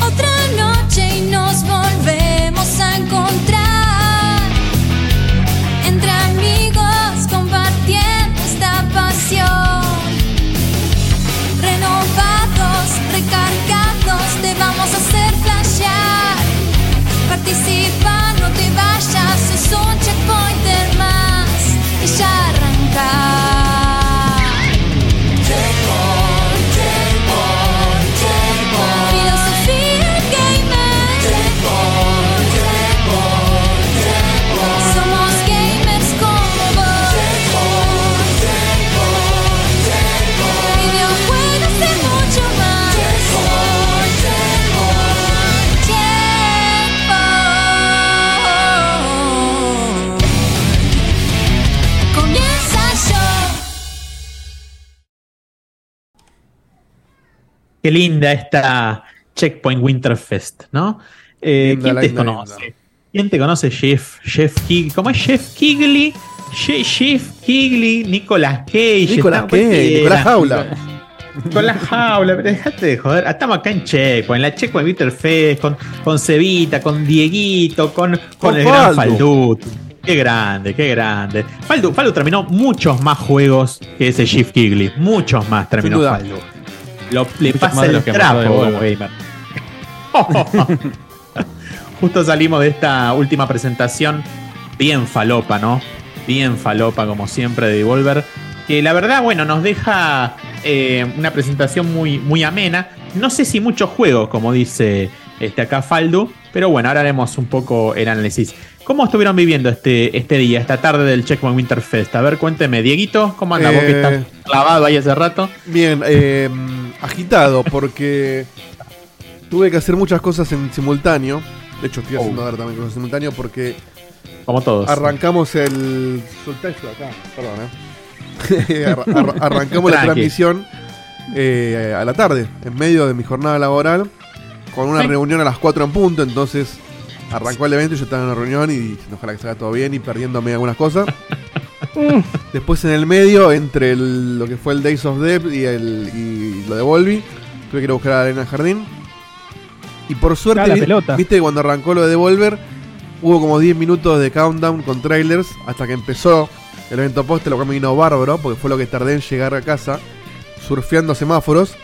Otra noche y nos volvemos a encontrar entre amigos compartiendo esta pasión. Renovados, recargados, te vamos a hacer flashear. Participa, no te vayas, es un checkpointer más y ya arrancar. Filosofía gamer. Somos gamers como vos. Videojuegos y mucho más. Checkpoint. Comienza yo. Qué linda esta Checkpoint Winterfest, ¿no? Eh, Linda, ¿Quién te linda, conoce? linda. ¿Quién te conoce? Jeff, Jeff Kigley. ¿Cómo es Jeff Kigley? Jeff, Jeff Kigley, Nicolas Cage. Nicolás está qué? cualquiera. Nicolás Jaula. Con la jaula, pero dejate de joder. Ah, Estamos acá en Checo, en la Checo de Winterfest, con, con Cevita, con Dieguito, con, con Con el gran Faldu. Faldut. Qué grande, qué grande. Faldu, Faldu terminó muchos más juegos que ese Shift Kigley. Muchos más terminó duda. Faldu. Lo- le Muchos pasa más de el los que me acabo de trapo como devolver. gamer. Justo salimos de esta última presentación bien falopa, ¿no? Bien falopa, como siempre, de Devolver. Que la verdad, bueno, nos deja eh, una presentación muy, muy amena. No sé si muchos juegos, como dice este acá Faldu, pero bueno, ahora haremos un poco el análisis. ¿Cómo estuvieron viviendo este, este día, esta tarde del Checkpoint Winterfest? A ver, cuénteme, Dieguito, ¿cómo anda? Vos que Eh. estás clavado ahí hace rato. Bien, eh, agitado porque tuve que hacer muchas cosas en simultáneo. De hecho, estoy haciendo ahora también cosas en simultáneo porque Oh. Como todos. Arrancamos el. Soltá esto de acá, perdón, ¿eh? Arra- arra- arrancamos la Tranqui. transmisión eh, a la tarde, en medio de mi jornada laboral, con una Sí. reunión a las 4 en punto. Entonces arrancó el evento, yo estaba en una reunión y dije, ojalá que salga todo bien y perdiéndome algunas cosas. Mm. Después en el medio, entre el- lo que fue el Days of Death y, el, y lo de Volvi, tuve que ir a buscar a Arena Jardín. Y por suerte, Ah, la vi- pelota. viste que cuando arrancó lo de Devolver, hubo como 10 minutos de countdown con trailers hasta que empezó el evento poste, lo que me vino bárbaro, porque fue lo que tardé en llegar a casa, surfeando semáforos.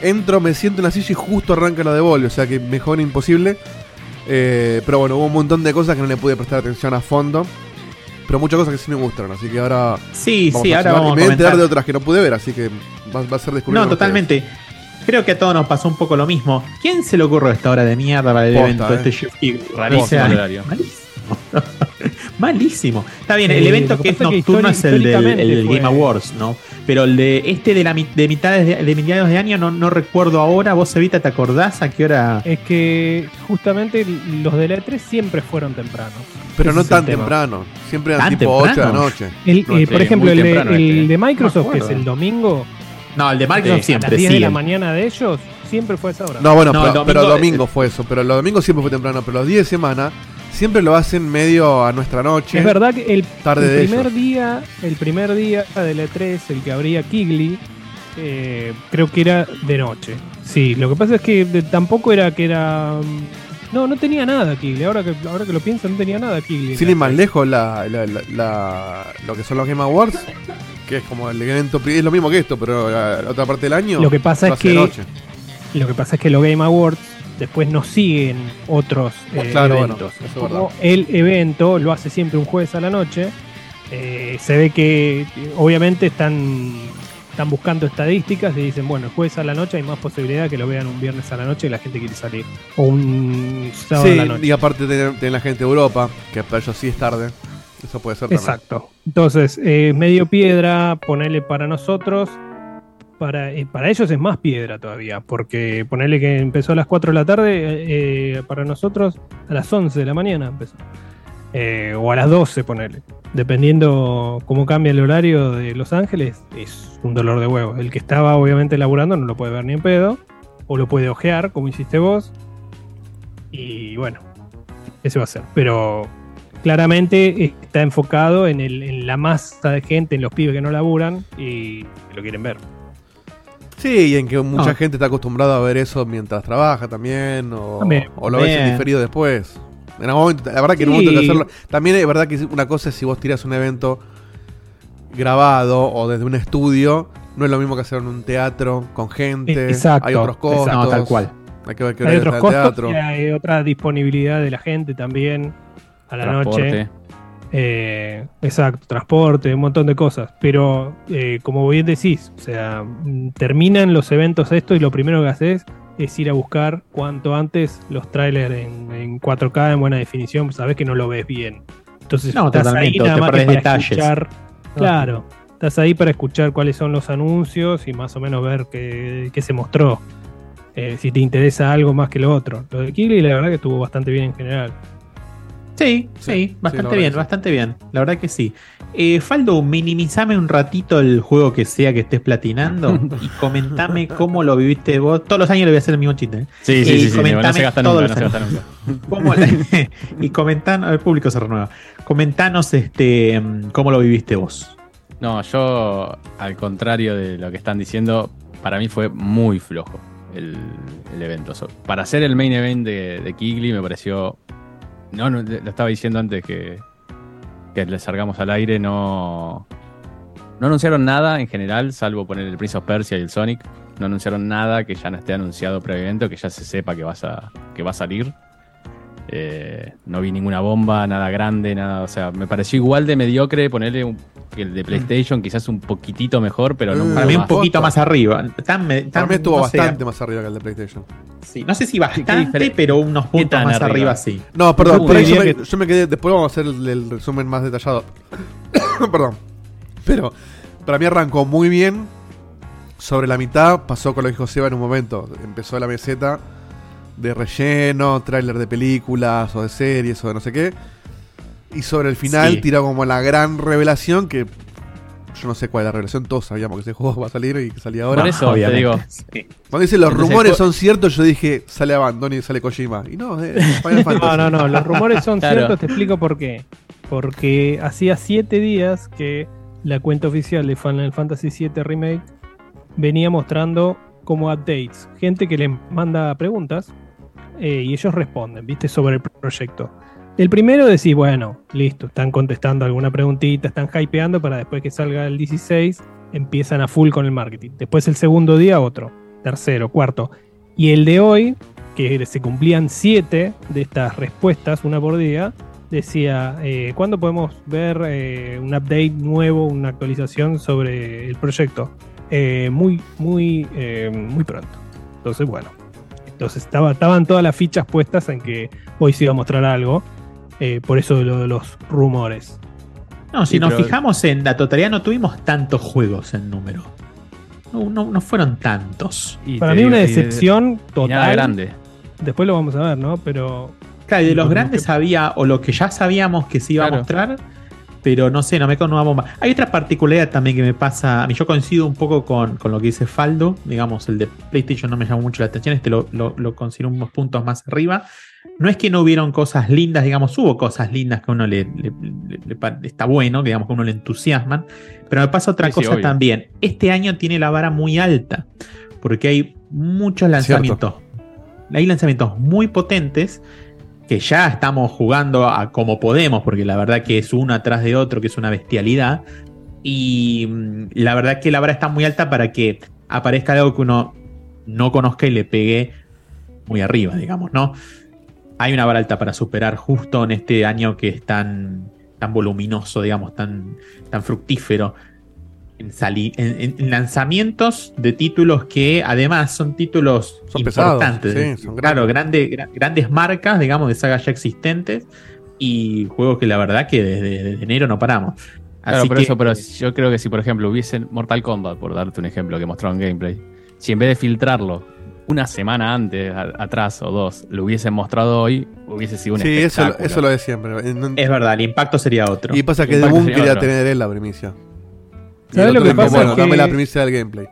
Entro, me siento en la silla y justo arranca lo de Devolver, o sea que mejor imposible. Eh, pero bueno, hubo un montón de cosas que no le pude prestar atención a fondo. Pero muchas cosas que sí me gustaron, así que ahora Sí, vamos sí, a ahora charlar. vamos Y a me voy a enterar comentar. de otras que no pude ver, así que va, va a ser descubrir. No, totalmente. Creo que a todos nos pasó un poco lo mismo. ¿Quién se le ocurrió esta hora de mierda para el Posta, evento? eh. Este Shift Kick? Rarísimo Posta. el horario. Malísimo. Malísimo. Está bien, el Eh, evento lo que que es pasa es que nocturno es el del, el del históricamente Game fue- Awards, ¿no? Pero el de este de, la, mi- de mitades de, de mediados de año no, no recuerdo ahora. ¿Vos, Evita, te acordás a qué hora? Es que justamente los de la E3 siempre fueron temprano. Pero Ese no es el tan tema. temprano. Siempre eran ¿Tan tipo 8 de la temprano? noche. El, eh, No, por sí, muy ejemplo, el, de- temprano el este. de Microsoft, Me que es acuerdo. el domingo, No, el de Microsoft eh, a siempre, las 10 sí. de la el- mañana de ellos, siempre fue a esa hora. No, bueno, No, pero, el pero domingo domingo, de- fue eso. Pero los domingos siempre fue temprano. Pero los 10 de semana siempre lo hacen medio a nuestra noche. Es verdad que el, Tarde el de primer ellos. día, el primer día de la E3, el que abría Kigley, eh, creo que era de noche. Sí, lo que pasa es que de- tampoco era que era. mm, No, no tenía nada Kigley. Ahora que, ahora que lo pienso, no tenía nada Kigley. E Sin ir más lejos, la, la- la- la- lo que son los Game Awards, que es como el evento. pri- Es lo mismo que esto, pero la, la otra parte del año. Lo que pasa lo es hace de que- noche. Lo que pasa es que los Game Awards después nos siguen otros eh, Ah, Claro, bueno, eventos. eso es Como el evento lo hace siempre un jueves a la noche. eh, se ve que eh, obviamente están, están buscando estadísticas y dicen, bueno, el jueves a la noche hay más posibilidad que lo vean un viernes a la noche y la gente quiere salir. O un sábado a la Sí, noche. y aparte tienen tienen la gente de Europa, que para ellos sí es tarde. Eso puede ser también. Exacto. Entonces, eh, medio piedra, ponele para nosotros. Para, eh, para ellos es más piedra todavía, porque ponele que empezó a las 4 de la tarde, eh, eh, para nosotros a las 11 de la mañana empezó. eh, o a las 12, ponele. Dependiendo cómo cambia el horario de Los Ángeles, es un dolor de huevo. El que estaba obviamente laburando no lo puede ver ni en pedo, o lo puede ojear, como hiciste vos. Y bueno, ese va a ser. Pero claramente está enfocado en, el- en la masa de gente, en los pibes que no laburan y que lo quieren ver. Sí, y en que mucha No. gente está acostumbrada a ver eso mientras trabaja también, o, También. o lo ves en Bien. diferido después. En algún momento, la verdad que en un Sí. momento hay que hacerlo. También es verdad que una cosa es si vos tirás un evento grabado o desde un estudio, no es lo mismo que hacerlo en un teatro con gente. E-, Exacto, hay otros costos. No, tal cual. Hay que ver qué hora hay está otros el costos teatro. y hay otra disponibilidad de la gente también a la noche. Transporte. Eh, exacto, transporte, un montón de cosas. Pero eh, como bien decís, o sea, mm, terminan los eventos estos y lo primero que haces es ir a buscar cuanto antes los trailers en, en 4K en buena definición, sabes que no lo ves bien. Entonces No, totalmente, te que perdés para detalles. escuchar- Claro, estás ahí para escuchar cuáles son los anuncios y más o menos ver qué, qué se mostró. Eh, si te interesa algo más que lo otro. Lo de Kili, la verdad que estuvo bastante bien en general. Sí, sí, Sí, la bastante verdad bien, que sí. bastante bien. La verdad que sí. Eh, Faldo, minimizame un ratito el juego que sea que estés platinando y comentame cómo lo viviste vos. Todos los años le voy a hacer el mismo chiste. ¿eh? Sí, Y sí, sí, sí, no comentame se gasta todo nunca, el no se gasta nunca. ¿Cómo la- y comentanos, el público se renueva. Comentanos este, mm, cómo lo viviste vos. No, yo, al contrario de lo que están diciendo, para mí fue muy flojo el, el evento. So, para hacer el main event de, de Kigli me pareció. No, no, lo estaba diciendo antes que, que le salgamos al aire, no. No anunciaron nada en general, salvo poner el Prince of Persia y el Sonic. No anunciaron nada que ya no esté anunciado previo evento, que ya se sepa que, vas a, que va a salir. Eh, no vi ninguna bomba, nada grande, nada. O sea, me pareció igual de mediocre ponerle un- que el de PlayStation, quizás un poquitito mejor, pero no Mm. mucho Para mí un más. poquito más arriba. Tan me- Para tan- mí estuvo no sé, bastante más arriba que el de PlayStation. sí, no sé si diferen- bastante, pero unos puntos tan más arriba? arriba sí. No, perdón, Yo por ahí yo, diría me, yo me quedé. Después vamos a hacer el, el resumen más detallado. perdón. Pero para mí arrancó muy bien. Sobre la mitad pasó con lo que dijo Seba en un momento. Empezó la meseta de relleno, tráiler de películas o de series o de no sé qué. Y sobre el final Sí. tiró como la gran revelación que. Yo no sé cuál es la revelación, todos sabíamos que ese juego va a salir y que salía ahora. Por eso te obviamente. digo. Sí. Cuando dicen los Entonces, rumores el son ciertos, yo dije, sale Abandoni y sale Kojima. Y no, es Final No, Fantasy. no, no. Los rumores son Claro. ciertos, te explico por qué. Porque hacía siete días que la cuenta oficial de Final Fantasy VII Remake venía mostrando como updates. Gente que les manda preguntas eh, y ellos responden, ¿viste? Sobre el proyecto. El primero decís, bueno, listo, están contestando alguna preguntita, están hypeando para después que salga el 16, empiezan a full con el marketing. Después el segundo día otro, tercero, cuarto. Y el de hoy, que se cumplían siete de estas respuestas, una por día, decía, eh, ¿cuándo podemos ver eh, un update nuevo, una actualización sobre el proyecto? Eh, muy, muy, eh, muy pronto. Entonces, bueno. Entonces estaba, estaban todas las fichas puestas en que hoy se iba a mostrar algo. eh, por eso lo de los rumores. No, si Sí, nos pero- fijamos en la totalidad no tuvimos tantos juegos en número. No, no, no fueron tantos. Y Para te mí digo, una y de- decepción y nada total. grande. Después lo vamos a ver, ¿no? Pero Claro, y de los Ujú. grandes había, o los que ya sabíamos que se iba Claro. a mostrar, pero no sé, no me con una bomba. Hay otra particularidad también que me pasa. A mí yo coincido un poco con, con lo que dice Faldo. Digamos, el de PlayStation no me llamó mucho la atención. Este lo, lo, lo considero unos puntos más arriba. No es que no hubieron cosas lindas, digamos, hubo cosas lindas que a uno le, le- le- le pa- está bueno, digamos, que a uno le entusiasman. Pero me pasa otra Sí, sí, cosa obvio. también. Este año tiene la vara muy alta, porque hay muchos lanzamientos. Hay lanzamientos muy potentes que ya estamos jugando a como podemos, porque la verdad que es uno atrás de otro, que es una bestialidad. Y mm, la verdad que la vara está muy alta para que aparezca algo que uno no conozca y le pegue muy arriba, digamos, ¿no? Hay una vara alta para superar justo en este año que es tan, tan voluminoso, digamos, tan, tan fructífero. En, sali- en- en- en lanzamientos de títulos que además son títulos Son pesados, importantes. sí, son claro, grandes, gra- grandes marcas, digamos, de sagas ya existentes y juegos que la verdad que desde, desde enero no paramos. Claro, Así pero que- eso, pero yo creo que si, por ejemplo, hubiesen Mortal Kombat, por darte un ejemplo, que mostraron gameplay, si en vez de filtrarlo, una semana antes, a- atrás o dos, lo hubiesen mostrado hoy, hubiese sido un Sí, eso, espectáculo. eso lo es siempre. En- en- Es verdad, el impacto sería otro. Y pasa que Impacto Debun sería quería otro. tener él la primicia. Y ¿Sabés el lo otro le que dijo, pasa? Bueno, Que- dame la primicia del gameplay.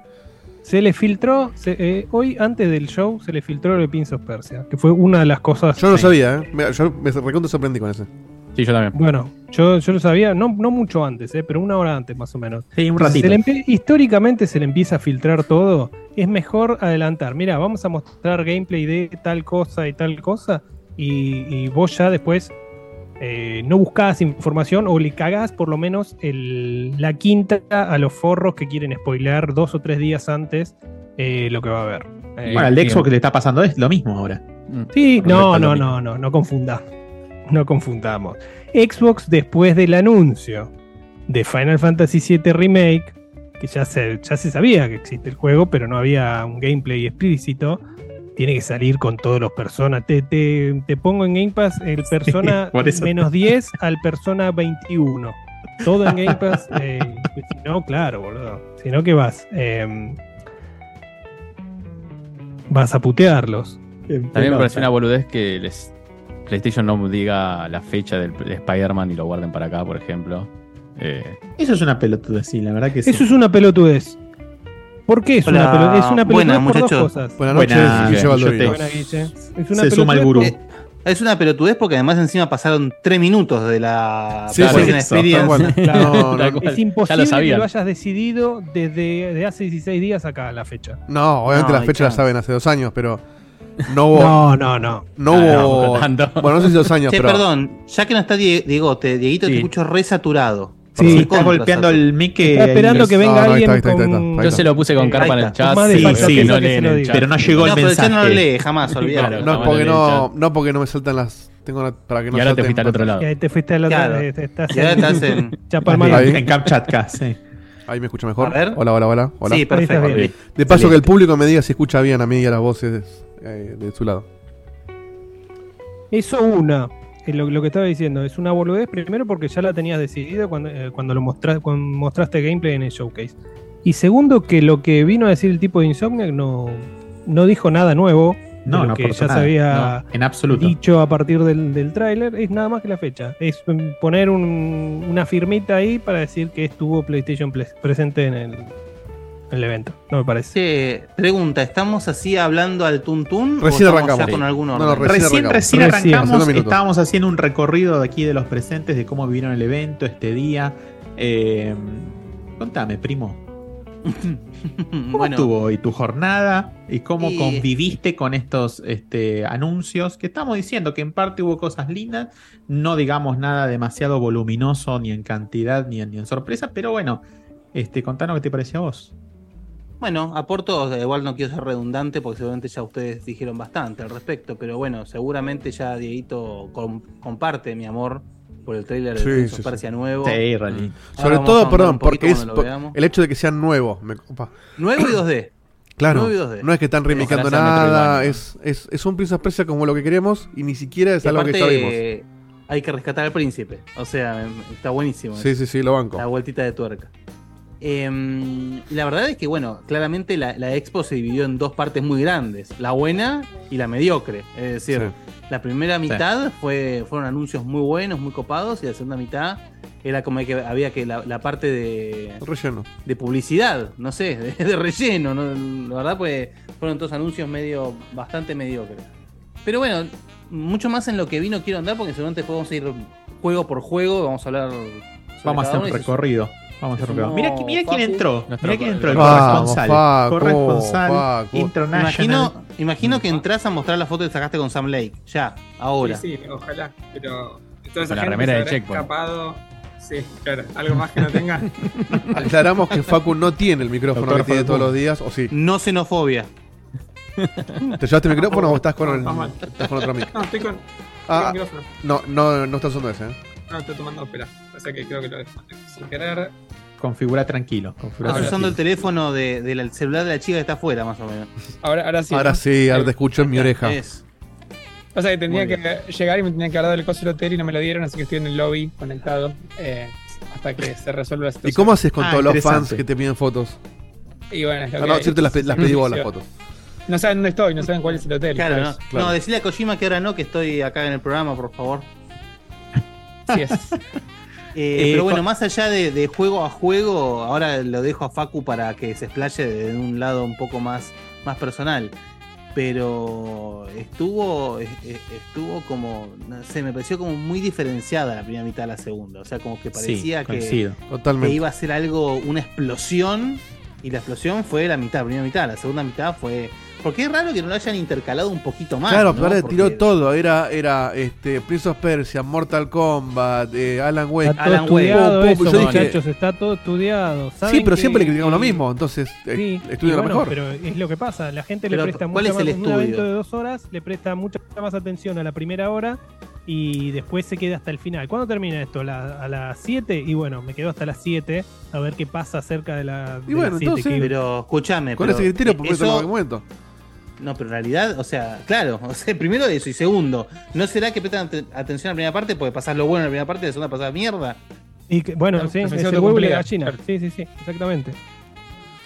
Se le filtró, se- eh, hoy antes del show, se le filtró lo de Prince of Persia, que fue una de las cosas. Yo no Sí. sabía, ¿eh? Me- Yo me recontra sorprendí con ese. Sí, yo también. Bueno, yo, yo lo sabía, no, no mucho antes, eh, pero una hora antes más o menos. Sí, un Entonces, ratito. se le empie- históricamente se le empieza a filtrar todo. Es mejor adelantar. Mira, vamos a mostrar gameplay de tal cosa y tal cosa. Y, y vos ya después eh, no buscás información o le cagás por lo menos el- la quinta a los forros que quieren spoilear dos o tres días antes eh, lo que va a haber. Eh, Bueno, al de Bien. Xbox que le está pasando es lo mismo ahora. Mm. Sí, no, Respecto a lo no, mismo. no, no, no confundamos. No confundamos. Xbox después del anuncio de Final Fantasy VII Remake, que ya se, ya se sabía que existe el juego, pero no había un gameplay explícito, tiene que salir con todos los personas. Te, te- te pongo en Game Pass el persona por eso. menos 10 al persona 21. Todo en Game Pass. eh, si no, claro, boludo. Si no, ¿qué vas? Em, vas a putearlos. También me pareció una boludez que les, PlayStation no diga la fecha del de Spider-Man y lo guarden para acá, por ejemplo. Eh, Eso es una pelotuda, sí, la verdad que sí. Eso es una pelotudez. ¿por qué es Hola. una pelotudez? Es una pelotudez Buenas, por Ah, muchachos. dos cosas. Buenas noches, Buenas, Guille yo Baldovino. te- Buena, Guille. Es una Se suma el pelotudez gurú. por- Eh, Es una pelotudez porque además encima pasaron tres minutos de la Sí, Claro, PlayStation eso, Experience. bueno, no, no, Tal cual. Es imposible Ya lo que sabían. lo hayas decidido desde desde hace 16 días acá a la fecha. no, obviamente No, la hay fecha la chance. saben hace dos años, pero no hubo. No, No, no, no. hubo. Ah, no, tanto. bueno, no sé si dos años, Che, pero. perdón, ya que no está Die- Diegote, Dieguito, Sí. te escucho re saturado. Sí, Por Sí, Sí, está contra, golpeando saturado. el mic. Está esperando que No, venga Ah, no, ahí alguien está, ahí está, ahí está, con... ahí yo está. se lo puse con Ahí carpa en el está. chat. Más de pero falta que que no se lo leen el diga. chat. Pero no llegó No, el pero el mensaje. chat no lo lee jamás, olvidado. Claro. No, Está porque mal en no, el chat. no, porque no me saltan las. Tengo una- para que no Y ahora te salten fuiste al otro patas. lado. Y ahí te fuiste al otro Claro. eh, estás Y ahora en- estás en- Chapar Mala. Ahí. En Capchatka, sí. Ahí me escucha mejor. A ver. Hola, hola, hola. hola. Sí, Ahí perfecto. está bien. de paso, que el público me diga si escucha bien a mí y a las voces eh, de su lado. Eso una. eh, Lo, lo que estaba diciendo es una boludez, primero porque ya la tenías decidido cuando, eh, cuando lo mostra- cuando mostraste gameplay en el showcase. Y segundo, que lo que vino a decir el tipo de Insomniac no, no dijo nada nuevo. de No, lo no que aportó ya nada. se había No, en absoluto. dicho a partir del, del tráiler, es nada más que la fecha. Es mm, poner un- una firmita ahí para decir que estuvo PlayStation Pres- presente en el, en el evento. No me parece. Che, pregunta, ¿estamos así hablando al tuntún o Recién estamos arrancamos. ya con algún No, orden? no, recién Recién, arrancamos. recién Recién. arrancamos, Hace unos minutos. estábamos haciendo un recorrido de aquí de los presentes, de cómo vivieron el evento este día. Eh, contame, primo, ¿cómo bueno, estuvo hoy tu jornada y cómo Y- conviviste con estos este, anuncios? Que estamos diciendo que en parte hubo cosas lindas, no digamos nada demasiado voluminoso, ni en cantidad, ni en, ni en sorpresa, pero bueno, este, contanos qué te pareció a vos. bueno, aporto, o sea, igual no quiero ser redundante porque seguramente ya ustedes dijeron bastante al respecto, pero bueno, seguramente ya Dieguito com- comparte mi amor por el tráiler de Sí, Prince sí, of sí. Persia nuevo. Sí, Rally. Ahora Sobre vamos a todo, ahondar un perdón, poquito porque es cuando lo por- veamos. el hecho de que sean nuevos. Me copa. Nuevo y 2D. Claro, Nuevo y 2D. no es que están reivindicando Ojalá sea nada, Metroidvania. es, es, es un Prince of Persia como lo que queremos y ni siquiera es Y algo aparte, que sabemos. eh, hay que rescatar al príncipe. O sea, em, está buenísimo. Sí, sí, sí, lo banco. La vueltita de tuerca. Em, la verdad es que, bueno, claramente la, la expo se dividió en dos partes muy grandes: la buena y la mediocre. Es decir, la primera mitad fue, fueron anuncios muy buenos, muy copados, y la segunda mitad era como que había que la, la parte de, Sí, relleno. de publicidad, no sé, de, de relleno, ¿no? La verdad, pues fueron todos anuncios medio, bastante mediocres. Pero bueno, mucho más en lo que vino quiero andar, porque seguramente podemos ir juego por juego, vamos a hablar. sobre Vamos a cada hacer uno un y se- recorrido. Vamos a hacer un recorrido. Mira, qui- sumó mira quién Facu. entró. Nuestro Mira quién entró. El Vamos, corresponsal. Facu, corresponsal Facu. international. Imagino, imagino que entras a mostrar la foto que sacaste con Sam Lake, ya, ahora. Sí, sí, ojalá. Pero toda esa Con la gente remera se de habrá Checkpoint. escapado. Sí, claro. Algo más que no tenga. Aclaramos que Facu no tiene el micrófono Doctor que tiene Facu. todos los días, o sí. No xenofobia. ¿Te llevaste el micrófono o estás con, el, Vamos. estás con otro mic? No, estoy con, estoy con Ah, el micrófono. no, no, no estás usando ese, ¿eh? No, estoy tomando ópera. O sea que creo que lo desconecté sin querer. Configura tranquilo. configura Estás Ahora usando el tranquilo. teléfono de- del celular de la chica que está afuera, más o menos. Eh, Ahora, ahora sí. Ahora ¿no? sí, ahora te escucho en mi oreja. Es. O sea que tendría Muy que llegar y me tenía que haber dado el coso del hotel y no me lo dieron, así que estoy en el lobby conectado eh, hasta que se resuelva la situación. ¿Y cómo haces con Ah, todos los fans interesante. que te piden fotos? Y bueno, es lo Ah, que no, hay. siempre las, pe- las pedí vos las fotos. No saben dónde estoy, no saben cuál es el hotel. pues. Claro, no. ¿sabes? Claro. No, decirle a Kojima que ahora no, que estoy acá en el programa, por favor. Sí es. Eh, Eh, pero bueno, Juan- más allá de, de juego a juego, ahora lo dejo a Facu para que se explaye de un lado un poco más, más personal. Pero estuvo, es- es- estuvo como, no sé, me pareció como muy diferenciada la primera mitad a la segunda. O sea, como que parecía sí, que, coincido. que Totalmente. iba a ser algo, una explosión. Y la explosión fue la mitad, la primera mitad. La segunda mitad fue. Porque es raro que no lo hayan intercalado un poquito más. claro, ¿no? pero ahora le Porque- tiró todo. Era, era este, Prince of Persia, Mortal Kombat, eh, Alan Wake. Está todo Alan Wake. estudiado Pum, pum, eso, yo dije- muchachos, está todo estudiado. Sí, saben pero que- siempre le criticamos lo mismo. Entonces, eh, Sí, estudia y lo bueno, mejor. Pero es lo que pasa, la gente Pero, le presta ¿cuál mucha es el más- un evento estudio? de dos horas, le presta mucha más atención a la primera hora y después se queda hasta el final. ¿Cuándo termina esto? La- a las 7 y bueno, me quedo hasta las 7 a ver qué pasa cerca de la Y de bueno, las siete, entonces, que- Pero escúchame. Con pero ese criterio, porque eso- eso... en momento. No, pero en realidad, o sea, claro, o sea, primero eso, y segundo, ¿no será que prestan ate- atención a la primera parte? Porque pasás lo bueno en la primera parte, en la segunda pasás mierda. y que- bueno, Claro, sí, me es siento el huevo y cumplida. la gallina. Claro. Sí, sí, sí, exactamente.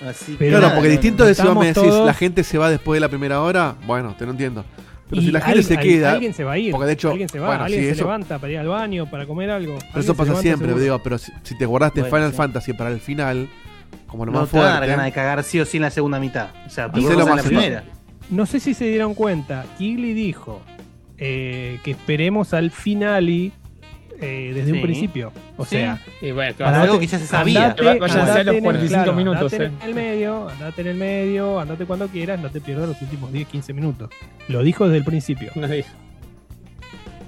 Así que Pero Claro, nada, porque no, distinto no. de si vos me estamos decís, todos- la gente se va después de la primera hora, bueno, te no entiendo. Pero Y si la gente se al- queda, alguien se va a ir. porque de hecho, alguien se va, bueno, alguien sí, se eso- levanta para ir al baño, para comer algo. pero alguien se eso pasa levanta siempre, seguro. digo, pero si, si te guardaste Bueno, Final sí. Fantasy para el final, como lo no más te va a dar ganas de fuerte, cagar sí o sí en la segunda mitad. O sea, Hacelo por lo menos en la más primera. No sé si se dieron cuenta, Kigley dijo eh, que esperemos al finale eh, desde un Sí. principio. O Sí. sea, Y bueno, Para claro. algo que ya se sabía. Que va- vayan a ser los en el- 45 minutos, andate eh. en el medio, andate en el medio, andate cuando quieras, no te pierdas los últimos 10, 15 minutos. Lo dijo desde el principio. Nos dijo.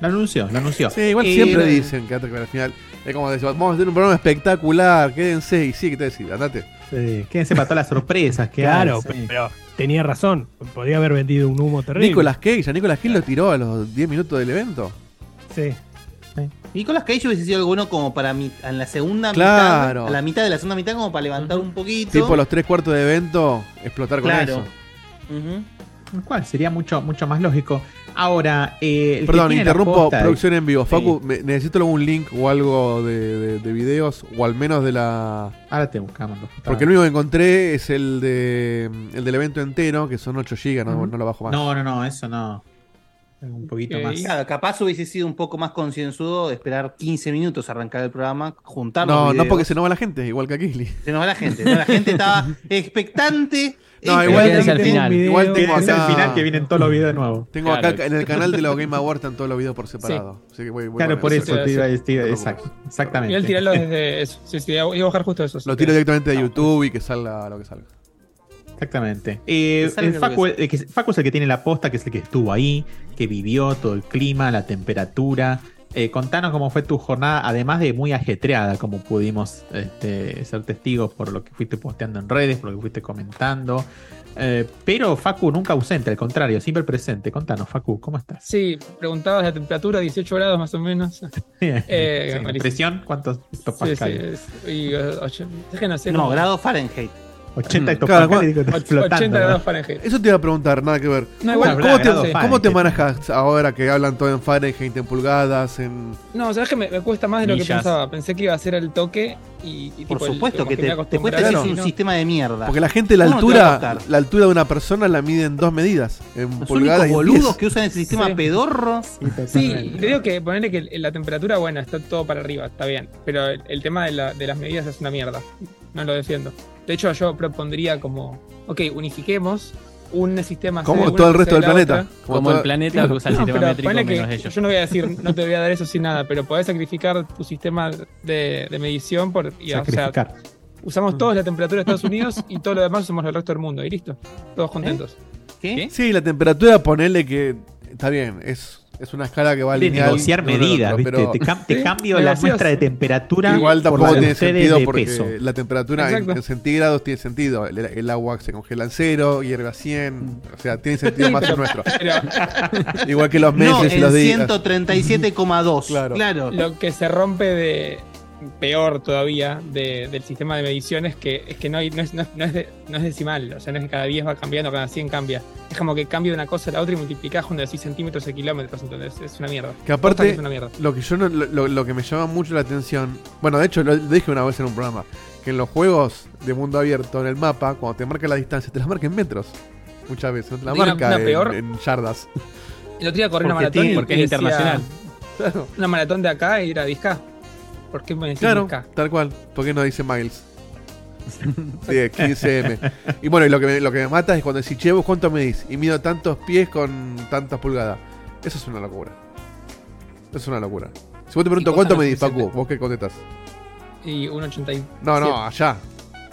Lo anunció, lo anunció. Sí, igual Y- siempre dicen que al final es como decir, vamos a hacer un programa espectacular, quédense y sí, que te decís, andate. Sí, Quédense para todas las sorpresas que Claro, hay, sí. pero tenía razón. Podría haber vendido un humo terrible. Nicolas Cage, a Nicolas Cage lo tiró a los 10 minutos del evento. Sí. Nicolás Cage hubiese sido alguno como para mi- en la segunda Claro. mitad, a la mitad de la segunda mitad, como para levantar un poquito. Tipo los tres cuartos de evento, explotar con Claro. eso. Ujú. Lo cual sería mucho, mucho más lógico. Ahora, eh, el que Perdón, tiene la interrumpo, posta de- producción en vivo. Sí. Facu, me- necesito algún link o algo de, de- de videos, o al menos de la... Ahora te buscamos. los Porque el único que encontré es el de el del evento entero, que son 8 GB, no, Ujú. no lo bajo más. No, no, no, eso no. Un poquito Ok. más. Claro, capaz hubiese sido un poco más concienzudo esperar 15 minutos a arrancar el programa, juntar los no, no videos. porque se nos va la gente, igual que a Kisly. Se nos va la gente. ¿no? La gente estaba expectante. No, expectante. igual quédense al final. Igual tengo Es el acá- final que vienen todos los videos de nuevo. Tengo Claro. acá en el canal de los Game Awards están todos los videos por separado. Así que voy- voy Claro, con por eso, eso te iba a decir. No te Exacto, preocupes. exactamente. Igual tirarlo desde eso. Sí, sí, iba a bajar justo eso. sí. Lo tiro directamente de YouTube y que salga lo que salga. Exactamente. Eh, Que salga el lo Facu, que eh, que- Facu es el que tiene la posta, que es el que estuvo ahí, que vivió todo el clima, la temperatura. Eh, contanos cómo fue tu jornada, además de muy ajetreada, como pudimos este, ser testigos por lo que fuiste posteando en redes, por lo que fuiste comentando. Eh, pero Facu nunca ausente, al contrario, siempre presente. Contanos, Facu, ¿cómo estás? Sí, preguntabas la temperatura, 18 grados más o menos. Eh, Sí, malísimo. ¿Presión? ¿Cuántos Sí, sí, hectopascales? es- y, eh, ocho- es que no sé. No, como- grado Fahrenheit. Mm. 80 Claro, ¿cuál- hectopascales. digo, och- flotando, 80 ¿no? grados Fahrenheit. Eso te iba a preguntar, nada que ver. No, ¿Cómo, igual, Bueno, cómo habrá te, grados cómo te Fahrenheit. manejas ahora que hablan todo en Fahrenheit, en pulgadas, en... No, sabes que me, me cuesta más de lo que Millas. pensaba. Pensé que iba a ser al toque y, y Por tipo, el- supuesto como que me te, te acostumbré cuesta a decir decir eso, Claro. un ¿no? sistema de mierda. Porque la gente, la ¿Cómo te va a altura, costar? la altura de una persona la mide en dos medidas, en Los pulgadas únicos y en boludos pies. que usan ese sistema Sí. pedorro. Sí, y te digo que ponerle que el- la temperatura, bueno, está todo para arriba, está bien. Pero el, el tema de, la- de las medidas es una mierda. No lo defiendo. De hecho, yo propondría como, ok, unifiquemos un sistema. C Como de una todo el C resto de del la planeta. otra. Como todo- el planeta que usa el No, sistema pero métrico ponele que menos ellos. Yo no voy a decir, no te voy a dar eso sin nada, pero podés sacrificar tu sistema de, de medición por. y, o sea, Sacrificar. Usamos todos Mm. la temperatura de Estados Unidos y todo lo demás usamos el resto del mundo y listo. Todos contentos. ¿Eh? ¿Qué? Sí, la temperatura, ponele que... Está bien, es, es una escala que va de lineal negociar de uno al medidas, otro, ¿viste? pero Te, cam- te Sí, cambio la negocios. muestra de temperatura Igual tampoco por la de tiene ustedes sentido de porque peso. la temperatura en, Exacto. en centígrados tiene sentido. El, el agua se congela en cero, hierve a 100. O sea, tiene sentido Sí, más el pero- nuestro. Pero Igual que los No, en meses y los días. 137,2. Claro. Claro. lo que se rompe de peor todavía de- del sistema de medición es que, es que no, hay- no, es, no es- no es de- no es decimal. O sea, no es que cada 10 va cambiando, cada 100 cambia. Es como que cambia de una cosa a la otra y multiplicás cuando decís centímetros y kilómetros. Entonces es una mierda. Que Posta que aparte, es una mierda. lo que yo no- lo, lo- lo que me llama mucho la atención. Bueno, de hecho, lo dije una vez en un programa. Que en los juegos de mundo abierto, en el mapa, cuando te marca la distancia, te las marca en metros. muchas veces. La Una- marca una en, peor. en yardas. El otro día corrí una Porque maratón tiene- y porque es decía internacional. Una maratón de acá y era Vizca. ¿Por qué me decís Claro, Vizca? tal cual. ¿Por qué no dice Miles? Sí, 15M. Y bueno, y lo que, me, lo que me mata es cuando decís, che, ¿vos cuánto medís? Y mido tantos pies con tantas pulgadas. Eso es una locura. Eso es una locura. Si vos te pregunto Y cuánto cosas medís, Facu, suficientes. vos qué contestás. Y 1,87. No, no, allá.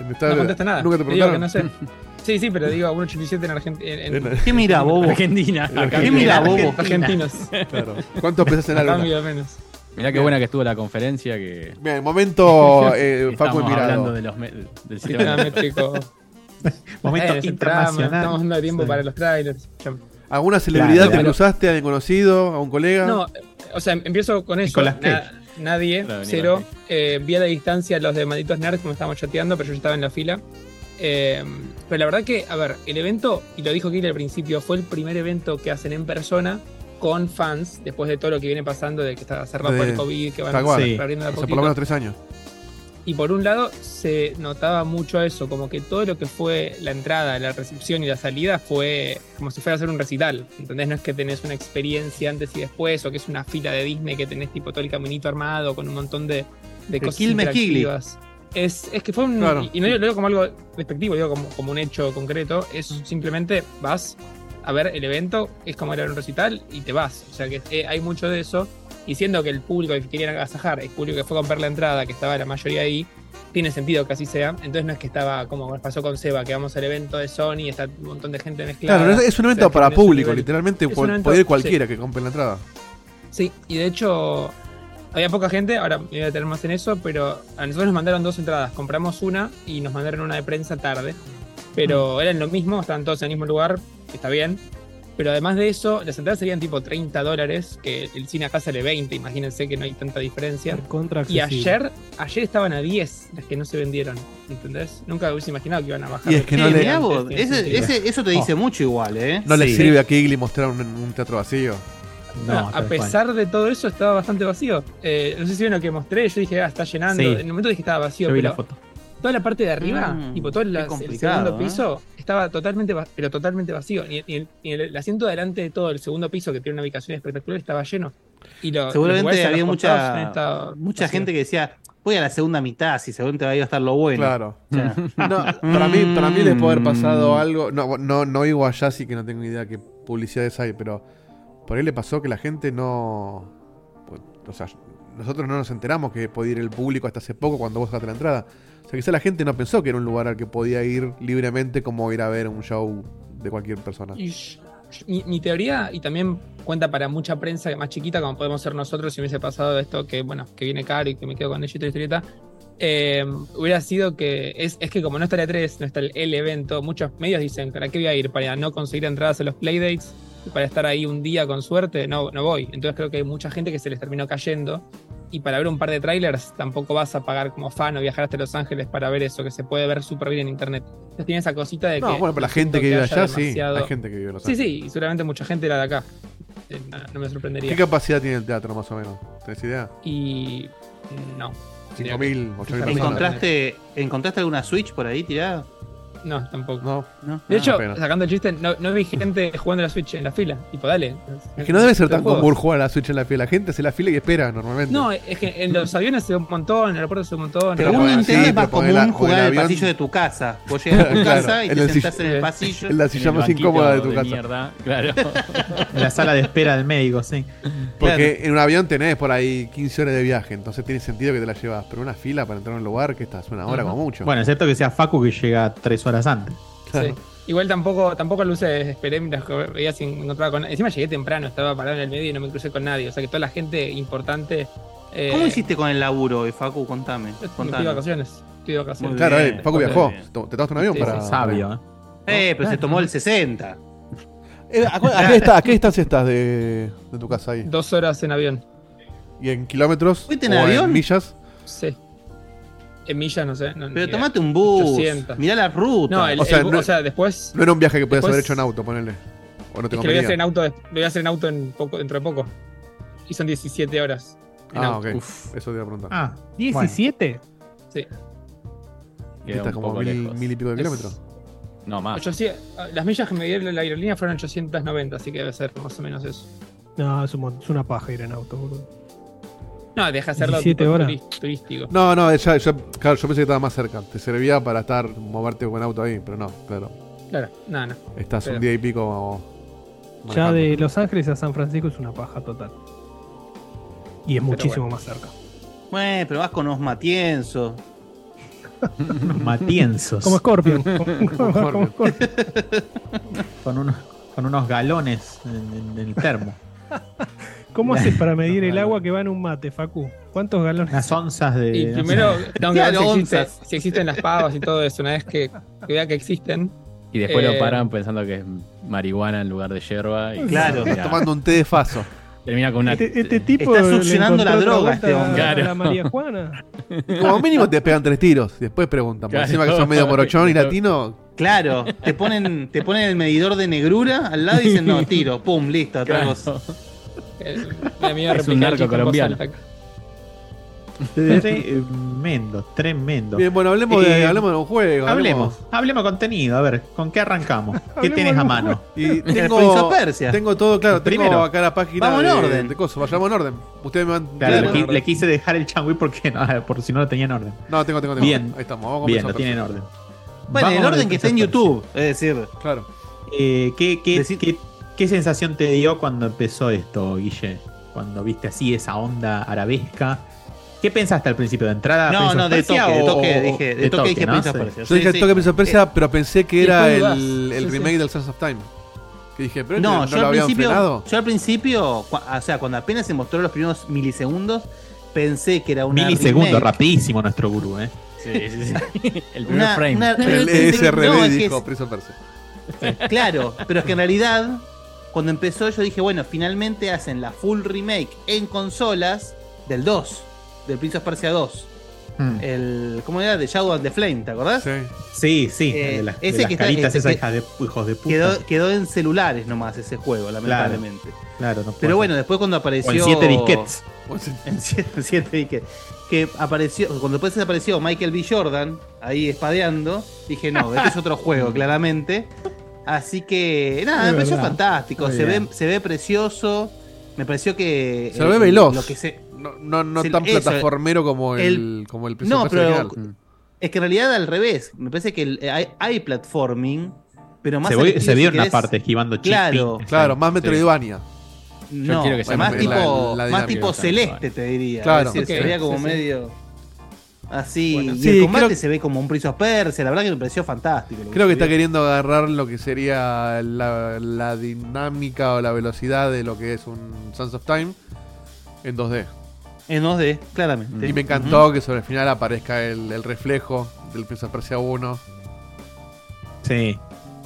Me está- No contesta nada. Nunca te Te digo que preguntaron. no sé. Sí, sí, pero digo 1,87 en Argentina. En, en- ¿Qué mira, bobo? Argentina. Acá- ¿Qué mira, bobo? argentinos. Claro. ¿Cuántos pesas en la A luna? cambio de menos. Mirá qué buena que estuvo la conferencia que Mira, el momento eh, Facu estamos y Mirado. hablando de los me- del sistema. Sistemático. Momento Eh, internacional. trama, Estamos dando tiempo Sí. para los trailers. ¿Alguna celebridad te claro. cruzaste a alguien conocido, a un colega? No, eh, o sea, empiezo con eso. Nicolas Cage. Na- nadie, Claro, Nicolas cero. Cage. Eh, vi a la distancia los de malditos nerds como estábamos chateando, pero yo ya estaba en la fila. Eh, pero la verdad que, a ver, el evento, y lo dijo Kiri al principio, fue el primer evento que hacen en persona con fans, después de todo lo que viene pasando, de que está cerrado por el De- COVID, que van tal cual. Sí. abriendo de a Hace por poquito. lo menos tres años. Y por un lado se notaba mucho eso, como que todo lo que fue la entrada, la recepción y la salida fue como si fuera a hacer un recital. ¿Entendés? No es que tenés una experiencia antes y después, o que es una fila de Disney que tenés tipo todo el caminito armado con un montón de, de cosas Quilmes Higley. interactivas. Es, es que fue un. Claro. Y no lo digo como algo despectivo, digo como, como un hecho concreto. Es simplemente vas a ver el evento, es como ir a ver un recital y te vas. O sea que eh, hay mucho de eso y siendo que el público que querían agasajar, el público que fue a comprar la entrada, que estaba la mayoría ahí, tiene sentido que así sea. Entonces no es que estaba como pasó con Seba, que vamos al evento de Sony, está un montón de gente mezclada. Claro, es un O sea, evento que para no es un público, nivel- literalmente. Es un po- evento- Puede ir cualquiera que compre la entrada. Sí, y de hecho había poca gente, ahora me voy a tener más en eso, pero a nosotros nos mandaron dos entradas, compramos una y nos mandaron una de prensa tarde, Mm. pero eran lo mismo, estaban todos en el mismo lugar, que está bien, pero además de eso, las entradas serían tipo 30 dólares, que el cine acá sale 20, imagínense que no hay tanta diferencia. Contra Y ayer, ayer estaban a 10 las que no se vendieron, ¿entendés? Nunca hubiese imaginado que iban a bajar. Oh. Y es que Che, no le- mirá vos, Tiene ese, sentido. ese- eso te dice mucho igual, ¿eh? Oh. No le Sí. sirve a Kigley mostrar un, un teatro vacío. No, a tal cual. pesar de todo eso estaba bastante vacío. Eh, no sé si vieron lo que mostré, yo dije, ah, está llenando. Sí. En el momento dije que estaba vacío, Yo vi pero la foto. toda la parte de arriba, Mm, tipo todo qué las- el complicado, segundo ¿eh? piso, estaba totalmente, va- pero totalmente vacío. Ni, ni el, ni el- el asiento de delante de todo el segundo piso, que tiene una ubicación espectacular, estaba lleno. Y lo- los lugares Seguramente a los había costados también mucha, estaba mucha vacío. gente que decía, voy a la segunda mitad, si seguramente va a estar lo bueno. Claro. O sea, No, para mí, para mí les puede haber Mm. pasado algo. No, no, no oigo allá, así que no tengo ni idea qué publicidades hay, pero por ahí le pasó que la gente no. pues, O sea, nosotros no nos enteramos que podía ir el público hasta hace poco cuando vos sacaste la entrada. O sea, quizá la gente no pensó que era un lugar al que podía ir libremente como ir a ver un show de cualquier persona. Y sh- sh- mi, mi teoría, y también cuenta para mucha prensa más chiquita, como podemos ser nosotros, si me hubiese pasado esto, que bueno, que viene caro y que me quedo con ella y toda la historieta, eh, hubiera sido que, es, es que como no está la 3, no está el, el evento, muchos medios dicen, ¿para qué voy a ir? ¿Para no conseguir entradas a los playdates? ¿Para estar ahí un día con suerte? No, no voy. Entonces creo que hay mucha gente que se les terminó cayendo. Y para ver un par de trailers tampoco vas a pagar como fan o viajar hasta Los Ángeles para ver eso, que se puede ver súper bien en internet. Entonces tiene esa cosita de que... No, bueno, pero la siento gente que vive haya allá, sí. demasiado- Hay gente que vive en Los Sí, Ángeles. sí, y seguramente mucha gente era de acá. Eh, No, no me sorprendería. ¿Qué capacidad tiene el teatro, más o menos? ¿Tenés idea? Y. No. 5.000, 8.000 Fíjate, personas. ¿Encontraste, ¿Encontraste alguna Switch por ahí tirada? No, tampoco. No, ¿No? De Ah, hecho, pena. sacando el chiste, no, no vi gente jugando a la Switch en la fila. Tipo, dale. Es que no debe ser Los tan juegos. común jugar a la Switch en la fila. La gente hace la fila y espera normalmente. No, es que en los aviones se ve un montón, en el aeropuerto se ve un montón. Pero en- un bueno, Nintendo sí, es más pero ponela- común jugar ponela en el avión. pasillo de tu casa. Vos llegas a tu Claro, casa y en te el sentás silla- en el pasillo. Es la silla en el más banquito incómoda de tu casa. mierda, claro. En la sala de espera del médico, sí. Porque en un avión tenés por ahí 15 horas de viaje, entonces tiene sentido que te la llevas. Pero una fila para entrar a un lugar que estás una hora como mucho. Bueno, excepto que sea Facu que llega tres horas antes. Sí. Igual tampoco, tampoco lo usé, esperé mientras que veía si encontraba con Encima llegué temprano, estaba parado en el medio y no me crucé con nadie. O sea que toda la gente importante. eh, ¿Cómo hiciste con el laburo hoy, Facu? Contame. Me fui de contame. vacaciones. Fui de vacaciones. claro, bien, eh, Paco bien. viajó. Te te tomaste un avión Sí, para. sí, Sabio, ¿eh? Eh, pero se tomó el 60. Eh, ¿A, cu- a qué está- a qué distancia estás de, de tu casa ahí? Dos horas en avión. ¿Y en kilómetros? ¿Fuiste en o avión? millas? Sí. En millas, no sé. No, ni Pero idea. tomate un bus. 800. Mirá la ruta. No, el- el bu- O o, sea, sea, no- después. No era un viaje que podías Después- haber hecho en auto, ponele. es que lo O no te voy a convenía. hacer en auto, des- lo voy a hacer en auto en poco, dentro de poco. Y son 17 horas. en Ah, auto. ok. Eso te iba a preguntar. Ah, bueno. ¿17? Sí. Queda Está un como poco mil, lejos. mil y pico de Es- kilómetros. No, más. 800 eh, las millas que me dieron la aerolínea fueron 890, así que debe ser más o menos eso. No, es, un mon- es una paja ir en auto, boludo. No, deja hacerlo 17 tipo horas. turis- turístico. No, no, ya- ya- claro, yo pensé que estaba más cerca. Te servía para estar, moverte con auto ahí, pero no, claro. Claro, no, no. Estás Pero- un día y pico. o- Ya manejando. de Los Ángeles a San Francisco es una paja total. Y es muchísimo más cerca. Bueno, pero vas con Osma Tienzo. Matienzos. Como Scorpion. como, como- como Scorpion. Con unos, con unos galones en, en el termo. ¿Cómo haces para medir el agua que va en un mate, Facu? ¿Cuántos galones? Unas onzas de. Y primero, tengo que ver Claro, si, existe- onzas. si existen las pavas y todo eso. Una vez que, que vea que existen, Y después Eh. lo paran pensando que es marihuana en lugar de yerba. Y Claro. termina- Estás tomando un té de faso. termina con una. Este, este tipo Está le succionando encontró la otra droga vuelta este hombre. a La Claro. María Juana. Y como mínimo te pegan tres tiros. Después preguntan. Por Claro. encima que son medio morochón y latino. Claro, te ponen, te ponen el medidor de negrura al lado y dicen, no, tiro, pum, listo, otra Claro. cosa. el- eh, la mía Es replica un narco aquí en voz colombiano. alta. Eh, Tremendo, tremendo. Bien, bueno, hablemos de, Eh, hablemos de un juego. Hablemos, hablemos contenido, a ver, ¿con qué arrancamos? ¿Qué tenés a mano? Y Prince of tengo, Persia. tengo todo claro. Tengo Primero. acá la página Vamos de, en orden. de cosas. Vayamos en orden. Ustedes me van. Claro, Claro. le, qui- le quise dejar el changui porque no, por si no lo tenía en orden. No, tengo, tengo, tengo. Bien. Ahí estamos. Vamos a Bien, comenzar lo tiene en orden. Bueno, Vamos en el con orden que está en Prince of YouTube, es decir, Persia. Claro. Persia. Eh, ¿qué, qué, Decí- qué- qué sensación te dio cuando empezó esto, Guille? Cuando viste así esa onda arabesca. ¿Qué pensaste al principio de entrada? No, ¿Prince of no, de Persia toque, de o- toque, o- dije, de de toque dije ¿no? Prince of Sí. Persia. Yo Sí, dije sí. el toque Prince of Persia, pero pensé que era después dudás. el, el Sí, remake sí. del Sense of Time. Que dije, pero este No, no, yo, lo al habían principio, frenado. yo al principio, cua- o sea, cuando apenas se mostró los primeros milisegundos, pensé que era una Milisegundo, remake. rapidísimo nuestro gurú, ¿eh? Sí, sí, sí. El primer Una- frame. una remake El de- ESRB no, es que dijo es- Prince of Persia. Claro, pero es que en realidad, cuando empezó, yo dije, bueno, finalmente hacen la full remake en consolas del 2, del Prince of Persia 2. Mm. El, ¿Cómo era? De Shadow of the Flame, ¿te acordás? Sí. Sí, sí, Eh, de las, de ese las que está- caritas ese esas que- hijas de pu- hijos de puta. Quedó, quedó en celulares nomás ese juego, lamentablemente. claro, no puede Pero bueno, ser. después cuando apareció. O en siete disquets. En siete, siete disquets. Que apareció, cuando después apareció Michael B. Jordan, ahí espadeando, dije, no, este es otro juego, claramente. Así que, nada, Mm. Es me pareció verdad. fantástico. Muy Se ve, bien. se ve precioso. Me pareció que. Se lo ve veloz. Lo que se, No, no, no Sí, tan eso, plataformero como el, el- como el Mm. Prince of No, Persia pero- original. es que en realidad al revés. Me parece que el- hay, hay platforming, pero más. se, voy- al se estilo, vio si en una querés, parte esquivando chispis. Claro. Claro, más Metroidvania. No, quiero que sea más más tipo, la- la más dinámica tipo del celeste, Santuario. te diría. Claro. Es decir, Ok, se veía sí, como sí. medio así. Bueno, y sí, el combate creo- se ve como un Prince of Persia. La verdad que me pareció fantástico. lo Creo que se está vio. queriendo agarrar lo que sería la, la dinámica o la velocidad de lo que es un Sons of Time en 2D. En 2D, claramente. Y me encantó que sobre el final aparezca el, el reflejo del Prince of Persia 1. Sí,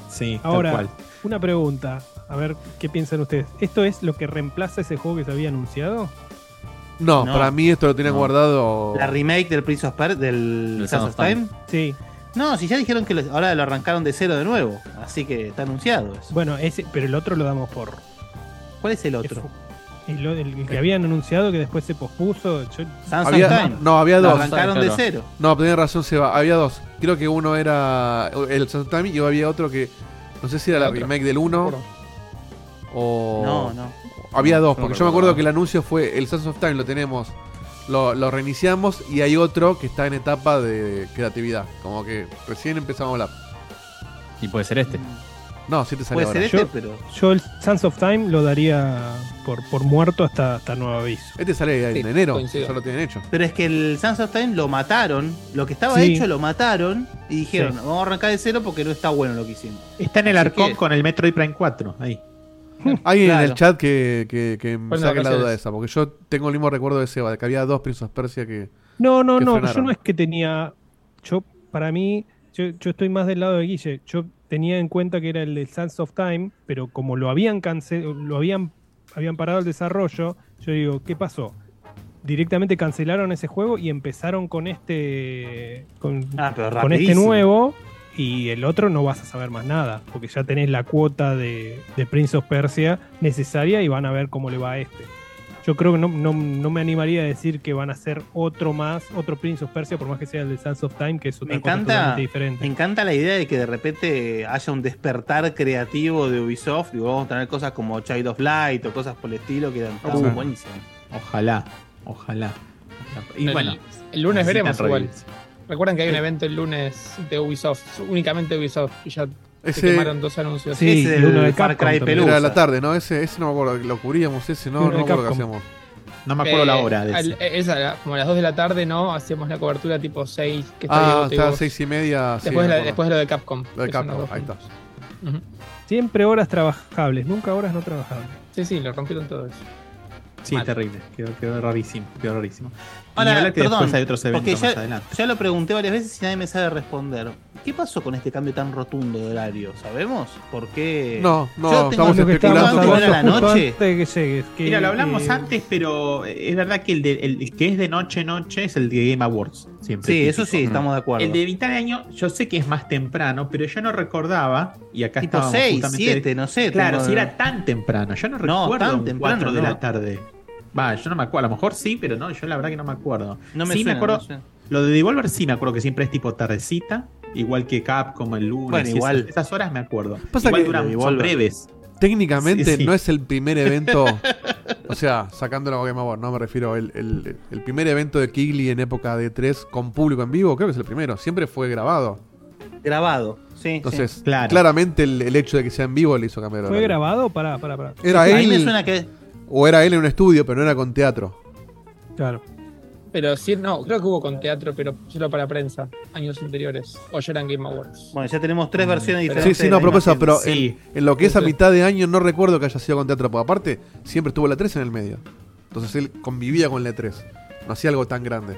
sí, Ahora, tal cual. Una pregunta. A ver qué piensan ustedes. ¿Esto es lo que reemplaza ese juego que se había anunciado? No, No. para mí esto lo tienen No. guardado. La remake del Prince of Persia, del Del Sands of Time. Sí. No, si ya dijeron que lo- ahora lo arrancaron de cero de nuevo. Así que está anunciado eso. Bueno, ese, pero el otro lo damos por. ¿Cuál es el otro? El, el Eh. que habían anunciado que después se pospuso. yo- Sands of Había- Time. no, había lo dos. arrancaron Claro. de cero. No, tenés razón, Seba. Había dos. Creo que uno era el Sons of Time y había otro que. No sé si era la Otro. remake del No 1 me acuerdo. o. No, no. Había dos, no porque yo me acuerdo recordaba. que el anuncio fue el Sons of Time, lo tenemos, lo, lo reiniciamos y hay otro que está en etapa de creatividad. Como que recién empezamos a hablar. Y puede ser este. No, sí te salió Mm. Puede ahora. ser este, Yo- pero. Yo el Sands of Time lo daría por, por muerto hasta, hasta nuevo aviso. Este sale en Sí, enero, coincido. ya lo tienen hecho. Pero es que el Sands of Time lo mataron. Lo que estaba Sí. hecho lo mataron. Y dijeron, Sí. vamos a arrancar de cero porque no está bueno lo que hicimos. Está en el así arcón que- con el Metroid Prime 4, ahí. Alguien en Claro. el chat que, que, que me Fueron de saque la duda vacaciones. de esa, porque yo tengo el mismo recuerdo de Seba, de que había dos Prince of Persia que. No, no, que no. Yo frenaron. no es que tenía. Yo, para mí, yo, yo estoy más del lado de Guille. Yo tenía en cuenta que era el de Sands of Time, pero como lo habían cancelado, lo habían, habían parado el desarrollo, yo digo, ¿qué pasó? Directamente cancelaron ese juego y empezaron con este. con, Ah, pero con este nuevo. Y el otro no vas a saber más nada, porque ya tenés la cuota de, de Prince of Persia necesaria y van a ver cómo le va a este. Yo Yo creo que no, no- no me animaría a decir que van a ser otro más, otro Prince of Persia, por más que sea el de Sands of Time, que es otra Me cosa encanta- totalmente Me diferente. encanta la idea de que de repente haya un despertar creativo de Ubisoft. Digo, vamos a tener cosas como Child of Light o cosas por el estilo que eran estaban Uh. Sí. buenísimas. Ojalá, ojalá. Y El- bueno, El lunes veremos necesitan igual. reviews. Recuerdan que hay un evento el lunes de Ubisoft, únicamente Ubisoft, y ya se Ese quemaron dos anuncios. Sí, ese y uno del de Far Capcom Cry también. Pelusa. era la tarde, ¿no? Ese, ese no me acuerdo, lo cubríamos ese, no, Uno no de me acuerdo qué Capcom. hacíamos. No me acuerdo la Eh, hora de al- eso. eh, esa, la- como a las 2 de la tarde, ¿no? Hacíamos la cobertura tipo 6, que está Ah, Diego, te está digo. seis y media. sí, Después, de me la- acuerdo. después de lo de Capcom. Lo de que son las Capcom, dos ahí está. juntas. Ujú. Siempre horas trabajables, nunca horas no trabajables. Sí, sí, lo rompieron todo eso. Sí, mal. terrible. Quedó, quedó rarísimo. Quedó rarísimo. Y Ahora, ni hablar que perdón, después hay otros Porque eventos más ya, adelante. ya lo pregunté varias veces y nadie me sabe responder. ¿Qué pasó con este cambio tan rotundo de horario? ¿Sabemos? ¿Por qué? No, Yo no, tengo estamos lo que estábamos especulando. hablando era la justo noche. antes de que llegues, que- Mira, lo hablamos que- antes, pero eh, es verdad que el, de- el que es de noche noche es el de Game Awards. Siempre Sí, típico. eso Mm. sí, estamos de acuerdo. El de mitad de año, yo sé que es más temprano, pero yo no recordaba, y acá tipo estábamos 6, justamente- 7, no sé. Claro, tengo- si era tan temprano, yo no No, recuerdo tan un temprano, 4 de no. la tarde. Va, yo no me acuerdo, a lo mejor sí, pero no, yo la verdad que no me acuerdo. No me sí, suena, me acuerdo, no suena. Lo de Devolver sí me acuerdo que siempre es tipo tardecita, igual que Capcom el lunes. Bueno, y igual. Esas, esas horas me acuerdo. Pasa igual que- duran, son Devolver. breves. Técnicamente Sí, sí. no es el primer evento. o sea, sacándolo a Game Award, no me refiero. El, el, el primer evento de Kigli en época de 3 con público en vivo, creo que es el primero. Siempre fue grabado. Grabado. Sí, Entonces, Claro. claramente el, el hecho de que sea en vivo le hizo cambiar el ¿Fue horario. grabado? Pará, pará, pará. Era sí. A mí me él. suena que. O era él en un estudio, pero no era con teatro. Claro. Pero sí, no, creo que hubo con teatro, pero solo para prensa, años anteriores. O ya eran Game Awards. Bueno, ya tenemos Mm, tres versiones Sí, diferentes. sí, de no, la pero misma eso, serie. pero Sí. en, en lo que es a Sí. mitad de año no recuerdo que haya sido con teatro, porque aparte siempre estuvo la 3 en el medio. Entonces él convivía con la 3. No hacía algo tan grande.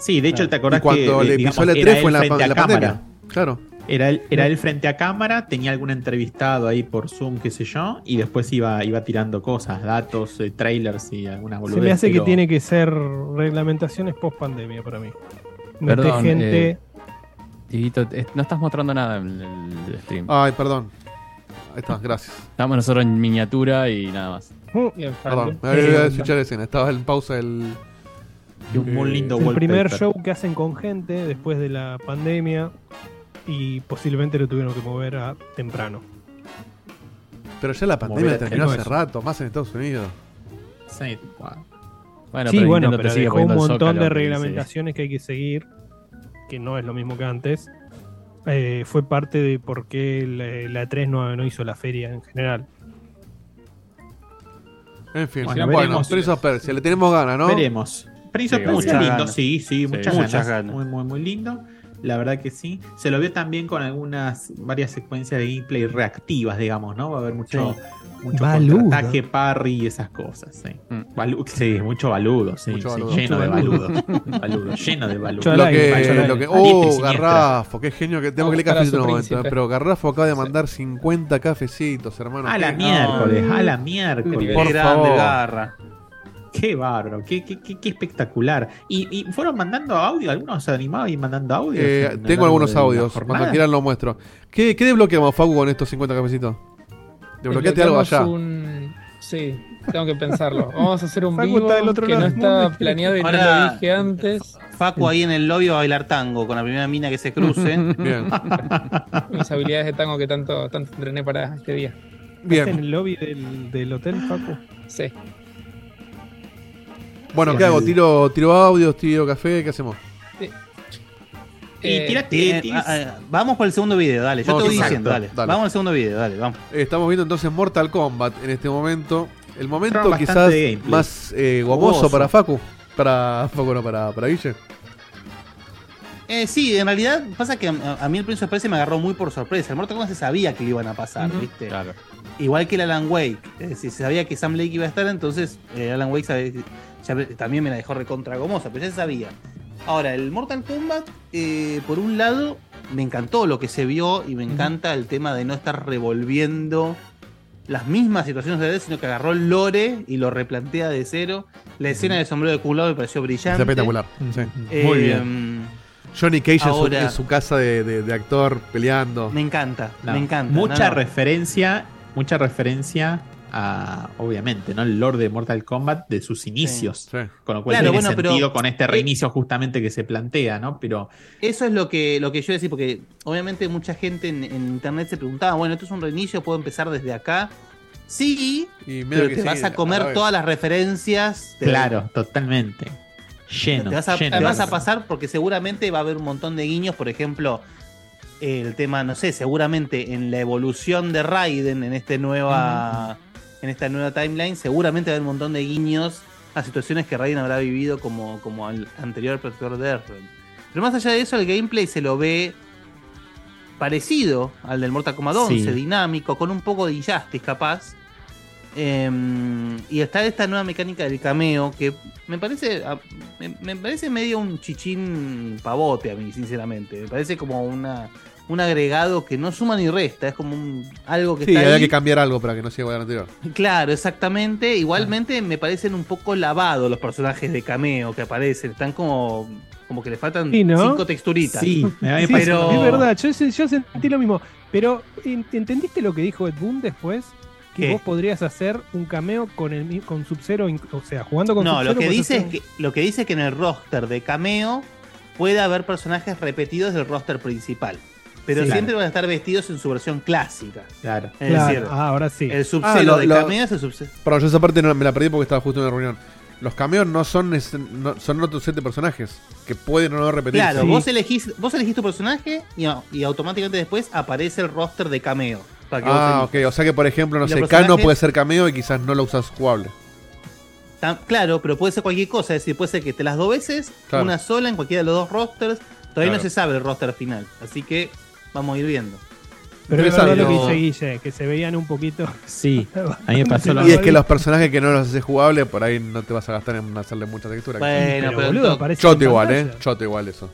Sí, de hecho, te Y acordás cuando que le eh, pisó digamos, la era 3 fue en él la, frente pa- a la pandemia. cámara. Claro. Era él, era él frente a cámara, tenía algún entrevistado ahí por Zoom, qué sé yo, y después iba, iba tirando cosas, datos, eh, trailers y algunas Se boludeces. me hace que pero- tiene que ser reglamentaciones post pandemia para mí. Mete Perdón, gente. eh, Dieguito, eh, no estás mostrando nada en el stream. Ay, perdón. Ahí está, gracias. Estamos nosotros en miniatura y nada más. Mm, Bien, Fabio. Perdón, me voy a escuchar escena. Estaba en pausa el. y un muy lindo Eh, el wallpaper. primer show que hacen con gente después de la pandemia y posiblemente lo tuvieron que mover a temprano. Pero ya la pandemia Mover- terminó no hace es. rato, más en Estados Unidos. Sí, guau. Ah. Bueno, sí, pero bueno, Nintendo te pero sigue dejó un poniendo el montón zócalo, de que dice- reglamentaciones que hay que seguir, que no es lo mismo que antes. Eh, fue parte de por qué la, la 3 no, no hizo la feria en general. En fin, Bueno, bueno, veremos. Prince of Persia, le tenemos ganas, ¿no? Veremos. Prince of Sí, Persia, muchas lindo, ganas. sí, sí, muchas, muchas ganas. ganas. Muy, muy, muy lindo. La verdad que sí. Se lo vio también con algunas, varias secuencias de gameplay reactivas, digamos, ¿no? Va a haber mucho, mucho Baludo. contraataque, parry y esas cosas, sí. Mm. Balu- sí, mucho baludo, sí, Mucho sí, baludo. lleno de Mucho baludo. Baludo, lleno de baludo. Yo Lo Al aire, que, al lo aire. que, A diestra Ah, y oh, siniestra. Garrafo, qué genio que tengo Vamos que leer para cafecito en su un momento, príncipe. eh, pero Garrafo acaba de mandar 50 cafecitos, hermano. A la Qué- miércoles, a la Qué miércoles. nivel. Por grande, favor. garra. Qué bárbaro, qué, qué, qué, qué espectacular. Y, y fueron mandando audio, algunos se animaban y mandando audio. Eh, tengo algunos audios, cuando quieran lo muestro. ¿Qué, qué desbloqueamos, Facu, con estos 50 cafecitos? Desbloqueate algo allá. Desbloqueamos un- Sí, tengo que pensarlo. Vamos a hacer un Facu vivo está del otro que lado no del mundo. estaba planeado y no Ahora- lo dije antes. Facu ahí en el lobby va a bailar tango con la primera mina que se cruce. Bien, Mis habilidades de tango que tanto, tanto entrené para este día. ¿Estás en bien. el lobby del, del hotel, Facu? Sí. Bueno, ¿qué hago? ¿Tiro, tiro audios, tiro café? ¿Qué hacemos? Y Eh, tirate, Tiene- tis. ah, ah, vamos por el segundo video, dale. Yo Vamos, te voy exacto, diciendo, dale. dale. Vamos al segundo video, dale, vamos. Eh, Estamos viendo entonces Mortal Kombat en este momento. El momento Mostraron quizás bastante gameplay. más eh, gomoso Jugoso. para Facu. Para Facu, no, para, para Guille. Eh, sí, en realidad pasa que eh, a, a mí el Prince of Persia me agarró muy por sorpresa. El Mortal Kombat se sabía que le iban a pasar, Ujú. ¿viste? Claro. Igual que el Alan Wake. Es decir, se sabía que Sam Lake iba a estar, entonces eh, Alan Wake sabe- ya- también me la dejó recontra gomosa, pero ya se sabía. Ahora, el Mortal Kombat, eh, por un lado, me encantó lo que se vio y me encanta el tema de no estar revolviendo las mismas situaciones de vez, sino que agarró el lore y lo replantea de cero. La escena del sombrero de culado me pareció brillante. Espectacular. Sí. Eh, Muy bien. Johnny Cage en su- Ahora- en su, casa de, de- de actor peleando. Me encanta, No, me encanta. Mucha no, no. referencia, mucha referencia a, obviamente, ¿no? El lore de Mortal Kombat de sus inicios. Sí. Con lo cual tiene Claro, bueno, pero- eh, sentido con este reinicio justamente que se plantea, ¿no? Pero Eso es lo que, lo que yo decía, porque obviamente mucha gente en, en internet se preguntaba, bueno, esto es un reinicio, puedo empezar desde acá. Sí, Y medio pero que te sí, vas la a comer verdad que- todas las referencias. te- claro, totalmente. te Lleno. vas a, lleno. te vas a pasar porque seguramente va a haber un montón de guiños, por ejemplo, el tema, no sé, seguramente en la evolución de Raiden en este nueva en esta nueva timeline, seguramente va a haber un montón de guiños a situaciones que Raiden habrá vivido como, como el anterior protector de Erron. Pero más allá de eso, el gameplay se lo ve parecido al del Mortal Kombat 11, Sí. dinámico, con un poco de Injustice capaz. Em, y está esta nueva mecánica del cameo que me parece a- me, me parece medio un chichín pavote a mí, sinceramente. Me parece como una, un agregado que no suma ni resta, es como un, algo que Sí, está había ahí. que cambiar algo para que no sea igual al anterior. Claro, exactamente. Igualmente me parecen un poco lavados los personajes de cameo que aparecen. Están como, como que le faltan Sí, ¿no? cinco texturitas. Sí, me Sí, había sí, pasado. Es verdad, yo, se- yo sentí lo mismo. Pero, ¿en- ¿entendiste lo que dijo Ed Boon después? Que ¿Qué? vos podrías hacer un cameo con, el, mi- con Sub-Zero, inc- o sea, jugando con pues, este- No, Sub-Zero. lo que podés dice es hacer- que lo que dice es que en el roster de cameo puede haber personajes repetidos del roster principal, pero Sí, siempre claro. van a estar vestidos en su versión clásica. Claro. Es Claro, decir, ah, ahora sí. el subcero lo- de lo- cameo es el subcero. Pero yo esa parte no, me la perdí porque estaba justo en una reunión. Los cameos no son neces- no- son otros siete personajes que pueden o no repetirse. Claro, sí. vos elegís vos elegís tu personaje y, a- y automáticamente después aparece el roster de cameo para que vos Ah, elijas. ok. O sea que, por ejemplo, no ¿Y sé, los Kano personajes? puede ser cameo y quizás no lo usas jugable. Tan- claro, pero puede ser cualquier cosa, es decir, puede ser que te las dos veces, Claro. una sola en cualquiera de los dos rosters, Claro. todavía no se sabe el roster final, así que vamos a ir viendo. pero es verdad lo que dice interesante. Guille, que se veían un poquito. Sí, a mí me pasó lo Claro. Y mismo. es que los personajes que no los haces jugable, por ahí no te vas a gastar en hacerle mucha textura. Bueno, pero, boludo, to- aparece Chote en igual, eh. pantalla. Chote igual eso.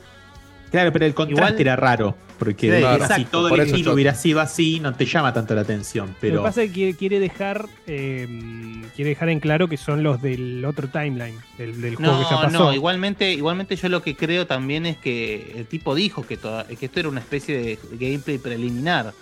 Claro, pero el contraste Igual- era raro. Porque Sí, era claro. si todo Por el eso estilo yo- hubiera sido así, no te llama tanto la atención. Lo Pero que pasa es que quiere- quiere dejar, eh, quiere dejar en claro que son los del otro timeline, del, del juego que ya No, pasó. no, igualmente, igualmente yo lo que creo también es que el tipo dijo que, toda- que esto era una especie de gameplay preliminar.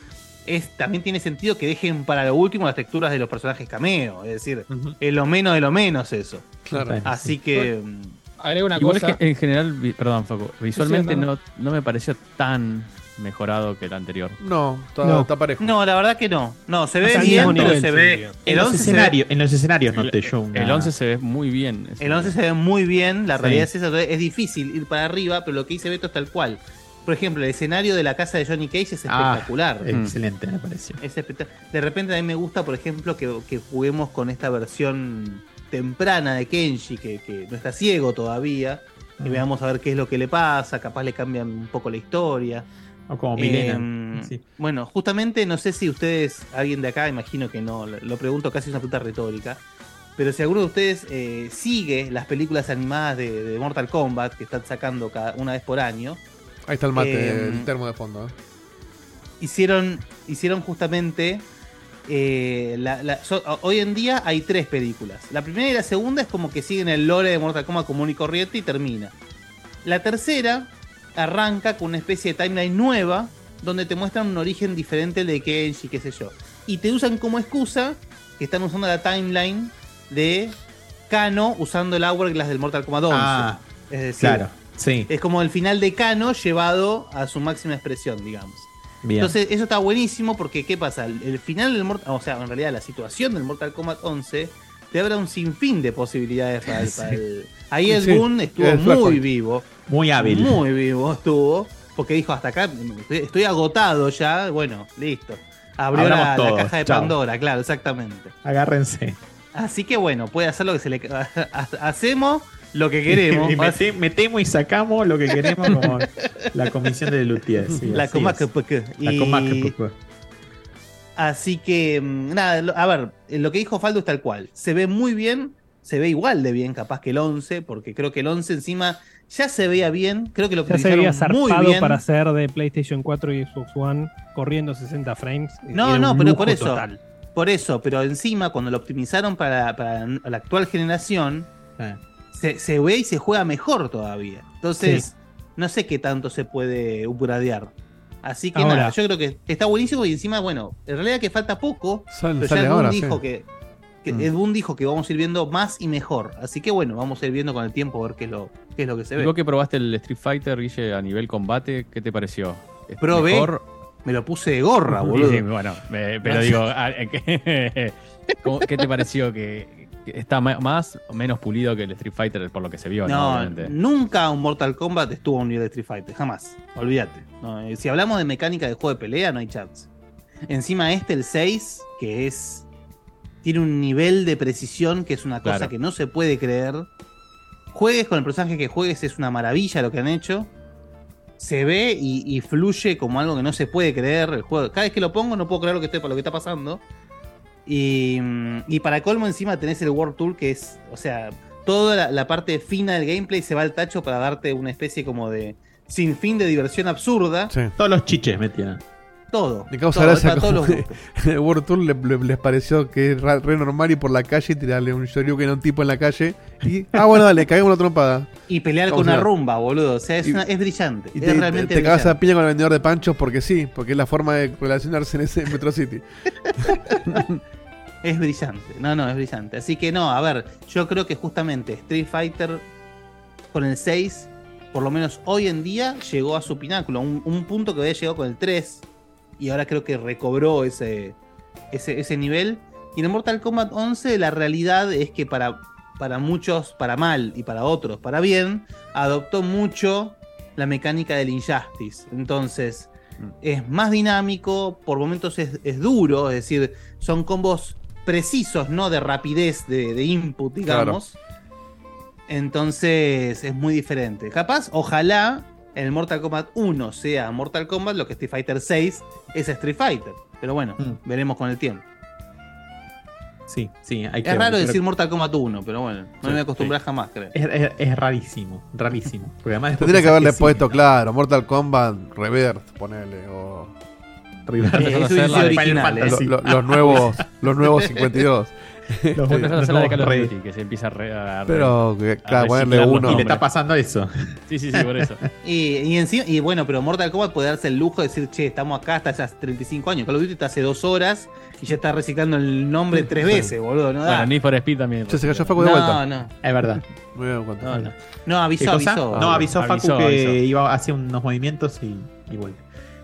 Es, también tiene sentido que dejen para lo último las texturas de los personajes cameo, es decir, Ujú. es lo menos de lo menos eso. Bueno, Así que mm, Agrego una Igual cosa. es que eh, en general, vi- perdón, Facu, visualmente no. no, no me pareció tan mejorado que el anterior. No, está, No. está parejo. no, la verdad que no. No, se ve Está al bien, mismo pero nivel, se ve sería. en, el los 11 se ve, escenarios, en los escenarios no te yo El 11 se ve muy bien. el 11 se ve muy bien, la Sí. realidad es esa, es difícil ir para arriba, pero lo que dice Beto es tal cual. Por ejemplo, el escenario de la casa de Johnny Cage es Ah, espectacular. Excelente, me pareció. Es espectac- De repente a mí me gusta, por ejemplo, que, que juguemos con esta versión temprana de Kenji, que, que no está ciego todavía. Y veamos a ver qué es lo que le pasa, capaz le cambian un poco la historia. O como Milena. Eh, Sí. Bueno, justamente no sé si ustedes, alguien de acá, imagino que no, lo- lo pregunto casi es una pregunta retórica, pero si alguno de ustedes eh, sigue las películas animadas de, de Mortal Kombat que están sacando cada, una vez por año, Ahí está el mate, Eh, el termo de fondo. eh. hicieron, hicieron justamente. eh, la- la- so- hoy en día hay tres películas. La primera y la segunda es como que siguen el lore de Mortal Kombat común y corriente y termina. La tercera arranca con una especie de timeline nueva donde te muestran un origen diferente de Kenji, qué sé yo. Y te usan como excusa que están usando la timeline de Kano usando el Hourglass del Mortal Kombat 11. Ah, es decir, claro. Sí, es como el final de Kano llevado a su máxima expresión, digamos. bien. Entonces, eso está buenísimo porque, ¿qué pasa? El, el final del Mortal o sea, en realidad la situación del Mortal Kombat 11 te abre un sinfín de posibilidades para el. para el- Ahí Ed Sí, Boon estuvo el muy flashpoint. vivo, muy hábil. muy vivo estuvo, porque dijo, hasta acá estoy, estoy agotado ya, bueno, listo. Abrió Hablamos la, la todos, caja de chao. Pandora, claro, exactamente. Agárrense. Así que bueno, puede hacer lo que se le... Hacemos lo que queremos. Y mete- metemos y sacamos lo que queremos como la comisión de Lutier. la coma que... La y- coma que- Así que, mm, nada, lo- a ver, eh, lo que dijo Faldo es tal cual. Se ve muy bien, se ve igual de bien capaz que el 11, porque creo que el 11 encima ya se veía bien, creo que lo Ya se veía utilizaron muy zarpado bien. para hacer de PlayStation 4 y Xbox One corriendo 60 frames. No, Eh, Era un no, pero lujo por eso. total. Por eso, pero encima cuando lo optimizaron para, para la actual generación, Ah. se, se ve y se juega mejor todavía. Entonces, no sé qué tanto se puede upgradear. Así que Ahora. nada, yo creo que está buenísimo y encima, bueno, en realidad que falta poco, Sale, Pero sale ya Gun ahora. sí. dijo que que Mm. Ed Boon dijo que vamos a ir viendo más y mejor. Así que bueno, vamos a ir viendo con el tiempo a ver qué es lo, qué es lo que se Y vos ve. que probaste el Street Fighter, Guille, a nivel combate, ¿qué te pareció? ¿Es Probé. mejor? Me lo puse de gorra, boludo. Sí, bueno, me- pero digo, ah, eh, ¿qué, cómo- qué te pareció? ¿Que que está ma- más o menos pulido que el Street Fighter por lo que se vio? ¿no? No, Obviamente. nunca un Mortal Kombat estuvo a un nivel de Street Fighter, jamás. Olvídate. No, eh, si hablamos de mecánica de juego de pelea, no hay chance. Encima este, el 6, que es. Tiene un nivel de precisión que es una cosa Claro. que no se puede creer. Juegues con el personaje que juegues, es una maravilla lo que han hecho. Se ve y, y fluye como algo que no se puede creer el juego. Cada vez que lo pongo no puedo creer lo que, estoy, lo que está pasando. Y, mm, y para colmo encima tenés el World Tour que es, o sea, toda la, la parte fina del gameplay se va al tacho para darte una especie como de sin fin de diversión absurda. Sí. Todos los chiches metían. Todo. Me causa todo, gracia para todos como los que- gustos. En el World Tour le- le- les pareció que es ra- re normal ir por la calle y tirarle un shoryuken a un tipo en la calle. Y, ah, bueno, dale, caguemos una trompada. Y pelear O con sea, una rumba, boludo. O sea, es, y- una- es brillante. Y es te, te, realmente te cagas a brillante. piña con el vendedor de panchos porque sí, porque es la forma de relacionarse en ese Metro City. Es brillante. No, no, es brillante. Así que no, a ver, yo creo que justamente Street Fighter con el 6, por lo menos hoy en día, llegó a su pináculo. Un, un punto que había llegado con el 3. Y ahora creo que recobró ese, ese, ese nivel. Y en el Mortal Kombat 11 la realidad es que para, para muchos, para mal, y para otros, para bien, adoptó mucho la mecánica del Injustice. Entonces, Mm. es más dinámico, por momentos es, es duro, es decir, son combos precisos, ¿no? De rapidez, de, de input, digamos. Entonces, es muy diferente. Capaz, ojalá en el Mortal Kombat 1 sea Mortal Kombat, lo que Street Fighter 6 es Street Fighter. Pero bueno, Mm. veremos con el tiempo. Sí, sí, hay que Es raro creo- decir Mortal Kombat 1, pero bueno, no Sí, me acostumbrás jamás, creo. Es, es- es rarísimo, rarísimo. Porque además después Tendría que pensás haberle sí, puesto, ¿no? claro, Mortal Kombat Reverse, ponele. O Rival. Eh, eso hacer hubiese la sido de original, Final eh. lo- Sí. lo- los nuevos los nuevos 52. Este, Los Bueno, Eh, esa es la de Call of re- Duty, que se empieza a, re- a- Pero, que, claro, reciclar ponerle los uno. Y le nombres. está pasando eso. Sí, sí, sí, por eso. Y, y encima, y bueno, pero Mortal Kombat puede darse el lujo de decir, che, estamos acá hasta esas 35 años. Call of Duty está hace dos horas y ya está reciclando el nombre tres veces, boludo. No, da. bueno, Need for Speed también. Che, se cayó Facu de no, vuelta. no. Es verdad. Muy bien, cuánto. No, no. No, ¿Qué avisó, cosa? avisó. No, avisó, Avisó, Facu que avisó. iba hacia unos movimientos y, y vuelve.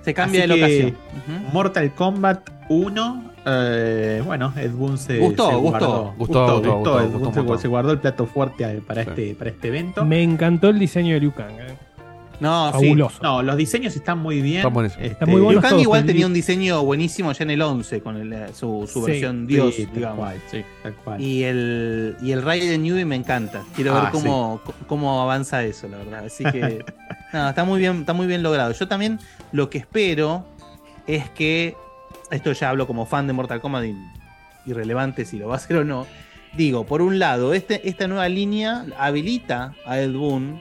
Se cambia Así de que- locación. Ujú. Mortal Kombat 1. eh, bueno, Ed Boon se, Gustó, se gustó. guardó. Gustó, gustó, gustó, gustó Ed Boon un se- montón. se, guardó el plato fuerte eh, para, Sí. este, para este evento. Me encantó el diseño de Liu Kang. eh. No, sí. Fabuloso. No, los diseños están muy bien. Están buenísimos. Este, Están muy Liu buenos. Kang todos, igual pero- tenía un diseño buenísimo ya en el 11 con el, eh, su, su Sí, versión sí, Dios, tal digamos. cual, sí, tal cual. Y el, y el Raiden Newbie me encanta. Quiero Ah, ver cómo, c- cómo avanza eso, la verdad. Así que no, está muy bien, está muy bien logrado. Yo también lo que espero es que. Esto ya hablo como fan de Mortal Kombat y- irrelevante si lo va a hacer o no. Digo, por un lado, este, esta nueva línea habilita a Ed Boon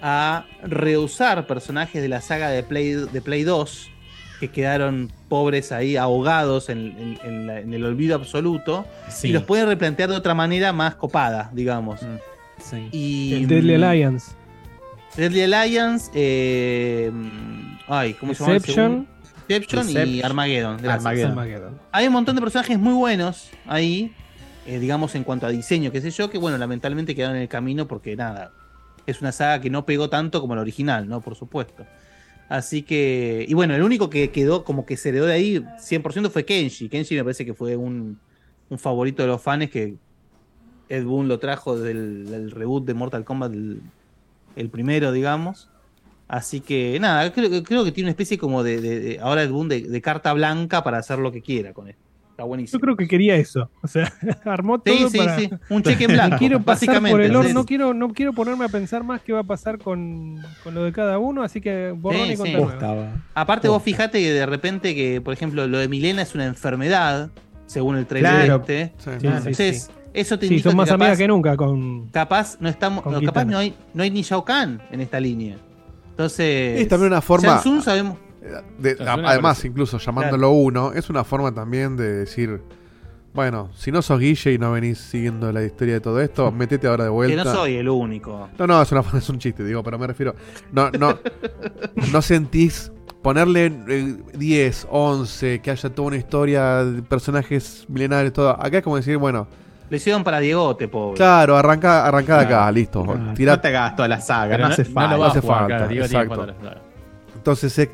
a reusar personajes de la saga de Play, de Play 2 que quedaron pobres ahí, ahogados en- en- en la- en el olvido absoluto Sí, y los pueden replantear de otra manera más copada, digamos. Mm. sí. Y El Deadly Alliance. Deadly Alliance, eh, mm, ay, ¿cómo se llama? el Inception. segundo? Inception y Inception. Armageddon. gracias. Armageddon. Armageddon. Hay un montón de personajes muy buenos ahí, eh, digamos en cuanto a diseño, qué sé yo, que bueno, lamentablemente quedaron en el camino porque nada, es una saga que no pegó tanto como la original, ¿no? Por supuesto. Así que, y bueno, el único que quedó como que se heredó de ahí 100% fue Kenshi. Kenshi me parece que fue un, un favorito de los fans que Ed Boon lo trajo del, del reboot de Mortal Kombat, el, el primero, digamos. Así que nada, creo, que- creo que tiene una especie como de, de- de- ahora Ed Boon de, de carta blanca para hacer lo que quiera con esto. Está Yo buenísimo. creo que quería eso. O sea, armó todo sí, sí, para. sí. Un cheque en blanco. Me quiero pasar básicamente. por el horno, Sí, no quiero, no quiero ponerme a pensar más qué va a pasar con, con lo de cada uno, así que borrón Sí, y cuenta sí. nueva. Aparte, vos fijate que de repente que, por ejemplo, lo de Milena es una enfermedad, según el trailer Claro. este. Sí. Sí, sí, Entonces, eso te Sí, indica son más que capaz, amigas que nunca con. capaz no estamos. con no, capaz Kitana. no hay, no hay ni Shao Kahn en esta línea. Entonces. Es también una forma. eh, Shang Tsung sabemos. de- Shang Tsung me además, parece. incluso llamándolo uno, es una forma también de decir: Bueno, si no sos Guille y no venís siguiendo la historia de todo esto, metete ahora de Que vuelta. no soy el único. No, no, es, una, es un chiste, digo, pero me refiero. No, no. no sentís ponerle eh, 10, 11, que haya toda una historia de personajes milenarios, todo. Acá es como decir, bueno, Lo hicieron para Diegote, pobre. claro, arranca, arranca de acá, listo. Ah, Tirá- No te hagas toda la saga, Pero no, hace lo falta. va a hace jugar, falta, claro, digo, tiene exacto. cuatro horas, claro. Entonces eh,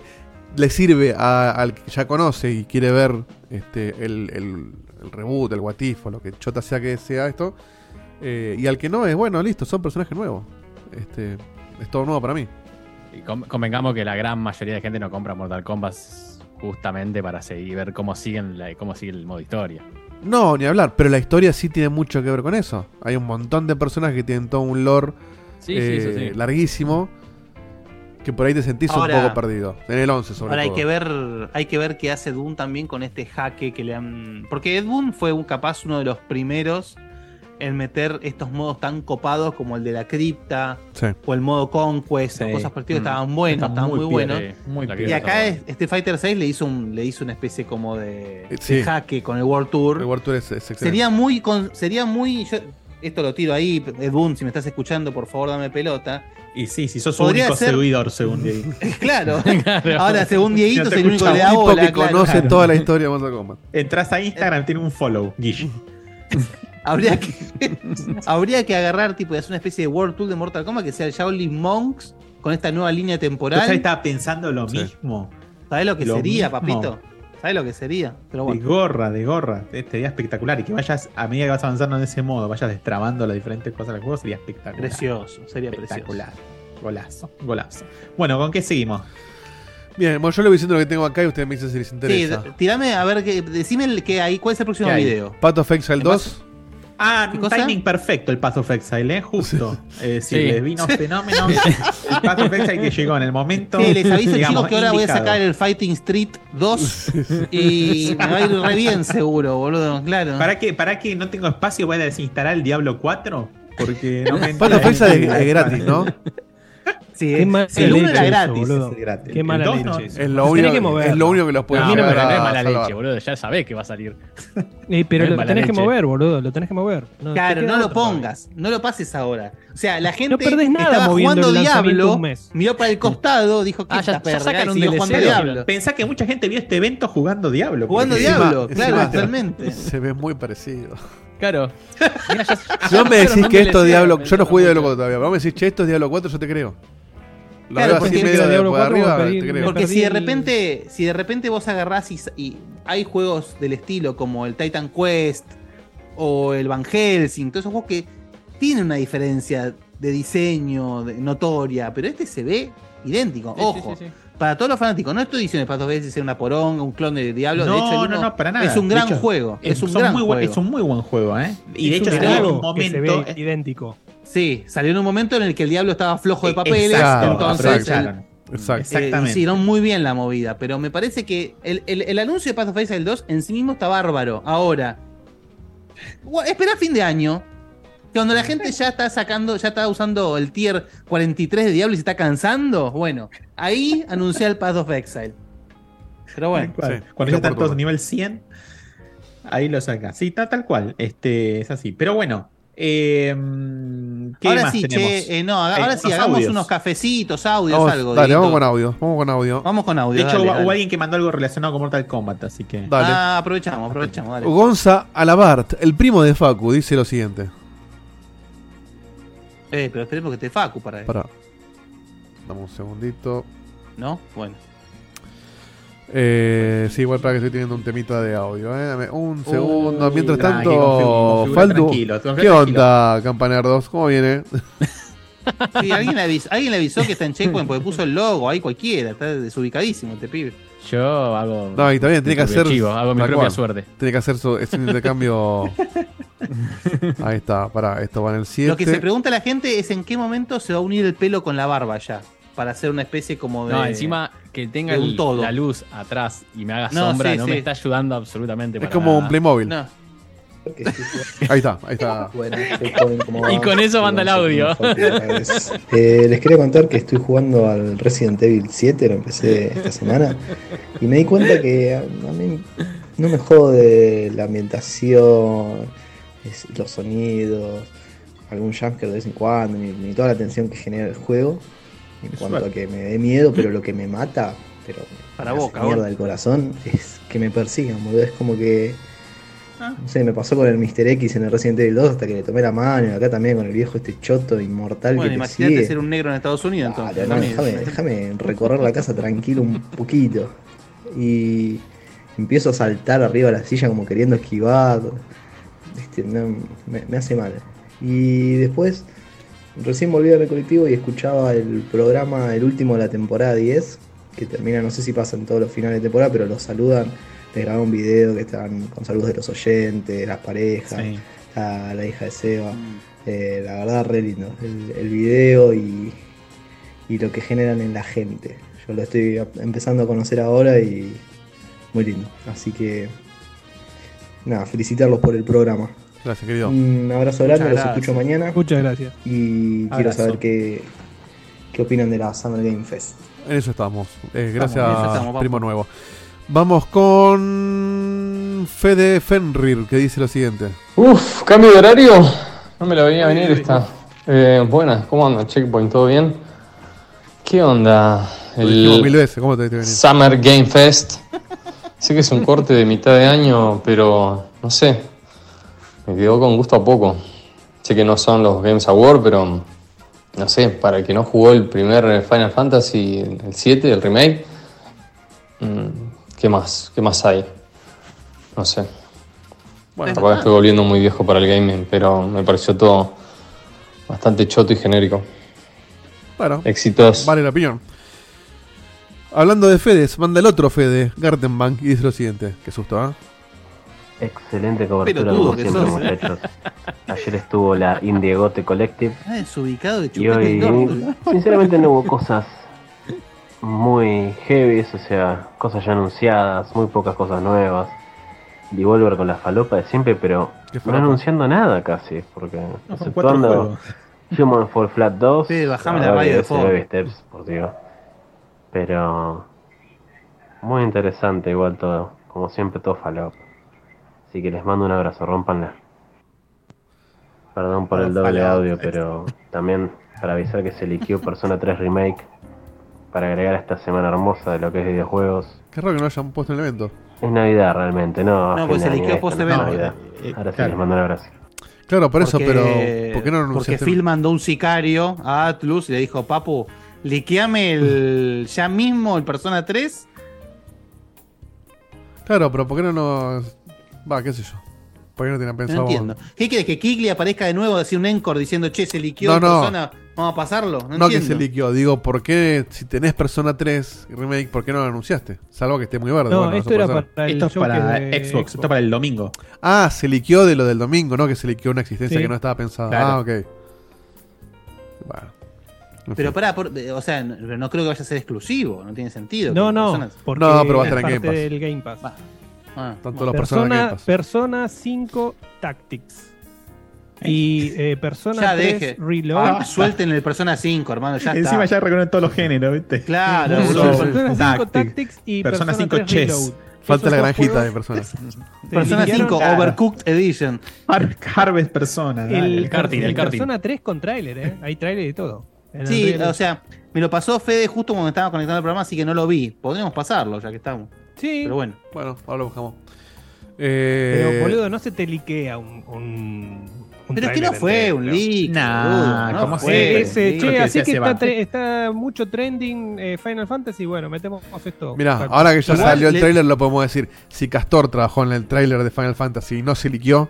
le sirve a- al que ya conoce y quiere ver este, el, el- el reboot, el guatifo, lo que chota sea que sea esto. eh, y al que no es, bueno, listo, son personajes nuevos. Este, es todo nuevo para mí. Y com- convengamos que la gran mayoría de gente no compra Mortal Kombat justamente para seguir ver cómo siguen la- cómo sigue el modo historia. No, ni hablar, pero la historia sí tiene mucho que ver con eso. Hay un montón de personajes que tienen todo un lore Sí, eh, sí, eso sí. larguísimo que por ahí te sentís un Ahora- poco perdido. En el 11 sobre Ahora hay todo. que ver, hay que ver qué hace Doom también con este jaque que le han. Porque Ed Boon fue un, capaz uno de los primeros en meter estos modos tan copados como el de la cripta Sí. o el modo Conquest Sí. o cosas por el estilo, Mm. estaban buenos, Está estaban muy, piola, eh. buenos. Sí, muy la que Y piola. está acá buena. es- Street Fighter 6 le hizo un, le hizo una especie como de, de Eh, Sí. jaque con el World Tour. El World Tour es, es excelente. Sería muy. con- sería muy yo- esto lo tiro ahí, Ed Boon, si me estás escuchando, por favor dame pelota. Y sí, si sos su Podría único ser- seguidor, según Diego. Claro. Ahora, según Dieguito, No te es el único que escuchamos. le Un da tipo bola. que claro. conoce toda la historia de Mortal Kombat. Entrás a Instagram, tiene un follow, Guille. Habría que, habría que agarrar, tipo, y hacer una especie de World Tour de Mortal Kombat que sea el Shaolin Monks con esta nueva línea Yo temporal. estaba pensando lo Sí. mismo. ¿Sabés lo que Lo sería, mismo. papito? ¿Sabés lo que sería? Pero De bueno. gorra, de gorra. Este día espectacular. Y que vayas, a medida que vas avanzando de ese modo, vayas destrabando las diferentes cosas del juego, sería espectacular. Precioso, sería precioso. Espectacular. Golazo, golazo. Bueno, ¿con qué seguimos? Bien, bueno, yo le voy diciendo lo que tengo acá y ustedes me dicen si les Sí, interesa. d- tirame, a ver, que, decime el que ahí, ¿cuál es el próximo ¿Qué hay? video? Path of Exile 2. Ah, ¿Qué cosa? timing perfecto el Path of Exile, ¿eh? Justo. Eh, si Sí. les vino fenómeno, el Path of Exile que llegó en el momento. Sí, les aviso, digamos, chicos, que ahora voy a indicado. sacar el Fighting Street 2 y me va a ir re bien, seguro, boludo. Claro. ¿Para qué? ¿Para qué no tengo espacio? ¿Voy a desinstalar el Diablo 4? Porque no me Path entra of el- Exile es, es gratis, ¿no? Sí, Qué eh. mala Sí, el uno leche era eso, gratis. boludo. Es gratis. Qué El mala dos leche no. eso. Es lo, Se tiene que único, mover. es lo único que los puede No, pero llegar no a es mala salvar. leche, boludo. Ya sabés que va a salir. Eh, pero Es lo mala tenés que leche. mover, boludo. Lo tenés que mover. No, Claro, te queda no lo otra, boludo. pongas, no lo pases ahora. O sea, la gente No perdés nada estaba moviendo jugando el lanzamiento Diablo, un mes. miró para el costado, dijo que Ah, ya- ya sacaron un DLC, Diablo. Pensá que mucha gente vio este evento jugando Diablo. Jugando porque- Encima- Diablo, encima- claro, totalmente. Se ve muy parecido. Claro. Mirá, ya- Si vos me decís que esto es Diablo. Yo no jugué Diablo con 4 todavía. Pero vos me decís, che, esto es Diablo 4, yo te creo. Lo Claro, veo porque así creo que medio era de Diablo por 4 arriba, me pedí- te creo. me Porque perdí si de el- repente, si de repente vos agarrás y, y hay juegos del estilo como el Titan Quest o el Van Helsing, todos esos juegos que tienen una diferencia de diseño de- notoria, pero este se ve idéntico. Sí, sí, Ojo, sí, sí. para todos los fanáticos, no estoy diciendo que Path of Exile sea una poronga, un clon de Diablo, No, de hecho, el no, uno no, para nada. es un De gran hecho, juego, es un son gran muy buen- juego. Es un muy buen juego, ¿eh? Y de Es hecho, un salió en un juego que se ve momento. eh, idéntico. Sí, salió en un momento en el que el Diablo estaba flojo de papeles, Exacto, este, entonces el- aprovecharon. Exacto. eh, Exactamente. hicieron muy bien la movida, pero me parece que el, el- el anuncio de Path of Exile 2 en sí mismo está bárbaro. Ahora, gua- espera fin de año. Cuando Mm. la gente ya está sacando, ya está usando el tier 43 de Diablo y se está cansando, bueno, ahí anuncié el Path of Exile. Pero bueno, Tal cual. Sí, Cuando yo ya están por todos todo. nivel 100, ahí lo sacas. Sí, tal, tal cual. Este, es así. Pero bueno. eh, ¿Qué ahora más sí, tenemos? che, eh, no, haga- Hay ahora sí, unos hagamos audios. unos cafecitos, audios, Vamos, algo. Oh, dale, Dieguito. vamos con audio. Vamos con audio. Vamos con audio. de hecho, dale, hubo, dale. hubo alguien que mandó algo relacionado con Mortal Kombat, así que. Dale. Ah, aprovechamos, aprovechamos, dale. Gonza Alabart, el primo de Facu, dice lo siguiente. Eh, pero esperemos que te facu para eso, Pará. Dame un segundito. ¿no? Bueno. Eh, sí, igual para que estoy teniendo un temita de audio. eh. Dame un segundo. Uy, Mientras tranqui, tanto, configura, configura, Faldu. tranquilo, configura, ¿Qué tranquilo. onda, Campanerdos? ¿Cómo viene? Sí, alguien le, avis- alguien le avisó que está en Checkpoint porque puso el logo ahí cualquiera, está desubicadísimo este pibe. Yo hago. No, y también mi tiene que propio hacer. chivo, hago mi tal propia cual. suerte. Tiene que hacer su, es un intercambio. Ahí está, pará, esto va en el 7. Lo que se pregunta la gente es en qué momento se va a unir el pelo con la barba ya, para hacer una especie como de... No, encima que tenga de un el- todo. la luz atrás y me haga No, sombra sí, no sí. me está ayudando absolutamente Es para como un nada. Playmobil. No, Ahí está, ahí está. Bueno, soy Cohen, ¿cómo va? Y con eso manda el audio. Eh, les quería contar que estoy jugando al Resident Evil 7, lo empecé esta semana, y me di cuenta que a, a mí no me jode la ambientación, es- los sonidos, algún jumpscare de vez en cuando, ni, ni toda la tensión que genera el juego, en cuanto a que me dé miedo, pero lo que me mata, pero Para me hace Boca, mierda Boca. del corazón es que me persigan, boludo. Es como que. No sé, me pasó con el Mr. X en el Resident Evil 2 hasta que le tomé la mano. y Acá también con el viejo este choto inmortal Bueno, que te imagínate sigue. ser un negro en Estados Unidos, Ah, entonces. no, también. déjame, déjame recorrer la casa tranquilo un poquito. Y empiezo a saltar arriba de la silla como queriendo esquivar. Este, no, me, me hace mal. Y después, recién volví al colectivo y escuchaba el programa, el último de la temporada 10, que termina, no sé si pasan todos los finales de temporada, pero los saludan. Les grabé un video que están con saludos de los oyentes, las parejas, Sí. a la hija de Seba. Mm. Eh, la verdad, re lindo. El, el video y, y lo que generan en la gente. Yo lo estoy a- empezando a conocer ahora y muy lindo. Así que, nada, felicitarlos por el programa. Gracias, querido. Un abrazo Muchas grande, los gracias. escucho mañana Muchas gracias. y quiero Abrazo. saber qué, qué opinan de la Summer Game Fest. En eso estamos. Eh, gracias, en eso estamos, vamos. primo nuevo. Vamos con Fede Fenrir, que dice lo siguiente. Uf, cambio de horario. No me la venía a venir esta. Eh, buenas, ¿cómo anda? Checkpoint, ¿todo bien? ¿Qué onda? Lo dijimos mil El veces, ¿cómo te viste venir? Summer Game Fest. Sé que es un corte de mitad de año, pero no sé. Me quedó con gusto a poco. Sé que no son los Games Award, pero no sé, para el que no jugó el primer Final Fantasy, el 7, el remake, mm, ¿qué más? ¿Qué más hay? No sé. Bueno, Capaz que estoy volviendo muy viejo para el gaming, pero me pareció todo bastante choto y genérico. Bueno, Éxitos. vale la opinión. Hablando de Fedes, manda el otro Fede, Gartenbank, y dice lo siguiente. Qué susto, ¿ah? Excelente cobertura Pelotudo como que siempre, sos. ¿eh? muchachos. Ayer estuvo la Indiegote Collective Ah, desubicado de y chupete el hoy, orto. sinceramente, no hubo cosas muy heavy, o sea, cosas ya anunciadas, muy pocas cosas nuevas. Devolver con la falopa de siempre, pero Qué no falopa. anunciando nada casi, porque Son cuatro exceptuando juegos. Human Fall Flat 2. Sí, bajame a la ver, radio de ese fondo. Baby Steps, Pues, por Dios. Pero muy interesante igual todo, como siempre todo falopa. Así que les mando un abrazo, rompanla. Perdón por el doble Ojalá. audio, pero también para avisar que se liqueó Persona 3 Remake para agregar a esta semana hermosa de lo que es videojuegos. Qué raro que no hayan puesto el evento. Es Navidad realmente, ¿no? No, pues se Fin de liqueó año, esto post no es evento. Navidad. Eh, Ahora sí, claro. les mando un abrazo. Claro, por eso, Porque- pero. ¿Por qué no lo Porque anunciaste? Phil mandó un sicario a Atlus y le dijo, papu, liqueame el, ya mismo el Persona 3. Claro, pero ¿por qué no nos. Va, qué sé yo. ¿Por qué no tenían No pensado? entiendo. ¿Qué quieres? ¿Que Kigli aparezca de nuevo, decir un encore diciendo, che, se liqueó No, el no. Persona? Vamos a pasarlo. No, No, que entiendo. se liqueó, digo, ¿por qué si tenés Persona 3 y Remake, ¿por qué no lo anunciaste? Salvo que esté muy verde. No, bueno, eso esto puede era ser. para el Esto es showcase para de Xbox, esto es para el domingo. Ah, se liqueó de lo del domingo, ¿no? Que se liqueó una existencia Sí. que no estaba pensada. Claro. Ah, ok. Bueno. En Pero fin. pará, por- eh, o sea, no, no creo que vaya a ser exclusivo, no tiene sentido. No, que no. Persona- porque No, pero va a estar en es Game parte Pass. del Game Pass. Va, ah, Tanto las Persona, personas que Persona 5 Tactics. Y eh, Persona Ya 3 deje. Reload. ah, suelten el Persona 5, hermano, ya Encima está. ya reconocen todos los géneros, ¿viste? Claro, Sí, boludo. sí, sí. Persona 5 Tactics. Tactics y Persona Persona, 5 5 Chess. Reload. Falta Esos la dos granjita de juegos Persona. te Persona liquidaron 5 Claro. Overcooked Edition. Har- Harvest Persona. dale. El, karting, el el karting. Persona 3 con tráiler, ¿eh? Hay tráiler de todo. En Sí, Unreal. o sea, me lo pasó Fede justo cuando estaba conectando el programa, así que no lo vi. Podríamos pasarlo ya que estamos. sí. Pero bueno. Bueno, ahora lo buscamos. Eh, Pero boludo, no se te liquea un. un, un Pero es que tráiler no fue entero. un leak. Nah, boludo, no ¿cómo fue se- un Eh, ese, Creo leak. che, que así decía que Seba. está, tre- está mucho trending eh, Final Fantasy. Bueno, metemos esto. Mirá, Claro. ahora que ya Igual salió el le- tráiler lo podemos decir. Si Castor trabajó en el tráiler de Final Fantasy y no se liqueó,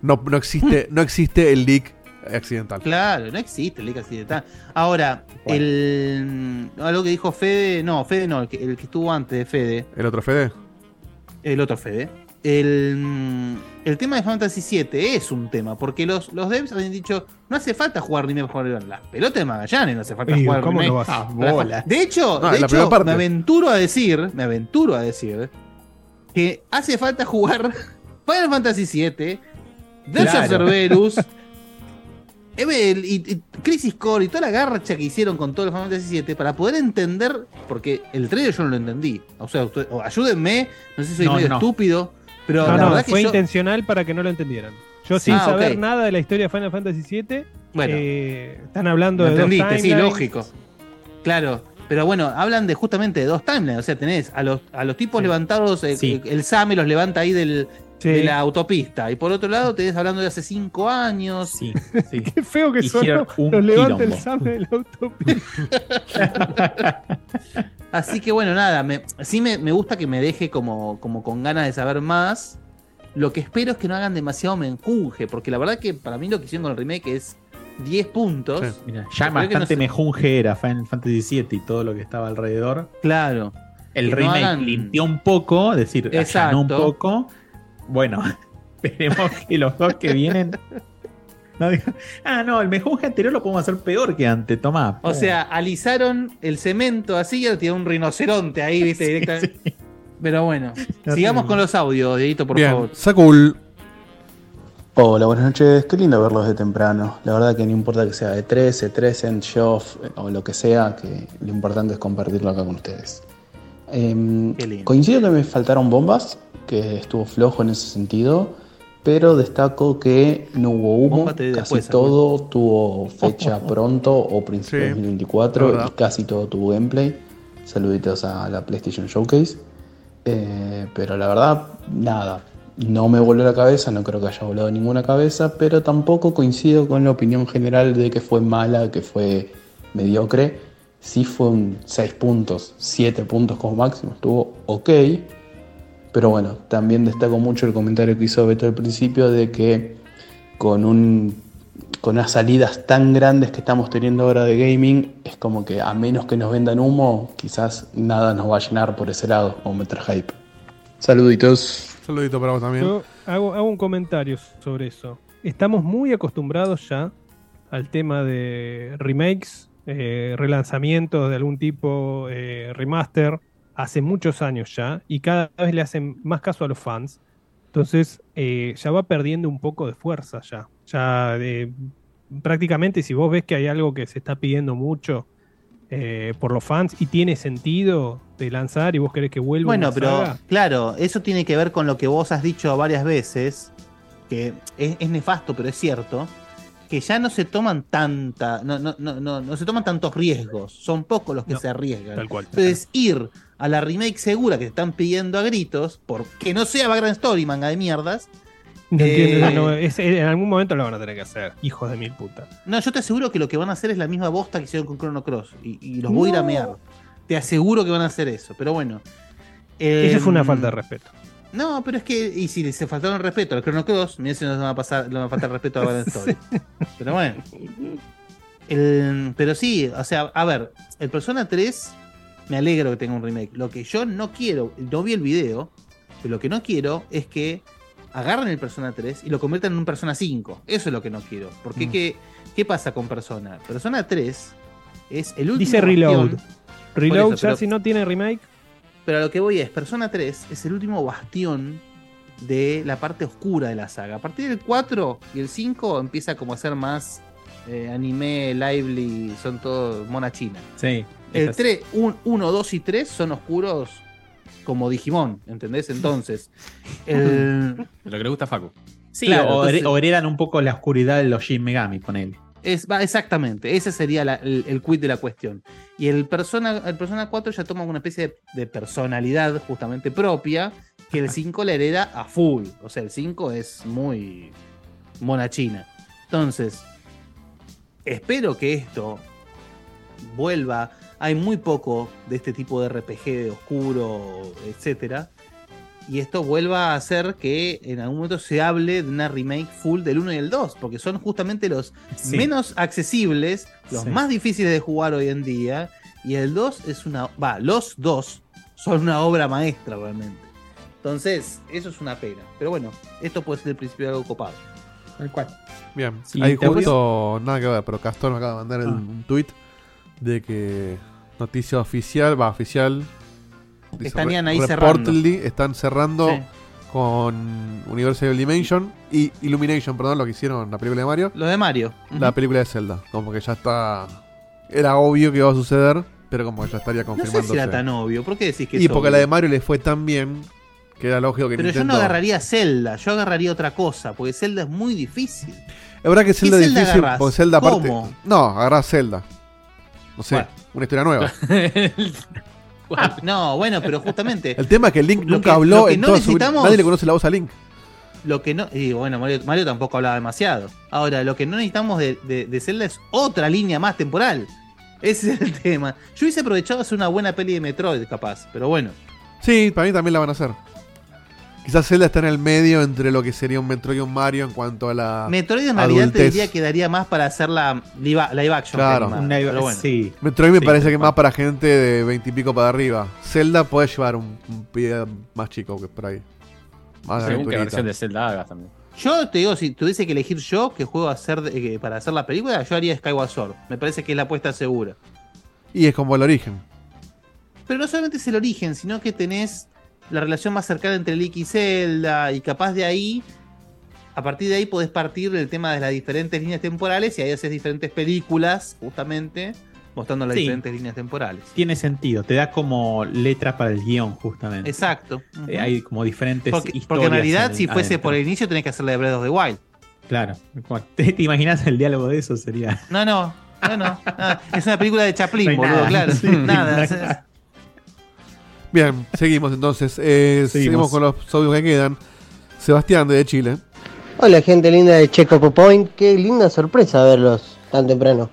no, no existe, no existe el leak accidental. Claro, no existe el leak así de tal. Ahora, el. Algo que dijo Fede. No, Fede no, el que, el que estuvo antes de Fede. ¿El otro Fede? El otro Fede. El, mm, el tema de Fantasy VII es un tema, porque los, los devs habían dicho: no hace falta jugar remake para jugar remake". Las pelotas de Magallanes no hace falta Y, jugar ¿Cómo remake. no vas? Ah, Para la bola. fa- De No, hecho, de en la hecho, primera parte. me aventuro a decir, me aventuro a decir que hace falta jugar Final Fantasy VII, Dash Claro. of Cerberus, Evel y, y Crisis Core y toda la garracha que hicieron con todo el Final Fantasy VII para poder entender, porque el trailer yo no lo entendí. O sea, usted- o ayúdenme, no sé si soy No, medio no. estúpido, pero No, la no, verdad fue que yo. intencional para que no lo entendieran. Yo Sí. sin Ah, ok. saber nada de la historia de Final Fantasy VII, Bueno, eh, están hablando lo de dos entendiste, sí, timelines. lógico. Claro. Pero bueno, hablan de justamente de dos timelines. O sea, tenés a los, a los tipos levantados, eh, Sí. el SAME los levanta ahí del, Sí. de la autopista. Y por otro lado, tenés hablando de hace cinco años. Sí, sí. Qué feo que Hicieron sonó. un Nos levanta el quilombo. SAME del autopista. Así que bueno, nada, me, sí me, me gusta que me deje como, como con ganas de saber más. Lo que espero es que no hagan demasiado menjunje, porque la verdad que para mí lo que hicieron con el remake es 10 puntos. Sí. Mira, ya Creo que no bastante sé. mejunje era Final Fantasy VII y todo lo que estaba alrededor. Claro. El Que no remake hagan- limpió un poco, es decir, allanó un Exacto. poco. Bueno, esperemos que los dos que vienen. no digan, ah, no, el mejunje anterior lo podemos hacer peor que antes, tomá. O sea, alisaron el cemento así y ahora tiene un rinoceronte ahí, viste, directamente. Pero bueno, Ya sigamos tenemos. con los audios, Dieguito, por Bien, favor. Sakul. Hola, buenas noches. Qué lindo verlos de temprano. La verdad que no importa que sea de 13, 13, en show o lo que sea, que lo importante es compartirlo acá con ustedes. Em, Qué lindo. coincido que me faltaron bombas, que estuvo flojo en ese sentido, pero destaco que no hubo humo. Bomba te di Casi después, todo tuvo fecha pronto o principios Sí, de 2024 la verdad. y casi todo tuvo gameplay. Saluditos a la PlayStation Showcase. Eh, pero la verdad, nada. No me voló la cabeza, no creo que haya volado ninguna cabeza, pero tampoco coincido con la opinión general de que fue mala, que fue mediocre. Sí fue un 6 puntos, 7 puntos como máximo, estuvo ok. Pero bueno, también destaco mucho el comentario que hizo Beto al principio de que con un con unas salidas tan grandes que estamos teniendo ahora de gaming, es como que a menos que nos vendan humo, quizás nada nos va a llenar por ese lado o meter hype. Saluditos. Saludito para vos también. Yo hago, hago un comentario sobre eso. Estamos muy acostumbrados ya al tema de remakes, eh, relanzamientos de algún tipo, eh, remaster, hace muchos años ya, y cada vez le hacen más caso a los fans. Entonces eh, ya va perdiendo un poco de fuerza ya. Ya eh, prácticamente si vos ves que hay algo que se está pidiendo mucho eh, por los fans y tiene sentido de lanzar y vos querés que vuelva. Bueno, una pero saga, claro, eso tiene que ver con lo que vos has dicho varias veces, que es, es nefasto, pero es cierto, que ya no se toman tanta, no, no, no, no, no se toman tantos riesgos, son pocos los que No, se arriesgan. Tal cual. Entonces, ir a la remake segura que te están pidiendo a gritos, porque no sea Background Story, manga de mierdas, No entiendo, Eh, no, no, es- en algún momento lo van a tener que hacer, hijos de mil puta. No, yo te aseguro que lo que van a hacer es la misma bosta que hicieron con Chrono Cross. Y, y los voy a ir a mear. Te aseguro que van a hacer eso. Pero bueno. Eso Em, fue una falta de respeto. No, pero es que. Y si se faltaron respeto al Chrono Cross, mira si nos van a pasar, le van a faltar respeto a Battle Story. Pero bueno. El- pero sí, o sea, a ver, el Persona 3 me alegro que tenga un remake. Lo que yo no quiero, no vi el video, pero lo que no quiero es que agarren el Persona 3 y lo conviertan en un Persona 5. Eso es lo que no quiero. Mm. Porque ¿qué, qué pasa con Persona? Persona 3 es el último. Dice Reload. bastión- Reload eso, ya pero- si no tiene remake, pero a lo que voy es, Persona 3 es el último bastión de la parte oscura de la saga. A partir del 4 y el 5 empieza como a ser más eh, anime, lively, son todos mona china. sí. El es 3, 1, 2 y 3 son oscuros como Digimon, ¿entendés? Entonces, el- Lo que le gusta a Facu. Sí, Claro, o, entonces- o heredan un poco la oscuridad de los Shin Megami, ponele. es, va, exactamente, ese sería la- el, el quid de la cuestión. Y el Persona, el Persona 4 ya toma una especie de, de personalidad justamente propia, que el 5 la hereda a full. O sea, el 5 es muy mona china. Entonces, espero que esto vuelva. Hay muy poco de este tipo de RPG de oscuro, etcétera. Y esto vuelva a hacer que en algún momento se hable de una remake full del 1 y el 2, porque son justamente los Sí. menos accesibles, los Sí. más difíciles de jugar hoy en día. Y el 2 es una. Va, los dos son una obra maestra realmente. Entonces, eso es una pena. Pero bueno, esto puede ser el principio de algo copado. Tal cual. Bien, Sí, ahí te justo nada que ver, pero Castor me acaba de Ah. mandar el- un tweet de que noticia oficial, va oficial. dice, Estarían ahí reportedly, están cerrando Sí. con Universal Dimension y Illumination, perdón, lo que hicieron la película de Mario, Lo de Mario. la película de Zelda, como que ya está era obvio que iba a suceder, pero como que ya estaría No sé si confirmándose. era tan obvio. ¿Por qué decís que y es porque obvio? la de Mario le fue tan bien que era lógico que Pero yo no Nintendo- agarraría Zelda, yo agarraría otra cosa, porque Zelda es muy difícil. Es verdad que Zelda es Zelda difícil, agarrás? porque Zelda aparte. ¿Cómo? No, agarrás Zelda. No sé, una historia nueva. Ah, no, bueno, pero justamente. El tema es que Link Lo nunca que- lo habló que en no toda su vida. necesitamos- Nadie le conoce la voz a Link. Lo que no. Y bueno, Mario, Mario tampoco hablaba demasiado. Ahora, lo que no necesitamos de, de, de Zelda es otra línea más temporal. Ese es el tema. Yo hubiese aprovechado hacer una buena peli de Metroid, capaz, pero bueno. Sí, para mí también la van a hacer. Quizás Zelda está en el medio entre lo que sería un Metroid y un Mario en cuanto a la. Metroid en realidad te adultez. diría que daría más para hacer la live, live action. Claro. que animada, Una live- pero bueno. Sí. Metroid me Sí, parece que tal es más para gente de 20 y pico para arriba. Zelda puede llevar un, un pibe más chico que por ahí. Más Según qué aventurita. versión de Zelda hagas también. Yo te digo, si tuviese que elegir yo qué juego hacer de- eh, para hacer la película, yo haría Skyward Sword. Me parece que es la apuesta segura. Y es como el origen. Pero no solamente es el origen, sino que tenés la relación más cercana entre Link y Zelda. Y capaz de ahí, a partir de ahí podés partir del tema de las diferentes líneas temporales y ahí haces diferentes películas, justamente, mostrando las Sí. diferentes líneas temporales. Tiene sentido, te da como letra para el guión, justamente. Exacto. Eh, Ujú. hay como diferentes porque, historias. porque en realidad, al- si fuese adentro. por el inicio, tenés que hacer la de Breath of the Wild. Claro. Como- ¿Te, te imaginas el diálogo de eso? Sería. No, no, no, no. nada. Es una película de Chaplin, No hay boludo, nada. claro. Sí. nada. Bien, seguimos entonces. Eh, seguimos. Seguimos. con los audios que quedan. Sebastián de Chile. Hola gente linda de Checo Point, qué linda sorpresa verlos tan temprano.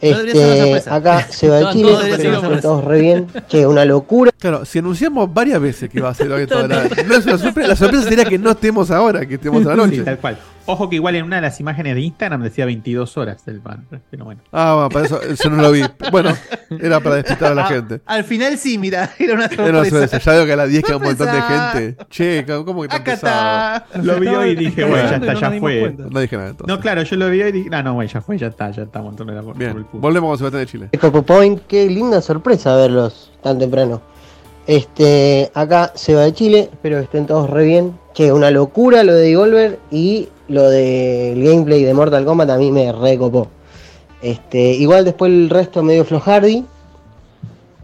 No debería ser una Este, sorpresa. acá se va de Estaban Chile, todos pero deberían ser están una todos re bien. Che, una locura. Claro, si anunciamos varias veces que iba a ser hoy toda la no es una sorpresa. La sorpresa sería que no estemos ahora, que estemos a la noche. Sí, tal cual. Ojo que igual en una de las imágenes de Instagram decía 22 horas el pan. Pero bueno. Ah, bueno, para eso, eso no lo vi. Bueno, era para despistar a Ah, la gente. Al final sí, mira, era una sorpresa. Era una sorpresa. Ya veo que a las 10 queda un montón de Sorpresa. gente. Che, ¿cómo que tan Acá pesado? está. Lo vi hoy y dije, Estaba bueno, ya esperando y está, no ya nos dimos fue. cuenta. No dije nada entonces. No, claro, yo lo vi hoy y dije, ah, no, bueno, ya fue, ya está, ya está, montón de la por el Bien, puto. volvemos con Sebastián de Chile. Checo Este, Point, qué linda sorpresa verlos tan temprano. Este, acá se va de Chile, espero que estén todos re bien. Che, una locura lo de Devolver y lo del gameplay de Mortal Kombat a mí me recopó. Este, igual después el resto medio flojardi,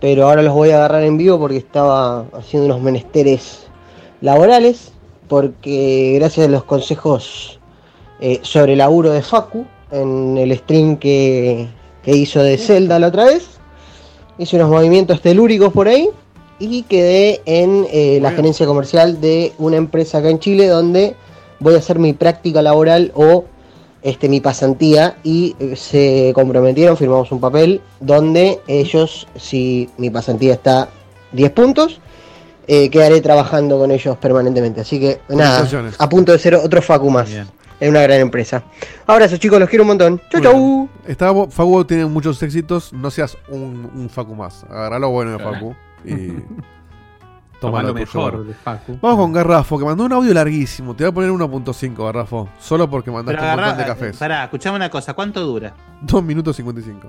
pero ahora los voy a agarrar en vivo porque estaba haciendo unos menesteres laborales, porque gracias a los consejos eh, sobre el laburo de Facu en el stream que, que hizo de Zelda la otra vez, hice unos movimientos telúricos por ahí y quedé en eh, la gerencia comercial de una empresa acá en Chile donde voy a hacer mi práctica laboral o este, mi pasantía y eh, se comprometieron, firmamos un papel donde ellos, si mi pasantía está 10 puntos, eh, quedaré trabajando con ellos permanentemente. Así que nada, Felicitaciones. a punto de ser otro Facu más Bien. en una gran empresa. Abrazo chicos, los quiero un montón. Chau Muy chau. Está, Facu tiene muchos éxitos. No seas un, un Facu más. Agarrá lo bueno de Facu y. Toma tomalo lo por mejor llevar. de Facu. Vamos con Garrafo, que mandó un audio larguísimo. Te voy a poner 1.5, Garrafo. Solo porque Pero mandaste un montón de agarrá, cafés. pará, escuchame una cosa, ¿cuánto dura? 2 minutos 55.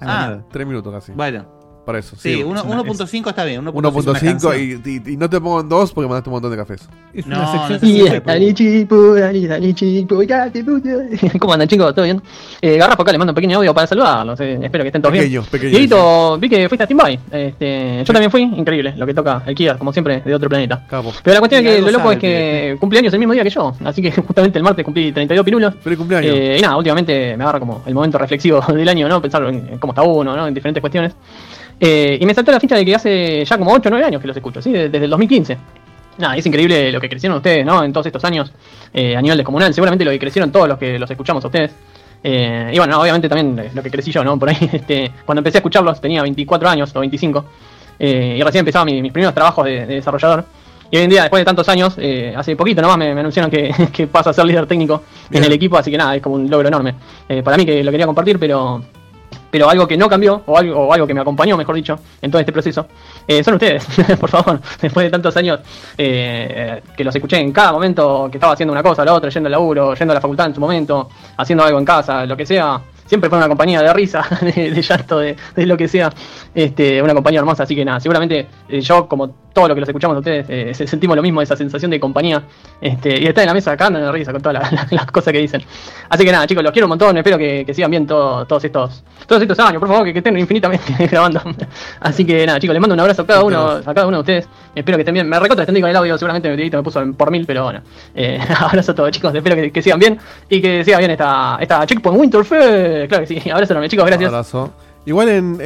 Ah, 3 minutos casi. bueno, Para eso. sí, Sí, uno- es una- 1.5 está bien, 1.5 y, y- y no te pongo en 2 porque mandaste un montón de cafés. Es No, una no sección sé sin si tiempo. chipo, dani, dani, chipo, ya te ¿Cómo andan chicos? ¿Todo bien? Eh, Garrafo acá le mando un pequeño audio para saludarlos. eh, espero que estén todos bien. Pequeño, pequeño. Dieguito, vi que fuiste a Steam Bay. Este, yo también fui, increíble, lo que toca el Kier, como siempre, de otro planeta. Capo. Pero la cuestión Y es que algo lo loco sabe es que cumple años el mismo día que yo, así que justamente el martes cumplí 32 pirulos. Feliz cumpleaños. Eh, y nada, últimamente me agarra como el momento reflexivo del año, ¿no? Pensar en cómo está uno, ¿no? En diferentes cuestiones. Eh, y me saltó la ficha de que hace ya como 8 o 9 años que los escucho, ¿sí? Desde el 2015. Nada, es increíble lo que crecieron ustedes, ¿no? En todos estos años, eh, a nivel descomunal. Seguramente lo que crecieron todos los que los escuchamos a ustedes. Eh, y bueno, obviamente también eh, lo que crecí yo, ¿no? Por ahí, este, cuando empecé a escucharlos tenía 24 años o 25. eh, y recién empezaba mi- mis primeros trabajos de, de desarrollador. Y hoy en día, después de tantos años, eh, hace poquito nomás me, me anunciaron que, que paso a ser líder técnico Bien. en el equipo, así que nada, es como un logro enorme. Eh, para mí que lo quería compartir, pero pero algo que no cambió, o algo, o algo que me acompañó, mejor dicho, en todo este proceso, eh, son ustedes, por favor, después de tantos años eh, eh, que los escuché en cada momento, que estaba haciendo una cosa, la otra, yendo al laburo, yendo a la facultad en su momento, haciendo algo en casa, lo que sea, siempre fue una compañía de risa, de, de llanto, de, de lo que sea, este, una compañía hermosa, así que nada, seguramente eh, yo, como todo lo que los escuchamos a ustedes, eh, se- sentimos lo mismo, esa sensación de compañía, este, y de estar en la mesa acá, de risa con todas la- las cosas que dicen. Así que nada, chicos, los quiero un montón, espero que, que sigan bien todo- todos estos todos estos años, por favor, que, que estén infinitamente grabando. Así que nada, chicos, les mando un abrazo a cada uno, a cada uno de ustedes. Espero que estén bien. Me recontra extendí con el audio, seguramente el dedito me puso en- por mil, pero bueno. Eh, abrazo a todos, chicos, espero que, que sigan bien y que siga bien esta, esta Checkpoint Winter Fest. Claro que sí, abrazo enorme, chicos, gracias. Abrazo. Igual en.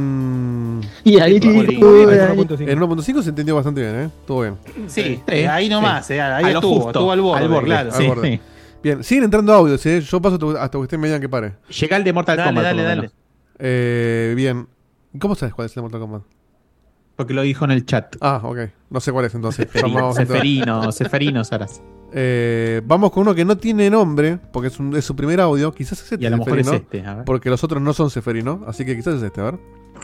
En, Y ahí, en y- 1.5 en 1.5, se entendió bastante bien, ¿eh? Estuvo bien. Sí, eh, ahí nomás, eh, ahí estuvo, estuvo al borde, claro. al borde. Sí. Bien, siguen entrando audios, ¿eh? Yo paso tu- hasta que ustedes me digan que pare. Llega el de Mortal Dale, Kombat, dale, por lo dale. menos. Eh, bien. ¿Cómo sabes cuál es el de Mortal Kombat? Porque lo dijo en el chat. Ah, ok. No sé cuál es entonces. Seferino, Vamos, entonces. Seferino, Seferino Saras. Eh, vamos con uno que no tiene nombre, porque es, un- es su primer audio. Quizás es este. Y a lo mejor es Seferino, este, a ver. Porque los otros no son Seferino, así que quizás es este, a ver.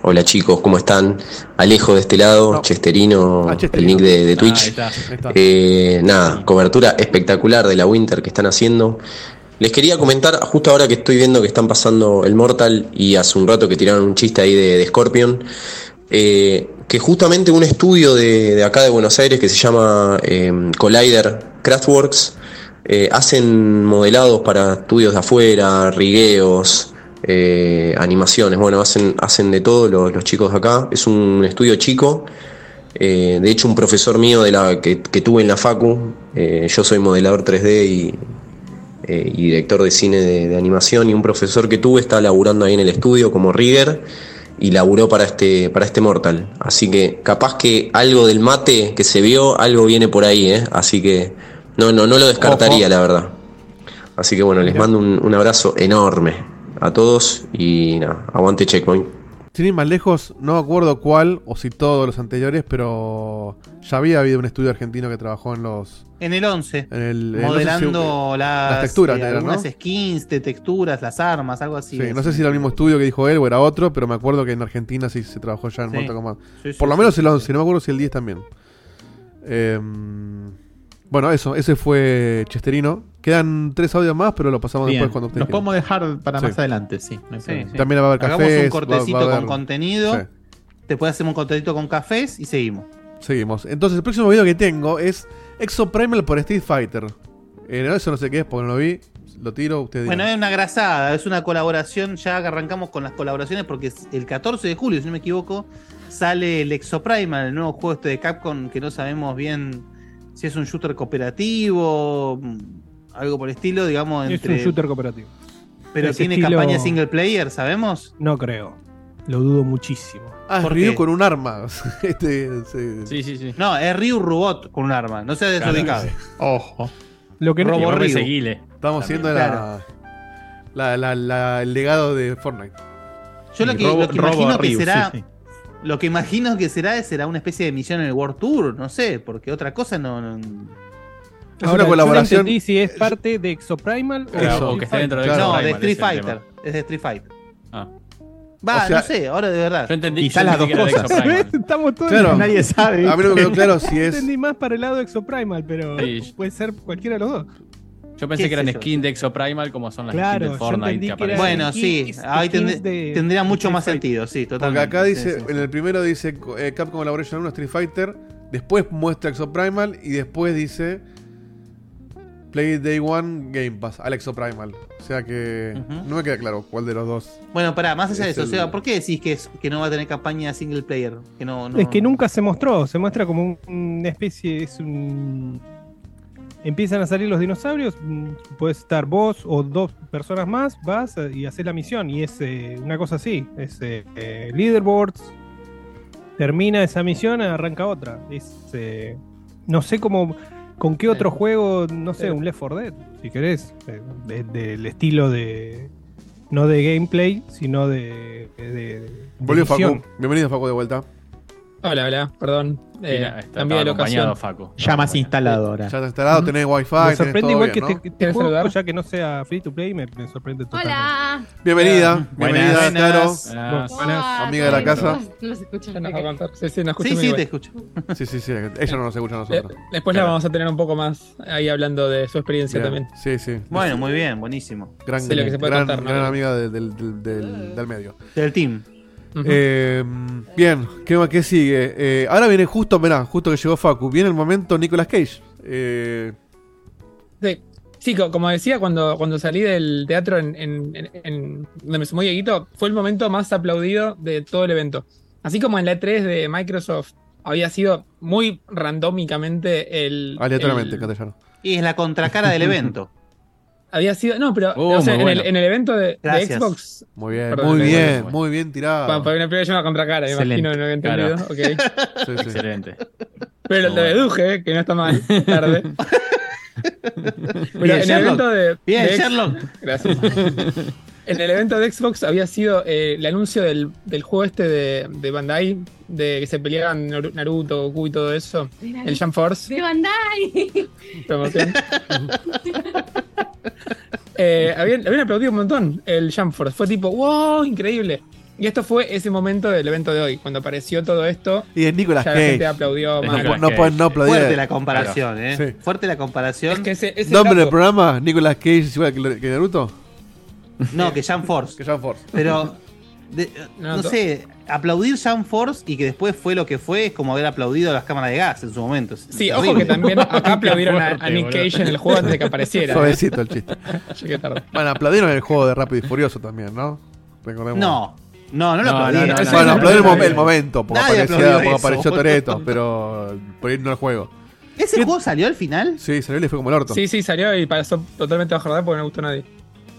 Hola chicos, ¿cómo están? Alejo de este lado, Chesterino, Ah, Chesterino. el nick de, de Ah, Twitch. ahí está, ahí está. Eh, nada, cobertura espectacular de la Winter que están haciendo. Les quería comentar, justo ahora que estoy viendo que están pasando el Mortal y hace un rato que tiraron un chiste ahí de, de Scorpion, eh, que justamente un estudio de, de acá de Buenos Aires que se llama eh, Collider Craftworks eh, hacen modelados para estudios de afuera, rigueos, eh, animaciones, bueno, hacen, hacen de todo los, los chicos de acá. Es un estudio chico. eh, de hecho, un profesor mío de la, que, que tuve en la Facu, eh, yo soy modelador 3D y, eh, y director de cine de, de animación, y un profesor que tuve está laburando ahí en el estudio como rigger y laburó para este, para este Mortal. Así que capaz que algo del mate que se vio, algo viene por ahí, ¿eh? Así que no, no, no lo descartaría, la verdad. Así que bueno, les mando un, un abrazo enorme a todos y nada, aguante Checkpoint. Sin ir más lejos, no me acuerdo cuál o si todos los anteriores, pero ya había habido un estudio argentino que trabajó en los. En el 11, En el- en- modelando no sé si- las, texturas, eh, eran, ¿no? algunas skins de texturas, las armas, algo así. Sí, Es- no sé si era el mismo estudio que dijo él o era otro, pero me acuerdo que en Argentina sí se trabajó ya en Sí. Mortal Kombat. Sí, sí, Por lo sí, menos el 11, no me acuerdo si el 10 también. Em, bueno, eso, ese fue Chesterino. Quedan tres audios más, pero lo pasamos Bien. después cuando ustedes Los quieran. podemos dejar para Sí. más adelante, sí. no hay Sí, problema. sí. También va a haber Hagamos cafés, un va- cortecito va a con haber- contenido. Sí. Te puede hacer un cortecito con cafés y seguimos. Seguimos. Entonces, el próximo video que tengo es Exo Primal por Street Fighter. Eh, no, eso no sé qué es porque no lo vi. Lo tiro, ustedes Bueno, digan. es una grasada, es una colaboración, ya arrancamos con las colaboraciones porque es el 14 de julio, si no me equivoco, sale el Exoprimal, el nuevo juego este de Capcom que no sabemos bien si es un shooter cooperativo, mm, algo por el estilo, digamos, Es entre... un shooter cooperativo. pero Es tiene estilo- campaña single player, ¿sabemos? No creo. Lo dudo muchísimo. Ah, es ¿por Ryu qué? con un arma. este, se- Sí, sí, sí. No, es Ryu Robot con un arma, no sea desubicado. Ojo. Lo que no, Robo Borre Ryu. seguile. Estamos También. siendo la, la, la- la- el legado de Fortnite. Yo lo Y que, robo- lo que robo imagino a que Ryu, será... sí, sí. Lo que imagino que será será una especie de misión en el World Tour, no sé, porque otra cosa no- no Es una colaboración. Yo no entendí si es parte de Exoprimal o, Eso. O que esté dentro de Claro. No, Exoprimal, de es el Street tema. Fighter. Es de Street Fighter. Ah. Va, O sea- no sé, ahora de verdad. Yo entendí. Quizás yo las entendí dos que era de cosas. Exoprimal. Estamos todos Claro. Nadie sabe. A mí no me quedó claro si Yo es. entendí más para el lado de Exoprimal, pero Sí. puede ser cualquiera de los dos. Yo pensé ¿Qué que es eran eso? skins de Exoprimal como son las Claro, skins de yo Fortnite entendí que que aparecen. era- Bueno, Bueno, sí, Kings, ahí tendré- Kings de- tendría mucho de más Street sentido, sí, totalmente. Porque acá Sí, dice, sí, sí. en el primero dice eh, Capcom Collaboration 1 Street Fighter, después muestra Exo Primal y después dice Play Day One Game Pass al Exo Primal. O sea que Ujú. no me queda claro cuál de los dos. Bueno, pará, más allá de Es eso, o sea, el- ¿por qué decís que, es- que no va a tener campaña single player? Que no, no- Es que nunca se mostró, se muestra como un- una especie, es un... Empiezan a salir los dinosaurios, mm, puedes estar vos o dos personas más, vas eh, y haces la misión, y es eh, una cosa así, es eh, eh, leaderboards, termina esa misión, arranca otra. Es, eh, no sé cómo, con qué otro juego, no sé, un Left 4 Dead, si querés, eh, de- del estilo de... No de gameplay, sino de... de- de Volvió Facu. misión. Bienvenido Facu de vuelta. Hola, hola, perdón. Eh, Mira, está- también de estaba la acompañado ocasión. Facu. Ya más instaladora. Ya está instalado, tenés wifi, Me tenés todo sorprende igual bien, que ¿no? este, este ¿Querés juego, saludar? ya que no sea free to play, me, me sorprende totalmente. Hola. Bienvenida, bienvenida, Buenas. Caro. Ah, Hola, amiga de la ¿cómo casa. estás? No los escucho. Ya nos va a ok. contar. Sí, sí, nos escucha Sí, muy sí, bien. te escucho. Sí, sí, sí, ella no nos escucha a Le- nosotros. Eh, Después la vamos a tener un poco más ahí hablando de su experiencia Bien, también. Sí, sí. Bueno, muy bien, buenísimo. Gran, Sí, lo que se puede gran- contar, ¿no? gran amiga de- del, del- Eh. del- del medio. Del team. Ujú. Eh, bien, ¿qué, más- qué sigue? Eh, ahora viene justo, mirá, justo que llegó Facu. Viene el momento Nicolas Cage. Eh, Sí. Sí, co- como decía, cuando, cuando salí del teatro en, en- en- en donde me sumó Dieguito, fue el momento más aplaudido de todo el evento. Así como en la E3 de Microsoft había sido muy randómicamente el... aleatoriamente, en el- castellano. Y es la contracara del evento. Había sido. No, pero Oh, o sea, muy en, el, bueno. en el evento de, de Gracias. Xbox. Muy bien, Perdón, muy no, bien, no, muy bien tirado. Bueno, porque me yo una contracara, me Excelente, imagino, no había entendido. claro. ok. Sí, sí. Excelente. Ah, Pero lo deduje, eh, que no está mal. Tarde. Pero en el Sherlock. evento de. Bien, de X- Sherlock. Gracias. En el evento de Xbox había sido eh, el anuncio del, del juego este de, de Bandai, de que se peleaban Naru- Naruto, Goku y todo eso. El Jump Force. De Bandai. promoción. Eh, habían, habían aplaudido un montón el Jump Force. Fue tipo, wow, increíble. Y esto fue ese momento del evento de hoy, cuando apareció todo esto. Y es Nicolas ya Cage. La gente aplaudió Es más. Nicolas No Cage. pueden no aplaudir. Fuerte la comparación, Claro. ¿eh? Sí. Fuerte la comparación. que ese, ese Nombre del dato- programa, Nicolas Cage es igual que que Naruto. No, que Jean Force. que Jean Force. Pero, de- No, no, to- sé, aplaudir Jean Force y que después fue lo que fue es como haber aplaudido a las cámaras de gas en su momento. Es Sí, terrible. ojo que también acá aplaudieron a, a Nick boludo. Cage en el juego antes de que apareciera. Suavecito el chiste. Llegué tarde. Bueno, aplaudieron el juego de Rápido y Furioso también, ¿no? Recordemos. No, no, no lo aplaudieron. no, no, Eso Bueno, no lo aplaudieron el mom- aplaudieron. el momento, porque, Nadie aparecía- aplaudió porque eso, apareció boludo. Toreto, pero por ahí no el juego. ¿Ese juego salió al final? Sí, salió y le fue como el orto. Sí, sí, salió y pasó totalmente bajo radar porque no gustó a nadie.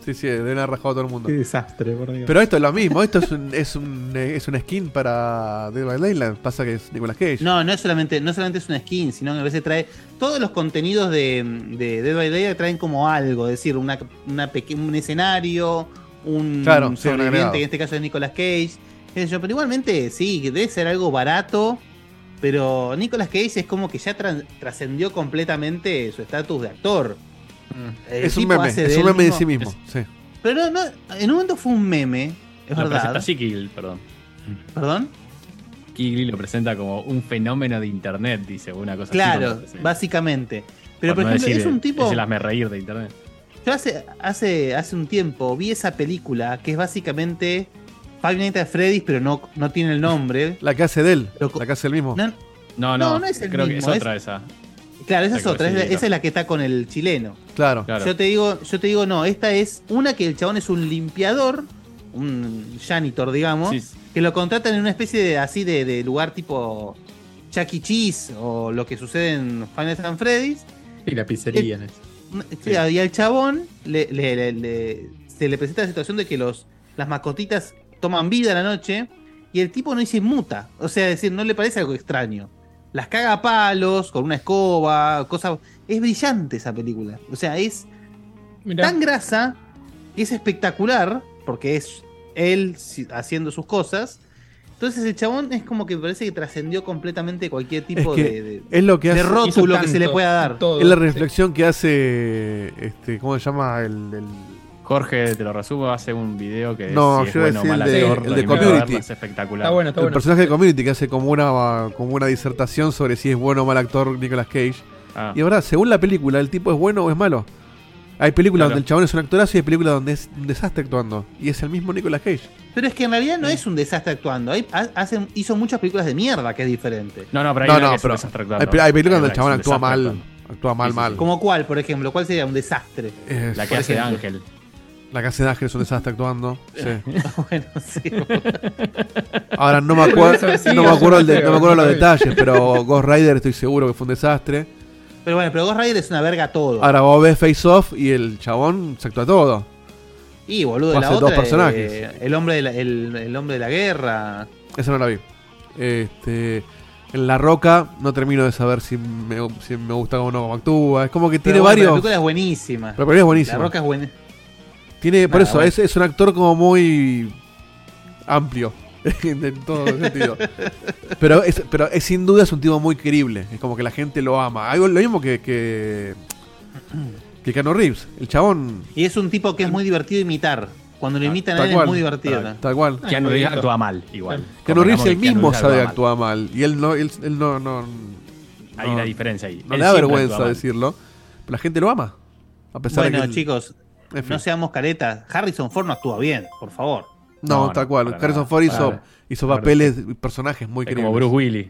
Sí, sí, deben haber rajado a todo el mundo. Qué desastre, por Dios. Pero esto es lo mismo, esto es un, es un, eh, es un skin para Dead by Daylight, pasa que es Nicolas Cage. No, no es solamente, no solamente es una skin, sino que a veces trae. Todos los contenidos de, de Dead by Daylight traen como algo, es decir, una, una peque- un escenario, un Claro, sí, un sobreviviente, agregado. que en este caso es Nicolas Cage. qué sé yo, Pero igualmente, sí, que debe ser algo barato. Pero Nicolas Cage es como que ya tran- trascendió completamente su estatus de actor. El Mm. es un tipo meme, hace de es él un meme de mismo- sí mismo. Sí. Pero no, en un momento fue un meme, es Lo verdad. presenta así Kigl, perdón. ¿Perdón? Kigli lo presenta como un fenómeno de internet, dice una cosa Claro, así. básicamente. Pero por ejemplo, es un tipo. Se las me reír de internet. Yo hace, hace, hace un tiempo vi esa película que es básicamente Five Nights at Freddy's, pero no, no tiene el nombre. La que hace de él, la que hace el mismo. No, No, no, no, no es el creo que es mismo, otra esa. Claro, esa La es que otra, es la- sí, no. esa es la que está con el chileno. Claro. Yo te digo, yo te digo, no, esta es una que el chabón es un limpiador, un janitor, digamos, que lo contratan en una especie de así de, de lugar tipo Chuck E. Cheese o lo que sucede en Final Fantasy Freddy's. Eh, Y la pizzería. en eso. Claro, Y al chabón le- le- le- le- se le presenta la situación de que los, las mascotitas toman vida a la noche y el tipo no dice muta. O sea, es decir, no le parece algo extraño. Las caga a palos, con una escoba, cosas. Es brillante esa película. O sea, es tan grasa que es espectacular porque es él si- haciendo sus cosas. Entonces el chabón es como que parece que trascendió completamente cualquier Es, tipo que de, de- es lo que de hace. rótulo que se le pueda dar. es la reflexión que hace. Este, ¿Cómo se llama? El, el- Jorge, te lo resumo, hace un video que No, si es yo bueno o decía el mala de- actor, el lo de invito a verlo, Community. Es espectacular. el personaje de Community que hace como una, como una disertación sobre si es bueno o mal actor Nicolas Cage. Ah. Y ahora, según la película, el tipo es bueno o es malo. Hay películas Claro. donde el chabón es un actorazo y hay películas donde es un desastre actuando. Y es el mismo Nicolas Cage. Pero es que en realidad no es un desastre actuando. Hay- ha- hacen, hizo muchas películas de mierda que es diferente. No, no, pero hay una que es un desastre actuando. hay, pe- hay películas donde el Es chabón un actúa desastre mal. actuando. Actúa mal, Sí, sí, mal. sí. ¿Como cuál, por ejemplo? ¿Cuál sería un desastre? Eh, La que por hace de ejemplo. Ángel. La que hace de Ángel es un desastre actuando. Sí. Ah, bueno, sí. Ahora no me acuerdo, Eso sí, no me eso acuerdo, el de- creo, no me acuerdo está los detalles, bien. pero Ghost Rider estoy seguro que fue un desastre. Pero bueno, pero Ghost Rider es una verga todo. Ahora vos ves Face Off y el chabón se actúa todo. y boludo, hace la dos otra. eh, personajes. el, hombre de la, el, el hombre de la guerra. Esa no la vi. Este, en La Roca no termino de saber si me, si me gusta o no cómo actúa. Es como que tiene Pero bueno, varios. La película es buenísima. Pero la película es buenísima. La roca es buena. Tiene, por Nada, eso, bueno. es, es un actor como muy amplio. en todo sentido. Pero, es, pero es, sin duda es un tipo muy creíble. Es como que la gente lo ama. Algo lo mismo que. que que Keanu Reeves, el chabón. Y es un tipo que es muy divertido imitar. Cuando lo imitan a tal él cual, es muy divertido. Ah, tal- tal cual. Keanu Reeves actúa mal, igual. Keanu Reeves Convengamos él que Keanu mismo Reeves sabe que actúa actúa mal. Y él no, él, él no, no- Hay no- una diferencia ahí. No Él le da siempre vergüenza actúa mal. decirlo. Pero la gente lo ama. A pesar Bueno, de que. él- chicos, En fin. no seamos caretas. Harrison Ford no actúa bien, por favor. No, tal cual. para Harrison nada, Ford para hizo, nada. hizo Claro. papeles, personajes muy Es creíbles. como Bruce Willis,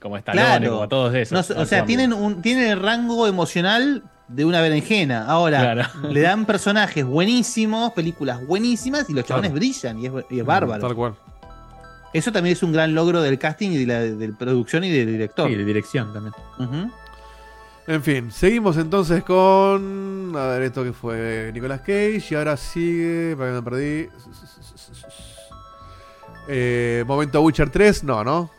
como Stallone, como todos esos. No, o sea, Actuando. tienen, un, tienen el rango emocional de una berenjena. Ahora, Claro. le dan personajes buenísimos, películas buenísimas y los chabones brillan y es, y es bárbaro. Mm, Tal cual. Eso también es un gran logro del casting y de la de la producción y de director. Y de dirección también. Ujú. En fin, seguimos entonces con. A ver, esto que fue Nicolas Cage. Y ahora sigue. Para que me perdí. Eh, momento Witcher 3. No, no.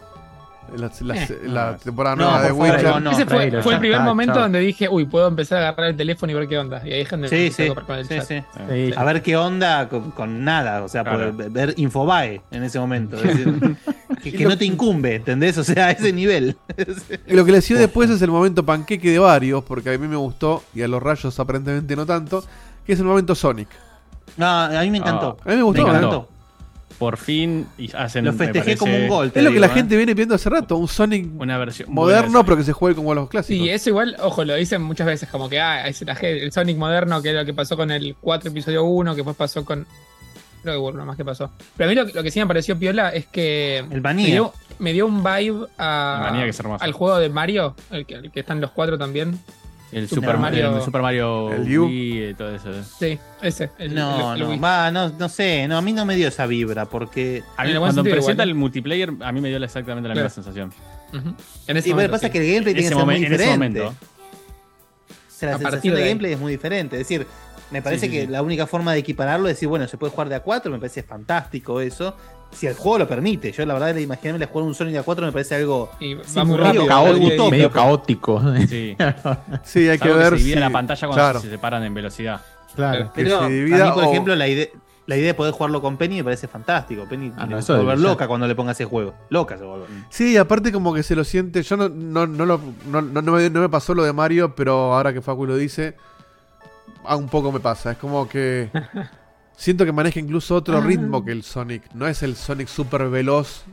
La, la- Eh. la temporada No, nueva de por favor, Witcher. no, no, Ese fue- Freire, fue ya el primer está, momento chao. donde dije, uy, puedo empezar a agarrar el teléfono y ver qué onda. Y ahí es donde Sí, empecé a sí, comprar con el sí, chat. sí. Sí. A ver qué onda con, con nada, o sea, Claro. por ver Infobae en ese momento. es decir, que, que no te incumbe, ¿entendés? O sea, a ese nivel. Y lo que le siguió después es el momento panqueque de varios, porque a mí me gustó y a los rayos aparentemente no tanto, que es el momento Sonic. No, a mí me encantó. A mí me gustó, ¿eh? Me encantó. Por fin y hacen Lo me festejé parece, como un gol, ¿eh? Es lo que ¿eh? la gente viene viendo hace rato, un Sonic Una versión moderno, pero que se juegue como a los clásicos. Y eso igual, ojo, lo dicen muchas veces, como que ah, es el, el Sonic moderno, que es lo que pasó con el 4 episodio 1, que después pasó con. Creo que hubo uno más que pasó. Pero a mí lo, lo que sí me pareció piola es que. El Vanilla. Me dio, me dio un vibe a- El Vanilla que es hermoso. al juego de Mario, el que, el que están los cuatro también. El Super, Mario. El Super Mario El U. Wii y todo eso. ¿eh? Sí, ese. el- No, el- el no, Wii. va, no, no sé, no, a mí no me dio esa vibra, porque... A mí, cuando presenta el multiplayer, a mí me dio exactamente la Claro. misma sensación. Ujú. y bueno, pasa que el gameplay tiene que ser muy momen- en ese diferente. momento. O sea, la A partir sensación de, de ahí. gameplay es muy diferente. Es decir, me parece sí, que sí. la única forma de equipararlo es decir, bueno, se puede jugar de a 4, me parece fantástico eso. Si el juego lo permite, yo la verdad le imaginé jugar un Sonic de a 4 me parece algo va muy frío, rápido, algo medio- utópico. medio caótico. Sí. Sí, hay Salvo que ver se divide si- la pantalla cuando claro. se separan en velocidad. Claro. Pero que se a divida mí, por o- ejemplo, la, ide- la idea de poder jugarlo con Penny me parece fantástico. Penny Ah, se no, va eso a volver debe ser. loca cuando le ponga ese juego. Loca se va a Mm. volver. Sí, y aparte como que se lo siente, yo no, no, no, lo- no, no- no me, no me pasó lo de Mario, pero ahora que Facu lo dice, a un poco me pasa, es como que siento que maneja incluso otro ritmo que el Sonic, no es el Sonic super veloz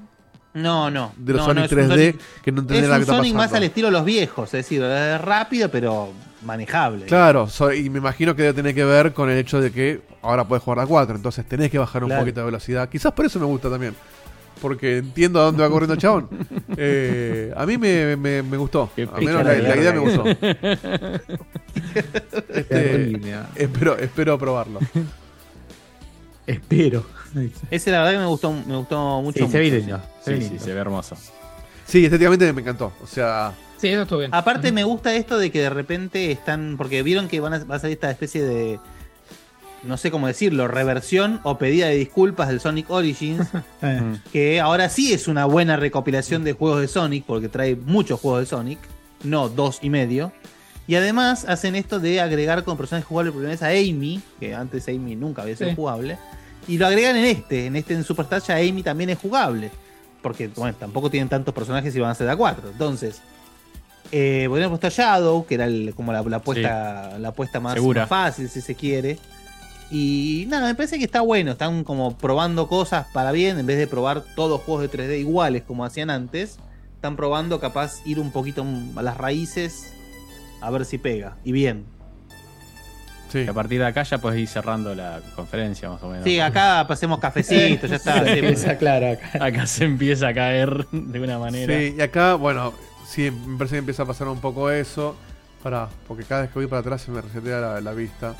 No, no. de los no, Sonic no, es un 3D Sonic- que no Es entendés la que un está Sonic pasando. más al estilo de los viejos, es decir, eh, rápido pero manejable. Claro, so- y me imagino que debe tener que ver con el hecho de que ahora puedes jugar a 4, entonces tenés que bajar un Claro. poquito de velocidad. Quizás por eso me gusta también, porque entiendo a dónde va corriendo el chabón. Eh, a mí me, me- me gustó, al menos la, pica eh. de la idea me gustó. verga. Este, Terrible. espero, espero probarlo. Este- Espero. Ese la verdad que me gustó, me gustó mucho. Sí, se ve mucho, lindo, sí. se ve Sí, sí, lindo. se ve hermoso. Sí, estéticamente me encantó, o sea... Sí, eso estuvo bien. Aparte me gusta esto de que de repente están, porque vieron que van a, va a salir esta especie de, no sé cómo decirlo, reversión o pedida de disculpas del Sonic Origins, Mm. que ahora sí es una buena recopilación de juegos de Sonic, porque trae muchos juegos de Sonic, no dos y medio. Y además hacen esto de agregar como personaje jugable por primera vez a Amy, que antes Amy nunca había sido Sí. jugable, y lo agregan en este, en este en Superstar ya Amy también es jugable, porque bueno, tampoco tienen tantos personajes y van a ser a cuatro. Entonces, eh, podrían apostar Shadow, que era el- como la, la apuesta, la apuesta más, Segura. más fácil, si se quiere. Y nada, me parece que está bueno. Están como probando cosas para bien, en vez de probar todos los juegos de 3D iguales como hacían antes. Están probando capaz ir un poquito a las raíces a ver si pega. Y bien. Que a partir de acá ya puedes ir cerrando la conferencia, más o menos. Sí, acá pasemos cafecito, ya está. sí. claro, acá. se empieza a caer de una manera. Sí, y acá, bueno, sí, me parece que empieza a pasar un poco eso. Pará, porque cada vez que voy para atrás se me resetea la, la vista.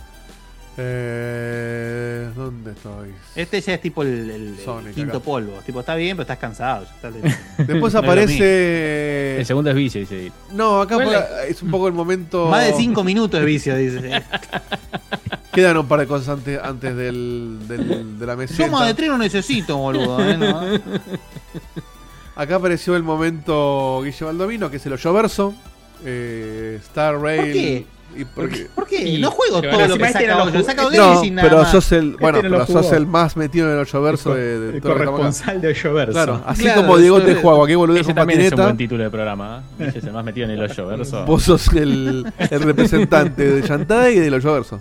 Eh, ¿Dónde estoy? Este ya es tipo el, el- el Sonic, quinto acá. polvo. Tipo, está bien, pero estás cansado. ya está. Después No es lo mismo. aparece. El segundo es vice, dice Edith. No, acá Huele. por- es un poco el momento. Más de 5 minutos de vicio, dice. Quedan un par de cosas antes, antes del, del- de la meseta. Yo más de 3 no necesito, boludo. ¿eh? No. Acá apareció el momento Guille Baldomino, que es el hoyoverso. Eh, Star Rail. qué? Y porque- ¿Por qué? No juego que todo van a lo que decir, saca "Este hoy. Yo saco No, Genshin nada pero más. sos el, bueno, Este no pero lo sos jugó. el más metido en el hoyoverso de, de El toda la corresponsal de Hoyoverso. Claro, así Claro, como Diego eso te es- juega cualquier boludo con Ese también es un patineta, buen título de programa. ¿eh? Ese es el más metido en el hoyo verso. vos sos el, el representante de Yantai y del hoyoverso.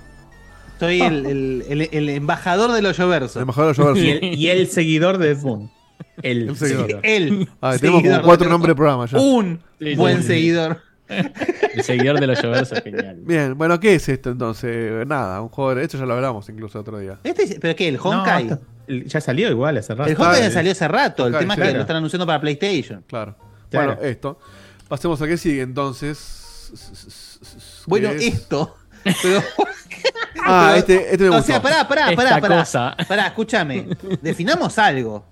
Soy el, el- el- el embajador del hoyoverso. El embajador del hoyoverso. Y el, y el seguidor de Edmund. El, El seguidor. Él. Ah, tenemos como seguidor cuatro del- nombres de programa ya. Un Sí, buen sí. seguidor. El seguidor del hoyo verso es genial. Bien, bueno, ¿qué es esto entonces? Nada, un juego de... Esto ya lo hablamos incluso otro día. Este es- ¿Pero qué? ¿El Honkai? No, el- ya salió igual hace rato. Ah, el Honkai ya salió hace rato. el Honkai, tema es que claro. lo están anunciando para PlayStation. Claro. Claro. Bueno, esto. Pasemos a qué sigue entonces. Bueno, ¿Qué es? esto. pero- Ah, pero- este, este me O gustó. sea, pará, pará, Esta pará. Pará, cosa. pará escúchame. Definamos algo.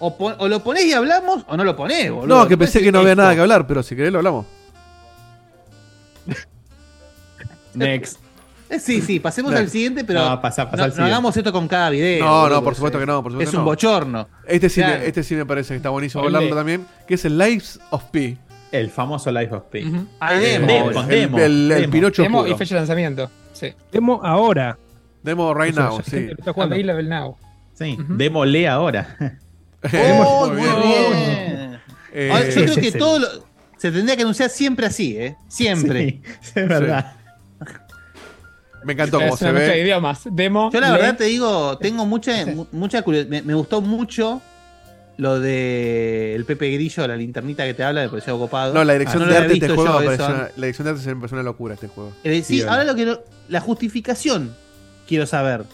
O, pon- o lo ponés y hablamos, o no lo ponés, boludo. No, que pensé puedes que no decir había nada esto. que hablar, pero si querés lo hablamos. Next. Eh, Sí, sí, pasemos al siguiente, pero No, pasá, pasá no- al no siguiente. hagamos esto con cada video. No, no, boludo, por supuesto sí. que no, por supuesto Es que un no. bochorno. Este sí, me- Claro. este sí me parece que está buenísimo Ponle. hablarlo también, que es el Lives of P. El famoso Life of P. Ah, Eh, demo, demo, boludo. demo, el- el demo. Pinocho Demo y puro. fecha de lanzamiento. Sí. Demo ahora. Demo right Eso, now, ya sí. Está jugando Available Now. Sí, démosle ahora. Oh, Muy muy bien. bien. Eh, Ahora, yo creo ese que es el- todo lo- se tendría que anunciar siempre así, ¿eh? Siempre. Sí, es verdad. me encantó como Es se una mezcla de ve. idiomas. Demo. Yo la le- verdad te digo, tengo mucha, mu- mucha curiosidad. Me, me gustó mucho lo de el Pepe Grillo, la linternita que te habla, me pareció copado. No, la Ah, dirección no de lo arte de había este visto juego yo me eso pareció una, antes. la dirección de arte se me pareció una locura este juego. Eh, sí, Sí, ahora lo que no- la justificación quiero saber.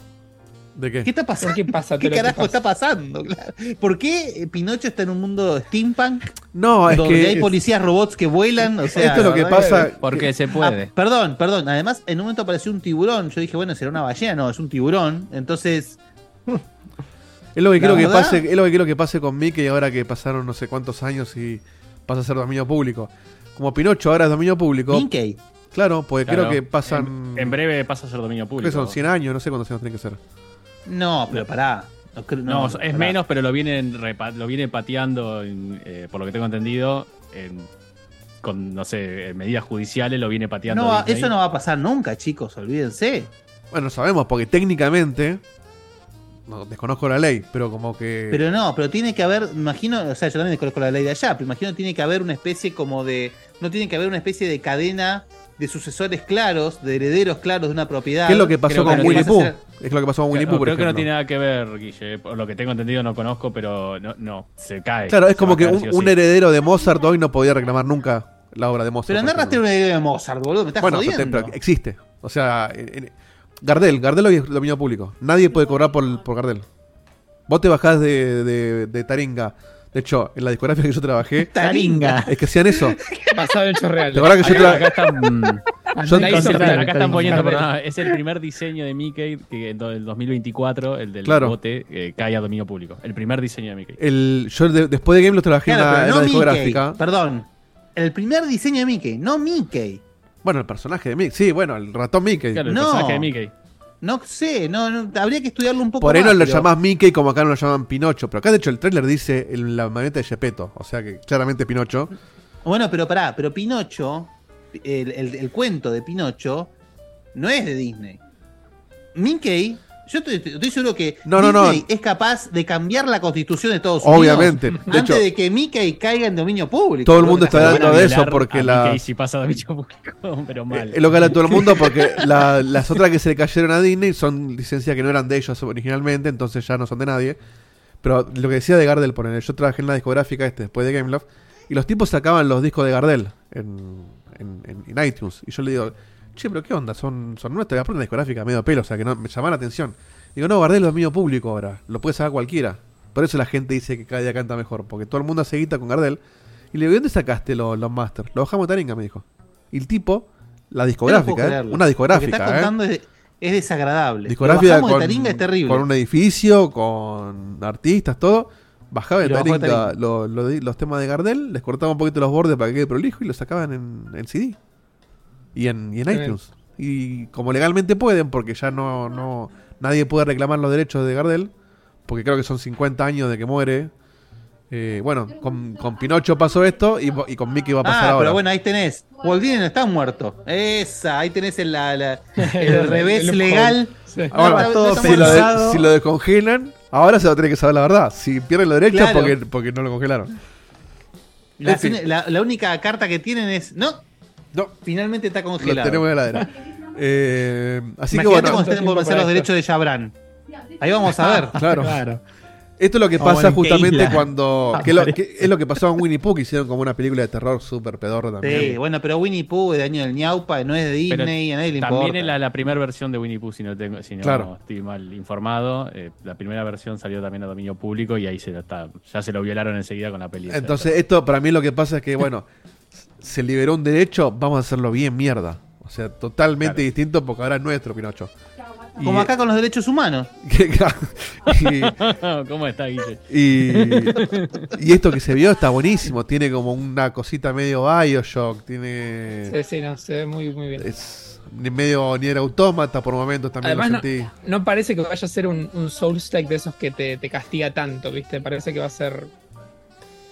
¿De ¿Qué está ¿Por pasando? qué pasa? ¿Qué todo lo que carajo pasa? está pasando? Claro. ¿Por qué Pinocho está en un mundo steampunk No, es donde que hay policías robots que vuelan? O sea, esto es la lo que verdad pasa. Porque se Ah, puede. perdón, perdón. Además, en un momento apareció un tiburón. Yo dije, bueno, será una ballena. No, es un tiburón. Entonces, Es lo que La quiero que verdad- pase, es lo que quiero que pase con Mickey ahora que pasaron no sé cuántos años y pasa a ser dominio público. Como Pinocho ahora es dominio público. Minkey. Claro, porque Claro. creo que pasan En, en breve pasa a ser dominio creo que público. son 100 años, no sé cuántos años tiene que ser. No, pero pará. No, creo- No, no, es pará. menos, pero lo vienen repa- lo viene pateando, en, eh, por lo que tengo entendido, en- con, no sé, en medidas judiciales lo viene pateando. No va- Disney. eso no va a pasar nunca, chicos. Olvídense. Bueno, sabemos porque técnicamente no desconozco la ley, pero como que Pero no, pero tiene que haber, me imagino, o sea, yo también desconozco la ley de allá, pero imagino tiene que haber una especie como de, no tiene que haber una especie de cadena de sucesores claros, de herederos claros de una propiedad. ¿Qué es lo que pasó creo que con no Winnie vas a Pooh? hacer- Es lo que pasó con Winnie No, Pooh, por creo que no ejemplo. tiene nada que ver, Guille. eh, Por lo que tengo entendido, no conozco, pero no, no se cae. Claro, es Se como va a que caer un, sí o un sí. heredero de Mozart hoy no podía reclamar nunca la obra de Mozart. Pero andá a por ejemplo. rastrear una idea de Mozart, boludo, me estás Bueno, pero, jodiendo. pero existe. O sea, en- en- Gardel, Gardel hoy es dominio público. Nadie puede cobrar por, por Gardel. Vos te bajás de, de, de Taringa. De hecho, en la discografía que yo trabajé, Taringa. es que hacían eso. Basado en hechos reales. ¿Te acordás que yo Acá, acá trabajé? Ahí Yo- están, acá Ah, hizo están- real, acá están Taringa. poniendo, perdón, es el primer diseño de Mickey que en do- el 2024, el del Claro. bote, eh, cae a dominio público. El primer diseño de Mickey. El, yo de- después de Game lo trabajé en Claro, una- en pero una, no Mickey, discográfica. perdón. El primer diseño de Mickey, no Mickey. Bueno, el personaje de Mickey. Sí, bueno, el ratón Mickey. Claro, el No. personaje de Mickey. No sé, no, no, habría que estudiarlo un poco Por ahí no más, lo pero- llamás Mickey como acá no lo llaman Pinocho. Pero acá, de hecho, el tráiler dice el- la maneta de Gepetto. O sea que claramente Pinocho. Bueno, pero pará, pero Pinocho, el, el- el cuento de Pinocho, no es de Disney. Mickey, yo estoy, estoy seguro que No, no, no. Disney es capaz de cambiar la constitución de Estados Unidos. Obviamente. De Antes hecho, de que Mickey caiga en dominio público. Todo el mundo está Lo van a hablando de eso violar porque a la- Mickey si pasa a dominio público, pero mal. Es lo que habla todo el mundo porque la- las otras que se le cayeron a Disney son licencias que no eran de ellos originalmente, entonces ya no son de nadie. Pero lo que decía de Gardel, poner, yo trabajé en la discográfica este después de Gameloft y los tipos sacaban los discos de Gardel en, en- en- en iTunes. Y yo le digo, che, pero ¿qué onda? Son, son nuestras, aparte la discográfica medio pelo, o sea que no, me llamaba la atención. Digo, no, Gardel es mío público ahora, lo puede sacar cualquiera. Por eso la gente dice que cada día canta mejor, porque todo el mundo hace guita con Gardel. Y le digo, ¿y ¿dónde sacaste los, los masters? Los bajamos de Taringa, me dijo. Y el tipo, la discográfica, ¿eh? una Lo que discográfica, estás ¿eh? contando es, es desagradable. Discográfica Lo bajamos con, de Taringa es terrible. con un edificio, con artistas, todo. Bajaba de Y lo bajó de Taringa, Taringa. lo- lo di- los temas de Gardel, les cortaba un poquito los bordes para que quede prolijo y los sacaban en, en CD. Y en, y en Tremendo. iTunes. Y como legalmente pueden, porque ya no, no nadie puede reclamar los derechos de Gardel, porque creo que son 50 años de que muere. Eh, bueno, con, con Pinocho pasó esto y, y con Mickey va a pasar Ah, ahora. pero bueno, ahí tenés. Walt Disney no está muerto. Esa, ahí tenés el, la- la- el revés loophole. legal. Sí. Ahora, está- todo está si, lo de- muerto. pensado. si lo descongelan, ahora se va a tener que saber la verdad. Si pierden los derechos, Claro. porque, porque no lo congelaron. La, En fin. la- la única carta que tienen es. No, No, finalmente está lo congelado. tenemos en la heladera. Eh, así que Imagínate bueno, cuando estén por Tiempo vencer para los esto. derechos de Jabran. Ahí vamos a ver. Oh, claro. Esto es Ah, lo que O pasa en qué justamente isla. Ah, cuando. que es lo- que es lo que pasó en Winnie Pooh, que hicieron como una película de terror súper pedorra también. Sí, bueno, pero Winnie Pooh es de año del ñaupa, no es de Pero Disney, a nadie le importa. También es la, la primera versión de Winnie Pooh, si no, tengo, si no Claro. estoy mal informado. eh, la primera versión salió también a dominio público y ahí se lo está, ya se lo violaron enseguida con la película. Entonces, esto para mí lo que pasa es que, bueno, se liberó un derecho, vamos a hacerlo bien mierda. O sea, totalmente Claro. distinto porque ahora es nuestro Pinocho. Y- Como acá con los derechos humanos. y, ¿Cómo está, Guille? Y, y esto que se vio está buenísimo. Tiene como una cosita medio Bioshock. Tiene. Sí, sí, no, se ve muy, muy bien. Es, ni medio ni era autómata por momentos también Además, lo sentí. no, no parece que vaya a ser un, un Souls-like de esos que te, te castiga tanto, ¿viste? Parece que va a ser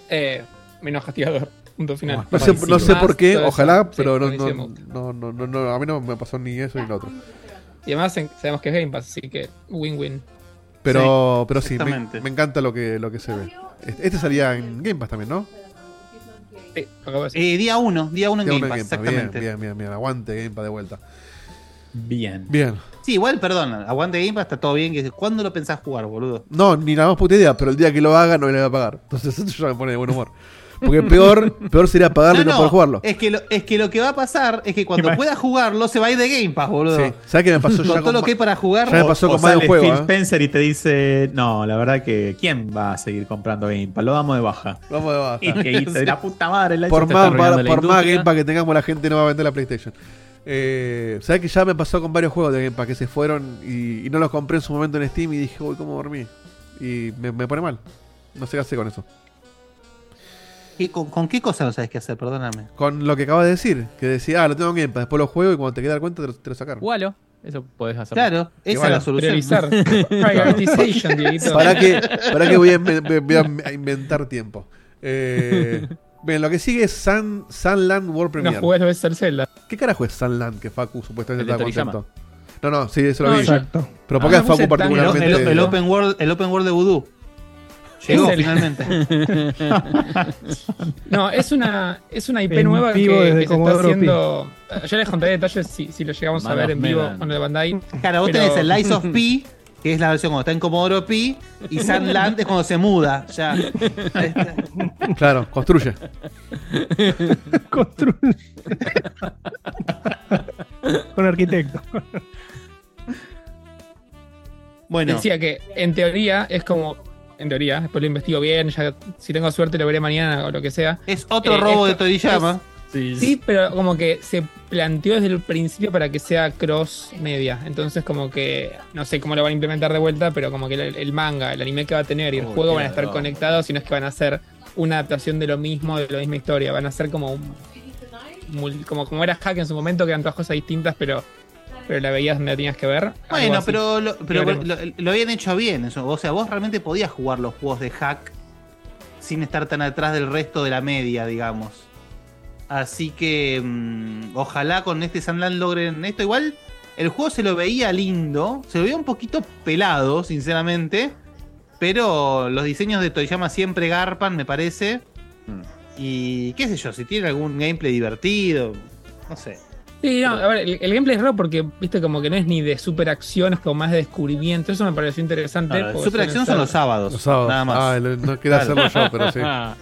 eh, menos castigador. Punto final. No sé, no sé por qué, Todo eso. ojalá, Sí, pero no, buenísimo. no, no, no, no, no, a mí no me pasó ni eso ni lo otro. Y además en- sabemos que es Game Pass, así que win-win. Pero sí, pero sí exactamente. me, me encanta lo que, lo que se ve. Este, este salía en Game Pass también, ¿no? Eh, día 1, día 1 en Día Game uno Pass, Bien, exactamente. bien, bien, bien. Aguante Game Pass de vuelta. Bien. Bien. Sí, igual, perdón, aguante Game Pass, está todo bien. que- ¿Cuándo lo pensás jugar, boludo? No, ni la más puta idea, pero el día que lo haga no le voy a pagar. Entonces eso ya me pone de buen humor. Porque peor, peor sería pagarle y no, poder jugarlo. Es que, lo, es que lo que va a pasar es que cuando Game Pass. pueda jugarlo se va a ir de Game Pass, boludo. Sí. ¿Sabes qué me pasó con ya todo con lo Ma- que hay para jugar. ya me pasó o- con o Mario sale Juego, Phil ¿eh? Spencer y te dice, no, la verdad que ¿quién va a seguir comprando Game Pass? Lo damos de baja. Lo damos de baja. Y que dice, la puta madre, la por te más, está arruinando por la más industria. Game Pass que tengamos, la gente no va a vender la PlayStation. Eh, ¿Sabes que ya me pasó con varios juegos de Game Pass que se fueron y, y no los compré en su momento en Steam y dije, uy, ¿cómo dormí? Y me, me pone mal. No sé qué hacer con eso. ¿Qué- con, con qué cosa no sabes qué hacer? Perdóname. Con lo que acabas de decir, que decía, ah, lo tengo en Game Pass, después lo juego y cuando te queda cuenta te lo, te lo sacaron. Jugalo. Eso podés hacer. Claro, esa es la solución. Priorizar. Prioritization, Dieguito. Para que, para que voy, a, inven- voy a- voy a in- a inventar tiempo. Eh, bien, lo que sigue es Sun, Sunland World Premiere. jugué, lo ves al Zelda. ¿Qué carajo es Sunland que Facu supuestamente El estaba de contento? Toriyama. No, no, sí, eso lo No, vi. exacto. Pero ¿por qué Ah, a Facu puse tan- el- particularmente? el, el open world, el Open World de Voodoo. Llegó Es el- finalmente. No, es una, es una IP En nueva que, vivo desde que se está Comodoro Pi. haciendo. eh, Yo les contaré detalles si, si lo llegamos a Manos ver en vivo Medan. con el Bandai. Claro, vos tenés el Lies of Pi, que es la versión cuando está en Comodoro Pi, y Sunland es cuando se muda. Ya. Claro, construye. Construye. Con arquitecto. Bueno. Decía que en teoría es como. En teoría, después lo investigo bien, ya si tengo suerte lo veré mañana o lo que sea. Eh, Es otro robo de Toriyama. Sí, pero como que se planteó desde el principio para que sea cross media. Entonces, como que no sé cómo lo van a implementar de vuelta, pero como que el, el manga, el anime que va a tener y el Oh, juego van a claro. estar conectados, y no es que van a ser una adaptación de lo mismo, de la misma historia. Van a ser como un. mul- Como, como era Hack en su momento, que eran todas cosas distintas, pero, pero la veías, me la tenías que ver. Algo Bueno, así. pero, lo, pero veremos. lo, lo habían hecho bien. Eso. O sea, vos realmente podías jugar los juegos de hack sin estar tan atrás del resto de la media, digamos. Así que mm, ojalá con este Sandland logren esto. Igual el juego se lo veía lindo, se lo veía un poquito pelado, sinceramente. Pero los diseños de Toyama siempre garpan, me parece. Y qué sé yo, si tiene algún gameplay divertido, no sé. Sí, no, a ver, el, el gameplay es raro porque, viste, como que no es ni de super acción, es como más de descubrimiento. Eso me pareció interesante. No, no, porque suelen superacción son los ser- sábados. Los sábados. Nada más. Ah, lo- no quería hacerlo yo, pero sí. Ah,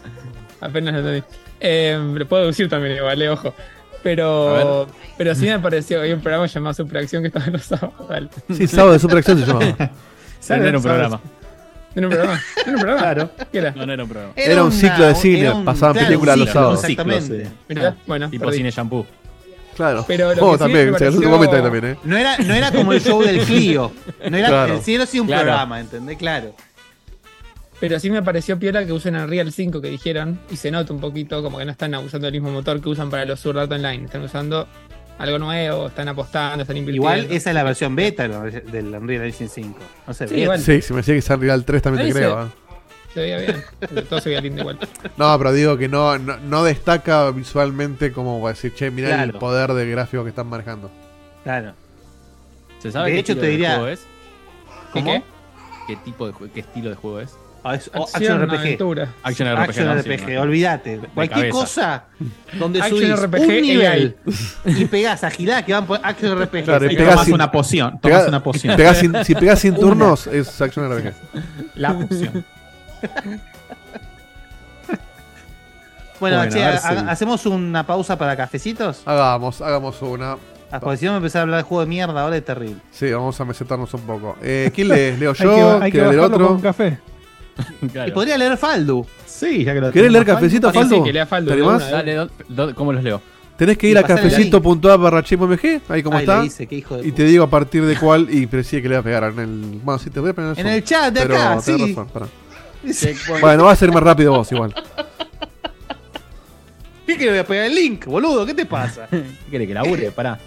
Apenas lo entendí. Eh, lo puedo deducir también, igual, eh, ojo. Pero, pero sí me pareció. Hay un programa llamado Superacción que estaba los sábados. dale. Sí, sábado de superacción se llamaba. Sí, no era un programa. ¿No era un programa? ¿No era un programa? Claro. ¿Qué era? No, no era un programa. Era Era un una- ciclo de cine, era un- pasaban claro, películas un los ciclo, sábados. exactamente. Mirá, bueno. Tipo perdí. eh. cine shampoo. Claro. Pero lo oh, que sí también, me se pareció- un comentario también, ¿eh? No era, no era como el show del Clio. No era Claro. el cielo sí un Claro. programa, ¿entendés? Claro. Pero sí me pareció piola que usen Unreal 5 que dijeron, y se nota un poquito, como que no están abusando del mismo motor que usan para los Sword Art Online. Están usando algo nuevo, están apostando, están invirtiendo. Igual esa es la versión beta del del Unreal Engine 5. No sé, Sí, bien. igual. Sí, si me decía que San Real 3 también Ahí te se- creo. ¿eh? Se veía bien. Todo se veía lindo igual. No, pero digo que no, no, no destaca visualmente como para decir, che, mirá el Claro. poder de gráfico que están manejando. Claro. ¿Se sabe De qué hecho, estilo te de diría- juego es? ¿Qué, ¿Cómo? qué? ¿Qué tipo de jue- qué estilo de juego es? Ah, es- o- Acción, Action RPG. aventura. Action RPG, Action no, sí, RPG, no. olvídate. De Cualquier cabeza. cosa donde Action subís RPG un nivel AI. y pegás agilidad que van por Action RPG. Claro, Y y pegás tomás sin- una poción. Pegá- Tomás una poción. pegás sin- si pegás sin turnos, es acción RPG. La poción. Bueno, Bueno, che, a ver ha- si- ¿hacemos una pausa para cafecitos? Hagamos, hagamos una. Ah, Porque si no me empezás a hablar de juego de mierda, ahora es terrible. Sí, vamos a mesetarnos un poco. Eh, ¿Quién lee? ¿Leo Hay que, yo? hay que ¿Quiere leer bajarlo otro? con café. Y podría leer Faldu. Sí, ya que lo ¿Querés leer tenemos. cafecito, Faldo? Sí, Faldo? sí, que lea Faldo, ¿Te de animás? una, Dale, do- do- ¿cómo los leo? Tenés que Y ir a pasale el cafecito.a barra chipmg, ahí como Ahí está. le dice, qué hijo de y puta. te digo a partir de cuál, y pero sí que le voy a pegar en el. Bueno, sí, te voy a pegar En Zoom, el chat de pero acá, tenés sí. razón, pará. Checkpoint. Bueno, va a ser más rápido vos igual. ¿Qué que le voy a pegar el link, boludo? ¿Qué te pasa? ¿Qué querés que labure? Pará.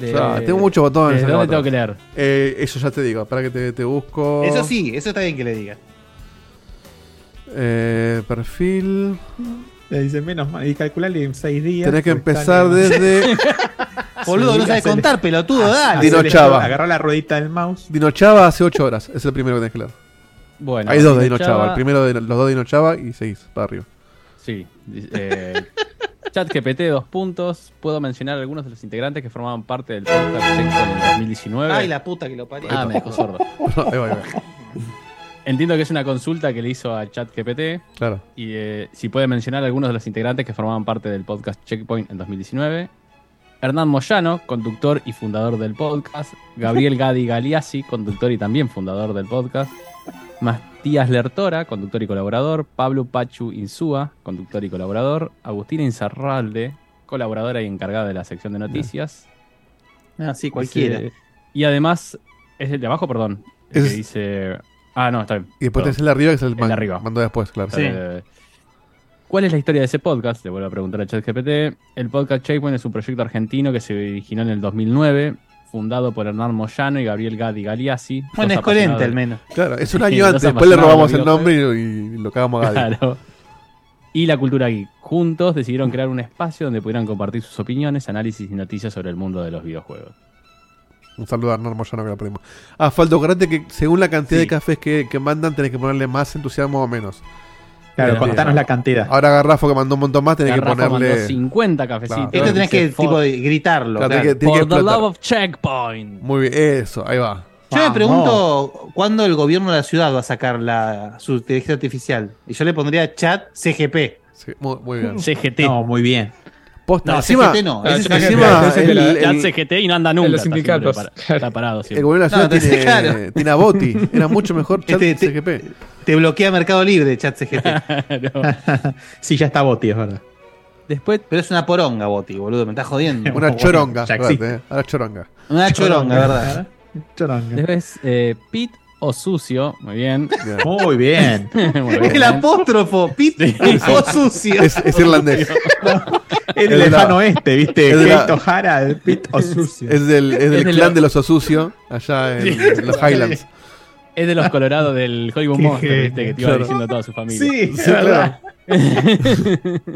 De- Ah, tengo muchos botones. ¿De acá Eh, dónde atrás. tengo que leer? Eh, eso ya te digo, para que te, te busco. Eso sí, eso está bien que le diga. Eh, perfil. Le dicen menos mal. Y calcularle en seis días. Tenés que porque empezar están en- desde. Boludo, no sabes Hacele- contar, pelotudo, Hacele- dale. hacele- Dino Chava. Agarrá la ruedita del mouse. Dinochava hace 8 horas. Es el primero que tenés que leer. Bueno, Hay dos de Dinochava- Dinochava. El primero de los dos de Dinochava y seguís para arriba. Sí. dice, Eh, ChatGPT, dos puntos. Puedo mencionar algunos de los integrantes que formaban parte del podcast Checkpoint en 2019. Ay, la puta que lo parió. Ah, me dejó sordo. Ahí va, ahí va. Entiendo que es una consulta que le hizo a ChatGPT. Claro. Y eh, si puede mencionar algunos de los integrantes que formaban parte del podcast Checkpoint en 2019. Hernán Moyano, conductor y fundador del podcast. Gabriel Gadi Galeazzi, conductor y también fundador del podcast. Matías Lertora, conductor y colaborador. Pablo Pachu Insúa, conductor y colaborador. Agustina Inzarralde, colaboradora y encargada de la sección de noticias. Ah, sí, cualquiera. Dice- y además, es el de abajo, perdón. El que Es- dice. Ah, no, está bien. Y después perdón. tenés el de arriba que es el, El de man- arriba. mandó después, claro. Eh, ¿Cuál es la historia de ese podcast? Le vuelvo a preguntar a ChatGPT. El podcast Checkpoint es un proyecto argentino que se originó en el 2009, fundado por Hernán Moyano y Gabriel Gadi Galeazzi. Bueno, dos es coherente al apasionados- menos. Claro, es un Sí, año los antes. Después le robamos el apasionados nombre y, y lo cagamos a Gaby. Claro. Y la cultura geek. Juntos decidieron crear un espacio donde pudieran compartir sus opiniones, análisis y noticias sobre el mundo de los videojuegos. Un saludo a Hernán Moyano que lo perdimos. Ah, falta acordate que según la cantidad de cafés que, que mandan, tenés que ponerle más entusiasmo o menos. Claro, Eh, contanos la cantidad. Ahora Garrafo que mandó un montón más, tenés Garrafo que ponerle. mandó 50 cafecitos. Claro. Esto Este tenés que, Dice, "For- tipo, de gritarlo. Claro, tenés claro. que- tenés que For the explotar. love of Checkpoint. Muy bien, eso, ahí va. Yo me pregunto cuándo el gobierno de la ciudad va a sacar la, su inteligencia artificial. Y yo le pondría chat CGP. Sí, muy, muy bien. CGT. No, muy bien. Posta, No, encima, CGT no. Ah, Ese es CGT. encima Ese es el, de la- el- Chat CGT y no anda nunca. los está siempre sindicatos. para- Está parado el siempre. gobierno de la ciudad No, entonces, tiene, claro. tiene a Botti. Era mucho mejor chat Este, este- CGP. Te bloquea Mercado Libre, chat CGT. No. Sí, ya está Boti, es verdad. Después, Pero es una poronga, Boti, boludo. Me estás jodiendo. Una choronga. ya acordate, existe. eh. Ahora choronga. Una choronga, ¿verdad? Choronga. después eh, Pit o Sucio. Muy bien. Muy bien. Muy El bien. ¿eh? apóstrofo, pito, o sucio. Es, es irlandés. El Es de la- lejano este, ¿viste? es de la- Kate O'Hara, el Pit o Sucio. Es del, es Es del de clan la- de los Osucio, allá en, en los Highlands. Es de los colorados del Hollywood Qué Monster, ¿viste? genio, que te iba claro. diciendo toda su familia. Sí, Sí, claro.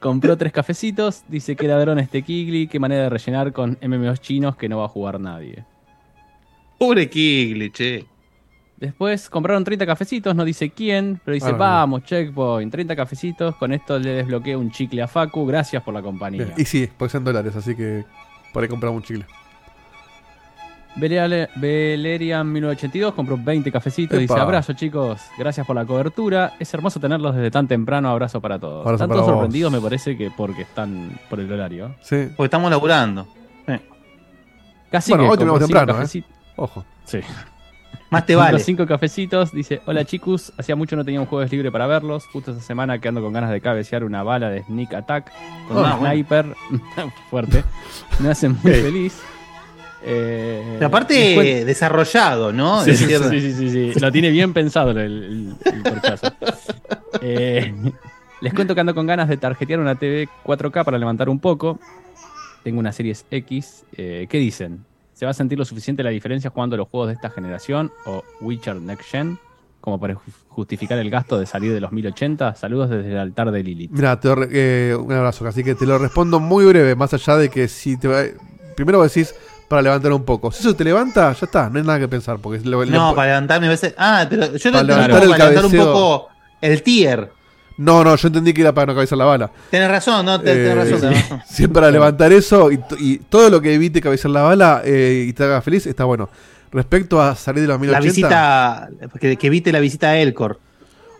Compró tres cafecitos, dice que ladrón este Kigli, qué manera de rellenar con MMOs chinos que no va a jugar nadie. Pobre Kigli, che. Después compraron 30 cafecitos, no dice quién, pero dice, Ah, no. vamos, checkpoint, 30 cafecitos, con esto le desbloqueo un chicle a Facu, gracias por la compañía. Y sí, porque son dólares, así que por ahí compramos un chile. Veleale- Valerian 1982 compró 20 cafecitos. Dice: Epa. Abrazo, chicos. Gracias por la cobertura. Es hermoso tenerlos desde tan temprano. Abrazo para todos. Abrazo están para todos vos. sorprendidos, me parece, que porque están por el horario. Sí, Porque estamos laburando. Casi Bueno, que hoy terminamos compró cinco temprano, ¿eh? cafeci- ojo. Más te compró vale. cinco cafecitos. Dice: Hola, chicos. Hacía mucho no tenía un jueves libre para verlos. Justo esta semana que ando con ganas de cabecear una bala de sneak attack con Ah, un bueno. sniper fuerte. Me hacen muy feliz. Eh, Y aparte, después- desarrollado, ¿no? Sí, Es sí, decir, sí, sí, sí, sí. Lo tiene bien pensado el, el, el corchazo. Eh, les cuento que ando con ganas de tarjetear una TV 4K para levantar un poco. Tengo una Series X. Eh, ¿Qué dicen? ¿Se va a sentir lo suficiente la diferencia jugando los juegos de esta generación o Witcher Next Gen? Como para ju- justificar el gasto de salir de los 1080. Saludos desde el altar de Lilith. Mira, te lo re- eh, un abrazo, así que te lo respondo muy breve, más allá de que si te va- primero vos decís para levantar un poco. Si eso te levanta, ya está, no hay nada que pensar, porque lo- lo- No, para levantarme a veces. Ah, pero yo lo Para entendí levantar como el para levantar un cabeceo. poco el tier. no, no, yo entendí que era para no cabezar la bala. Tenés razón, no, Ten- Eh, tenés razón, tenés razón. Sí, para levantar eso y, t- y todo lo que evite cabezar la bala eh, y te haga feliz, está bueno. Respecto a salir de los La 1080, visita, que, que evite la visita a Elcor.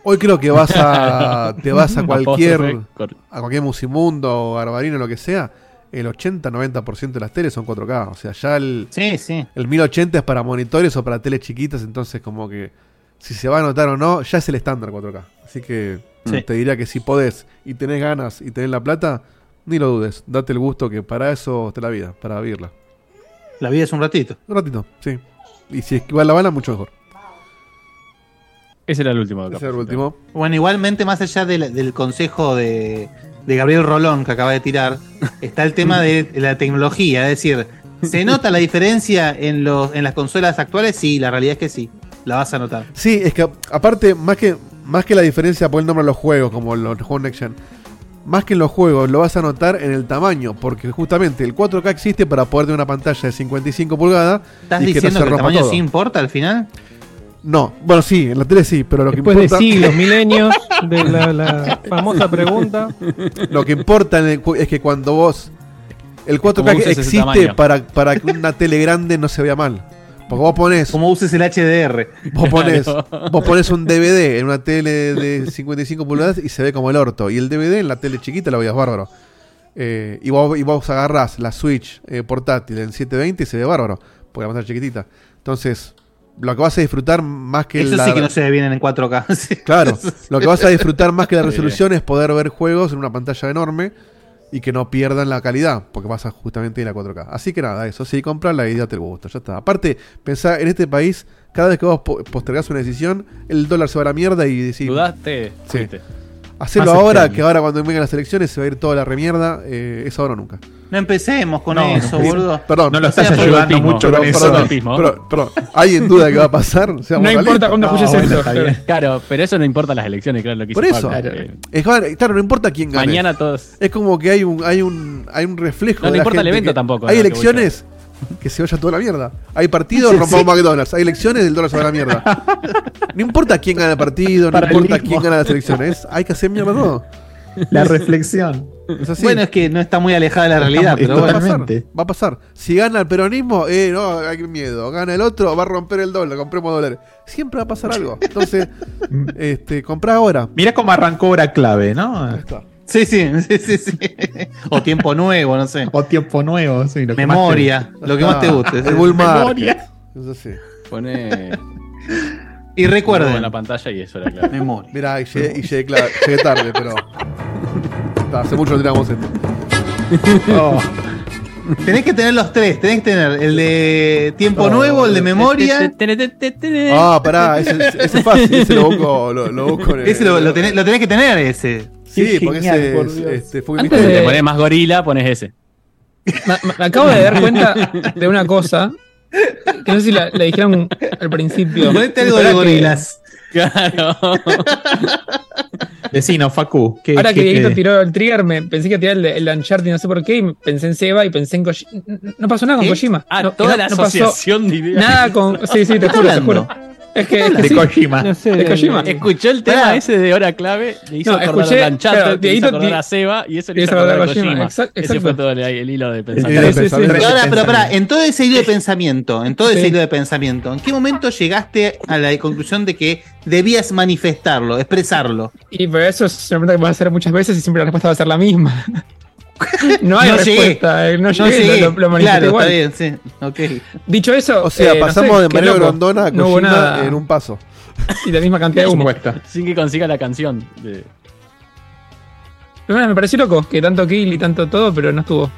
hoy creo que vas a te vas a cualquier Apóstrofe, cor- a cualquier musimundo o garbarino, lo que sea, el 80-90% de las teles son 4K. O sea, ya el, Sí, sí. el 1080 es para monitores o para teles chiquitas, entonces como que si se va a notar o no, ya es el estándar 4K. Así que Sí. te diría que si podés y tenés ganas y tenés la plata, ni lo dudes. Date el gusto que para eso está la vida, para vivirla. La vida es un ratito. Un ratito, sí. Y si esquivas la bala, mucho mejor. Ese era el último. Ese es el último. Bueno, igualmente, más allá del, del consejo de, de Gabriel Rolón que acaba de tirar, está el tema de la tecnología. Es decir, ¿se nota la diferencia en, los, en las consolas actuales? Sí, la realidad es que sí. La vas a notar. Sí, es que a- aparte, más que, más que la diferencia por el nombre de los juegos, como los juegos Next Gen, más que en los juegos, lo vas a notar en el tamaño, porque justamente el 4K existe para poder tener una pantalla de 55 pulgadas. ¿Estás y diciendo que, el rompa tamaño todo. sí importa al final? No, bueno, sí, en la tele sí, pero lo Después que de importa. siglos, milenios, de la- la famosa pregunta. Lo que importa en el cu- es que cuando vos. El Cómo 4K uses ese existe tamaño. para, para que una tele grande no se vea mal. Porque vos ponés. Como uses el HDR. Vos ponés, Claro. vos ponés un DVD en una tele de 55 pulgadas y se ve como el orto. Y el DVD en la tele chiquita lo veías bárbaro. Eh, y, vos, y vos agarrás la Switch eh, portátil en 720 y se ve bárbaro. Porque la pantalla es chiquita. Entonces, lo que vas a disfrutar más que Eso la- sí que no se ve bien en 4K. sí. Claro, lo que vas a disfrutar más que la Muy bien. resolución es poder ver juegos en una pantalla enorme y que no pierdan la calidad, porque vas a justamente ir a 4K. Así que nada, eso sí, compra la idea te gusta, ya está. Aparte, pensá, en este país, cada vez que vos po- postergás una decisión, el dólar se va a la mierda y decís... Dudaste, Sí. fuiste. Hacelo Más ahora, extraño. que ahora cuando vengan las elecciones se va a ir toda la remierda, eh, es ahora o nunca. No empecemos con No, eso, no, boludo. Perdón, No lo estás Sea por- ayudando mucho Pero, con eso. perdón, pero- perdón, ¿hay en duda que va a pasar? Seamos realistas. Claro, pero eso no importa las elecciones, claro, lo que Por hizo eso. Pablo. Claro. Eh, Es, claro, claro, no importa quién gane. Mañana todos. Es como que hay un, hay un, hay un reflejo. No, no de la importa el gente evento que- tampoco, Hay lo que voy yo. elecciones que se vaya toda la mierda. Hay partidos, Sí, rompamos sí. McDonald's. Hay elecciones, el dólar se va a la mierda. No importa quién gana el partido, no importa quién gana las elecciones. Hay que hacer mierda todo. La reflexión. Es así. Bueno, es que no está muy alejada de la realidad, pero va a bueno. pasar, va a pasar. Si gana el peronismo, eh, no, hay miedo. Gana el otro, va a romper el dólar, compremos dólares. Siempre va a pasar algo. Entonces, este, comprá ahora. Mirá cómo arrancó hora clave, ¿no? Sí, sí, sí, sí, sí. O tiempo nuevo, no sé. O tiempo nuevo, sí. lo que más te- Memoria, lo que más te guste. El bull Memoria. market. Eso sí. Pone. Y recuerden. en la pantalla y eso era claro. Memoria. Mirá, y llegué, y llegué, cla- llegué tarde, pero. Está, hace mucho que tiramos esto. Oh. Tenés que tener los tres, tenés que tener el de tiempo Oh. nuevo, el de memoria. este. Ah, pará, ese, ese es fácil, ese lo busco, lo, lo busco en el- Ese lo, lo tenés, lo tenés que tener, ese. Sí, porque Genial, ese por es- Dios. este, fue un Antes Si misterio. te pones más gorila, pones ese. Ma- ma- Me acabo de dar cuenta de una cosa que no sé si la, la dijeron al principio. Ponete algo de Ahora que- gorilas. Claro. Vecino, Facu. ¿qué- ahora qué- que Dieguito qué- tiró el trigger, me pensé que tirar el, el Uncharted, no sé por qué, y pensé en Seba y pensé en Kojima. No pasó nada con ¿Qué? Kojima. Ah, No- toda no- la no pasó asociación de ideas. Nada con. Sí, sí, te juro, te juro. Es que. es que De sí. Kojima. No sé, De Kojima. Escuchó el tema Pará. ese de hora clave, le hizo No, acordar escuché, a Lanchata, claro, le hizo Dieguito acordar di- a Seba y eso le le hizo hizo acordar a acordar a Kojima. Kojima. Exact- Ese exacto. fue todo el, el hilo de hilo de pensamiento. pensamiento. Pero Ese ahora, es pero pará, pensamiento. en todo ese hilo de pensamiento, en todo ese Sí. hilo de pensamiento, ¿en qué momento llegaste a la conclusión de que debías manifestarlo, expresarlo? Y pero eso es una pregunta que vas a hacer muchas veces y siempre la respuesta va a ser la misma. No hay No llegué. respuesta, eh, no No llegué, llegué. lo, lo manifesté claro, igual. está bien, sí. Ok. Dicho eso, O sea, eh, no pasamos sé, de qué Mario loco. Grondona a no hubo Kojima nada en un paso. y la misma cantidad de humo. Encuesta. Sin que consiga la canción. de- Pero bueno, Ah, me pareció loco que tanto kill y tanto todo, pero no estuvo.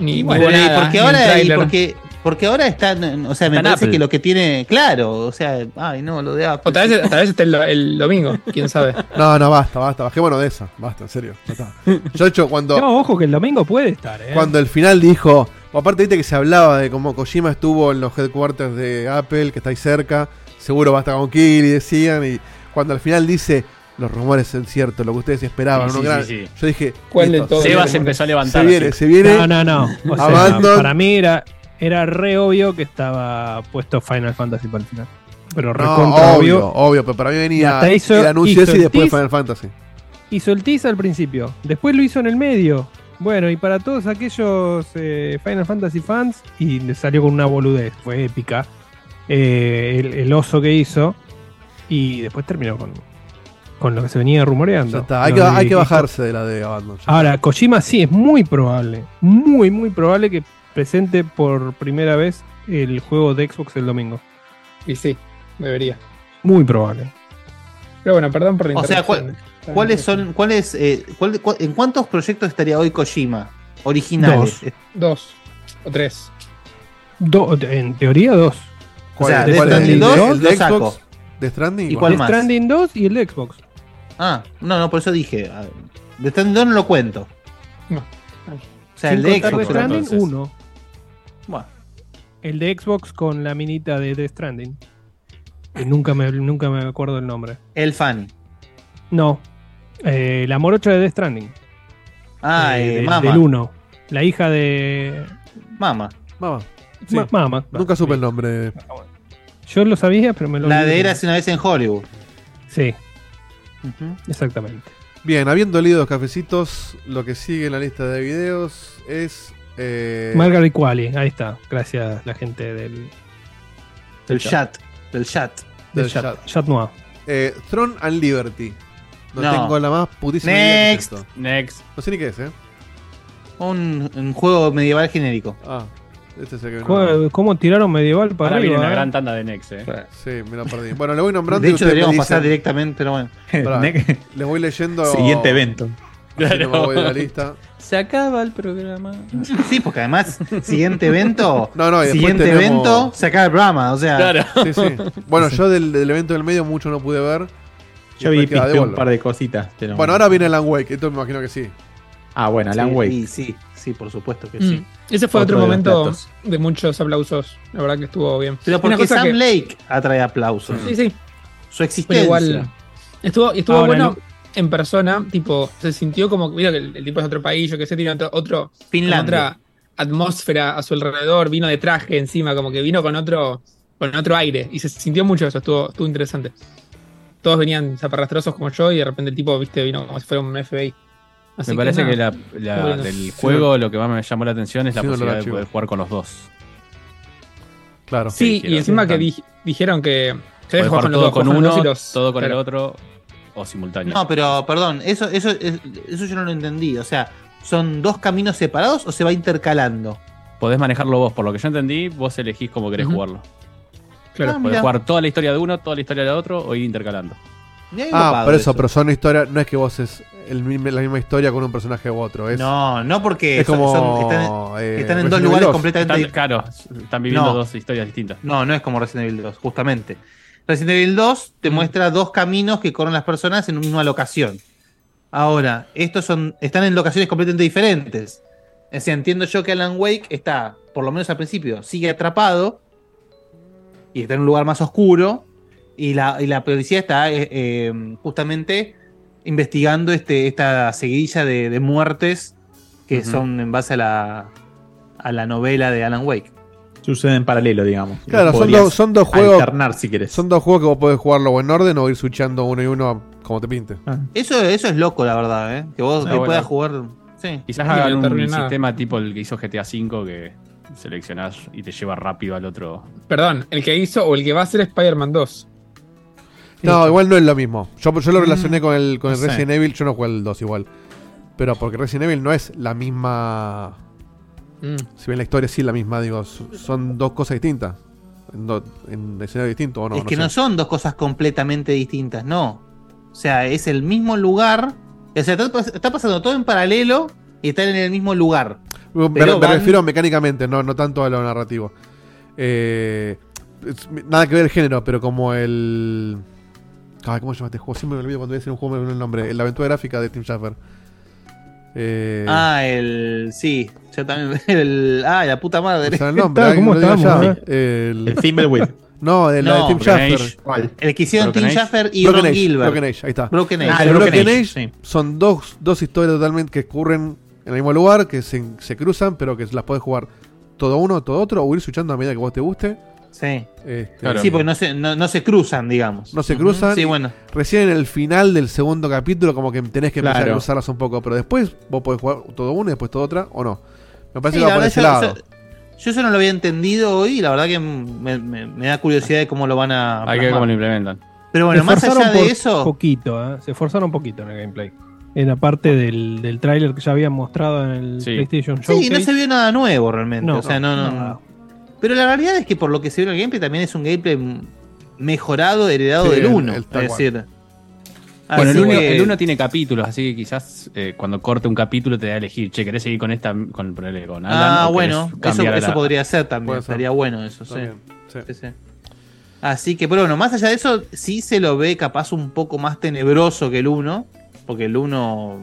Ni, Y ni bueno, hubo y nada, ni porque un ahora, y tráiler. porque, porque ahora está, o sea, me Está en parece Apple. que lo que tiene, claro, o sea, ay no, lo de Apple. O tal vez, tal vez esté el, el domingo, quién sabe. No, no, basta, basta, bajémonos de esa. Basta, en serio. ya está. Yo, de hecho, cuando, No, ojo que el domingo puede estar, ¿eh? Cuando el final dijo. Aparte, viste que se hablaba de cómo Kojima estuvo en los headquarters de Apple, que está ahí cerca. Seguro basta con Kill y decían. Y cuando al final dice. Los rumores son ciertos, lo que ustedes esperaban. Sí, uno sí, gran- sí, sí. Ah, Yo dije. ¿Cuál de listo, todos? se Seba viene, se empezó a Se levantar. viene, así. se viene. No, no, no. O sea, Abandon. para mí era, era re obvio que estaba puesto Final Fantasy para el final. Pero No, recontra obvio. obvio, obvio, pero para mí Y venía hasta hizo- el anuncio hizo ese y el después tease. Final Fantasy. Hizo el tease al principio, después lo hizo en el medio. Bueno, y para todos aquellos eh, Final Fantasy fans, y le salió con una boludez, fue épica. eh, el, el oso que hizo, y después terminó con, con lo que se venía rumoreando. Ya está, hay, Lo que, de- hay que bajarse de la de Abandon. ya. Ahora, Kojima sí es muy probable, muy, muy probable que presente por primera vez el juego de Xbox el domingo. Y sí, debería. Muy probable. Pero bueno, perdón por la O sea, interrupción. ¿Cuáles son, cuáles, eh, cuál- cu- en cuántos proyectos estaría hoy Kojima? Originales. Dos o tres. Do- en teoría, dos. ¿Cuál o sea, es? Death ¿Cuál es? Stranding ¿El de- 2 el de lo Xbox? saco. ¿De Stranding? ¿Y Bueno, ¿Cuál el más? Stranding 2 y el de Xbox. Ah, no, no, por eso dije. ah, De Stranding 2 no lo cuento. No. O sea, el Sin de contar Xbox, Death Stranding, entonces. uno. Bueno. El de Xbox con la minita de Death Stranding. Que nunca, me, nunca me acuerdo el nombre. El Fanny. No. Eh, la morocha de Death Stranding. Ah, Eh, eh, de- Mama. Del 1. La hija de. Mama. Mama. Sí. Mama. Nunca supe el nombre. Yo lo sabía, pero me lo. La olvidé. de Eras una vez en Hollywood. Sí. Exactamente. Bien, habiendo leído los cafecitos, lo que sigue en la lista de videos es. eh, Margaret Qualley. Ahí está. Gracias, la gente del. Del chat. Del chat. Del Del chat. chat. Chat Noir. eh, Throne and Liberty. No, No. tengo la más putísima idea qué es Next. esto. Next. No sé ni qué es, ¿eh? Un, un juego medieval genérico. Ah, este es el que. no- ¿Cómo, cómo tiraron medieval para, Ahora viene arriba, una eh? gran tanda de Next, eh. Sí, me lo perdí. Bueno, le voy nombrando. de y hecho, ustedes me deberíamos dicen- pasar directamente, pero bueno. Pará, Next. les voy leyendo. Siguiente evento. Así no me Claro. voy de la lista. Se acaba el programa. Sí, porque además, siguiente evento. No, no, y después siguiente tenemos- evento, se acaba el programa. O sea, Claro. Sí, sí. Bueno, yo del, del evento del medio mucho no pude ver. Y Yo vi después queda piste un Devolver. par de cositas. te lo- Bueno, ahora viene Alan Wake, esto me imagino que sí. Ah, bueno, Alan sí, Wake. Sí, sí, sí, por supuesto que Mm. sí. Ese fue Otro otro, de los momento platos. de muchos aplausos. La verdad que estuvo bien. Pero Una porque cosa Sam que- Lake atrae aplausos. Sí, sí. Su Pero existencia. igual. Estuvo, y estuvo Ah, Ahora, bueno ¿no? en persona. Tipo, se sintió como que, mira, que el, el tipo es de otro país, yo que sé, tiene otro, otro con Finlandia. otra atmósfera a su alrededor, vino de traje encima, como que vino con otro, con otro aire. Y se sintió mucho eso, estuvo, estuvo interesante. Todos venían zaparrastrosos como yo y de repente el tipo, viste, vino como si fuera un FBI. Así me parece nada. que, la, la- Bueno. del juego lo que más me llamó la atención es la Sí, no lo posibilidad de archivo. poder jugar con los dos. Claro. Sí, Sí, y encima que dijeron. di- dijeron que se Podés dejó jugar con los todo dos, con juegan los uno, dos y los- todo con el claro. otro o simultáneo. No, pero perdón, eso, eso, es- eso yo no lo entendí. O sea, ¿son dos caminos separados o se va intercalando? Podés manejarlo vos, por lo que yo entendí, vos elegís cómo querés Ujú. jugarlo. Claro, Ah, Podés mirá, jugar toda la historia de uno, toda la historia del otro o ir intercalando. mirá qué Ah, copado por eso, pero son historias. No es que vos es el mismo- la misma historia con un personaje u otro. Es, No, no porque es son- como. son- están, eh, están Resident en dos Evil lugares 2. completamente Están, diferentes. claro, están viviendo No. dos historias distintas. No, no es como Resident Evil 2, justamente. Resident Evil 2 Mm. te muestra dos caminos que corren las personas en una misma locación. Ahora, estos son, están en locaciones completamente diferentes. O sea, entiendo yo que Alan Wake está, por lo menos al principio, sigue atrapado y está en un lugar más oscuro. Y la, y la policía está eh, eh, justamente investigando este, esta seguidilla de, de muertes que Ujú. son en base a la, a la novela de Alan Wake. Sucede en paralelo, digamos. Claro, son Podrías dos, son dos juegos. Alternar si quieres. Son dos juegos que vos podés jugarlo o en orden o ir switchando uno y uno como te pinte. Eso, eso es loco, la verdad, ¿eh? Que vos Ah, que bueno. puedas jugar. Sí. Quizás No hagan quiero un terminar nada. sistema tipo el que hizo GTA V que seleccionás y te lleva rápido al otro. Perdón, el que hizo o el que va a ser Spider-Man 2. No, igual no es lo mismo. Yo, Mm, yo lo relacioné con el, con el no sé. Resident Evil, yo no jugué el 2 igual. Pero porque Resident Evil no es la misma. Mm. Si bien la historia sí es la misma, digo, su- son dos cosas distintas. En, do- en escenario distinto o no. es que sé. no son dos cosas completamente distintas, no. O sea, es el mismo lugar. O sea, está, está pasando todo en paralelo y están en el mismo lugar. Uh, Me, Pero me van- refiero mecánicamente, no, no tanto a lo narrativo. Eh, es- nada que ver el género, pero como el. Ah, ¿Cómo se llama este juego? Siempre me olvido cuando voy a decir un juego, me olvido el nombre. La aventura gráfica de Tim Schafer. Eh, Ah, el. Sí, yo también. El, ah, la puta me madre. sale el nombre, Está, ah, ¿cómo lo digo estamos, ya. eh? El- El Thimbleweed. no, de la No, de Tim Broken Schafer. Age. El que hicieron Broken Tim Age. Schaffer y Broken Ron Age, Gilbert. Broken Age, ahí está. Broken Age. Ah, el el Broken, Broken Age, Age, sí. son dos, dos historias totalmente que ocurren en el mismo lugar, que se, se cruzan, pero que las puedes jugar todo uno, todo otro, o ir switchando a medida que vos te guste. Sí. Este, Claro. Sí, porque no se, no, no se cruzan, digamos. No se Ujú. cruzan. Sí, bueno. Recién en el final del segundo capítulo, como que tenés que empezar Claro. a cruzarlas un poco, pero después vos podés jugar todo uno y después todo otra, o no. Me parece que Sí, va la por verdad, ese yo- lado. yo- Yo eso no lo había entendido hoy y la verdad que me, me- me da curiosidad de cómo lo van a. Hay que ver plasmar. cómo lo implementan. Pero bueno, Se más esforzaron allá de por eso, Poquito, ¿eh? Se esforzaron poquito en el gameplay. En la parte del, del tráiler que ya habían mostrado en el Sí. PlayStation Showcase. sí, no se vio nada nuevo realmente. No, o sea, no, no, no, no. Pero la realidad es que por lo que se vio en el gameplay también es un gameplay mejorado, heredado Sí, del el- 1. el Es tal cual. decir. Bueno, el así uno, que- el uno tiene capítulos, así que quizás eh, cuando corte un capítulo te da a elegir, che, ¿querés seguir con esta, con, ponele, con Alan? Ah, o querés bueno, eso, cambiar a eso la- podría ser también. Puede ser. Estaría bueno eso, sí. También, sí. Sí, sí. Así que, pero bueno, más allá de eso, sí se lo ve capaz un poco más tenebroso que el 1. Porque el 1.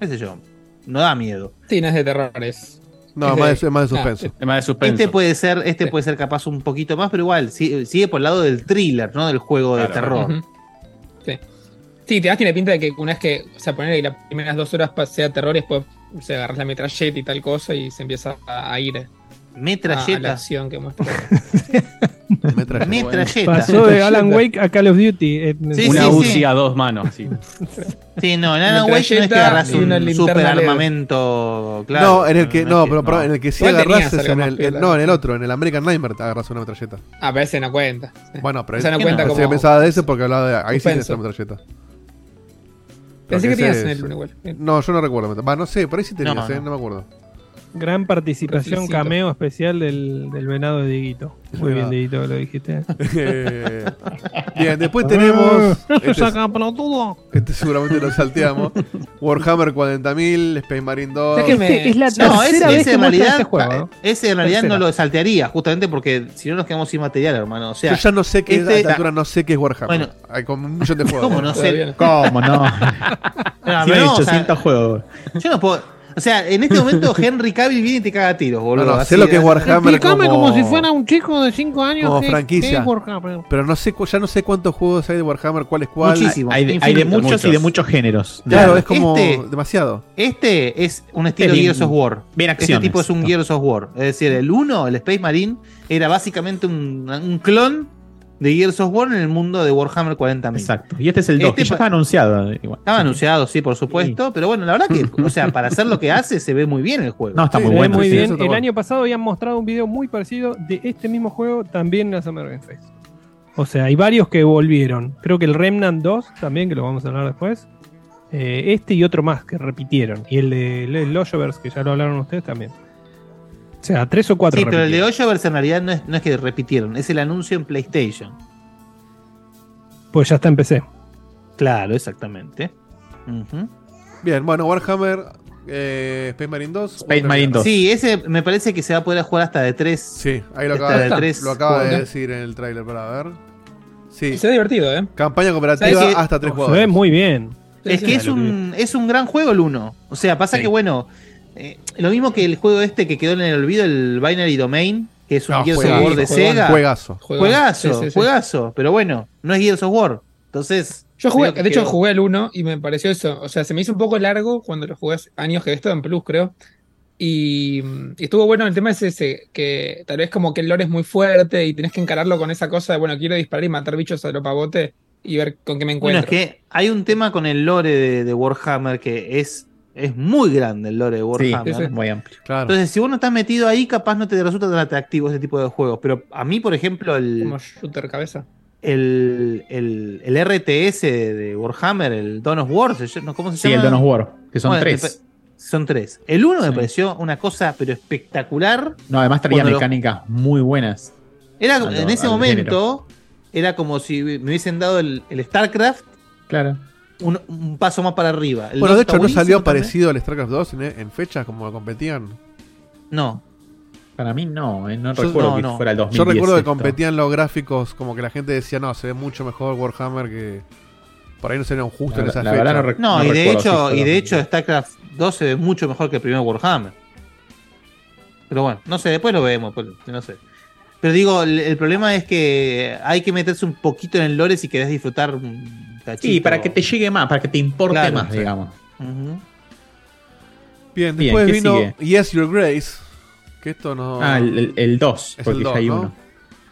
qué sé yo. no da miedo. Sí, no es de terror, es. es Ah, Nah, Este puede ser, este puede ser capaz un poquito más, pero igual, si- sigue por el lado del thriller, ¿no? Del juego de Claro. terror. Sí, te das tiene pinta de que una vez que, o sea, poner que las primeras dos horas pa- sea terror y después se agarras la metralleta y tal cosa y se empieza a, a ir. eh, a- Metralleta. A, la acción que muestra. Metralleta. Pasó de Alan Wake a Call of Duty. eh, Una UCI a dos manos, sí. Sí, no, en Alan Wake no es que Metralleta agarras y una un linterna super LED. armamento, claro. no, en el que, no, pero pará, en el que sí Igual tenías agarrases algo en más el, piola. no, en el otro, en el American Nightmare te agarras una metralleta. Ah, pero ese no cuenta. Bueno, pero ese no ese- cuenta pensé como. que pensaba de ese porque hablaba de ahí sí Suspenso. tenés una metralleta. Pensé Porque que tenías ese en es- el uno igual. No, yo no recuerdo. Va, no sé, por ahí sí tenías, No, eh, no. no me acuerdo. Gran participación, Felicito. cameo especial del, del venado de Dieguito. Muy bien, Venado. Dieguito, que lo dijiste. Eh, Bien, después tenemos. Este Este, saca pelotudo. este seguramente lo salteamos. Warhammer 40.000, Space Marine 2. Este- no, ese, ese en realidad, este eh, ese en realidad no lo saltearía, justamente porque si no nos quedamos sin material, hermano. O sea, Yo ya no sé qué este- a esta altura no sé qué es Warhammer. Bueno. Hay como un millón de juegos. ¿Cómo no sé? ¿Cómo no? No, Tiene pero Ah, no, o sea, 800 juegos. yo no puedo. O sea, en este momento Henry Cavill viene y te caga a tiros, boludo. No, no, así sé lo de- que es Warhammer como- un chico de 5 como franquicia. Pero no sé, cu- ya no sé cuántos juegos hay de Warhammer, cuál es cuál. Muchísimos, Hay de- hay de muchos, y de muchos géneros. Claro, es como Este- demasiado. Este es un estilo Bien- Gears of War. bien este acciones. tipo es un Gears of War. Es decir, el 1, el Space Marine, era básicamente un, un clon de Gears of War en el mundo de Warhammer 40.000. Exacto. Y este es el 2, Este que ya pa- está anunciado. eh, igual. Estaba anunciado, sí, por supuesto, pero bueno, la verdad que, o sea, para hacer lo que hace, se ve muy bien el juego. No, está muy bueno. Muy sí, bien. eso El está bueno. año pasado habían mostrado un video muy parecido de este mismo juego también en la Summer Game Fest. O sea, hay varios que volvieron. Creo que el Remnant 2 también, que lo vamos a hablar después. Eh, este y otro más que repitieron. Y el de Les Logevers, que ya lo hablaron ustedes también. O sea, tres o cuatro. Sí, pero el de repitieron. Oyoverse en realidad no es, no es que repitieron, es el anuncio en PlayStation. Pues ya está en PC. Claro, exactamente. Bien, bueno, Warhammer, eh, Space Marine 2. Space Marine 2. Sí, ese me parece que se va a poder jugar hasta de 3. Sí, ahí lo acaba acaba, este de 3. lo acaba de decir en el tráiler, para ver. Sí. Se ve divertido, ¿eh? Campaña ¿Sabes cooperativa qué? hasta tres Oh, Se ve jugadores. muy bien. Es que es un, es un gran juego el 1. O sea, pasa que bueno, eh, lo mismo que el juego este que quedó en el olvido, el Binary Domain, que es un Ah, No, Gears of juegazo, War de juegazo, Sega. juegazo. Juegazo, Sí, sí, sí. juegazo. Pero bueno, no es Gears of War. Entonces. Yo jugué, creo que de hecho quedó- jugué al 1 y me pareció eso. O sea, se me hizo un poco largo cuando lo jugué hace años que esto en Plus, creo. Y, y estuvo bueno el tema es ese, que tal vez como que el lore es muy fuerte y tenés que encararlo con esa cosa de, bueno, quiero disparar y matar bichos a lo pavote y ver con qué me Bueno, encuentro. es que hay un tema con el lore de, de Warhammer que es, es muy grande el lore de Warhammer. sí, sí. Muy amplio. Claro. Entonces, si vos no estás metido ahí, capaz no te resulta tan atractivo ese tipo de juegos. Pero a mí, por ejemplo, el, Como shooter cabeza. el, el, el RTS de Warhammer, el Dawn of War, ¿se llama? ¿cómo se Sí, llama? el Dawn of War, que son Bueno, me tres. pa- Son tres. El uno me pareció una cosa, pero espectacular. No, además traía Cuando lo- mecánicas muy buenas. Era, A lo- en ese al momento, era como si me hubiesen dado el, el StarCraft Claro. un, un paso más para arriba. El Bueno, de dos está hecho, ¿no salió buenísimo también. parecido al StarCraft 2 en, en fechas como competían? No. Para mí no, eh, no Yo- recuerdo no, que no. fuera el 2010. Yo recuerdo que esto. competían los gráficos, como que la gente decía, no, se ve mucho mejor Warhammer que. Por ahí no sería un justo La- en esa la fecha. verdad no rec- No, No y, de recuerdo si hecho, fue y de 2010. hecho, StarCraft 2 se ve mucho mejor que el primer Warhammer. Pero bueno, no sé, después lo vemos, pues, no sé. Pero digo, el, el problema es que hay que meterse un poquito en el lore si querés disfrutar un cachito. Sí, para que te llegue más, para que te importe Claro, más, sí. digamos. Ujú. Bien, Bien, después ¿qué vino sigue? Yes Your Grace. Que esto no. Ah, el- el- el 2, Es porque el ya 2, hay ¿no? uno.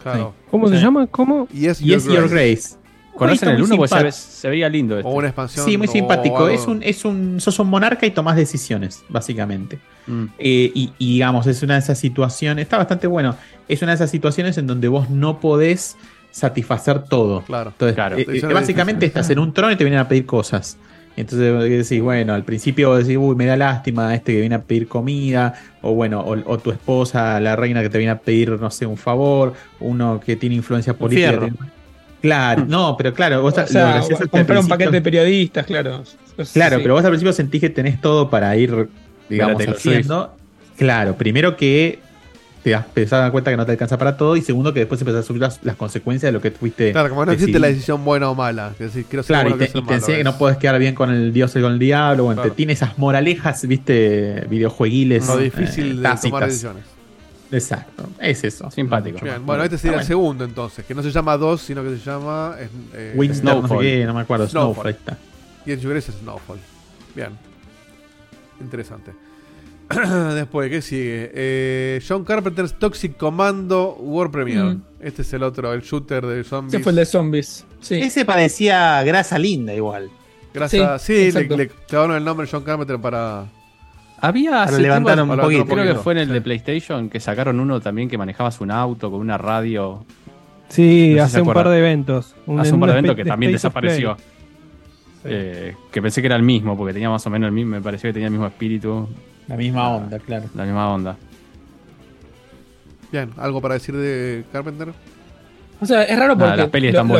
Claro. ¿Cómo se Sí. llama? ¿Cómo? Yes, Y es Your Grace. ¿Conocen el Jueguito 1? muy Pues se, simpático. ve- se veía lindo este. O una expansión. Sí, muy o simpático. algo. Es un, es un, sos un monarca y tomás decisiones, básicamente. Mm. Eh, y, y, digamos, es una de esas situaciones, está bastante bueno, es una de esas situaciones en donde vos no podés satisfacer todo. Claro. Entonces, Claro. eh, eh, Decisiones básicamente difíciles. estás en un trono y te vienen a pedir cosas. Y Entonces vos decís, bueno, al principio vos decís, uy, me da lástima este que viene a pedir comida, o bueno, o, o tu esposa, la reina que te viene a pedir, no sé, un favor, uno que tiene influencia política. fierro. que tiene- Claro, no, pero claro, vos Mm. O estás- lo sea, gracioso es que al comprar un pues, principio- paquete de periodistas, claro. Cosas Claro, así. pero vos al principio sentís que tenés todo para ir, digamos, Taylor haciendo. Claro, primero que te has empezado a dar cuenta que no te alcanza para todo. Y segundo, que después empezás a subir las, las consecuencias de lo que fuiste. Claro, como no existe decidí. la decisión buena o mala. Es decir, quiero ser Claro, bueno, y te, quiero ser y te malo, enseña que es. no puedes quedar bien con el dios y con el diablo. Bueno, Claro. te tiene esas moralejas, viste, videojueguiles. Lo eh, difícil de tácitas. tomar decisiones. Exacto, es eso. Simpático. Ah, Bien, bueno, este sería el segundo entonces, que no se llama 2, sino que se llama. eh, eh, Winter, no sé qué, no me acuerdo, Snowfall, ahí está. Y el Jurassic es Snowfall. Bien. Interesante. Después, ¿qué sigue? Eh, John Carpenter's Toxic Commando War Premiere. Mm. Este es el otro, el shooter de zombies. Ese fue el de zombies. Sí. Ese parecía grasa linda igual. Gracias. Sí, Sí, le, exacto. le clavaron el nombre a John Carpenter para. Había hace levantar tiempo- un para otro poquito. Creo que fue en el de PlayStation que sacaron uno también que manejabas un auto con una radio. Sí, No sé si se hace un acuerdan. par de eventos. hace un par de eventos que Space- también Space of Play. desapareció. Eh, que pensé que era el mismo, porque tenía más o menos el mismo. Me pareció que tenía el mismo espíritu, La misma onda, claro. la misma onda. Bien, ¿algo para decir de Carpenter? O sea, es raro Nada, porque las pelis lo, están lo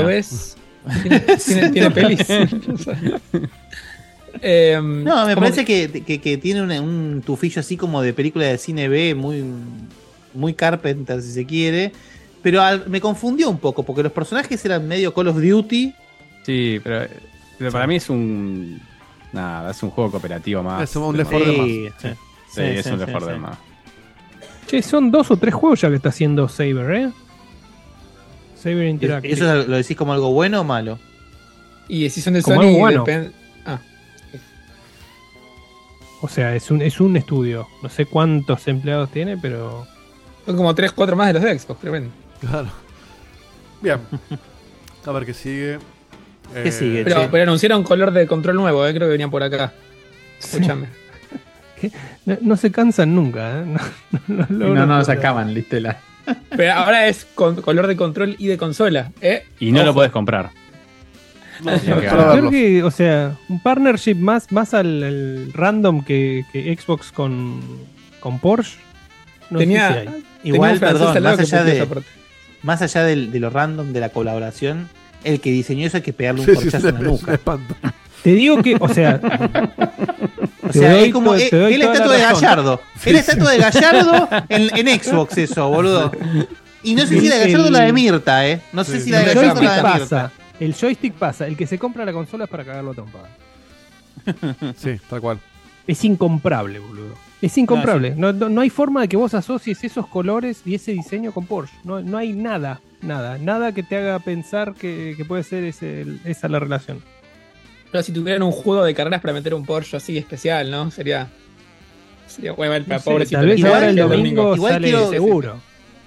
ves. buenas. Tiene, tiene- tiene pelis. Eh, No, me como parece que, que- que tiene una- un tufillo así como de película de cine B, muy, muy Carpenter, si se quiere. Pero al- me confundió un poco, porque los personajes eran medio Call of Duty. Sí, pero, pero para mí es un. Nada, es un juego cooperativo más. Es un Left Sí, 4 Dead más. sí, sí, es un Left 4 Dead más. Che, son dos o tres juegos ya que está haciendo Saber, ¿eh? Saber Interactive. ¿Eso es- lo decís como algo bueno o malo? Y si son de Como Sony, algo bueno. depende- Ah, O sea, es un, es un estudio. No sé cuántos empleados tiene, pero. son como 3, 4 más de los de Xbox, creo que ven. Claro. Bien. A ver qué sigue. Eh, Eh, ¿Qué sigue, Pero, Sí. pero anunciaron color de control nuevo, eh, creo que venían por acá. Escúchame. No, no se cansan nunca, ¿eh? No, no, Y no No, logran. no, se acaban, viste. La... Pero ahora es con color de control y de consola, ¿eh? Y no lo podés comprar. No, Tenía que para ganar. Creo verlo. que, o sea, un partnership más, más al, al random que, que Xbox con, con Porsche. No sé Tenía- si hay. Igual, Tenía un francés perdón, al lado más que allá, puso esa de, parte. más allá del- de lo random de la colaboración, el que diseñó eso hay que pegarle un Sí, sí, es corchazo en la un- es un nuca. espanto. Te digo que, o sea. O sea, doy es como to- eh, te doy el toda la estatua de razón. Gallardo. El estatua de Gallardo en, en Xbox, eso, boludo. Y no sé si la de Gallardo o la de Mirta, ¿eh? No sé Sí. si la El de Gallardo o la joystick de Mirta. pasa. El joystick pasa. El que se compra la consola es para cagarlo a trompada. Sí, tal cual. Es incomprable, boludo. Es incomprable. No, no- no hay forma de que vos asocies esos colores y ese diseño con Porsche. No, no hay nada, nada, nada que te haga pensar que, que puede ser ese- esa la relación. Pero si tuvieran un juego de carreras para meter un Porsche así especial, ¿no? Sería. Sería bueno, el No sé, Ah, pobrecito. tal vez Igual ahora el el domingo, domingo. Igual sale quiero- seguro.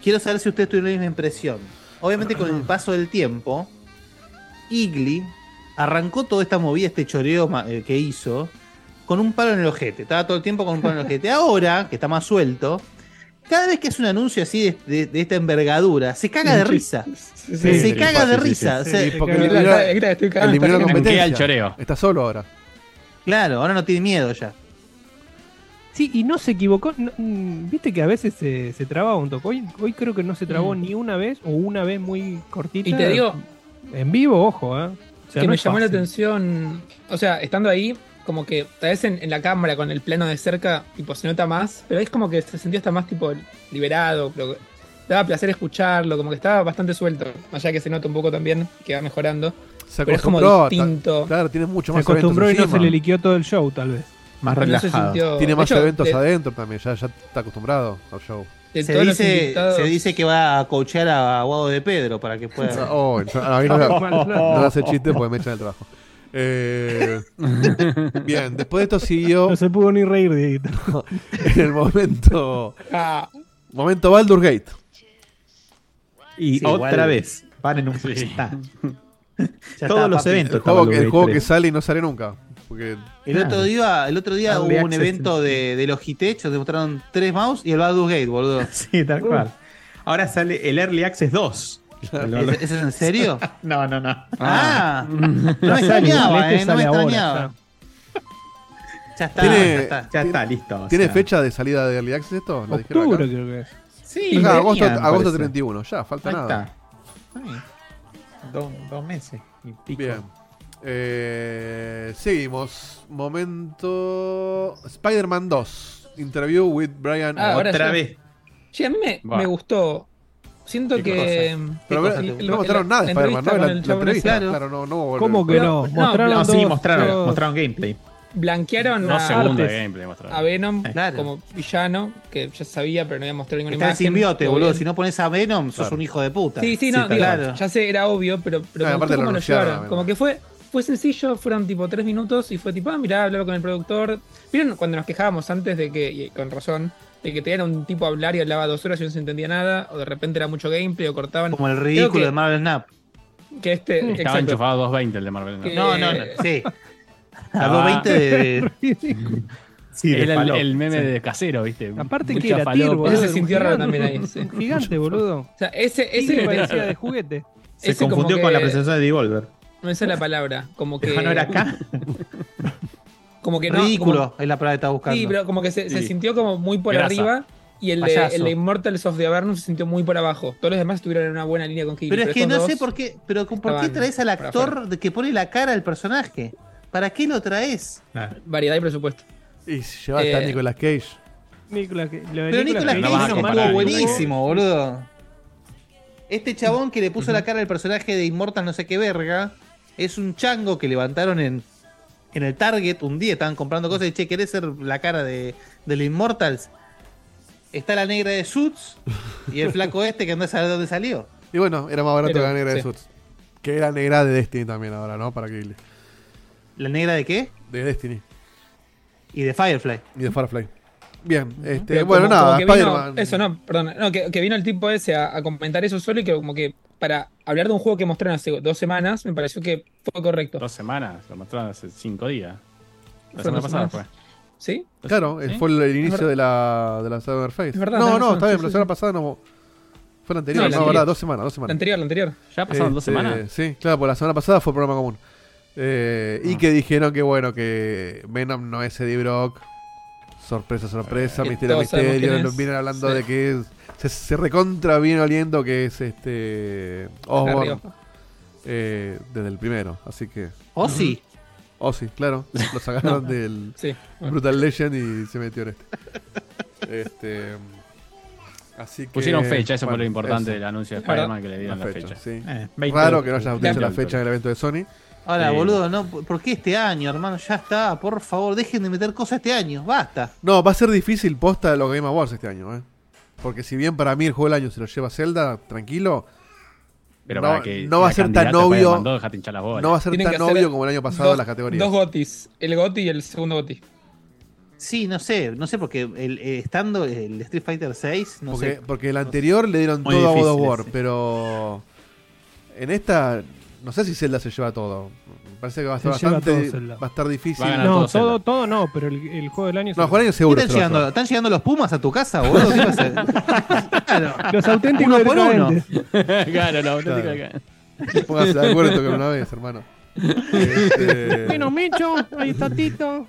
Quiero saber si ustedes tuvieron la misma impresión. Obviamente, con el paso del tiempo, Igli arrancó toda esta movida, este choreo ma- eh, que hizo, con un palo en el ojete. Estaba todo el tiempo con un palo en el ojete. Ahora, que está más suelto, cada vez que hace un anuncio así de, de- de esta envergadura, se caga de risa. Sí, Se, sí, se sí. caga de sí, sí, risa. O sea, Sí, Eh, porque Pero eliminó- la- la- la- estoy cagando, eliminó la está bien. competencia. Tanquea el choreo. Está solo ahora. Claro, ahora no tiene miedo ya. Sí, y no se equivocó. no- mm, Viste que a veces se, se trababa un toque. Hoy, hoy creo que no se trabó Mm. ni una vez o una vez muy cortita. Y te digo, En vivo, ojo, ¿eh? O sea, que no me es llamó la fácil. atención, o sea, estando ahí, como que tal vez en, en la cámara con el plano de cerca, tipo, se nota más, pero es como que se sentía hasta más, tipo, liberado, como que daba placer escucharlo, como que estaba bastante suelto, allá que se nota un poco también, que va mejorando, Se pero es como acostumbró. ta- distinto, Claro, tiene mucho Se más acostumbró y eventos no se encima. le liqueó todo el show, tal vez. Más no se relajado. sintió... Tiene de más hecho, eventos de- adentro también. Ya, ya está acostumbrado al show. de Se todos los dice, invitados- se dice que va a coachear a Guado de Pedro para que pueda. Oh, yo- a mí no, no hace chiste porque me echan el trabajo. Eh, bien, después de esto siguió No se pudo ni reír, Dieguito. en el momento. Ah, Momento Baldur Gate. Y Sí, otra igual. vez, van en un está. Ya Todos está, los papi. eventos. El juego, estaban que, los el juego que 23. sale y no sale nunca. Porque El otro día, el otro día Ah, hubo de un Access, evento de, de los Hitech, donde mostraron tres mouse y el Baldur's Gate, boludo. Sí, tal cual. Ahora sale el Early Access 2. ¿Eso, eso es en serio? No, no, no. Ah, no me Ya sale, extrañaba, Celeste eh, no me sale ahora, extrañaba. Ya está, Tiene- ya está. Ya está, listo. o ¿Tiene sea. fecha de salida de Early Access esto? ¿La dijeron acá? Octubre creo que es. Sí, Acá, agosto, venían, agosto parece. 31. Ya, falta Ahí nada. está. Ay, dos, dos meses y pico. Bien. Eh, seguimos. Momento. Spider-Man 2. Interview with Brian. Ah, ahora Otra sí. vez. Sí, a mí me, Buah. me gustó. Siento que. Pero que- no- el- no mostraron nada de entrevista con Spider-Man, ¿no? La- el la chabón entrevista, ese. claro, no- no volvieron. ¿Cómo que no? Mostraron. no, sí, dos- mostraron, dos- mostraron gameplay. Blanquearon Dos a, segundos de Artes, gameplay mostraron. a Venom Eh, Claro. como villano, que ya sabía, pero no había mostrado ninguna Está el imagen. simbiote, Estuvo boludo. bien. Si no pones a Venom, sos Claro. un hijo de puta. Sí, sí, no, está digo, claro. ya sé, era obvio, pero, pero Ah, me gustó aparte lo cómo lo anunciaron, llevaron. la Como que fue, fue sencillo, fueron tipo tres minutos y fue tipo, ah, mirá, hablaba con el productor. Vieron cuando nos quejábamos antes de que, y con razón, de que te dieran un tipo a hablar y hablaba dos horas y no se entendía nada, o de repente era mucho gameplay o cortaban. Como el Creo ridículo que- de Marvel Snap. Que este, Estaba exacto. eh, enchufado a 220 el de Marvel. ¿no? Que- No, no, no. Sí. A Ah. 220 de. Sí, de Era el, Falop, el meme sí. de casero, ¿viste? Aparte Mucha que era falopa. Tyr, boludo. Ese era un sintió raro gigante, también ahí, un- sí. Un gigante, boludo. O sea, ese, ese Tigre me parecía parecía. de juguete. Se ese como confundió que- con la presentación de Devolver. No esa es la palabra. Como que. Ah, no era acá. Como que no. como- Ridículo es la palabra que está buscando. Sí, pero como que se, se Sí. sintió como muy por Grasa. arriba. Y el de, Payaso. el de Immortals of the Avernum se sintió muy por abajo. Todos los demás estuvieron en una buena línea con Kiwi. Pero es que no sé por qué, pero con- ¿por qué estaban traes al para afuera. actor de que pone la cara al personaje? ¿Para qué lo traes? Ah. Variedad y presupuesto. Y si lleva hasta Eh, Nicolas Cage. Nicolas, que- lo de Pero Nicolas no vas a Cage comparar estuvo ningún- buenísimo, boludo. Este chabón que le puso la cara al personaje de Immortal no sé qué verga, es un chango que levantaron en, en el Target un día, estaban comprando cosas y che, ¿querés ser la cara de, del Immortals? Está la negra de Suits y el flaco este que no sabe de dónde salió. Y bueno, era más barato Pero, que la negra de sí. Suits. Que era negra de Destiny también ahora, ¿no? Para que ¿La negra de qué? De Destiny Y de Firefly. y de Firefly. Bien, este, Pero bueno, como- nada, como que vino- Spider-Man. Eso no, perdón. No, que, que vino el tipo ese a, a comentar eso solo y que como que para hablar de un juego que mostraron hace dos semanas, me pareció que fue correcto. Dos semanas, lo mostraron hace cinco días. Fueron La semana dos pasada fue. semanas. ¿Sí? Claro, ¿Sí? fue el, el inicio de la, de la Cyberface. Es verdad, no, tenés no, razón, está bien, sí, la sí, semana sí. pasada no. Fue la anterior, No, no, la verdad, anterior. dos semanas, dos La semanas. anterior, la anterior. Ya pasaron dos Este, semanas. Sí, claro, porque la semana pasada fue programa común. Eh, Ah. Y que dijeron que bueno, que Venom no es Eddie Brock. Sorpresa, sorpresa, Eh, misterio, todos sabemos misterio. quién Nos es. vienen hablando Sí. de que es- se, se recontra viene oliendo que es este Osborn Arriba. eh, desde el primero. Así que, ¿O sí? oh sí, claro, lo sacaron del Sí. bueno. Brutal Legend y se metió en este. Este. Así que. Pusieron fecha, eso fue bueno, lo importante eso, del anuncio de Es verdad. Spider-Man que le dieron la la fecha, fecha. sí. Eh, 20 Raro de- que no hayas de- dicho la de- fecha del evento de Sony. Ahora, Eh, Sí. boludo, no, ¿por qué este año, hermano? Ya está, por favor, dejen de meter cosas este año, basta. No, va a ser difícil posta los Game Awards este año, ¿eh? Porque si bien para mí el juego del año se lo lleva Zelda, tranquilo, Pero No- para que no va a la ser tan candidata obvio. Spider-Man 2, dejate hinchar las bolas. no va a ser Tienen tan que hacer obvio como el año pasado dos, las categorías. Dos gotis. El goti y el segundo goti. Sí, no sé, no sé, porque el, eh, estando el Street Fighter 6, no porque, sé. porque el anterior le dieron Muy todo a God of difícil, War, sí. pero en esta no sé si Zelda se lleva todo. Me parece que va a estar Se lleva bastante todo Zelda. va a estar difícil. Va a ganar. No, todo Zelda. todo, todo no, pero el, el juego del año. No, sí. Juan año ¿Qué seguro. están se lo lleva. llegando? ¿Están llegando los Pumas a tu casa, boludo? ¿Qué pasa? Claro. Los auténticos Uno por uno. delincuentes. claro, no, no Claro. digo acá. Póngase de acuerdo con una vez, hermano. Este, Bueno, Mecho, ahí está Tito.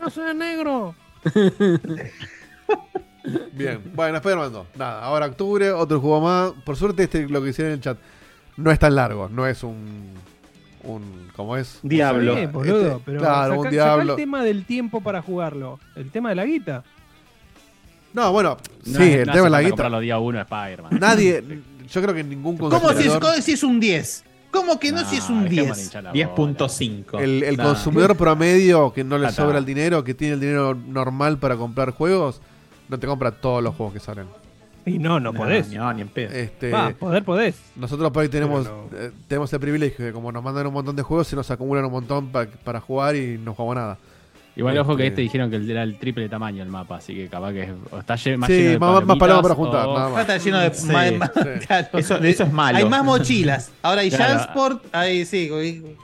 No soy negro. Bien, bueno, Spider-Man 2. Nada, ahora octubre, otro juego más. Por suerte, este lo que hicieron en el chat no es tan largo, no es un. un ¿Cómo es? Diablo. Sí, boludo, Este, pero claro, saca- un saca diablo. el tema del tiempo para jugarlo. El tema de la guita. No, bueno, No, sí, el tema no hace de la falta guita. comprarlo día uno a Spider-Man. Nadie, yo creo que ningún ¿Cómo si, es, consumidor. cómo si es un 10? ¿Cómo que no, si es un dejémosle 10? hinchar las bolas. 10.5. El, el Nah. consumidor promedio que no le Ah, está. sobra el dinero, que tiene el dinero normal para comprar juegos, no te compra todos los juegos que salen. Y no, no No, podés. No, ni en pedo. Este, Va, poder podés. Nosotros por ahí tenemos, Pero eh, tenemos el privilegio de como nos mandan un montón de juegos, se nos acumulan un montón pa- para jugar y no jugamos nada. Igual ojo que Este- este dijeron que era el triple de tamaño el mapa, así que capaz que es- o está lle- más lleno Sí, de más, más palabras para palomitas, juntar, o- nada Ahora más. Está lleno de. Sí, ma- ma- sí. claro. Eso, eso es malo. Hay más mochilas. Ahora hay Claro. Jansport. Ahí sí. ahí-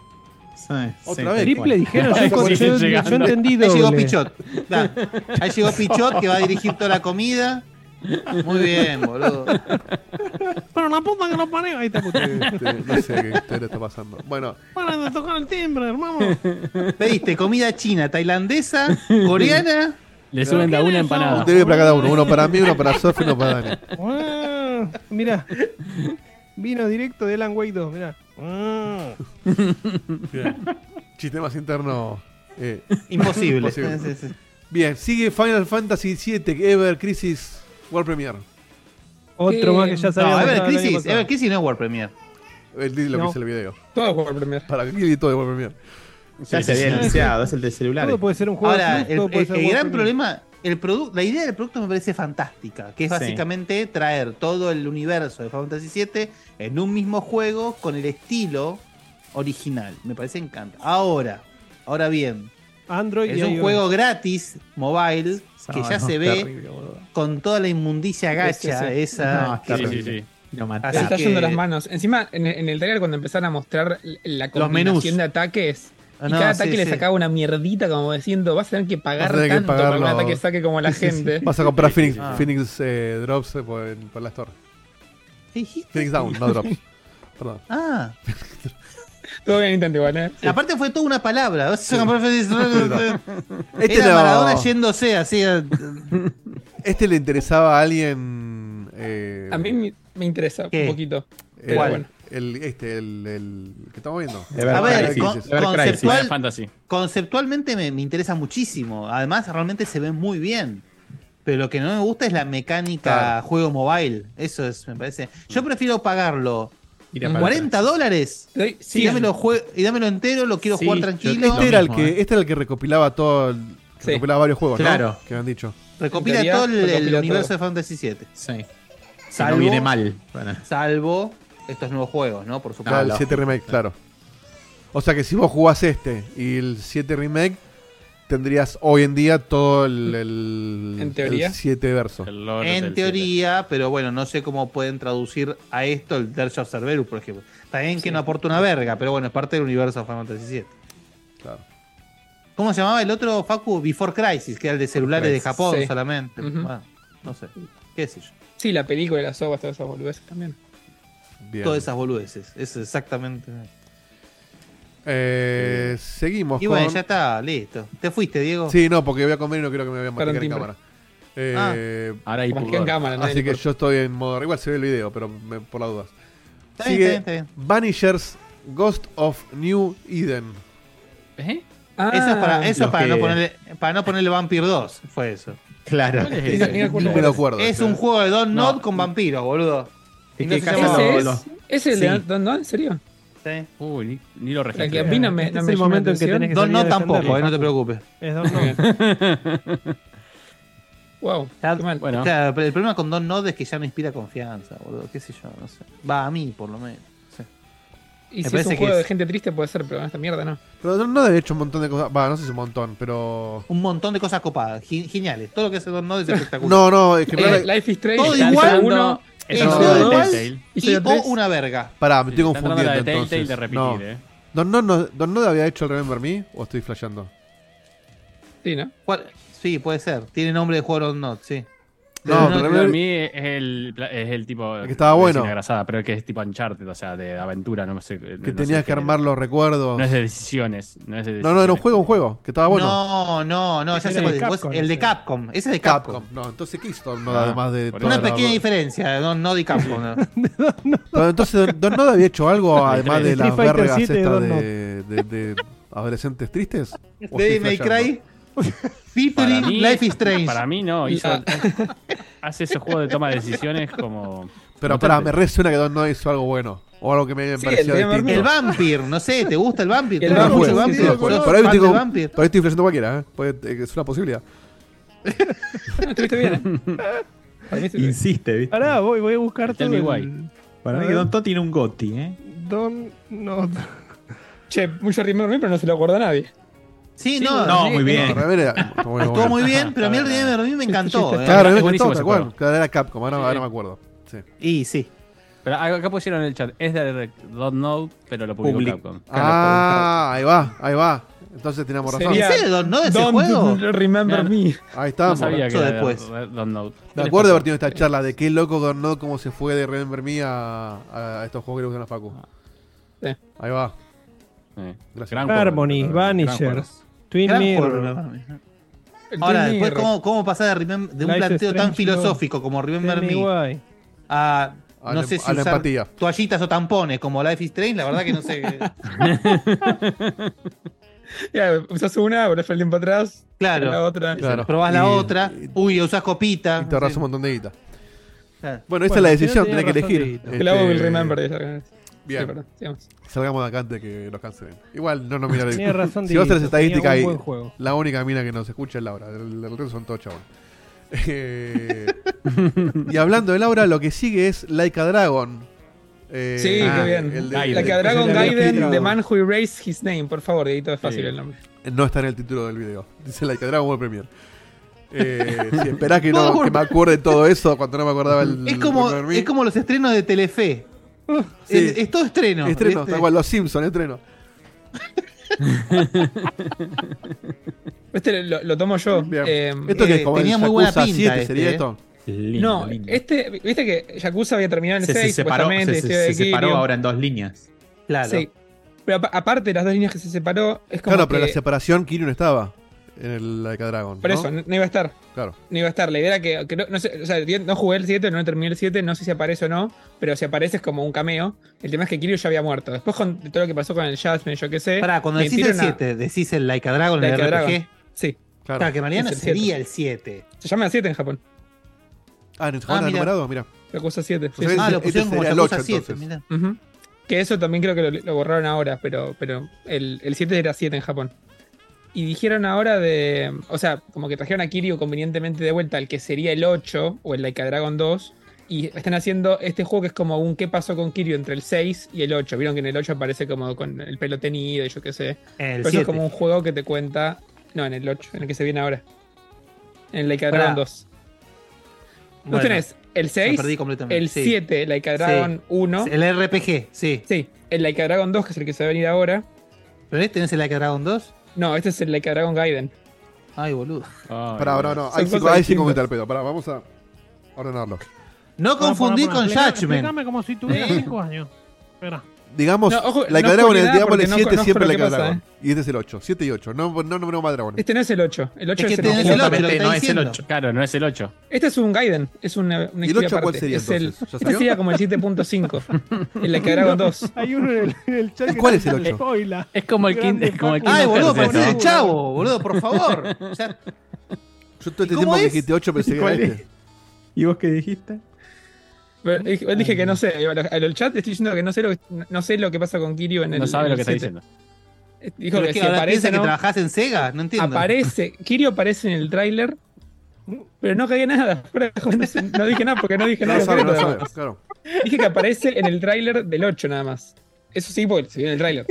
Sí, Otra sí, vez. tal Triple cual. dijeron, Sí, yo, yo- sí, yo llegando. entendí Ahí llegó doble. Pichot. Da. Ahí llegó Pichot que va a dirigir toda la comida. Muy bien, boludo. Pero la puta que lo parió. Ahí está puto. Este, no sé qué historia está pasando. Bueno, Para de tocar el timbre, hermano. Pediste comida china, tailandesa, coreana. Le suben de a una un empanada. TV para cada uno. Uno para mí, uno para Sofi, uno para Dani. Ah, mirá. Vino directo de Alan Wake 2, mirá. Ah. Chiste más interno. eh, Imposible. Imposible. Sí, sí, sí. Bien, sigue Final Fantasy VII Ever Crisis World Premiere. Otro más que ya No, sabíamos Ever el año Crisis, pasado. Ever Crisis no es World Premiere. Él dice lo No. que dice el video. Todo es World Premiere. Para que y todo es World Premiere. Ya se había anunciado, es el de celulares. Todo puede ser un juego Ahora, de Plus, el, todo puede el- ser el World gran Premiere. problema, el produ- la idea del producto me parece fantástica, que es Sí. básicamente traer todo el universo de Final Fantasy VII en un mismo juego con el estilo original. Me parece encanta. Ahora, ahora bien, Android es y un iOS. juego gratis, mobile, que No, ya no, se ve terrible, boludo. con toda la inmundicia gacha sí. esa. No, está Sí, sí, horrible. sí. Lo maté. Así Se está que- yendo las manos. Encima, en, en el trailer, cuando empezaron a mostrar la menús. combinación de ataques, Ah, y no, cada sí, ataque le sí. sacaba una mierdita, como diciendo, vas a tener que pagar Vas a tener que tanto para un pagarlo. ataque saque como la gente. Vas a comprar Phoenix, Ah. Phoenix eh, Drops eh, por, en- por la Store. ¿Qué dijiste? Phoenix Down, no Drops. Perdón. Ah, Todo bien intento igual, ¿eh? aparte fue toda una palabra. Este Era no- Maradona yéndose así. a- Este le interesaba a alguien. eh, A mí me, me interesa ¿Qué? un poquito. el, ¿Cuál? bueno, el- este, el, el que estamos viendo. Ever A ver, Crisis. con- Ever Crisis, conceptual- Final Fantasy. Conceptualmente me, me interesa muchísimo. Además, realmente se ve muy bien. Pero lo que no me gusta es la mecánica Claro. juego mobile. Eso es, me parece. Mm. Yo prefiero pagarlo Tira para 40 dólares Te doy y 100. dámelo, jue- y dámelo entero. Lo quiero Sí, jugar yo- tranquilo. Este era, el mismo, que, este era el que recopilaba todo. el- que Sí. Recopilaba varios juegos, ¿no? Claro. Que han dicho. Recopila En teoría, todo el, el recopila universo todo. de Fantasy VII. atrás. Sí. Si no Salvo- viene mal. Bueno, Salvo estos nuevos juegos, ¿no? Por Ya supuesto. el 7 Remake, claro. O sea que si vos jugás este y el 7 Remake, tendrías hoy en día todo el, el, En teoría. el 7 verso. El lore En del teoría, pero bueno, no sé cómo pueden traducir a esto el Dirge of Cerberus, por ejemplo. También que no aporta una verga, pero bueno, es parte del universo de Final Fantasy VII. Claro. ¿Cómo se llamaba el otro, Facu? Before Crisis, que era el de Ah. celulares de Japón sí. solamente. Ujú. Bueno, no sé. ¿Qué sé yo? Sí, la película, las obras, todas esas boludeces también. Bien. Todas esas boludeces. Eso exactamente. Eh, seguimos Y con... bueno, ya está, listo. Te fuiste, Diego. Sí, no, porque voy a comer y no quiero que me vean Para marcar el en timbre. cámara. Eh, Ahora hay Como que en pudor. cámara, nadie así le que importa. yo estoy en modo... Igual se ve el video, pero me- por las dudas. Está bien, Sigue está bien, está Vanishers Ghost of New Eden. ¿Eh? Ah, eso es para, eso es los para, no que- ponerle, para no ponerle Vampire 2. Fue eso. claro. ¿Cuál es ni- ni ese? me acuerdo No me lo cuál es. acuerdo. Es ese. un juego de Don No. Not con vampiros, boludo. Es Y que se casi llama- lo- ¿Ese lo- es? ¿Es el de Sí. Don Don? ¿En serio? Sí. Uy, ni, ni lo La que registré. a mí no me, Este no es me el llama la momento en que atención. tenés que Don salir a Not tampoco, eh, defenderlo, no te preocupes. Es Don No. Wow, Ya- qué mal. Bueno, Claro, pero el problema con Don Nod es que ya no inspira confianza, boludo. ¿Qué sé yo? No sé. Va a mí, por lo menos. Sí. y me si es parece un que juego de es- gente triste puede ser, pero con esta mierda no. Pero no, no debe hecho un montón de cosas. Va, no sé si un montón, pero. Un montón de cosas copadas, gi- geniales. Todo lo que hace Don Nod es espectacular. No, no, es que. Eh, para Life is Strange. todo está igual, entrando- uno- es está no, entrando no, la no. igual Telltale. ¿Y y Shadow o 3? una verga. Pará, me estoy Está entrando confundiendo. la de Telltale entonces. de No. repetir, ¿eh? Don Nod, no, Don Nod había hecho el Remember Me o estoy flasheando. Sí, ¿no? ¿Cuál? Sí, puede ser. Tiene nombre de juego Don Nod, sí. No, No, pero para Remember- mí es el, pla- es el tipo. El que estaba de bueno. cine Grasada, pero que es tipo Uncharted, o sea, de aventura, no sé. que tenías que armar los recuerdos. No es de decisiones. No, es de No, no, era un decisiones. juego, un juego, que estaba bueno. No, no, no, ya Ese sé era cuál de es. Vos- Capcom, El de ese. Capcom. Ese es de Capcom. Capcom. No, entonces ¿qué hizo Don Nod Ah, además de por toda Una la- pequeña diferencia, Don Nod y Capcom. ¿no? Pero entonces Don- Don Nod había hecho algo además de Street las Fighter vergas 7 de estas Don Nod. de, de- de adolescentes tristes. ¿O Devil estoy May flasheando? Cry. Featuring Para mí- Life is Strange. Para mí no. hizo- Ah. hace esos juegos de toma de decisiones como. Pero Mutante. pará, me resuena que Don Nod hizo algo bueno. O algo que me Sí, pareció el Remember Me. El distinto. Vampir, no sé, ¿te gusta el Vampir? El ¿Te No gusta lo Vampir, mucho juego, el sí, sí, no lo juego. Vampir? ¿Sos Por ahí fan estoy del como- Vampir? por ahí estoy flasheando cualquiera, ¿eh? Puede- eh, es una posibilidad. No, estuviste bien. Para mí estuviste bien. Insiste, ¿viste? Pará, voy, voy a buscar Tell todo. me el- why. Para mí que Don Todd tiene un goti, ¿eh? Don No. Che, mucho Remember Me, pero no se lo acuerda a nadie. Sí, No, no, sí, muy bien. Pero era- bueno, Estuvo bueno. muy bien, pero a mí el Remember Me me encantó. eh. Claro, Es es buenísimo buenísimo, ese tal cual. juego. Claro, era Capcom, ahora, ahora me acuerdo. Sí. Y sí. Pero acá pusieron en el chat. Es de Don't Know, pero lo publicó Public- Capcom. Ah, ahí va, ahí va. Entonces teníamos razón. Sería- ¿En serio, Don Nod ese Don't juego? Remember No, Me. Ahí No estábamos. sabía que Eso era después. de Don't Know. me acuerdo de haber tenido esta charla de qué loco Don Nod cómo se fue de Remember Me a, a estos juegos que le gustan a Facu. Sí. Ahí va. Eh, Gracias. gran juego. Harmony, Gran Vanisher, juego. Twin Gran Mirror. juego, Remember Me. Ah, Ahora, Twin después, Mirror. ¿cómo, cómo pasar de, remem- de un Life is planteo tan Strange, filosófico como Remember Tell me Me why. a, A no la- em- sé si a la usar empatía. toallitas o tampones como Life is Strange? La verdad que no sé. Ya, usas una, volvés el tiempo atrás. Claro. La otra. Probás la otra. Uy, usás copita. Y te ahorras un montón de guita. Claro. Bueno, esa es la decisión, tenés que elegir. Te la hago Este, el remember de esa. Bien. Sí, perdón, sigamos. Salgamos de acá antes que nos cancelen. Igual no nos mira Tenía razón, Si vos Dieguito, tenés estadística tenía ahí, un buen juego. la única mina que nos escucha es Laura. El, el resto son todos chavos. y hablando de Laura, lo que sigue es Laika Dragon. Eh, Sí, ah, qué bien. el de- la que a Dragon Gaiden, The Man Who Erased His Name, por favor, Dieguito, es fácil Sí. el nombre. No está en el título del video. Dice Laika Dragon World Premier. Eh, si esperás que, no, que me acuerde todo eso cuando no me acordaba el. Es como, cuando dormí. es como los estrenos de Telefe. Sí. Es, es todo estreno. Estreno, ¿viste? tal cual, los Simpsons, estreno. Este lo, lo tomo yo. Eh, Esto que es como el Yakuza 7, eh. ¿sería Oh, esto? No, este, viste que Yakuza había terminado en el Se, se 6, separó, supuestamente, se- se- Ciudad de se separó Kirio. ahora en dos líneas. Sí. Pero apa- aparte de las dos líneas que se separó, es como Claro, pero que- la separación Kiryu no estaba en el Laika Dragon. Por ¿no? eso, no, no iba a estar. Claro. No iba a estar. La idea era que, que no, no sé, o sea, yo no jugué el 7, no terminé el 7, no sé si aparece o no, pero si aparece es como un cameo. El tema es que Kiryu ya había muerto. Después con todo lo que pasó con el Jasmine, yo qué sé. Pará, cuando decís el metieron a- 7, decís el Like a Dragon, Like el a RPG. Dragon. Sí. Claro. que en realidad no Es el siete. sería el 7. Se llama el 7 en Japón. Ah, en Japón Ah, era mira. numerado, mira. Yakuza 7. O sea, Ah, este- lo pusieron este como sería el Yakuza ocho, 7, entonces. Ujú. Que eso también creo que lo, lo borraron ahora, pero, pero el, el 7 era 7 en Japón. Y dijeron ahora de. O sea, como que trajeron a Kiryu convenientemente de vuelta al que sería el 8 o el Like a Dragon 2. Y están haciendo este juego que es como un qué pasó con Kiryu entre el 6 y el 8. Vieron que en el 8 aparece como con el pelo tenido y yo qué sé. El Pero eso 7. es como un juego que te cuenta. No, en el 8, en el que se viene ahora. En el Like a Pará. Dragon 2. Vos Bueno, tenés el me 6, perdí completamente, el sí. 7, Like a Dragon Sí. 1. El RPG, sí. Sí, el Like a Dragon 2, que es el que se va a venir ahora. ¿Pero este no es el Like a Dragon 2? No, este es el Like a Dragon Gaiden. Ay, boludo. Pará, pará, no, Son ahí sí, cosas ahí sí distintas. como está el pedo. Pará, vamos a ordenarlo. No confundir con Judgment. Explícame como si tuviera 5 años. Espera. Digamos, No, ojo, Laika no Dragon, spoile es, nada digamos, el porque no- 7 no siempre spoile Laika qué pasa, eh. Dragon. Y este es el 8, 7 y 8. No, no nombremos más dragones. Este no es el 8. El 8 Es es, que el este no es el 8, lo que Justamente está no es el diciendo. 8. Claro, no es el 8. Este es un Gaiden, es una, una ¿Y el historia 8 cuál aparte. sería, Es el, entonces? ¿Ya este salió? sería como el 7.5. el Like a Dragon 2. Hay uno en el, en el chat. ¿Cuál es el ocho? Spoila. Es como el Grande quin- es como el Facu. quinto Ay, boludo, tercero, parecés ¿no? el chavo, boludo, por favor. O sea, Yo todo este tiempo ¿Cómo que es? dijiste 8 pensé que era ¿Cuál es? este. ¿Y vos qué dijiste? Pero dije- dije que no sé. Al chat estoy diciendo que no sé lo que, no sé lo que pasa con Kiryu en el. No sabe en lo el que está 7. diciendo. Dijo Eh, pero que es si que ahora aparece. piensa que ¿no? trabajás en Sega, no entiendo. Aparece, Kirio aparece en el tráiler, pero no cagué nada. Fuera de joder, No dije nada porque no dije No nada. lo sabe, no lo concreto. sabe. Claro. Dije que aparece en el tráiler del 8 nada más. Eso sí, porque se vio en el tráiler.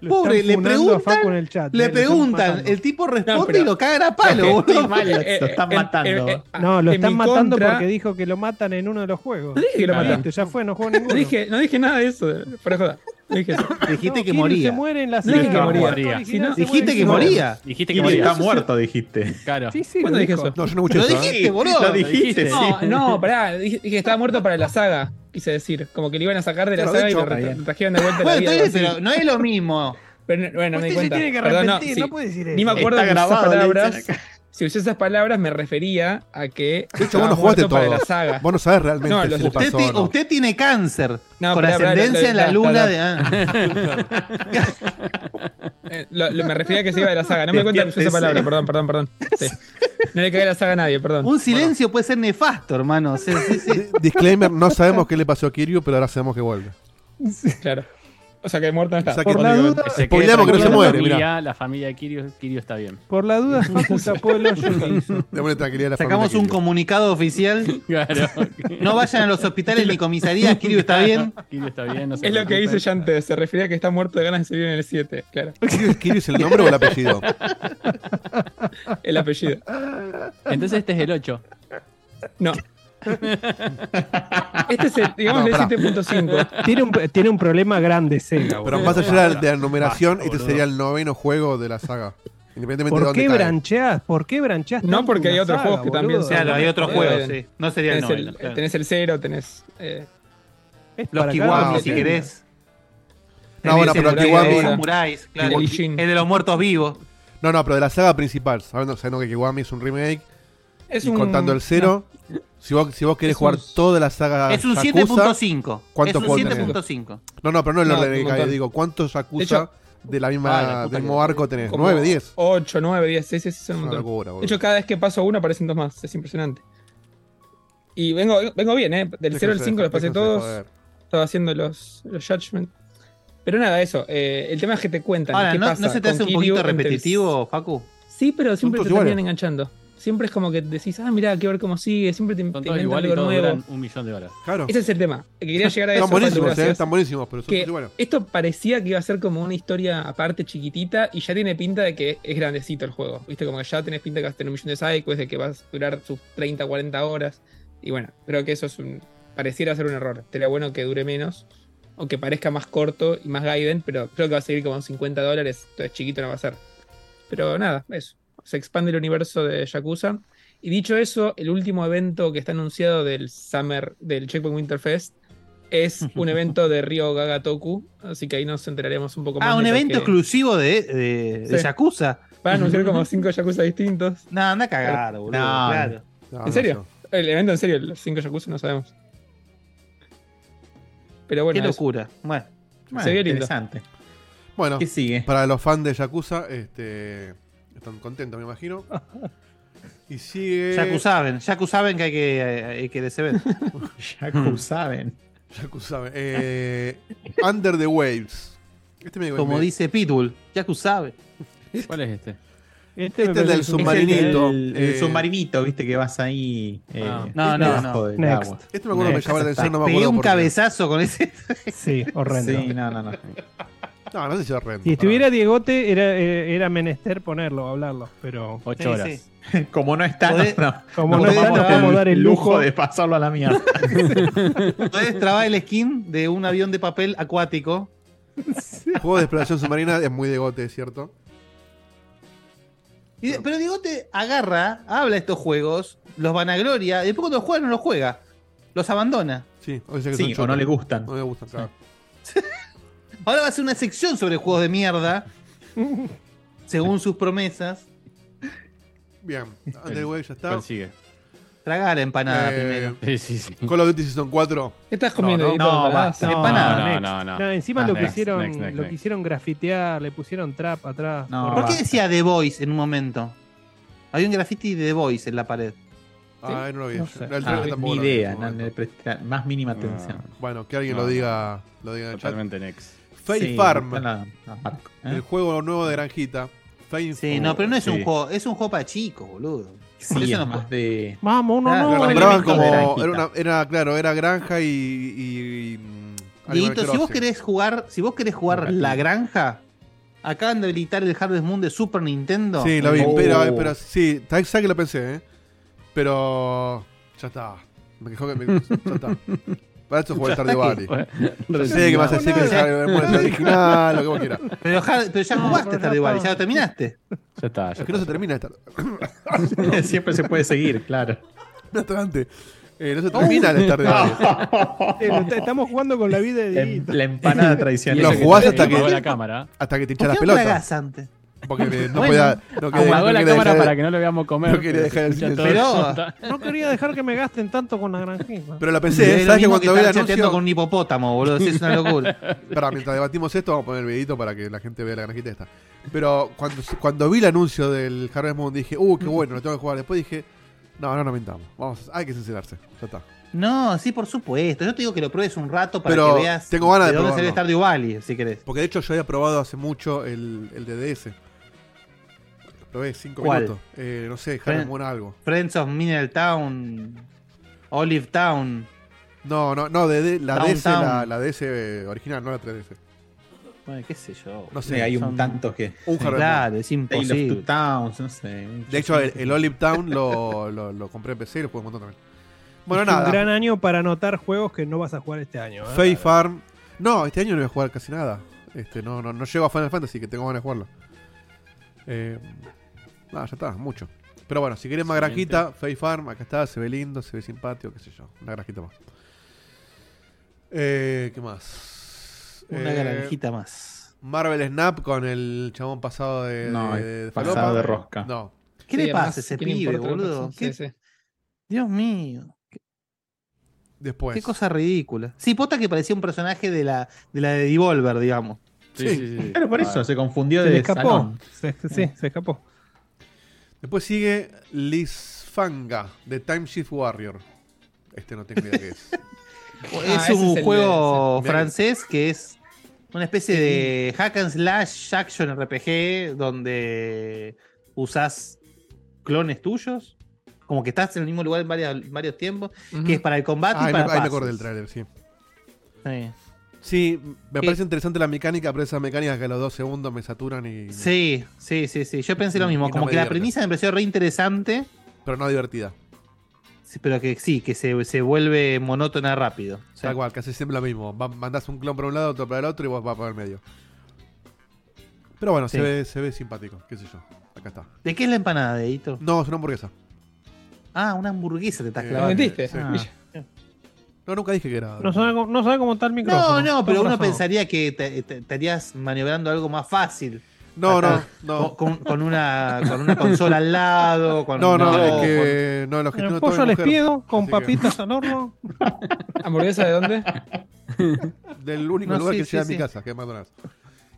Lo Pobre, están le funando a preguntan, Facu en el chat, eh, le lo están preguntan, matando. el tipo responde pero- y lo cagan a palo, boludo. Eh, Lo están eh, matando. eh, eh, ah, No, lo en están mi matando contra, porque dijo que lo matan en uno de los juegos. No dije que lo Listo, mataron. Ya fue, no jugó ninguno. No dije, no dije nada de eso. Fuera de joda. No dije eso. Dijiste No, que Kirby moría. Se muere en la No dije que serie. moría. original, Si no- se muere Dijiste en que su- moría. Dijiste que Kiryu está moría. muerto, dijiste. Claro. Sí, sí, ¿Cuándo lo dije dijo. eso? No, yo no escuché Lo eso. ¿eh? dijiste, boludo. Lo dijiste, sí. No, no, pará, dije, dije que estaba muerto para la saga, quise decir. Como que le iban a sacar de la Pero de saga hecho, y lo re- está bien. trajeron de vuelta a la Bueno, vida. está algo bien, así. pero no es lo mismo. Pero, bueno, me di Usted se cuenta. tiene que Perdón, arrepentir, sí. no puede decir eso. Ni me acuerdo Está que usé esas grabado, le dicen palabras. Si usé esas palabras, me refería a que. De hecho, vos estaba no jugaste muerto para todo. la saga. Vos no sabés realmente No, si los- le Usted, pasó ti- o no. usted tiene cáncer No, con pará, ascendencia pará, en la pará, luna pará. de. ah. Eh, lo- lo- me refería a que se iba de la saga. No me di cuenta que usé esa palabra, Despiértese. perdón, perdón, perdón. Sí. No le cagué la saga a nadie, perdón. Un silencio puede ser nefasto, hermano. O sea, sí, sí. Di- Disclaimer, no sabemos qué le pasó a Kiryu, pero ahora sabemos que vuelve. Claro. O sea que muerto no está. O sea que- Por la duda, Que se Spoileamos quede que no se tranquila muere, La mirá. familia, la familia de Kiryu, Kiryu está bien. por la duda, Facu tapó el hoyo que hizo. Démosle tranquilidad a la Sacamos familia un Kiryu. comunicado oficial. Claro. No vayan a los hospitales ni comisarías, Kiryu está bien. Kiryu está bien. No se Es lo que preocupen. dice ya antes. Se refería a que está muerto de ganas de seguir en el 7. Claro. ¿Kiryu- ¿Kiryu es el nombre o el apellido? El apellido. Entonces este es el 8. No. Este es el, digamos, No, el pará. 7.5. Ah, Tiene un, tiene un problema grande Sega, Pero boludo. más allá de la- de la numeración, este sería el noveno juego de la saga. Independientemente de ¿Por dónde qué cae. brancheás? ¿Por qué brancheás No, tanto porque hay una otros saga, juegos que también boludo? se- Claro, hay otros Eh, juegos, bien. sí. No sería el Tenés noveno. el, tenés el 0, tenés. eh, Es Los para Kiwami, cada Kiwami, si sí. uno. querés. Ah, No, bueno, pero el Kiwami. Kiwami- Los Kiwami. samuráis, claro. El El Ishin. de los muertos vivos. No, no, pero de la saga principal. Sabiendo, sabiendo que Kiwami es un remake es y un- contando el cero. Si, vos, si vos querés Es jugar un- toda la saga. Es un Yakuza- 7.5. ¿Cuánto es puedo un tener? 7.5. No, no, pero no en el No, orden que un cae. montón. Digo, ¿cuántos De hecho, Yakuza de la Ah, la misma, puta del que- mismo arco tenés. 9, 10. 8, 9, 10, sí, sí, sí, son un Es una montón. locura, boludo. De hecho, cada vez que paso uno aparecen dos más, es impresionante. Y vengo, vengo bien, ¿eh? Del Déjense 0 al 5 los pasé déjense todos. joder. Estaba haciendo los, los judgment. Pero nada, eso. eh, el tema es que te cuentan. Ahora, qué ¿no, pasa ¿no se te con hace un Kiryu poquito entre el- repetitivo, Facu? Sí, pero siempre te todos terminan iguales. enganchando. Siempre es como que decís, ah, mirá, hay que ver cómo sigue. Siempre te, te Todos inventan iguales y algo todos nuevo. duran un millón de horas. Claro. Ese es el tema. que Quería llegar a eso. Están buenísimos, Facu, eh, gracias. están buenísimos, pero son Que todos iguales. esto parecía que iba a ser como una historia aparte chiquitita y ya tiene pinta de que es grandecito el juego. Viste, como que ya tenés pinta de que vas a tener un millón de sidequests, de que vas a durar sus 30, 40 horas. Y bueno, creo que eso es un. pareciera ser un error. Sería bueno que dure menos. O que parezca más corto y más Gaiden, pero creo que va a seguir como en 50 dólares, entonces chiquito no va a ser. Pero nada, eso. Se expande el universo de Yakuza. Y dicho eso, el último evento que está anunciado del Summer, del Checkpoint Winterfest, es un evento de Ryo Gagatoku. Así que ahí nos enteraremos un poco más. Ah, de un lo evento que- exclusivo de, de, de Sí. Yakuza. Van a anunciar como cinco Yakuza distintos. No, anda a cagar, boludo. No. claro. ¿En serio? El evento en serio, los cinco Yakuza no sabemos. Pero bueno. eso. Qué locura. Bueno, Se vio lindo. interesante. Bueno, ¿Qué sigue? para los fans de Yakuza, este, están contentos, me imagino. Y sigue. Yakuzaben, Yakuzaben que hay que, hay que desever. Yakuzaben. Yakuzaben. Mm. Eh, Under the Waves. Este me- Como me- dice Pitbull, Yakuzaben. ¿Cuál es este? Este, Este es del submarinito. El, Eh, submarinito, viste, que vas ahí. eh, Ah. No, no, debajo no. del Next. agua. Este me acuerdo que me Next. llamaba la atención, no me Pegué acuerdo. un por qué. cabezazo con ese. Sí, horrendo. Sí, no, no, no. No, no sé si es horrendo. Si estuviera Diegote, era, eh, era menester ponerlo, hablarlo, pero Ocho Sí, horas. sí. Como no está, no, Podés- no. como Nos no está, tomamos nos podemos el dar el lujo de pasarlo a la mierda. Podés trabar el skin de un avión de papel acuático. Juego de exploración submarina es muy de gote, es ¿cierto? Y- pero Diego te agarra, habla de estos juegos, los vanagloria, y después cuando los juega no los juega. Los abandona. Sí, o sea que Sí, son o no chotos. le gustan. No le gustan, claro. Ahora va a hacer una sección sobre juegos de mierda. según sus promesas. Bien, Under the Waves ya está. ¿Cuál sigue? Tragar empanada Eh, primero. Sí, sí, sí. Call of Duty Season 4. ¿Qué estás comiendo? Dieguito? no, ¿Verdad? basta. No. Empanada. No, next. no, no. No, encima Ah, lo next, quisieron, next, next, lo next. quisieron grafitear, le pusieron trap atrás. No. Por- ¿Por qué decía The Voice en un momento? Había un graffiti de The Voice en la pared. Ay, Ah, no lo vi. No yo. sé. El trailer Ah, tampoco ni lo vi en idea, su no, momento. Ah, le presta más mínima atención. Bueno, que alguien No, lo no. diga, lo diga en el chat. Totalmente next. Fate Sí, Farm, está la- la marca, ¿eh? el juego nuevo de Granjita. Fate Sí, Farm. no, pero no es sí. un juego, es un juego para chicos, boludo. Por Sí, eso es no- más de. Vamos, no, Ah, no. Lo Con nombraban elementos de como. Granjita. Era, una- era, claro, era granja y. y, y, mm, Animal Dieguito, si vos Crossing. querés jugar, si vos querés jugar La Granja, acaban de habilitar el Harvest Moon de Super Nintendo. Sí, lo vi, Oh. pero, pero sí, tal sabes que lo pensé, ¿eh? Pero. Ya está. Me quejó que me. Ya está. Para esto jugué Stardew Valley. Yo sé que vas a decir que es el original, lo que vos quieras. Pero, Har- pero ya jugaste pero ya Stardew Valley, está. ya lo terminaste. Ya está, ya Es que no se está. termina esta. Siempre se puede seguir, claro. No está antes. Eh, no se termina el Stardew Valley. Eh, lo está- estamos jugando con la vida de La, em- Dieguito. la empanada Y tradicional. Lo eso jugás te- hasta te que- apagó la cámara. Hasta que te hincha ¿Por las qué no pelotas. tragás antes? Porque eh, no Bueno, podía. No quería, Apagó no la quería cámara dejar- para que no lo veamos comer. no quería pero dejar el se escucha silencio. todo el Pero- chota. No quería dejar que me gasten tanto con la granjita. Pero la Es pensé, ¿eh? ¿sabes lo que mismo que cuando vi el estar chateando anuncio? con un hipopótamo, boludo. sí, es una locura. Pará, mientras debatimos esto, vamos a poner el videito para que la gente vea la granjita esta. Pero cuando, cuando vi el anuncio del Harvest Moon dije, uh, qué bueno, lo tengo que jugar. Después dije, no, no, no mentamos. Vamos, hay que sincerarse. Ya está. No, sí, por supuesto. Yo te digo que lo pruebes un rato para Pero que veas tengo ganas de dónde probarlo. sale Stardew Valley, si querés. Porque de hecho yo había probado hace mucho el, el DDS. Lo probé cinco ¿Cuál? minutos. Eh, no sé, Fren- Harvest Moon algo. Friends of Mineral Town, Olive Town. No, no, no, DD la DS, Downtown. la, la DS original, no la 3DS. Bueno, qué sé yo. No sé, Sí, hay un Son- tanto que. un Harvest Moon. Claro, es Tale of Two imposible. Towns, no sé. un- De hecho, el, el Olive Town lo, lo, lo compré en PC y lo jugué un montón también. Bueno, Es Un nada. gran año para anotar juegos que no vas a jugar este año. ¿eh? Faith Farm. No, este año no voy a jugar casi nada. Este, no, no, no llego a Final Fantasy, que tengo ganas de jugarlo. Eh, nada, ya está, mucho. Pero bueno, si querés más Excelente. granjita, Faith Farm, acá está, se ve lindo, se ve simpático, qué sé yo. Una granjita más. Eh, ¿Qué más? Una Eh, granjita más. Marvel Snap con el chabón pasado de. No, de- de pasado falopa. de rosca. No. ¿Qué Sí, le además, pasa a ese ¿qué le pibe, importa lo que boludo? pasa? ¿Qué- Sí, sí. Dios mío. Después. Qué cosa ridícula. Sí, posta que parecía un personaje de la de, la de Devolver, digamos. Sí, sí, sí. Claro, por Ah. eso, se confundió se de le escapó. salón. Se- sí, se escapó. Después sigue Liz Fanga de Time Shift Warrior. Este no tengo idea qué es. Ah, Ah, es un juego francés que es una especie de hack and slash action RPG donde usás clones tuyos. Como que estás en el mismo lugar en varias- varios tiempos, que es para el combate Ah, y ahí me- para ahí me pases. acordé del tráiler, sí. Sí. me Que- parece interesante la mecánica, pero esa mecánica que a los dos segundos me saturan y. Sí, sí, sí, sí. Yo pensé lo Y mismo. no Como me que la divierte. premisa me pareció re interesante. Pero no divertida. Pero que sí, que se, se vuelve monótona rápido. Tal cual, casi siempre lo mismo. Va- mandás un clon para un lado, otro para el otro y vos vas para el medio. Pero bueno, se, Sí. ve, se ve simpático, qué sé yo. Acá está. ¿De qué es la empanada, Edito? No, es una hamburguesa. Ah, una hamburguesa te estás Eh, clavando. ¿me entendiste? Ah. Sí. No, nunca dije que era. No sabe, cómo- no sabe cómo está el No, micrófono. no, pero Con uno razón. pensaría que te- te- estarías maniobrando algo más fácil. No, no, Acá, no. Con, con una, con una consola al lado. Con No, no, con- es que. No, lo El gestiono todo pollo mi al mujer. espiedo con Así que- papitas al horno. ¿Hamburguesa de dónde? Del único No, lugar sí, que sí, llega a mi sí. casa, que es McDonald's.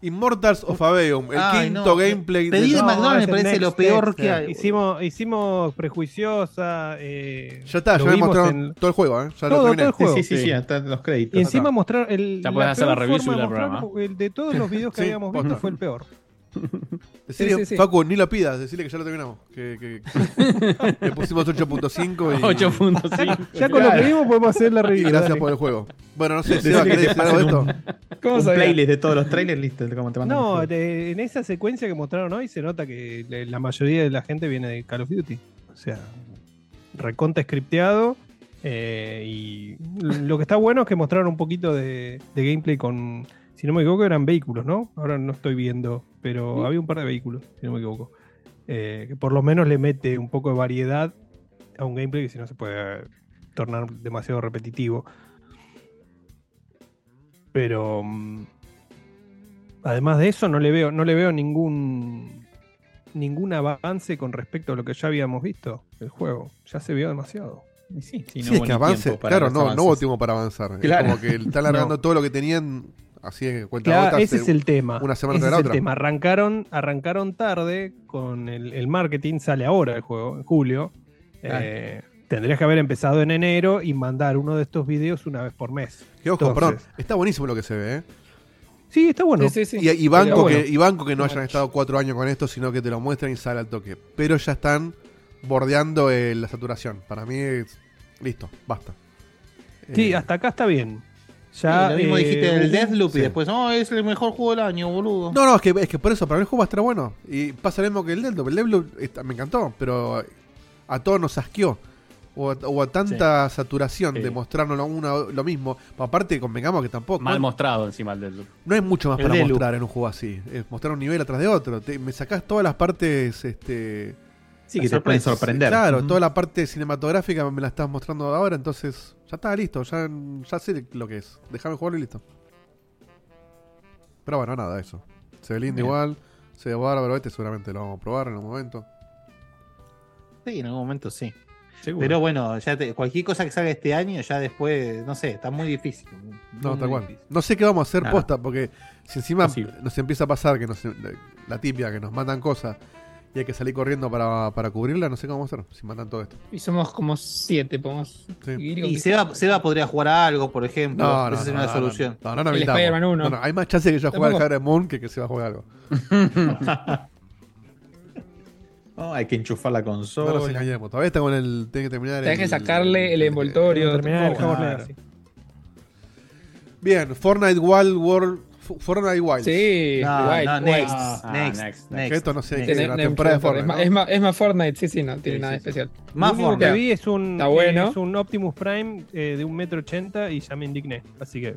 Immortals of Aveum, el Ay, quinto no, gameplay pedí de No, McDonald's, me es el parece lo next, peor next, que eh. hay. Hicimos, hicimos prejuiciosa. eh, Ya está, lo ya me vimos mostraron en- todo el juego, ¿eh? Ya Todo, lo terminé. todo el juego. Sí, sí, sí, sí, hasta los créditos. Y encima Acá. mostrar el. Ya podés hacer peor la review forma y de la mostrar programa. el de todos los videos que Sí, habíamos posta. visto fue el peor. Decirle, Sí, sí, sí. Facu, ni lo pidas, decirle que ya lo terminamos. Que, que- le pusimos 8.5 y, 8.5. Ya con lo que vimos podemos hacer la y review. gracias dale. por el juego. Bueno, no sé, Decirle Seba, que ¿querés te decir algo de pasen esto? ¿Cómo Un sabía? playlist de todos los trailers, listo, como te mandan el No, juego. de- en esa secuencia que mostraron hoy se nota que le- la mayoría de la gente viene de Call of Duty. O sea, reconta scripteado. eh, y lo que está bueno es que mostraron un poquito de, de gameplay con. Si no me equivoco, eran vehículos, ¿no? Ahora no estoy viendo, pero ¿Mm? había un par de vehículos, si no me equivoco. Eh, que por lo menos le mete un poco de variedad a un gameplay que si no se puede tornar demasiado repetitivo. Pero. mm, Además de eso, no le veo, no le veo ningún ningún avance con respecto a lo que ya habíamos visto del juego. Ya se vio demasiado. Y Sí, sí, sí, es que avance. Claro, no, no hubo votemos. tiempo para avanzar. Claro. Es como que están largando todo lo que tenían así en cuenta Claro, gotas, ese eh, es el tema. una semana Ese tras la es el otra. tema. Arrancaron, arrancaron tarde con el, el marketing, sale ahora el juego, en julio. Ah. Eh, tendrías que haber empezado en enero y mandar uno de estos videos una vez por mes. Que ojo, Entonces- perdón, está buenísimo lo que se ve, ¿eh? Sí, está bueno. Sí, sí, sí. Y, y banco Pero que, y banco que no hayan estado cuatro años con esto, sino que te lo muestran y sale al toque. Pero ya están bordeando eh, la saturación. Para mí es... Listo, basta. Sí, Eh, hasta acá está bien. Ya, Sí, lo mismo eh, dijiste del Deathloop sí. y después, no, es el mejor juego del año, boludo. No, no, es que, es que por eso, para mí el juego va a estar bueno. Y pasa lo mismo que el Deathloop. El Deathloop está- me encantó, pero a todos nos asqueó. O a, o a tanta saturación Sí. de mostrarnos lo, una- lo mismo. Aparte, convengamos que tampoco. Mal mostrado encima el del No hay mucho más El para Deathloop. mostrar en un juego así. Es mostrar un nivel atrás de otro. Te- me sacás todas las partes. este Sí, que te pueden sorprender. Claro, toda la parte cinematográfica me la estás mostrando ahora. Entonces, ya está listo. Ya, ya sé lo que es. Déjame jugarlo y listo. Pero bueno, nada, eso. Se ve lindo Bien. igual. Se ve bárbaro. Este seguramente lo vamos a probar en un momento. Sí, en algún momento sí. Pero bueno, ya te- cualquier cosa que salga este año, ya después, no sé, está muy difícil. No, Muy tal cual. difícil. No sé qué vamos a hacer Nada. posta, porque si encima Posible. nos empieza a pasar que nos, eh, la típica, que nos mandan cosas y hay que salir corriendo para, para cubrirla, no sé cómo vamos a hacer si mandan todo esto. Y somos como siete, podemos Sí. seguir con Y que- Seba, Seba podría jugar a algo, por ejemplo. No, no, Esa es no, una no, solución. No, no, no, no, El inventamos. Spider-Man uno. No, no, hay más chance que yo juegue al Tampoco. Harry Moon que que se va a jugar algo. No, Oh, hay que enchufar la consola. No nos engañemos. Todavía está con el. Tiene que terminar. Tenés el- que sacarle el envoltorio. terminar el tampoco. Hogwarts Legacy. Bien, Fortnite Wild World. F- Fortnite Wild. Sí, No, guay, no, guay. next, Ah, next, next, next, Que Esto no sé Sí, qué es, ne- la ne- temporada de Es Fortnite. más, ¿no? es más- es más Fortnite, sí, sí, no tiene Sí, nada sí, sí. especial. Lo Más único que Fortnite. vi es un, eh, Está bueno. es un Optimus Prime eh, de un metro ochenta y ya me indigné. Así que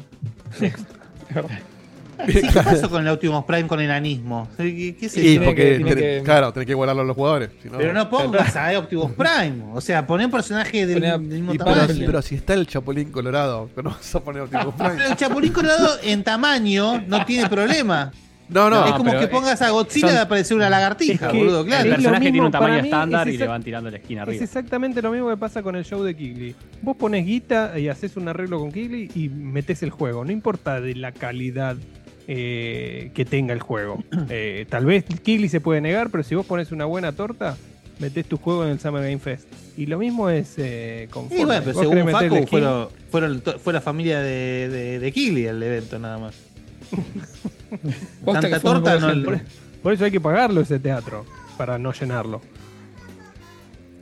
Sí, ¿Qué pasó con el Optimus Prime con enanismo? ¿Qué, qué sé Y yo? tiene porque. que- tiene tenés- que- Claro, tenés que igualarlo a los jugadores. si no- Pero no pongas a eh, Optimus Prime. O sea, poné un personaje del, Poné a- del mismo Y pero, tamaño. pero si está el Chapulín Colorado, que no vas a poner Optimus Pero Prime. el Chapulín Colorado en tamaño no tiene problema. No, no. es como pero que pongas a Godzilla son- de aparecer una lagartija, Es que- boludo, El es claro. lo personaje tiene mismo, un tamaño para mí es estándar y esa- le van tirando la esquina es arriba. exactamente lo mismo que pasa con el show de Kigli. Vos pones guita y haces un arreglo con Kigli y metes el juego. No importa de la calidad eh, que tenga el juego. Eh, tal vez Kigli se puede negar, pero si vos pones una buena torta, metés tu juego en el Summer Game Fest. Y lo mismo es eh, con Y bueno, Fortnite. pero Vos querés según meterle Facu, skin- fueron, fueron to- fue la familia de, de, de Kigli el evento, nada más. Posta que fue un negocio. por, por eso hay que pagarlo ese teatro, para no llenarlo.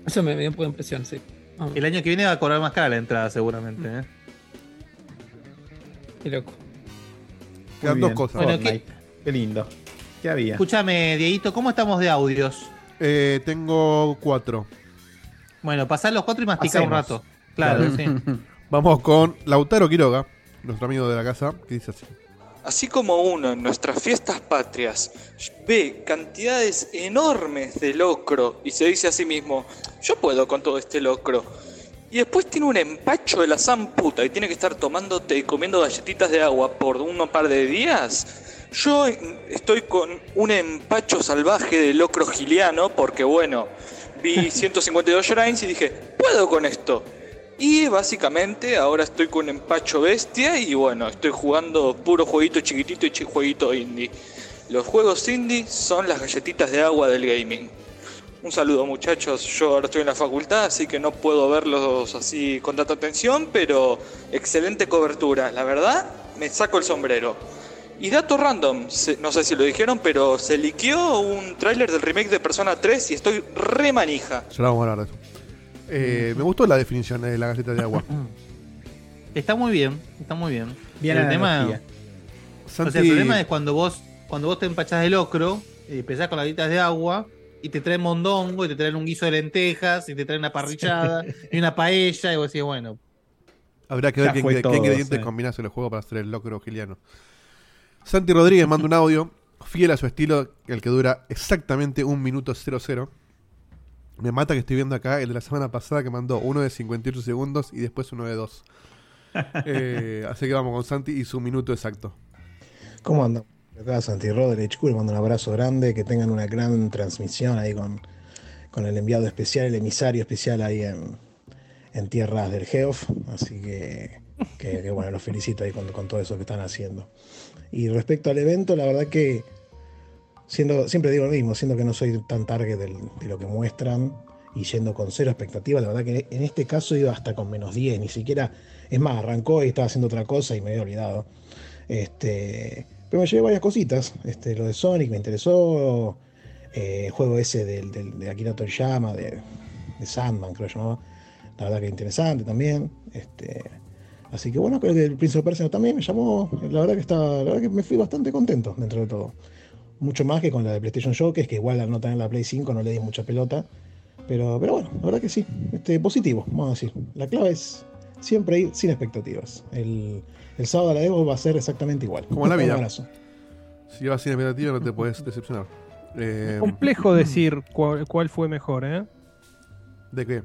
Eso me, me dio un poco de impresión, sí. Ah, El año que viene va a cobrar más cara la entrada, seguramente. ¿eh? qué loco. Quedan dos cosas. Bueno, ¿qué- Fortnite. Qué lindo. ¿Qué había? Escúchame, Dieguito, ¿cómo estamos de audios? Eh, tengo cuatro. Bueno, pasar los cuatro y masticar un Hacemos. rato. Claro, Claro. sí. Vamos con Lautaro Quiroga, nuestro amigo de la casa, que dice así. Así como uno en nuestras fiestas patrias ve cantidades enormes de locro y se dice a sí mismo, yo puedo con todo este locro. Y después tiene un empacho de la zamputa y tiene que estar tomándote y comiendo galletitas de agua por un par de días. Yo en- estoy con un empacho salvaje de locro giliano porque bueno, vi 152 shrines y dije, puedo con esto. Y básicamente ahora estoy con empacho bestia y bueno, estoy jugando puro jueguito chiquitito y chi- jueguito indie. Los juegos indie son las galletitas de agua del gaming. Un saludo muchachos, yo ahora estoy en la facultad, así que no puedo verlos así con tanta atención, pero excelente cobertura. La verdad, me saco el sombrero. Y dato random, se- no sé si lo dijeron, pero se liqueó un tráiler del remake de Persona 3 y estoy re manija. Ya lo vamos a hablar de eso. Eh, Me gustó la definición de la galleta de agua. Está muy bien, está muy bien. Bien el tema, analogía. o sea, el Santi- problema es cuando vos, cuando vos te empachás de locro, y empezás con las ditas de agua, y te traen mondongo, y te traen un guiso de lentejas, y te traen una parrillada, y una paella, y vos decís, bueno, Habrá que ver Ya qué, fue qué todo, ingredientes sí. combinás en los juegos para hacer el locro giliano. Santi Rodríguez manda un audio fiel a su estilo, el que dura exactamente un minuto 00. Me mata que estoy viendo acá el de la semana pasada que mandó uno de 58 segundos y después uno de 2. Eh, así que vamos con Santi y su minuto exacto. ¿Cómo andan? Acá Santi Rodríguez, les mando un abrazo grande, que tengan una gran transmisión ahí con, con el enviado especial, el emisario especial ahí en, en tierras del Geof, así que, que- que bueno, los felicito ahí con, con todo eso que están haciendo. Y respecto al evento, la verdad que siendo, siempre digo lo mismo, siendo que no soy tan target del- de lo que muestran y yendo con cero expectativas, la verdad que en este caso iba hasta con menos 10, ni siquiera, es más, arrancó y estaba haciendo otra cosa y me había olvidado. Este, pero me llevé varias cositas. Este, lo de Sonic me interesó. eh, el juego ese del, del, de Akira Toriyama, de, de Sandman, creo que llamaba. La verdad que interesante también. Este, así que bueno, creo que el Prince of Persia también me llamó. La verdad que está. La verdad que me fui bastante contento dentro de todo. Mucho más que con la de PlayStation Showcase, que igual al no tener la Play 5 no le di mucha pelota. Pero, pero bueno, la verdad que sí. Este, positivo, vamos a decir. La clave es siempre ir sin expectativas. El, el sábado a la Evo va a ser exactamente igual. Como en la vida. Un abrazo. Si vas sin expectativa no te puedes decepcionar. Eh, Mm. Complejo decir cuál, cuál fue mejor, ¿eh? ¿De qué?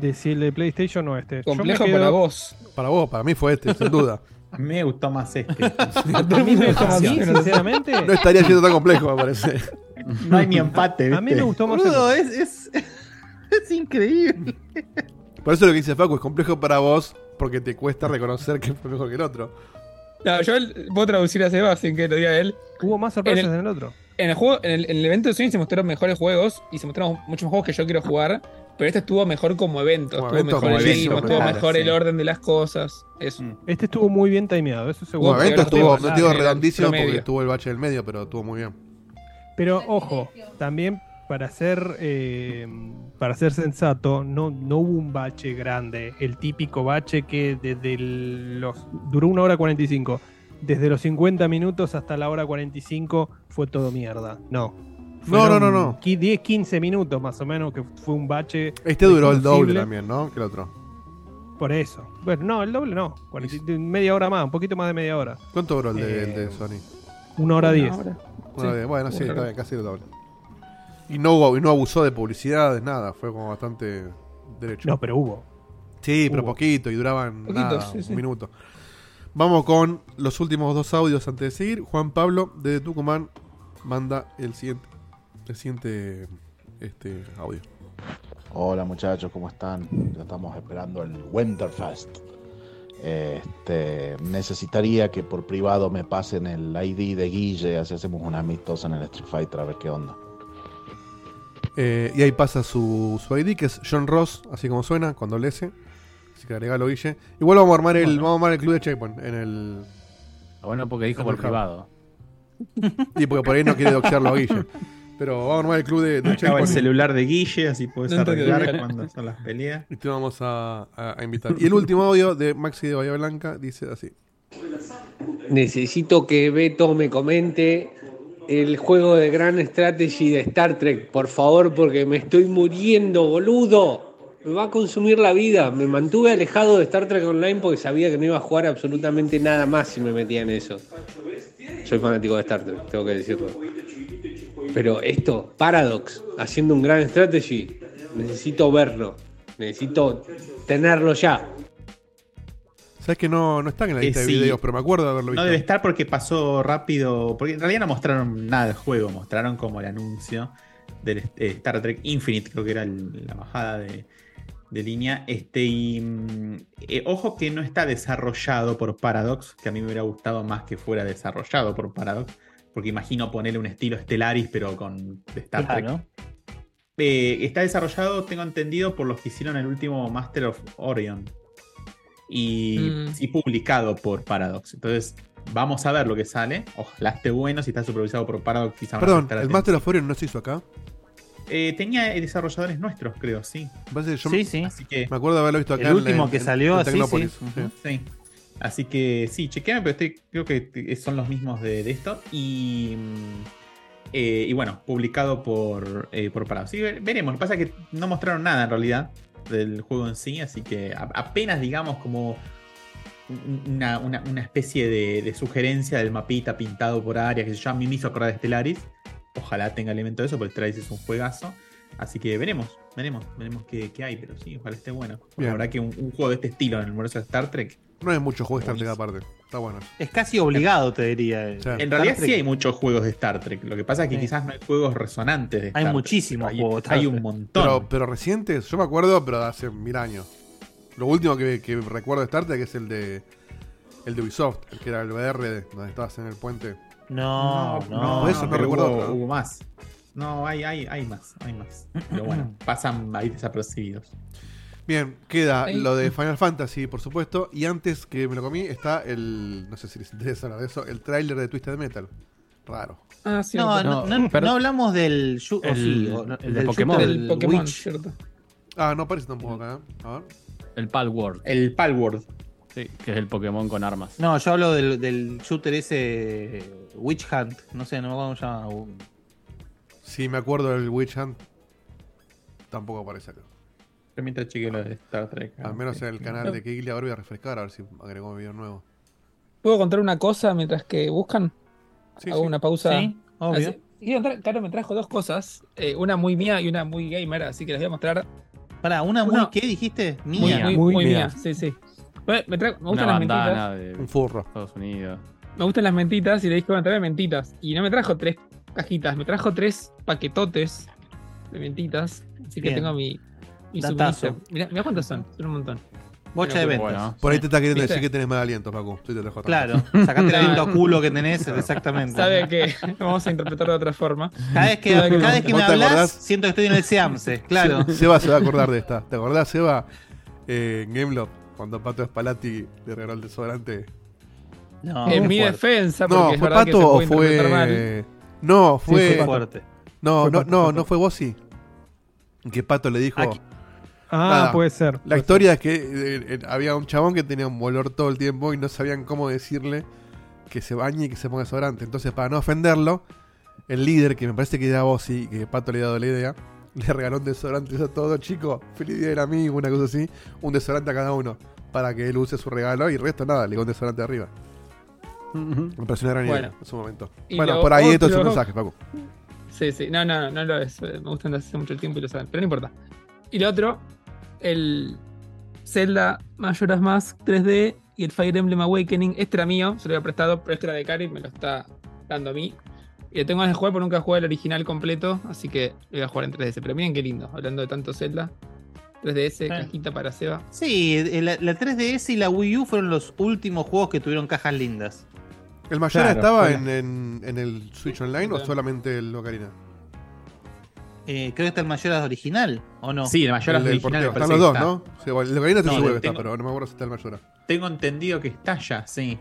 De si el de PlayStation o este. Yo me Complejo quedo- para vos. Para vos, para mí fue este, sin duda. Me gustó más este. A mí, me- a mí, sinceramente, No estaría siendo tan complejo, me parece. No hay ni este. empate. a mí me ¿viste? gustó más. boludo, es, es, es increíble. Por eso lo que dice Facu es complejo para vos porque te cuesta reconocer que fue mejor que el otro. No, yo el- puedo traducir a Seba sin que lo diga él. Hubo más sorpresas en el, otro. En el, juego, en, el, en el evento de Sony se mostraron mejores juegos y se mostraron muchos más juegos que yo quiero jugar, pero este estuvo mejor como evento. Como estuvo evento, mejor como el evento, ritmo, estuvo claro, mejor sí. el orden de las cosas. Eso. Este estuvo muy bien timeado, eso seguro. Bueno, evento estuvo, no te digo general, redondísimo promedio. porque estuvo el bache del medio, pero estuvo muy bien. Pero ojo, también para ser eh, para ser sensato, no, no hubo un bache grande, el típico bache que desde el- los duró una hora 45, desde los 50 minutos hasta la hora 45 fue todo mierda. No. No, no, no, Fueron no. qui- 10, 15 minutos más o menos que fue un bache. Este duró el doble reconocible. también, ¿no? Que el otro. Por eso. Bueno, no, el doble no. 40 media hora más, un poquito más de media hora. ¿Cuánto duró el de, Eh, el de Sony? Una hora diez. Bueno, de- bueno, sí, una está hora. bien, casi el doble. Y no, hubo- y no abusó de publicidades, nada, fue como bastante derecho. No, pero hubo. sí, pero hubo. poquito, y duraban Poquito, nada, sí, sí. un minuto. Vamos con los últimos dos audios antes de seguir. Juan Pablo, desde Tucumán, manda el siguiente, el siguiente este, audio. Hola muchachos, ¿cómo están? Ya estamos esperando el Winterfest. Este, necesitaría que por privado me pasen el ID de Guille, así hacemos una amistosa en el Street Fighter, a ver qué onda. Eh, y ahí pasa su, su ID, que es John Ross, así como suena, cuando le hace. Así que agregalo, Guille. Igual vamos a armar el, vamos a armar el club de Checkpoint en el. Ah, Bueno, porque dijo por privado. Y porque por ahí no quiere doxearlo a Guille. Pero vamos a armar el club de, de Acaba el Checkpoint. celular de Guille, así puedes No entiendo. arreglar cuando son las peleas. Y te vamos a, a- a invitar. Y el último audio de Maxi de Bahía Blanca dice así. Necesito que Beto me comente el juego de Gran Strategy de Star Trek, por favor, porque me estoy muriendo, boludo. Me va a consumir la vida. Me mantuve alejado de Star Trek Online porque sabía que no iba a jugar absolutamente nada más si me metía en eso. Soy fanático de Star Trek, tengo que decirlo. Pero esto, Paradox, haciendo un gran strategy, necesito verlo. Necesito tenerlo ya. ¿Sabes que no, no están en la Eh, lista sí. de videos? Pero me acuerdo de haberlo visto. No debe estar porque pasó rápido. Porque en realidad no mostraron nada del juego, mostraron como el anuncio del eh, Star Trek Infinite, creo que era el- la bajada de, de línea. Este, y, mm, eh, ojo que no está desarrollado por Paradox, que a mí me hubiera gustado más que fuera desarrollado por Paradox, porque imagino ponerle un estilo Stellaris, pero con de Star Claro. Trek. Eh, está desarrollado, tengo entendido, por los que hicieron el último Master of Orion y, Mm. y publicado por Paradox. Entonces, vamos a ver lo que sale. Ojalá esté bueno, si está supervisado por Paradox, quizá van a Perdón, estar el atentos. Master of Orion no se hizo acá. Eh, tenía desarrolladores nuestros, creo, sí. Me parece que yo- Sí, sí. Así que- Me acuerdo de haberlo visto acá. El en- último en- que en- salió en así, Tecnópolis. sí. Ujú. Sí. Así que sí, chequeame, pero estoy- creo que t- son los mismos de, de esto. Y, mm, eh, y bueno, publicado por, eh, por Paradox. Sí, ve- veremos. Lo que pasa es que no mostraron nada en realidad del juego en sí, así que a- apenas digamos como un- una, una- una especie de, de sugerencia del mapita pintado por áreas, que yo a mí me hizo acordar de Stellaris. Ojalá tenga elemento de eso, porque Stellaris es un juegazo. Así que veremos, veremos, veremos qué, qué hay, pero sí, ojalá esté bueno. Porque Bien. La verdad que un, un juego de este estilo en el universo de Star Trek. Pues- No hay muchos juegos de Star Trek aparte. Está bueno. Es casi obligado, te diría. eh. el- Eh, En realidad Star Trek. sí hay muchos juegos de Star Trek. Lo que pasa es que Sí. quizás no hay juegos resonantes de Star Hay Trek, muchísimos pero hay, juegos de Star Hay un Trek. montón. Pero, pero recientes, yo me acuerdo, pero de hace mil años. Lo último que, que recuerdo de Star Trek es el de el de Ubisoft, el que era el VR, donde estabas en el puente. No, no, por eso no pero recuerdo hubo, otro. hubo más. No, hay, hay, hay más, hay Mm, más. Pero bueno, pasan ahí desapercibidos. Bien, queda Ahí. lo de Final Fantasy, por supuesto. Y antes que me lo comí, está el. No sé si les interesa hablar de eso, el tráiler de Twisted Metal. Raro. Ah, sí, no, no, no, no- perdón. no hablamos del shu- o El- sí, o no- el de del shooter, Pokémon. del El Pokémon, Witch. cierto. Ah, no aparece tampoco acá. A ver. El Palworld. El Palworld. Sí, que es el Pokémon con armas. No, yo hablo del, del shooter ese eh, Witch Hunt. No sé, no me acuerdo cómo se llama. Sí, me acuerdo del Witch Hunt. Tampoco aparece acá. Yo mientras chequeo lo de Star Trek. Ah. Al menos en el canal de Kigli ahora voy a refrescar a ver si agregó un video nuevo. ¿Puedo contar una cosa mientras que buscan? Sí, Hago sí. una pausa. Sí, obvio. Así- y otra- Caro me trajo dos cosas, eh, una muy mía y una muy gamer, así que les voy a mostrar. Para, una muy, ¿qué dijiste? Muy, Mía. muy, Muy muy mía. mía. sí, sí. Bueno, me, tra- me Una gustan las mentitas. bandana de Un furro. Estados Unidos. Me gustan las mentitas y le dije, bueno, tráeme mentitas. Y no me trajo tres cajitas, me trajo tres paquetotes de mentitas. Así que Bien. tengo mi, mi Datazo. suministro. Mirá, mirá cuántas son, son un montón. Bocha de ventas. Por ahí te está queriendo ¿Viste? decir que tenés mal aliento, Facu. Sí, te dejo atrás. Claro, sacate el aliento culo que tenés, exactamente. Sabe que vamos a interpretar de otra forma. Cada vez que, Sabe cada vez que me ¿Vos te hablas, acordás? siento que estoy en el Seamse, claro. Se- Seba se va a acordar de esta. ¿Te acordás, Seba? Eh, en Gameloft, cuando Pato Spalati le regaló el desodorante. No, En Fue mi fuerte. defensa, porque No, es ¿fue verdad que Pato se o puede interpretar fue.? mal. No, Sí, fue fue. Pato. Fuerte. No, Fue no, Pato, no, fue no fue Bossi. Que Pato le dijo. Ah, puede ser, La puede historia es que eh, eh, había un chabón que tenía un olor todo el tiempo y no sabían cómo decirle que se bañe y que se ponga desodorante. Entonces, para no ofenderlo, el líder, que me parece que era Bossi, que Pato le ha dado la idea, le regaló un desodorante a todos, chicos. Feliz día del amigo, una cosa así. Un desodorante a cada uno para que él use su regalo y el resto nada, le dio un desodorante arriba. Me pareció una gran idea Bueno. en su momento. Y Bueno, lo por ahí esto es un otro- mensaje, Paco. Sí, sí, no, no, no lo es. eh, Me gustan desde hace mucho tiempo y lo saben, pero no importa. Y lo otro, el Zelda Majora's Mask 3D y el Fire Emblem Awakening. Este era mío, se lo había prestado, pero este era de Cari y me lo está dando a mí. Y lo tengo ganas de jugar porque nunca jugué el original completo, así que lo voy a jugar en 3DS. Pero miren qué lindo, hablando de tanto Zelda. 3DS, Ah. cajita para Seba. Sí, el- la, la 3DS y la Wii U fueron los últimos juegos que tuvieron cajas lindas. ¿El Mayora estaba en, en- en el Switch Online o solamente el Ocarina? Eh, creo que está el Mayoras original, ¿o no? Sí, el Mayoras El del original porteo. me Están parece los dos, que ¿no? está. Sí, bueno, el Ocarina estoy No, seguro que el- está, tengo- pero no me acuerdo si está el Mayora. Tengo entendido que está ya, sí.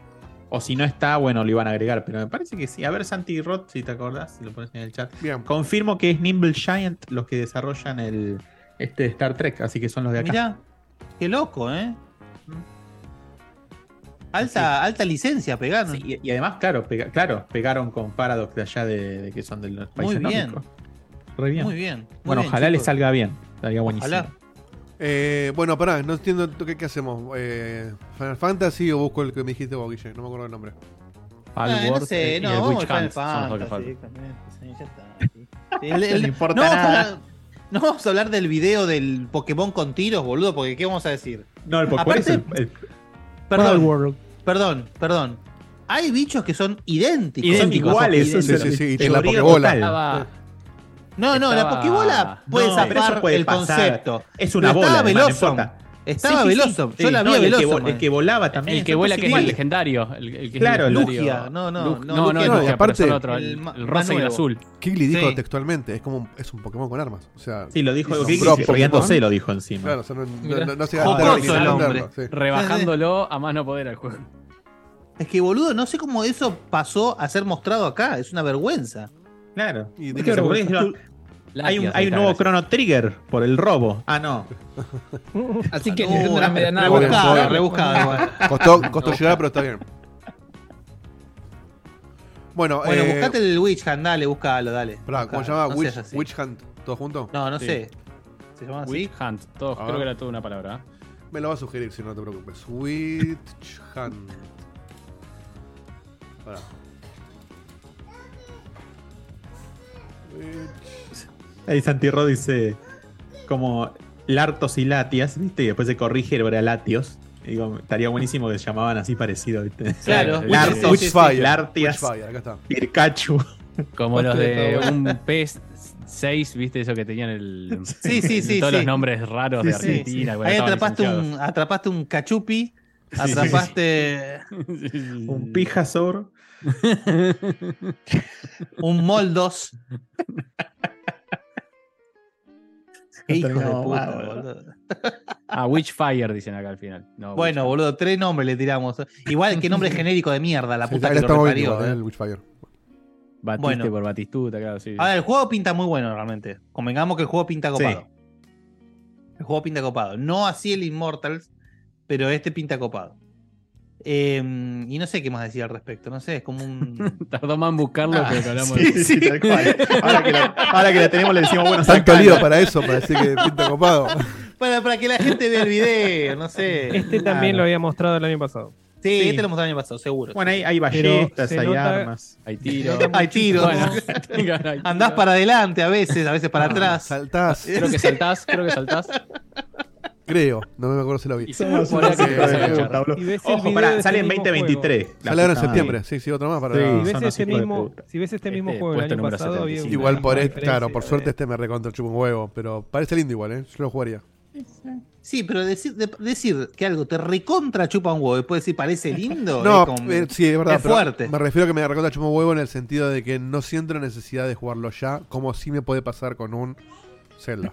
O si no está, bueno, lo iban a agregar, pero me parece que sí. A ver, Santi Roth, si te acordás, si lo pones en el chat. Confirmo que es Nimble Giant los que desarrollan el este de Star Trek, así que son los de acá. Mirá, qué loco, ¿eh? Alta, alta licencia pegaron. y, y además, claro, pega- claro, pegaron con Paradox de allá de, de que son de los Muy países bien. nórdicos. Re bien. Muy bien. muy Bueno, bien, ojalá le chicos. salga bien. Estaría buenísimo. Eh, bueno, pará, no entiendo t- qué, qué hacemos. Eh, ¿Final Fantasy o busco el que me dijiste vos, Guille? No me acuerdo el nombre. Fall Ah, no sé, no, vamos al Final Fantasy. también, sí, ya está. El- el- No importa no, vamos a nada. hablar- No vamos a hablar del video del Pokémon con tiros, boludo, porque ¿qué vamos a decir? No, el Pokémon es Aparte, el- el- perdón, World. perdón, perdón. Hay bichos que son idénticos. Idénticos, Son iguales, idénticos. sí, sí, sí, y en la Pokébola. Estaba- No, no, la Estaba- Pokébola puede No, pero eso zafar puede el pasar. concepto. Es una Pero bola. Estaba además, no Velosom. importa. Estaba Sí, sí, sí. Velosom. Yo Sí, la vi no, a y el que Velosom. vo- el que volaba también, El que son vuela, todos que es el iguales. legendario. El, el que Claro, es legendario. Lugia, no, no, Luke- no, no, no, Lugia el no, y Lugia, aparte- pero es el otro, el, el ma- el rosa y el Manuel. azul. Kigli dijo Sí. textualmente, es como un- es un Pokémon con armas. O sea, Sí, lo dijo es un Kigli, drop riéndose Pokémon. lo dijo encima. Claro, o sea, no, no, Mirá. no, no se Jocoso gasta el hombre, sí. Rebajándolo a más no poder al juego. Es que, boludo, no sé cómo eso pasó a ser mostrado acá. Es una vergüenza. Claro. Y Es que se ocurrió, dijeron, Hay un, hay un nuevo Chrono Trigger por el robo. Ah, no. Así que Ah, No, no, la- la media nada. rebuscado, rebuscado, igual. Costó, costó llegar, pero está bien. Bueno, Bueno, eh, buscate el Witch Hunt, dale, buscalo, dale. pará, ¿cómo se Buscalo, llama? no Witch, seas así. Witch Hunt, ¿todo junto? No, no Sí. sé. ¿Se llama así? Witch Hunt. Todo, Ah. creo que era toda una palabra. ¿eh? Me lo va a sugerir si no te preocupes. Witch Hunt. Pará. Ahí Santirro dice como Lartos y Latias, ¿viste? Y después se corrige y era Latios. Y digo, estaría buenísimo que se llamaban así parecido, ¿viste? Claro. Lartos, Witchfire, Lartias, Witchfire, acá está. Pircachu. Como los de un pez 6, ¿viste? Eso que tenían el. Sí, sí, sí. Todos sí. los nombres raros de Sí, sí. Argentina. bueno, Ahí estaban atrapaste licenciados. un, atrapaste un cachupi. sí, Atrapaste. Un Pijasor. un Moldos. Qué hijo de terminamos puta, mal, boludo. boludo. Ah, Witchfire dicen acá al final. No, Bueno, boludo, tres nombres le tiramos. Igual que nombre genérico de mierda, la Sí, puta ahí que estamos lo viendo, reparió. eh, eh. el Witchfire. Batiste bueno. Ah, por Batistuta, claro, sí. Ahora, el juego pinta muy bueno realmente. Convengamos que el juego pinta Sí. copado. El juego pinta copado. No así el Immortals, pero este pinta copado. Eh, y no sé qué más decir al respecto. No sé, es como un. Tardó más en buscarlo Ah, que lo que hablamos sí, de- sí, tal cual. Ahora que, la, ahora que la tenemos le decimos, bueno, Tanto sacala. lío para eso, para decir que pinta copado. Para, para que la gente vea el video, no sé. Este también lo había mostrado el año pasado. Sí, este lo mostramos el año pasado, seguro. Bueno, hay, hay Pero ballestas, se hay nota- armas. Hay tiros. Hay tiros. Bueno. Andás para adelante a veces, a veces para atrás. Saltás. Creo que Ah, saltás, creo que saltás. Creo, no me acuerdo si lo vi. Y somos unos Somos hijos de puta, boludo. Y ves el Ojo, video de pará, este sale en mismo 2023. juego. la Sale ahora en puta septiembre, madre. sí, sí, otro más para. Sí, si ves, son este unos hijos de mismo, puta. si ves este mismo Este, juego del puesto año número pasado, había una 75. Igual por este, diferencia. claro, por suerte este me recontra chupa un huevo, pero parece lindo igual, ¿eh? Yo lo jugaría. Sí, pero decir, de- decir que algo te recontra chupa un huevo y puedes decir parece lindo. No, es como- eh, sí, es verdad. pero fuerte. Me refiero a que me recontra chupa un huevo en el sentido de que no siento la necesidad de jugarlo ya, como sí me puede pasar con un Zelda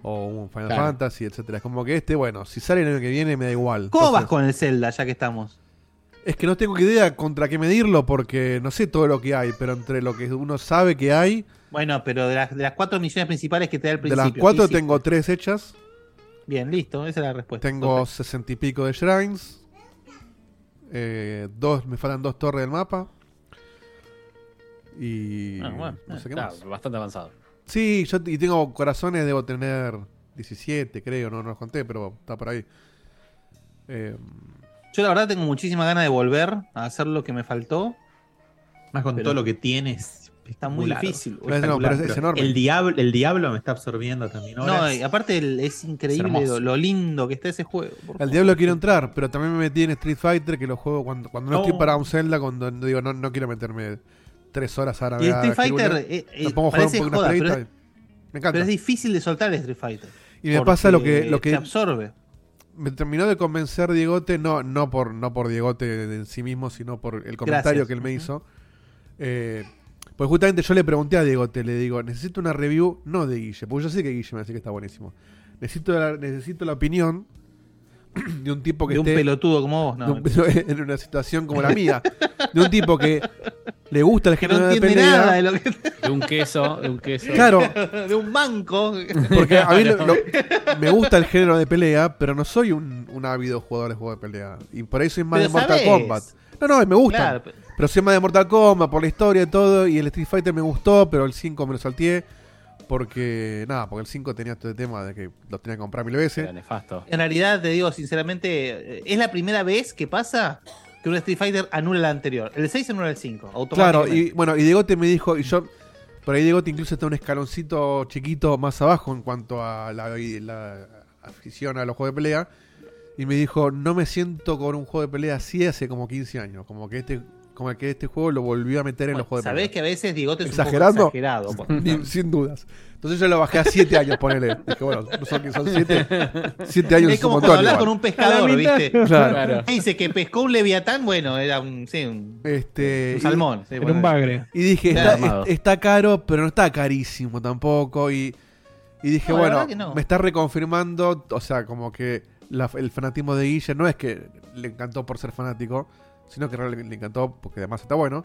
o un Final Claro. Fantasy, etcétera. Es como que este, bueno, si sale el año que viene me da igual. ¿Cómo vas Entonces, con el Zelda ya que estamos? Es que no tengo idea contra qué medirlo porque no sé todo lo que hay, pero entre lo que uno sabe que hay, Bueno, pero de las, de las cuatro misiones principales que te da al de principio. las cuatro ¿qué hiciste? tengo tres hechas, Bien, listo, esa es la respuesta. tengo sesenta y pico de shrines, eh, dos, me faltan dos torres del mapa y Ah, bueno, no sé qué está más. bastante avanzado. Sí, yo t- y tengo corazones, debo tener 17, creo, no, no los conté, pero está por ahí. Eh, Yo la verdad tengo muchísimas ganas de volver a hacer lo que me faltó. Más con Pero- todo lo que tienes. Está muy espectacular. difícil. No, no, pero es- es enorme. El diablo, el diablo me está absorbiendo también. No, y aparte el- es increíble hermoso. lo, lo lindo que está ese juego. por Al favor. diablo quiero entrar, pero también me metí en Street Fighter, que lo juego cuando, cuando no, No. estoy para un Zelda, cuando no- digo, no, no quiero meterme tres horas ahora. Y el Street a escribir Fighter una- eh, eh, me pongo a jugar un parece poco una joda, pero peleita es, y- me encanta. pero es difícil de soltar el Street Fighter. Y me pasa lo que, lo Porque que. te absorbe. Me terminó de convencer Diegote, no, no por, no por Diegote en sí mismo, sino por el comentario Gracias. que él me Ujú. hizo. Eh, pues justamente yo le pregunté a Diegote, le digo, necesito una review, no de Guille, porque yo sé que Guille me dice que está buenísimo. Necesito la, necesito la opinión de un tipo que De un esté- pelotudo como vos, no, de un- en una situación como la mía. De un tipo que le gusta el género de pelea. De un queso, de un queso. Claro. de un banco. Porque a mí lo- lo- me gusta el género de pelea, pero no soy un, un ávido jugador de juego de pelea. Y por ahí soy más Pero de Mortal sabés. Kombat. No, no, me gusta. Claro, pe- pero soy más de Mortal Kombat por la historia y todo. Y el Street Fighter me gustó, pero el 5 me lo salteé. Porque, nada, porque el 5 tenía este tema de que lo tenía que comprar mil veces. Era nefasto. En realidad, te digo sinceramente, eh, es la primera vez que pasa que un Street Fighter anula el anterior. El 6 anula el 5, Claro, automáticamente. y bueno, y Diegote me dijo, y yo, por ahí Diegote incluso está un escaloncito chiquito más abajo en cuanto a la, y la afición a los juegos de pelea. Y me dijo, no me siento con un juego de pelea así hace como 15 años. Como que este, como que este juego lo volvió a meter en los juegos de pelea. Sabés que a veces Diegote es ¿Exagerando? un poco exagerado. po. Ni- sin dudas. Entonces yo lo bajé a 7 años, ponele. Dije, bueno, no son, que son 7 años. Es como un cuando montón, hablas igual. con un pescador, ¿viste? Claro. Y Dice que pescó un leviatán, bueno, era un, sí, un, Este, Eh, un salmón. y- sí, ponele. Y dije, Claro. está, es- está caro, pero no está carísimo tampoco. Y, y dije, No, la bueno, verdad que no. me está reconfirmando, o sea, como que la- el fanatismo de Guille no es que le encantó por ser fanático, sino que realmente le encantó porque además está bueno.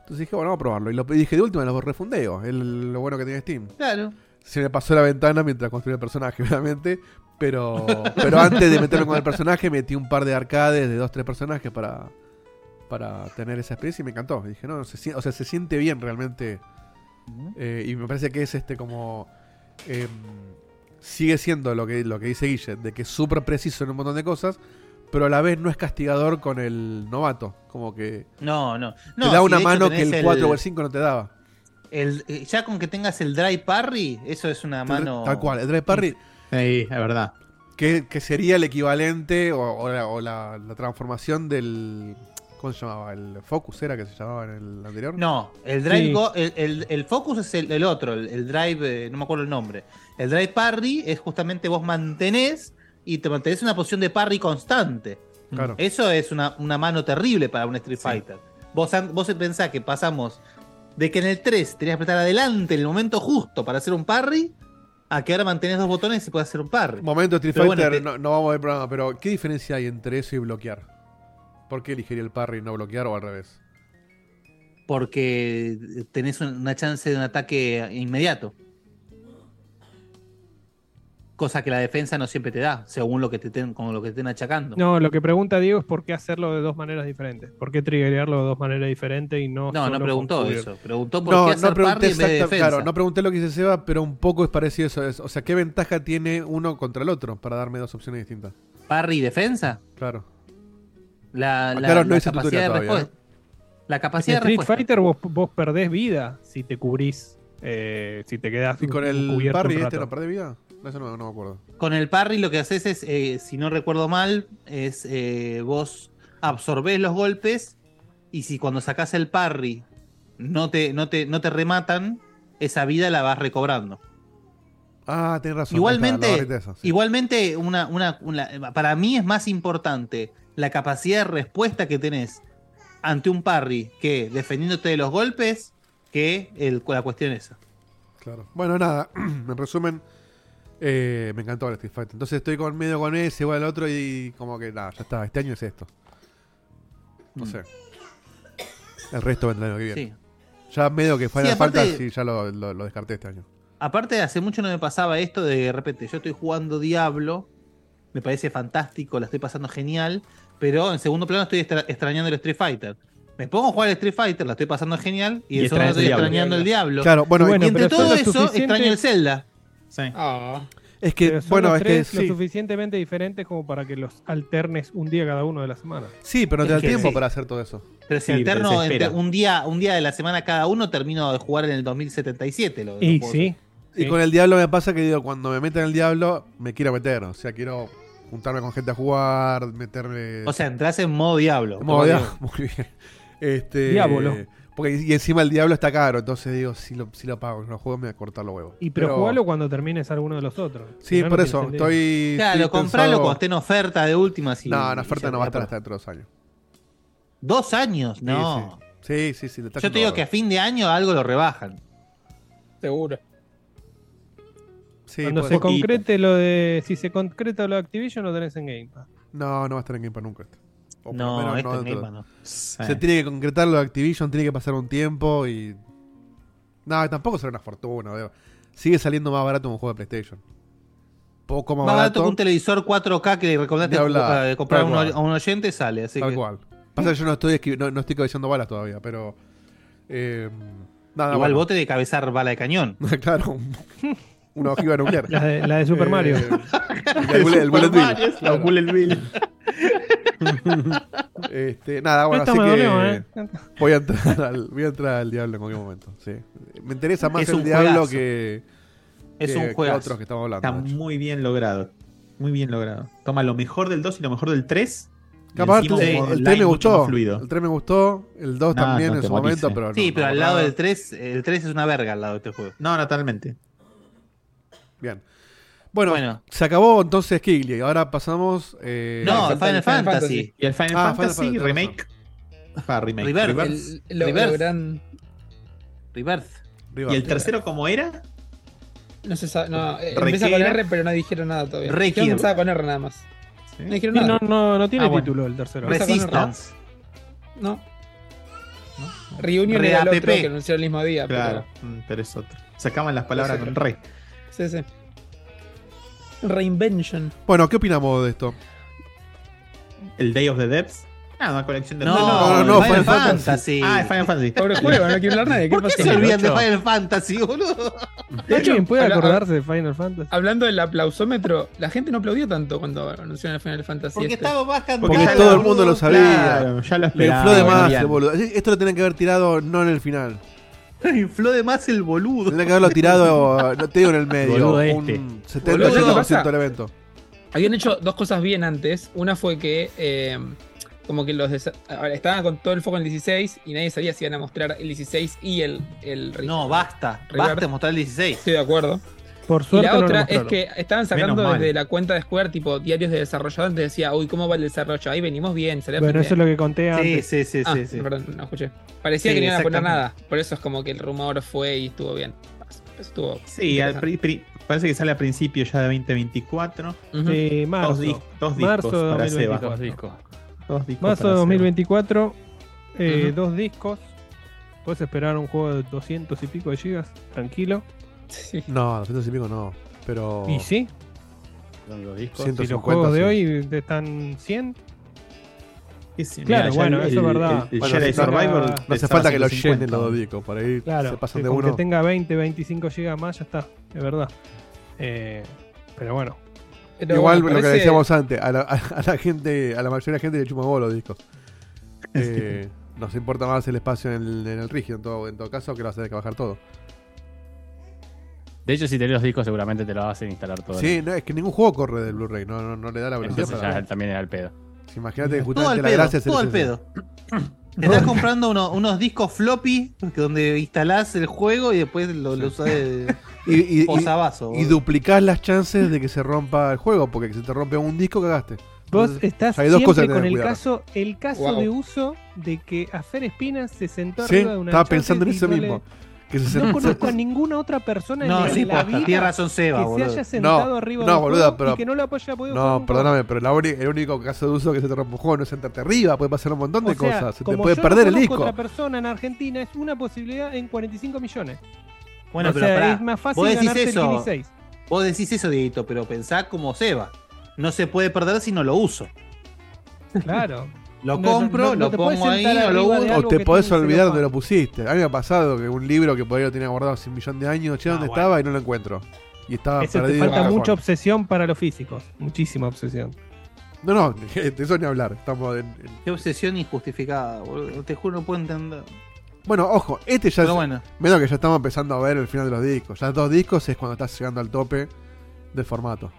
Entonces dije, bueno, vamos a probarlo. Y lo y dije de última, los refundeo, el, lo bueno que tiene Steam. Claro. Se me pasó la ventana mientras construía el personaje, obviamente. Pero, pero antes de meterme con el personaje, metí un par de arcades de dos, tres personajes para, para tener esa experiencia y me encantó. Y dije, no, se sien- o sea, se siente bien realmente. Eh, y me parece que es este como. em, sigue siendo lo que, lo que dice Guille, de que es súper preciso en un montón de cosas, pero a la vez no es castigador con el novato. Como que. No, no. Te No, da si una de hecho mano que tenés el 4 o el 5 no te daba. el- eh, ya con que tengas el dry parry, eso es una mano. Tal cual, el Drive Parry. es verdad. Que, que sería el equivalente o, o la, o la- la transformación del. ¿Cómo se llamaba? ¿El Focus era que se llamaba en el anterior? No, el drive go- el, el- el focus es el, el otro, el, el drive, eh, no me acuerdo el nombre. El drive parry es justamente vos mantenés y te mantenés en una posición de parry constante. Claro. Eso es una, una mano terrible para un Street Fighter. Vos, an- vos pensás que pasamos de que en el 3 tenías que apretar adelante en el momento justo para hacer un parry, a que ahora mantenés dos botones y puedes hacer un parry. Momento Street Pero bueno, Fighter, te- no, no vamos a ver programa, pero ¿qué diferencia hay entre eso y bloquear? ¿Por qué elegiría el parry y no bloquear o al revés? Porque eh, tenés un- una chance de un ataque inmediato. Cosa que la defensa no siempre te da, según lo que te estén, con lo que te estén achacando. No, lo que pregunta Diego es por qué hacerlo de dos maneras diferentes. ¿Por qué triggerearlo de dos maneras diferentes y no. No, no solo preguntó con- eso. Preguntó por qué hacer parry en vez de exacta- defensa. claro, no pregunté lo que dice Seba, pero un poco es parecido eso. es- o sea, ¿qué ventaja tiene uno contra el otro para darme dos opciones distintas? Parry y defensa. Claro. La, la- Ah, Claro, no la hice capacidad de tutorial todavía, respuesta. La En capacidad de Street respuesta. Fighter vos, vos perdés vida si te cubrís, eh, si te quedás ¿Y con el cubierto un parry este rato. no perdés vida? No, eso no, no me acuerdo. Con el parry lo que haces es, eh, si no recuerdo mal, es eh, vos absorbés los golpes y si cuando sacás el parry no te, no te, no te rematan, esa vida la vas recobrando. Ah, tenés razón. ahí Igualmente, está, la barrita esa, sí. igualmente una, una- una- para mí es más importante la capacidad de respuesta que tenés ante un parry que defendiéndote de los golpes que el- la cuestión esa. Claro. Bueno, nada, en resumen, eh, me encantó el Street Fighter. Entonces estoy con medio con ese, igual al otro y como que nada, ya está, este año es esto. No sé. El resto vendrá el año que viene. Ya medio que Final Sí, aparte- Fantasy ya lo, lo- lo descarté este año. Aparte, hace mucho no me pasaba esto de, de repente, yo estoy jugando Diablo, me parece fantástico, la estoy pasando genial, pero en segundo plano estoy extra- extrañando el Street Fighter. Me pongo a jugar el Street Fighter, la estoy pasando genial, Y y, en segundo plano extrañas el estoy Diablo. extrañando el Diablo. Claro, bueno, y, Bueno, entre pero todo son eso, lo suficiente- extraño el Zelda. Es que, Ah. Pero son bueno, los es que tres sí. lo suficientemente diferentes como para que los alternes un día cada uno de la semana. Sí, pero no te da Es que tiempo sí. para hacer todo eso. Pero si Sí, alterno te desespera. entre un día, un día de la semana cada uno, termino de jugar en el 2077. Lo, lo puedo hacer. Y con el diablo me pasa que digo, cuando me meten el diablo, me quiero meter. O sea, quiero juntarme con gente a jugar, meterme. O sea, entras en modo Diablo. En modo Como dia- digo. muy bien. Este, Diablo. Porque y encima el diablo está caro, entonces digo, si lo, si lo pago, no lo juego me voy a cortar los huevos. Y pero, jugalo cuando termines alguno de los otros. Sí, Si no, no por tiene eso, sentido. estoy- Claro, estoy compralo pensado- cuando esté en oferta de última. Si, No, en oferta no va a estar hasta hasta dentro de dos años. Dos años, Sí, no. Sí, sí, sí. Yo te digo que a fin de año algo lo rebajan. Seguro. Cuando se concrete lo de. Si se concreta lo de Activision, lo tenés en Game Pass. No, no va a estar en Game Pass nunca. esto. O por lo No, menos este en dentro Game de- Pass no. Se tiene que concretar lo de Activision, tiene que pasar un tiempo y. No, tampoco será una fortuna. veo. Sigue saliendo más barato un juego de PlayStation. Poco más, Más barato que un televisor 4K que le recomendaste Ni hablar, para eh, comprar a tal un, cual. a un oyente, sale. Así Tal que- cual. Pasa que yo no estoy, esqui- no, no estoy cabeceando balas todavía, pero. eh, nada, Igual bueno. bote de cabezar bala de cañón. claro, un- una ojiva nuclear. La de, la de Super Mario. Eh, el bullet, el bullet bill. Claro. Este, nada, bueno, Esto así me que dolió, ¿eh? voy, a entrar al, voy a entrar al diablo en cualquier momento. Sí. Me interesa más Es el un diablo juegazo. que, Es que- un que juegazo. otros que estamos Está hablando. muy bien logrado. Muy bien logrado. Toma lo mejor del 2 y lo mejor del 3. Capaz el, el 3 me gustó. Fluido. El 3 me gustó. El 2 No, también no en te su morís, momento, eh. pero. sí, no, pero no, al lado nada. del 3, el 3 es una verga al lado de este juego. No, totalmente. Bien. Bueno, se acabó entonces Kigli. Ahora pasamos. eh, No, Final Final Fantasy. Fantasy. Y el Final Ah, Fantasy tenés remake. Ah, remake. Reverse. Reverse. El- lo- Reverse. lo gran- Rebirth. ¿Y el tercero cómo era? No se sabe. No, eh, empieza con Requera. R, pero no dijeron nada todavía. Requiem. Yo empezaba con R nada más. No dijeron Sí, nada. no- no- no tiene Ah, bueno. título el tercero. Empieza con R. Resistance. No. Reunion Re era el APP. otro que anunció el mismo día. Claro, mm, pero es otro. Sacaban las palabras Es con otro. re. Pero, sí, sí. Reinvention. Bueno, ¿qué opinamos de esto? El Day of the Depths. Ah, una colección de No, juegos. no, no, no, Final Final Fantasy. Fantasy. Ah, es Final Fantasy. Pobre juego, no quiero hablar nadie. ¿Qué ¿Por qué pasó? se olvidan de Final Fantasy, boludo? De hecho, ¿Alguien puede habla- acordarse de Final Fantasy? Hablando del aplausómetro, la gente no aplaudió tanto cuando anunciaron el Final Fantasy. Porque este. estaba más cantado. Porque todo el mundo boludo. lo sabía. Claro, ya lo Le esperaba, infló de bueno, más, bien. el boludo. Esto lo tenían que haber tirado no en el final. Infló de más el boludo. Tendría que haberlo tirado, no te digo en el medio, Boludo un este. 70 Boludo, 80% pasa. del evento. Habían hecho dos cosas bien antes. Una fue que eh, como que los desa- a ver, estaban con todo el foco en el 16 y nadie sabía si iban a mostrar el 16 y el, el Re- No, basta. Reverse. Basta de mostrar el 16. Estoy de acuerdo. Por Y suerte la no lo otra es mostraron. que estaban Menos sacando mal. desde la cuenta de Square, tipo diarios de desarrollador, entonces decía, uy, ¿cómo va el desarrollo? Ahí venimos bien, se le Bueno, hace eso es bien". lo que conté antes. Sí, sí, Ah, perdón, no escuché. Parecía Sí, que no iban a poner nada, exactamente. por eso es como que el rumor fue y estuvo bien. Estuvo Sí, al pri- pri- parece que sale a principio ya de 2024. Ujú. Sí, Eh, marzo. Dos, dis- dos discos Marzo de para 2024. Seba. Dos discos. Dos discos Marzo para de Seba. 2024, eh, Ujú. dos discos. Puedes esperar un juego de 200 y pico de gigas, tranquilo. No, 200 y pico no, pero... ¿Y sí? Si los 150, juegos de Oh, sí. hoy te están 100. sí, claro, mira, ya bueno, eso el- es el- verdad. el- el Bueno, Jedi si saca- Survivor No hace estaba falta que lo 150. llenen los dos discos, por ahí Claro, se pasan sí, de con uno. que tenga 20, 25 gigas más, ya está, es verdad. Eh, pero bueno. Pero Igual bueno, lo que parece- decíamos antes, a la, a la gente, a la mayoría de la gente le chupa huevo los discos. Eh, nos importa más el espacio en el, en el rígido, en todo, en todo caso, que lo vas a tener que bajar todo. De hecho, si tenés los discos, seguramente te los hacen instalar todo. Sí, no, es que ningún juego corre del Blu-ray, no, no, no le da la velocidad Entonces para- ya también era el pedo. Si Imagínate que Todo justamente al la pedo. gracia es el Todo al SSD. pedo. Te estás comprando uno- unos discos floppy que donde instalás el juego y después lo, lo usás de y, y, posavasos. y duplicás las chances de que se rompa el juego, porque si te rompe un disco, cagaste. Vos Entonces, estás hay dos siempre cosas que con tenés el que cuidar. caso, el caso Guau. de uso de que a Fer Espina se sentó Sí, arriba de una estaba chasis pensando en y eso no le- mismo. Que se No sent- conozco a ninguna otra persona No, en sí, la posta, vida tiene razón Seba, que boludo. se haya sentado No, arriba no, de un boluda, juego pero- y que no lo haya podido No, perdóname, pero la uni- el único caso de uso que se te rompe un juego no es sentarte arriba, puede pasar un montón de O sea, cosas. Se te como puede yo perder no el conozco disco. otra persona en Argentina es una posibilidad en 45 millones. Bueno, o pero sea, pará, es más fácil vos decís ganarse el eso. 16. Vos decís eso, Dieguito, pero pensá como Seba. No se puede perder si no lo uso. Claro. Lo No, no, compro, no, no lo te podés pongo ahí, sentar no lo arriba de uso. O algo te que podés tiene un olvidar celofán. de lo pusiste. A mí me ha pasado que un libro que por ahí lo tenía guardado hace un millón de años, che, ¿dónde Ah, estaba? Y no lo encuentro. Y estaba Eso te perdido. en un falta mucha cajón. obsesión para los físicos. Muchísima obsesión. No, no, de eso ni hablar. Estamos en- en- Qué obsesión injustificada, boludo. Te juro, no puedo entender. Bueno, ojo, este ya Pero es- bueno. Menos que ya estamos empezando a ver el final de los discos. Ya dos discos es cuando estás llegando al tope del formato.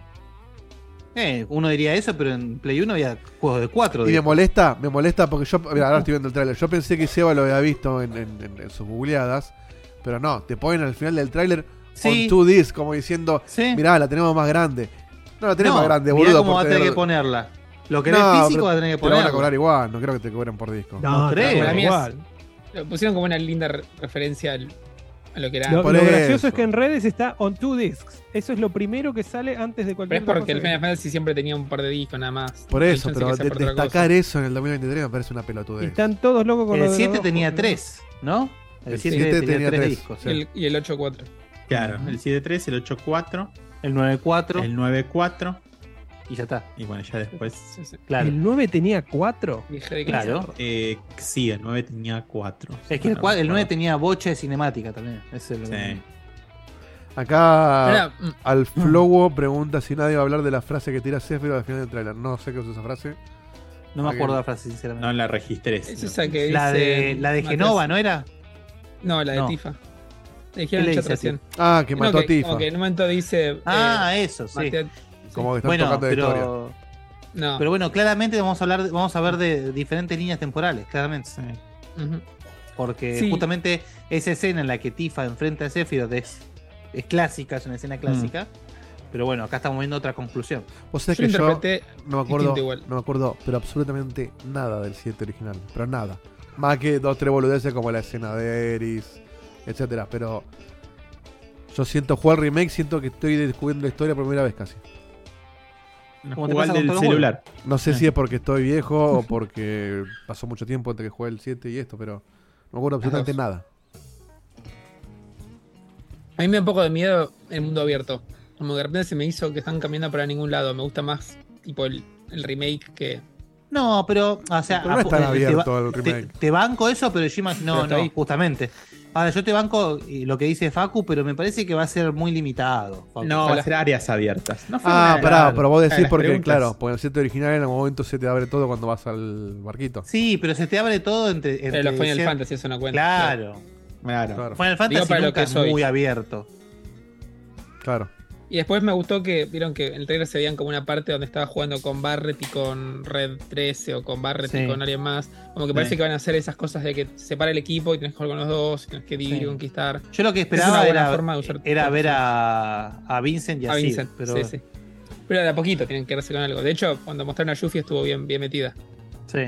Eh, uno diría eso, pero en Play 1 había juegos de 4. Y me molesta, me molesta porque yo. Mira, ahora estoy viendo el tráiler. Yo pensé que Seba lo había visto en, en- en- en sus googleadas. Pero no, te ponen al final del tráiler Sí. on 2Ds, como diciendo, mirá, la tenemos más grande. No, la tenemos más grande, boludo. cómo por va a tener tener- que ponerla. Lo querés No, físico, pero va a tener que Te lo van a ponerla. cobrar igual, no creo que te cobren por disco. No, No, te la creo. Para mí es- igual. lo pusieron como una linda re- referencia al- a lo que era. Lo, lo gracioso es que en redes está on two discs. Eso es lo primero que sale antes de Pero cualquier es otra porque el cosa. Final Fantasy siempre tenía un par de discos nada más. Por eso, Edition sí pero que sea de- por otra cosa. destacar eh. eso en el 2023 me parece una pelotudez. Y están todos locos con El lo de 7 los tenía ojos, ¿no? 3, ¿no? El El 7 siete tenía, tenía 3 tres, discos. sí. El- y el 8-4. Claro, el 7.3, el 8.4, el 9.4, el 9.4 y ya está. Y bueno, ya después. ¿El 9 tenía 4? Claro. Eh, sí, el 9 tenía 4. Es que Ah, el, cua- el 9 tenía bocha de cinemática también. Eso es lo que- Acá Era- mm. al Flowo pregunta si nadie va a hablar de la frase que tira Sefiro al final del tráiler. No sé qué es esa frase. No me Ah, acuerdo que- la frase, sinceramente. No la registré. Es esa que La de, dice- la de Matías. Genova, ¿no era? No, la de No. Tifa. Le ¿Qué dijeron le en chat dice a recién. Tifa? Ah, que No, mató a Tifa. Como que en un momento dice. eh, Ah, eso, sí. Como que están Bueno, tocando de pero- historia. No. Pero bueno, claramente vamos a hablar, de- vamos a ver de diferentes líneas temporales, claramente. Ujú. Porque Sí. justamente esa escena en la que Tifa enfrenta a Sephiroth es, es clásica, es una escena clásica. Mm. Pero bueno, acá estamos viendo otra conclusión. Vos sabés que yo no me acuerdo, no me acuerdo, pero absolutamente nada del 7 original, pero nada. Más que dos tres boludeces como la escena de Eris, etcétera, pero yo siento jugar el remake, siento que estoy descubriendo la historia por primera vez casi. Como te Jugar pasa con Ah. del todos los celular. juegos. No sé si es porque estoy viejo o porque pasó mucho tiempo entre que jugué el 7 y esto, pero no me acuerdo absolutamente nada. A mí me da un poco de miedo el mundo abierto. Como de repente se me hizo que están cambiando para ningún lado. Me gusta más, tipo, el, el remake que. No, pero, o sea, Pero no es tan apu- eh, abierto te, el te- remake. te banco eso, pero yo imagino, Pero no, está no, ahí. justamente. Ahora, yo te banco eh, lo que dice Facu, pero me parece que va a ser muy limitado. Facu. No, va a Ojalá. ser áreas abiertas. No fue Ah, una- pará, pero vos Ah, decís las porque, preguntas. claro, porque el 7 original en algún momento se te abre todo cuando vas al barquito. Sí, pero se te abre todo entre. entre Pero Eh, los Final cien- Fantasy, eso no cuenta. Claro. Claro. Final Fantasy Digo para lo nunca que es soy. muy abierto. Claro. Y después me gustó que vieron que en el trailer se veían como una parte donde estaba jugando con Barrett y con Red 13 o con Barrett Sí. y con alguien más. Como que parece Sí. que van a hacer esas cosas de que separa el equipo y tenés que jugar con los dos, y tenés que dividir Sí. y conquistar. Yo lo que Es una esperaba buena era, forma de usar- era ver a, a Vincent y a, A Sid, Vincent, pero sí, sí. Pero de a poquito tienen que darse con algo. De hecho, cuando mostraron a Yuffie estuvo bien, bien metida. Sí.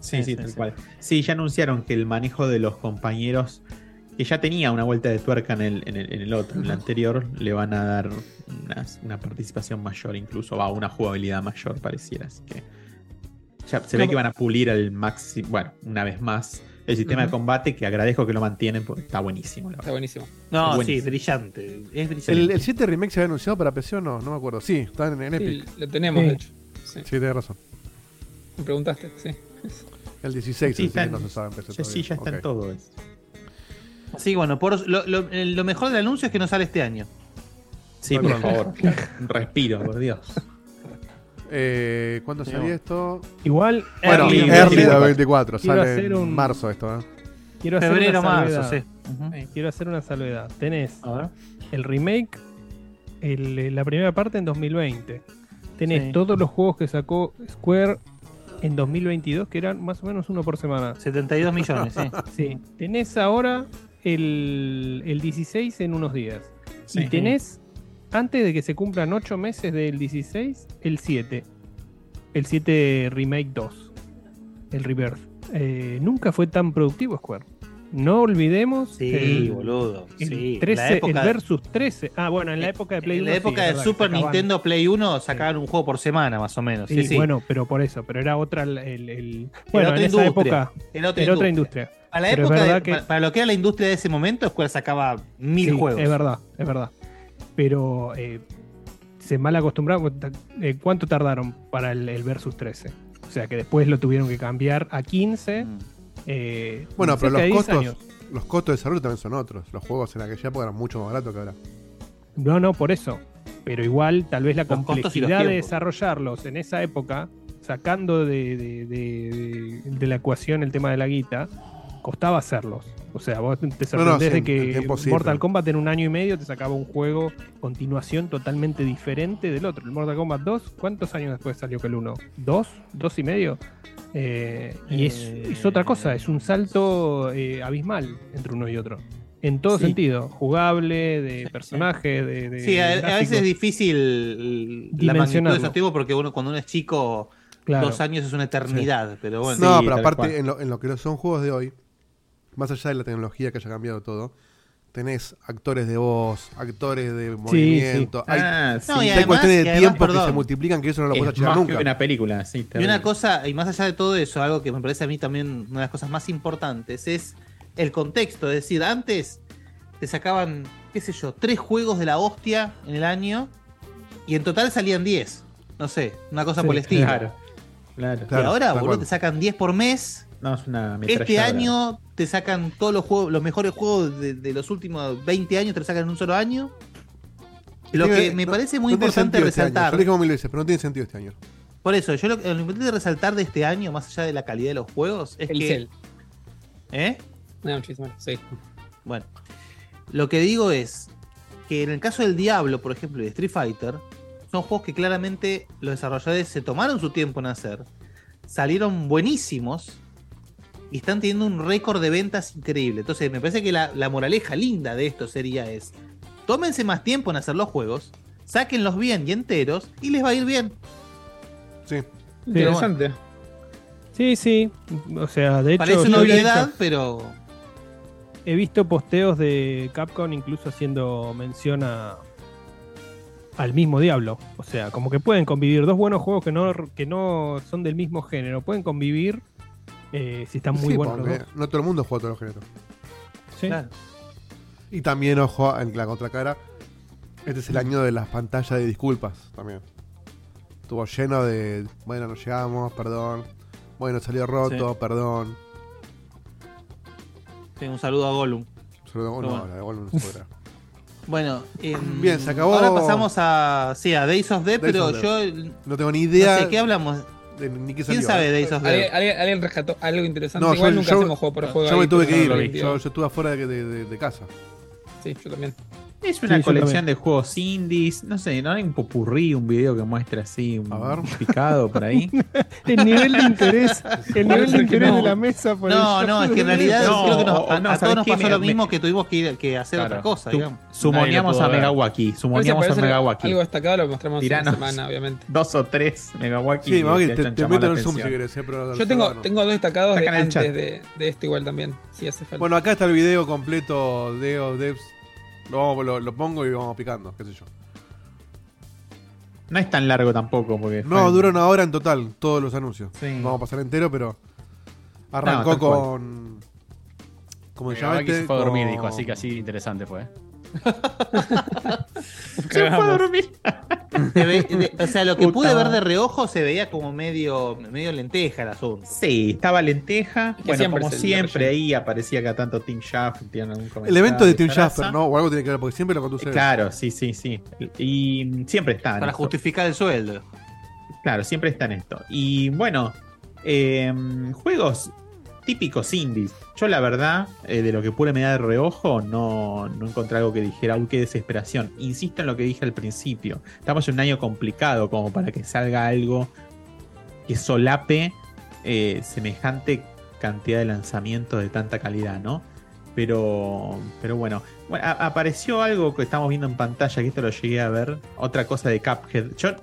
Sí, sí, tal cual. Sí, ya anunciaron que el manejo de los compañeros, que ya tenía una vuelta de tuerca en el, en el, en el otro, en el anterior, le van a dar unas- una, participación mayor, incluso va una jugabilidad mayor, pareciera. Así que ya se ve No, que van a pulir al máximo, bueno, una vez más, el sistema de Ujú. combate, que agradezco que lo mantienen, porque está buenísimo. la Está verdad. buenísimo. No, Está sí, buenísimo. brillante. Es brillante. ¿El, el 7 remake se había anunciado para PC o no? No me acuerdo. Sí, está en, en Sí, Epic. lo tenemos, Sí. de hecho. Sí. Sí, tenés razón. Me preguntaste, sí. El 16, Sí, así está que en- no se sabe en PC sí, sí, ya está en Ok. todo eso. Sí, bueno, por, lo, lo- eh, lo mejor del anuncio es que no sale este año. Sí, por favor. Un respiro, por Dios. Eh, ¿Cuándo Sí, salía bueno. esto? Igual, Bueno, early early, 2024. 2024. Quiero Sale hacer en un- marzo esto, ¿eh? Quiero hacer Febrero, una marzo, salvedad. sí. Eh, Quiero hacer una salvedad. Tenés el remake, el- eh, la primera parte en 2020. Tenés Sí. todos los juegos que sacó Square en 2022, que eran más o menos uno por semana. 72 millones, sí. Sí. Tenés ahora el, el 16 en unos días. Sí. Y tenés, antes de que se cumplan 8 meses del 16, el 7. El 7 Remake 2. El Rebirth. Eh, nunca fue tan productivo Square. No olvidemos. Sí, el- boludo. El, sí. 13, La el época- Versus 13. Ah, bueno, en la época de Play en 1, la sí, época es de verdad, Super sacaban- Nintendo Play 1 sacaban un juego por semana, más o menos. Sí, Sí, sí. bueno, pero por eso. Pero era otra. El, el- el- bueno, otra en esa industria, época. era otra era otra industria. industria. A la Pero es época de- verdad que- para, para lo que era la industria de ese momento, Square sacaba mil Sí, juegos. Es verdad, es verdad. Pero eh, se mal acostumbraron. eh, ¿Cuánto tardaron para el, el Versus 13? O sea que después lo tuvieron que cambiar a 15. eh, Bueno, pero cerca de los 10 costos, años. los costos de desarrollo también son otros. Los juegos en aquella época eran mucho más baratos que ahora. No, no, por eso. Pero igual, tal vez la Los costos y los complejidad de tiempos. desarrollarlos en esa época, sacando de, de- de- de- de la ecuación el tema de la guita, costaba hacerlos. O sea, vos te sorprendés No, no, sí, de en- en que tiempo sí, Mortal pero- Kombat en un año y medio te sacaba un juego continuación totalmente diferente del otro. El Mortal Kombat 2, ¿cuántos años después salió que el 1? ¿Dos? ¿Dos y medio? Eh, y es, es Eh. otra cosa, es un salto eh, abismal entre uno y otro. En todo Sí. sentido, jugable, de personaje, de... de Sí, a, a veces es gráficos. difícil la magnitud de Dimensionarlo. esos tiempos porque uno, cuando uno es chico, Claro. dos años es una eternidad. Pero bueno, no, pero aparte, en lo, en lo que son juegos de hoy, más allá de la tecnología que haya cambiado todo, tenés actores de voz, actores de movimiento. sí. Hay, Ah, sí. hay No, y además- cuestiones y de además, tiempo que perdón. se multiplican que eso no lo Es puedes llegar más nunca. que una película, sí, Y una cosa, y más allá de todo eso, algo que me parece a mí también una de las cosas más importantes es el contexto. Es decir, antes te sacaban, qué sé yo, tres juegos de la hostia en el año y en total salían 10. No sé, una cosa Sí, por el estilo. claro, claro. y Claro, ahora, tal boludo, cual. te sacan 10 por mes. No, es una Este ametralladora. año te sacan todos los juegos, los mejores juegos de, de los últimos 20 años, te los sacan en un solo año. Lo Tiene- que me eh, no- parece muy no tiene importante sentido este año. resaltar. Yo lo dije como mil veces, pero no tiene sentido este año. Por eso, yo lo, lo importante de resaltar de este año, más allá de la calidad de los juegos, es El que. Cell. ¿Eh? No, muchísimas gracias. Sí. Bueno. Lo que digo es que en el caso del Diablo, por ejemplo, y de Street Fighter, son juegos que claramente los desarrolladores se tomaron su tiempo en hacer, salieron buenísimos y están teniendo un récord de ventas increíble. Entonces, me parece que la, la moraleja linda de esto sería es, tómense más tiempo en hacer los juegos, sáquenlos bien y enteros y les va a ir bien. Sí. Interesante. Sí, sí. O sea, de hecho. Parece una yo he obviedad, visto- pero He visto posteos de Capcom incluso haciendo mención a. Al mismo diablo. O sea, como que pueden convivir dos buenos juegos que no, que no son del mismo género. Pueden convivir eh, si están muy Sí, buenos los porque dos. No todo el mundo juega todos los géneros. Sí. Claro. Y también, ojo, en la contracara, este es el año de las pantallas de disculpas también. Estuvo lleno de, bueno, no llegamos, perdón. Bueno, salió roto, Sí. perdón. sí, un saludo a Gollum. Solo- Oh, no, Pero bueno. la de Gollum no se podrá. Bueno, em, Bien, se acabó. Ahora pasamos a, sí, a Days of Death, Days pero of Death. yo No tengo ni idea. No sé, ¿qué hablamos? de ni qué salió, ¿Quién sabe eh? de Days of ¿Alguien, alguien, alguien rescató algo interesante. No, Igual yo, nunca yo- hacemos juego por juego. yo me ahí, tuve pero que no lo ir. eh. vi. Yo, yo estuve afuera de, de- de casa. Sí, yo también. Es una Sí, yo colección también. de juegos indies. No sé, ¿no hay un popurrí, un video que muestre así un ver. picado por ahí? El nivel de interés, el nivel de, Parece que interés no. de la mesa. por No, el- no, es que en realidad No, creo que nos, o a, no, a todos ¿sabes nos qué? pasó lo Me- mismo que tuvimos que, ir- que hacer otra cosa, Tu- digamos. Sumoneamos Nadie a lo pudo ver. Megawaki. Sumoneamos Parece- a parece Megawaki. Algo destacado lo mostramos Tiranos. en la semana, obviamente. Dos o tres Megawaki. Sí, vamos, que que te, hayan te llamado meto en la el Zoom si atención. querés. eh, pero- Yo tengo, pero no. tengo dos destacados de Acá en el antes chat. de, de este igual también, si hace falta. Bueno, acá está el video completo de Of Devs. Lo, lo- lo pongo y vamos picando, qué sé yo. No es tan largo tampoco. porque No, fue- dura una hora en total, todos los anuncios. Sí. Vamos a pasar entero, pero No, arrancó tal cual. con. Como se llama Megawaki este? se fue a dormir, Con- dijo, así que así interesante fue. ¿eh? Se fue a dormir. Se ve- de- o sea, lo que Puta pude ver madre. de reojo se veía como medio, medio lenteja el asunto. Sí, estaba lenteja. Que Bueno, siempre como es el siempre, ahí aparecía acá tanto Tim Schaff. tenían algún El comentario, evento de Tim esa Jasper, raza. ¿no? O algo tiene que ver, porque siempre lo conduce. él. Claro, sí, sí, sí. Y mm, siempre está. en Para esto. justificar el sueldo. Claro, siempre está en esto. Y bueno, eh, juegos típicos indies. Yo la verdad, eh, de lo que pude me dar de reojo, no, no encontré algo que dijera, uy, qué desesperación. Insisto en lo que dije al principio. Estamos en un año complicado como para que salga algo que solape eh, semejante cantidad de lanzamientos de tanta calidad, ¿no? Pero, pero bueno, Bueno, a- apareció algo que estamos viendo en pantalla, que esto lo llegué a ver, otra cosa de Cuphead. Yo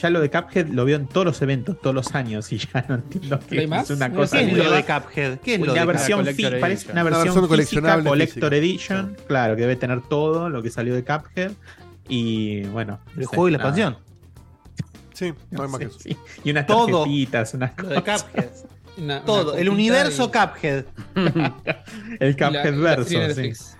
ya lo de Cuphead lo veo en todos los eventos, todos los años, y ya no entiendo ¿No hay qué más? es una ¿Qué cosa. es lo nueva. de Cuphead? ¿Qué es lo una de versión Cuphead? fi- Collector parece Edition. una Una versión, versión física, coleccionable Collector Edition, claro, que debe tener todo lo que salió de Cuphead. Y bueno. El no sé, juego y la nada. expansión. Sí, no hay más que eso. Sí, Y unas Todo. tarjetitas, unas Lo de cosas. Cuphead. Una- una Todo, copita el universo y- Cuphead. y la- El y la Cuphead serie verso, de sí. Netflix.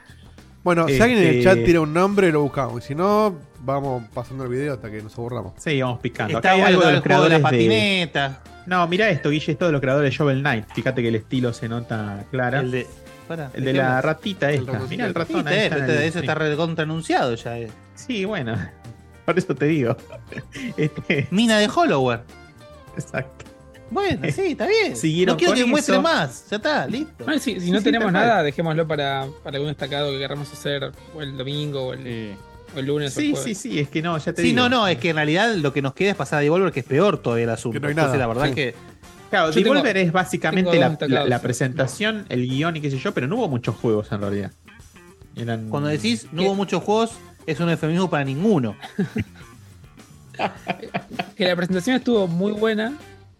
Bueno, si alguien en el Este- chat tira un nombre, lo buscamos. Y si no, vamos pasando el video hasta que nos aburramos. Sí, vamos picando. Está bueno todo el juego de la patineta. No, mira esto, Guille, esto de los creadores de Shovel Knight. Fíjate que el estilo se nota clara. El de, el de la ratita esta. Mira el ratón. Este, ahí está en el- Eso está sí. recontra anunciado ya. eh. Sí, bueno. Por eso te digo. Este, Mina de Hollower. Exacto. Bueno, sí, está bien. Siguieron no quiero con que eso. muestre más. Ya está, listo. No, y si, si no Sí, tenemos está mal. nada, dejémoslo para, para algún destacado que queramos hacer o el domingo o el, o el lunes. o el Sí, jueves. sí, sí, es que no, ya te Sí, digo. no, no, es que en realidad lo que nos queda es pasar a Devolver, que es peor todavía el asunto. Que no hay Entonces, nada, la verdad sí. que. Claro, Yo tengo- Devolver es básicamente tengo la, dos destacados. la- la presentación, el guión y qué sé yo, pero no hubo muchos juegos en realidad. Eran- Cuando decís no hubo muchos juegos, es un eufemismo para ninguno. Que la presentación estuvo muy buena.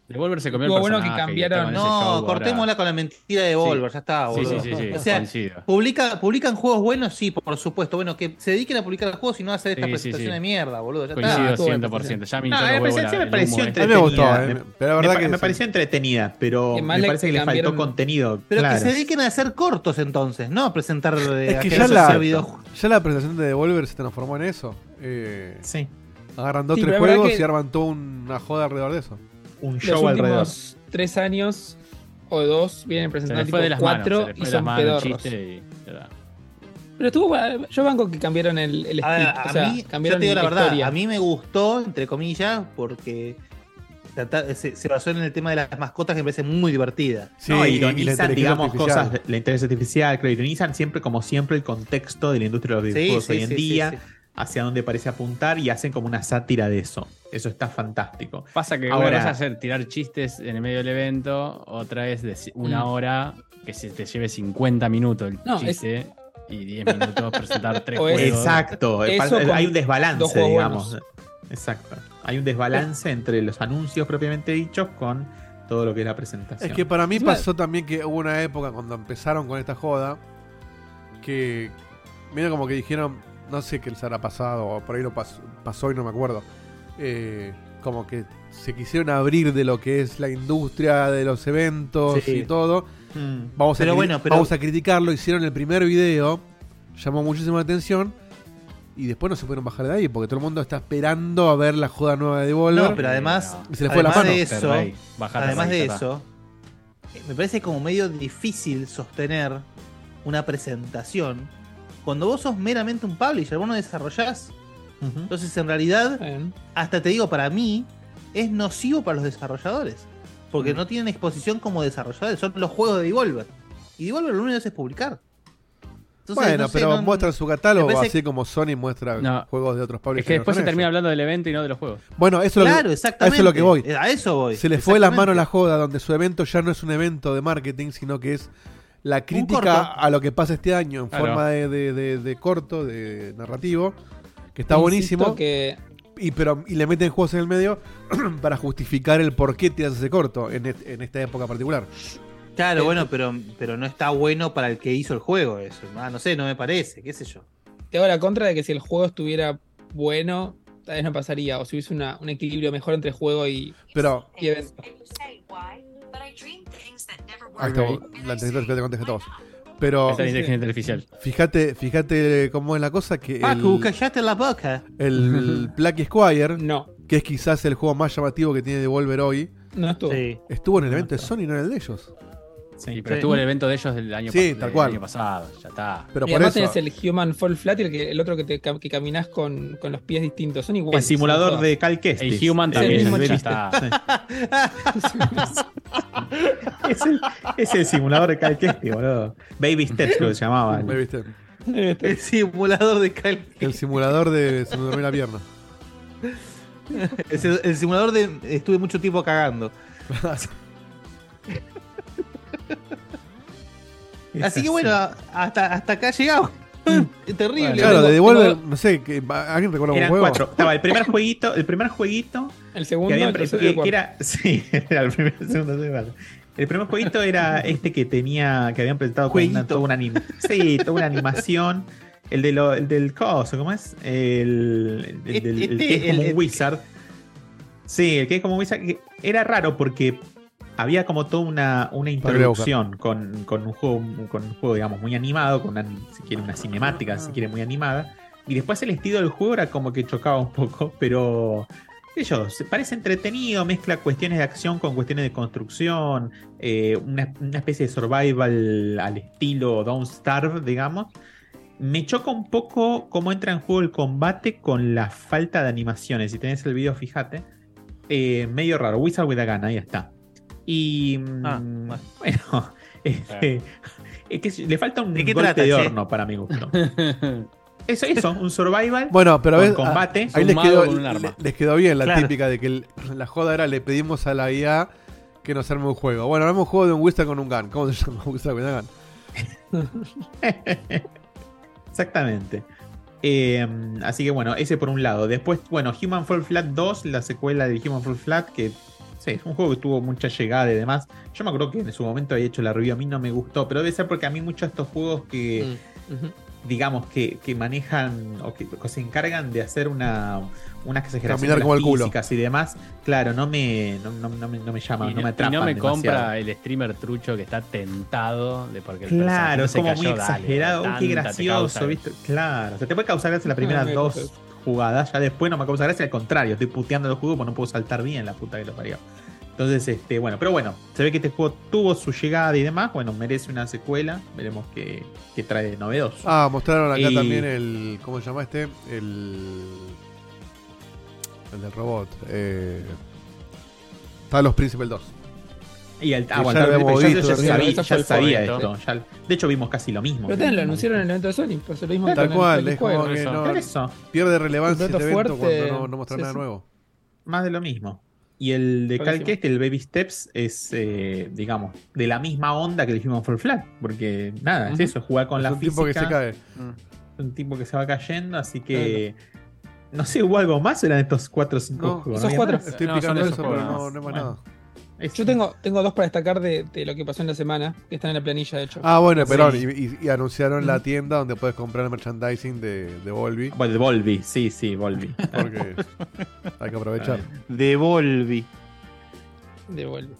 Devolver se comió el Estuvo bueno que personaje y cambiaron. está con ese No, show cortémosla ahora. con la mentira de Devolver, Sí. ya está, Sí, boludo. sí, sí, sí, O sea, coincido. publica, publican juegos buenos, sí, por supuesto. Bueno, que se dediquen a publicar juegos y no a hacer Sí, esta sí, presentación sí. de mierda, boludo. Ya Coincido Ah, está. 100%, ya me hinchó No, los la huevos presentación la- me el pareció humo, ¿eh? entretenida. me, la verdad me- que me sí. pareció entretenida, pero Es me más, le parece que le faltó cambiaron- contenido. Pero claro. que se dediquen a hacer cortos entonces, ¿no? A presentar eh, Es que a ya la, videojuegos. ya la presentación de Devolver se transformó en eso. Eh, sí. Agarran dos Sí, tres pero la verdad juegos que- y arman toda una joda alrededor de eso. Un Los últimos tres años o dos vienen Se presentando les fue tipo de las manos, cuatro se les y fue de las son manos el pedorros. chiste y ya está. Pero estuvo bueno, yo banco que cambiaron el, el A, ver, script, a o sea, mí, yo cambiaron te digo la verdad, historia. a mí me gustó, entre comillas, porque trata- se, se basó en el tema de las mascotas que me parece muy divertida. No, ironizan, digamos, cosas, la inteligencia artificial, claro, ironizan siempre, como siempre, el contexto de la industria de los Sí, videojuegos sí, hoy en sí, sí, día, sí. hacia dónde parece apuntar y hacen como una sátira de eso. Eso está fantástico. Pasa que Ahora- una cosa es hacer- tirar chistes en el medio del evento, otra es deci- una Mm. hora que se te lleve 50 minutos el No, es- chiste y 10 minutos presentar tres O es- juegos. Exacto, Eso pasa- con hay un dos desbalance, juegos digamos. Exacto. Hay un desbalance entre los anuncios propiamente dichos con todo lo que es la presentación. Es que para mí Encima- pasó también que hubo una época cuando empezaron con esta joda que mira como que dijeron, no sé qué les habrá pasado, o por ahí lo pas- pasó y no me acuerdo. eh, como que se quisieron abrir de lo que es la industria, de los eventos Sí. y todo. Mm. Vamos, Pero a cri- bueno, pero- vamos a criticarlo. Hicieron el primer video, llamó muchísimo la atención. Y después no se pudieron bajar de ahí porque todo el mundo está esperando a ver la joda nueva de Devolver. No, pero además, Y se le fue la además mano. de eso, además de eso, eh, me parece como medio difícil sostener una presentación cuando vos sos meramente un publisher, vos no desarrollás. Entonces, en realidad, hasta te digo, para mí, es nocivo para los desarrolladores. Mm. Porque no tienen exposición como desarrolladores, son los juegos de Devolver. Y Devolver lo único que hace es publicar. Entonces, bueno, no sé, pero no- muestran su catálogo me parece así como Sony muestra No. juegos de otros publishers. Es que después se japoneses. termina hablando del evento y no de los juegos. Bueno, eso, es Claro, lo que, a eso es lo exactamente. que voy. A eso voy. Se les fue la mano Exactamente. la joda, donde su evento ya no es un evento de marketing, sino que es la crítica corto. a lo que pasa este año en Claro. forma de, de- de- de corto, de narrativo, que está Insisto buenísimo. que- Y, pero, y le meten juegos en el medio para justificar el por qué tiras ese corto en, et- en esta época particular. Claro, bueno, pero, pero no está bueno para el que hizo el juego eso. Ah, no sé, no me parece, qué sé yo. Te hago la contra de que si el juego estuviera bueno, tal vez no pasaría. O si hubiese una- un equilibrio mejor entre juego y, Pero y evento. Ahí está, la entrevista que te contesté a todos. Pero Esta es la inteligencia artificial. fíjate, fíjate cómo es la cosa que Paco, el, callate la boca. el Black Squire, No. que es quizás el juego más llamativo que tiene Devolver hoy, No estuvo. estuvo en el evento de Sony, no en el de ellos. Y pero estuvo el evento de ellos del año, Sí, pas- del tal cual. año pasado. Ya está. Pero y por además eso tenés el Human Fall Flat y el, que- el otro que, te, cam- que caminás con, con los pies distintos. Son iguales. el simulador son de Cal El Human también, mismo ya chiste. está. es, el, es el simulador de Cal Kestis, boludo. Baby Steps creo que se llamaba. Baby Steps. El simulador de Cal El simulador de se me durmió la pierna. Es el, el simulador de estuve mucho tiempo cagando. Así que bueno, hasta, hasta acá llegamos. Es Terrible. Mm. claro, de Tengo- Devolver, no sé, que- ¿alguien recuerda un Eran juego? cuatro. Estaba el primer jueguito, el primer jueguito El que segundo, habían- el tercero y que- el que cuarto. era, sí, era el primer, el segundo, el tercero. El primer jueguito era este que tenía, que habían presentado con una, toda una anim- sí, toda una animación. El, de lo- el del coso, ¿cómo es? El, el del- el que es Este, como el- un wizard. Sí, el que es como un wizard. que Era raro porque había como toda una, una Para ir a buscar. introducción con, con un juego, con un juego, digamos, muy animado, con una, si quiere, una cinemática, si quiere, muy animada. Y después el estilo del juego era como que chocaba un poco, pero qué sé yo, se parece entretenido, mezcla cuestiones de acción con cuestiones de construcción, eh, una, una especie de survival al estilo Don't Starve, digamos. Me choca un poco cómo entra en juego el combate con la falta de animaciones. Si tenés el video, fíjate. Eh, medio raro. Wizard with a gun, ahí está. Y mm, Ah, bueno, este, es que le falta un ¿De qué golpe trata, de che? horno para mi gusto. eso, eso, un survival. Bueno, pero a con ver, ah, combate ahí les quedó, arma. les quedó bien la Claro. típica de que el- la joda era le pedimos a la IA que nos arme un juego. Bueno, armamos un juego de un Wizard con un gun. ¿Cómo se llama Wizard con un gun? Exactamente. Eh, así que bueno, ese por un lado. Después, bueno, Human Fall Flat 2, la secuela de Human Fall Flat, que sí, es un juego que tuvo mucha llegada y demás. Yo me acuerdo que en su momento había hecho la review, a mí no me gustó, pero debe ser porque a mí muchos de estos juegos que, digamos, que, que manejan o que, que se encargan de hacer una, unas exageraciones Caminar de las como el culo. físicas y demás, claro, no me, no, no- no me, no me llama, Y no me no- y atrapa. no me compra el streamer trucho que está tentado de porque el Claro, personaje es se como cayó, muy dale, exagerado. uy, qué tanta te causa. gracioso, ¿viste? Claro, o sea, te puede causar gracia las Ah, primeras me dos causa. jugadas. Ya después no me causa gracia, al contrario, estoy puteando los juegos porque no puedo saltar bien la puta que lo parió. Entonces, este, bueno, pero bueno, se ve que este juego tuvo su llegada y demás. Bueno, merece una secuela. Veremos qué, qué trae de novedoso. Ah, mostraron acá Y- también el. ¿Cómo se llama este? El. El del robot. Eh, Talos Principal 2. Y el, ah, Que bueno, ya tal- lo habíamos ya- visto, ya ¿verdad? sabía, Eso ya fue el sabía favorito. esto. ya- de hecho, vimos casi lo mismo. Pero también lo anunciaron en el evento de Sony, pasó lo mismo Tal con el cual, Sonic es como Square. que no- Por eso. Pierde relevancia Un dato este evento fuerte, cuando no, no muestra sí, nada sí. nuevo. Más de lo mismo. Y el de Buenísimo. Calqueste, el Baby Steps, es, eh, digamos, de la misma onda que el Human Fall Flat. Porque nada, es Ujú. eso, es jugar con Es la un tipo que física. se cae. Es un tipo que se va cayendo, así que. No sé, hubo algo más, o eran estos 4 o 5 No, juegos. esos ¿Había cuatro. más? Estoy No, picando son esos eso, pero juegos. no- no más Bueno, nada. Yo tengo, tengo dos para destacar de, de lo que pasó en la semana, que están en la planilla, de hecho. Ah, bueno, pero Sí. y, y- y anunciaron la Ujú. tienda donde puedes comprar el merchandising de, de Volvi. Bueno, de Volvi, sí, sí, Volvi. Porque hay que aprovechar. De Volvi. De vuelta.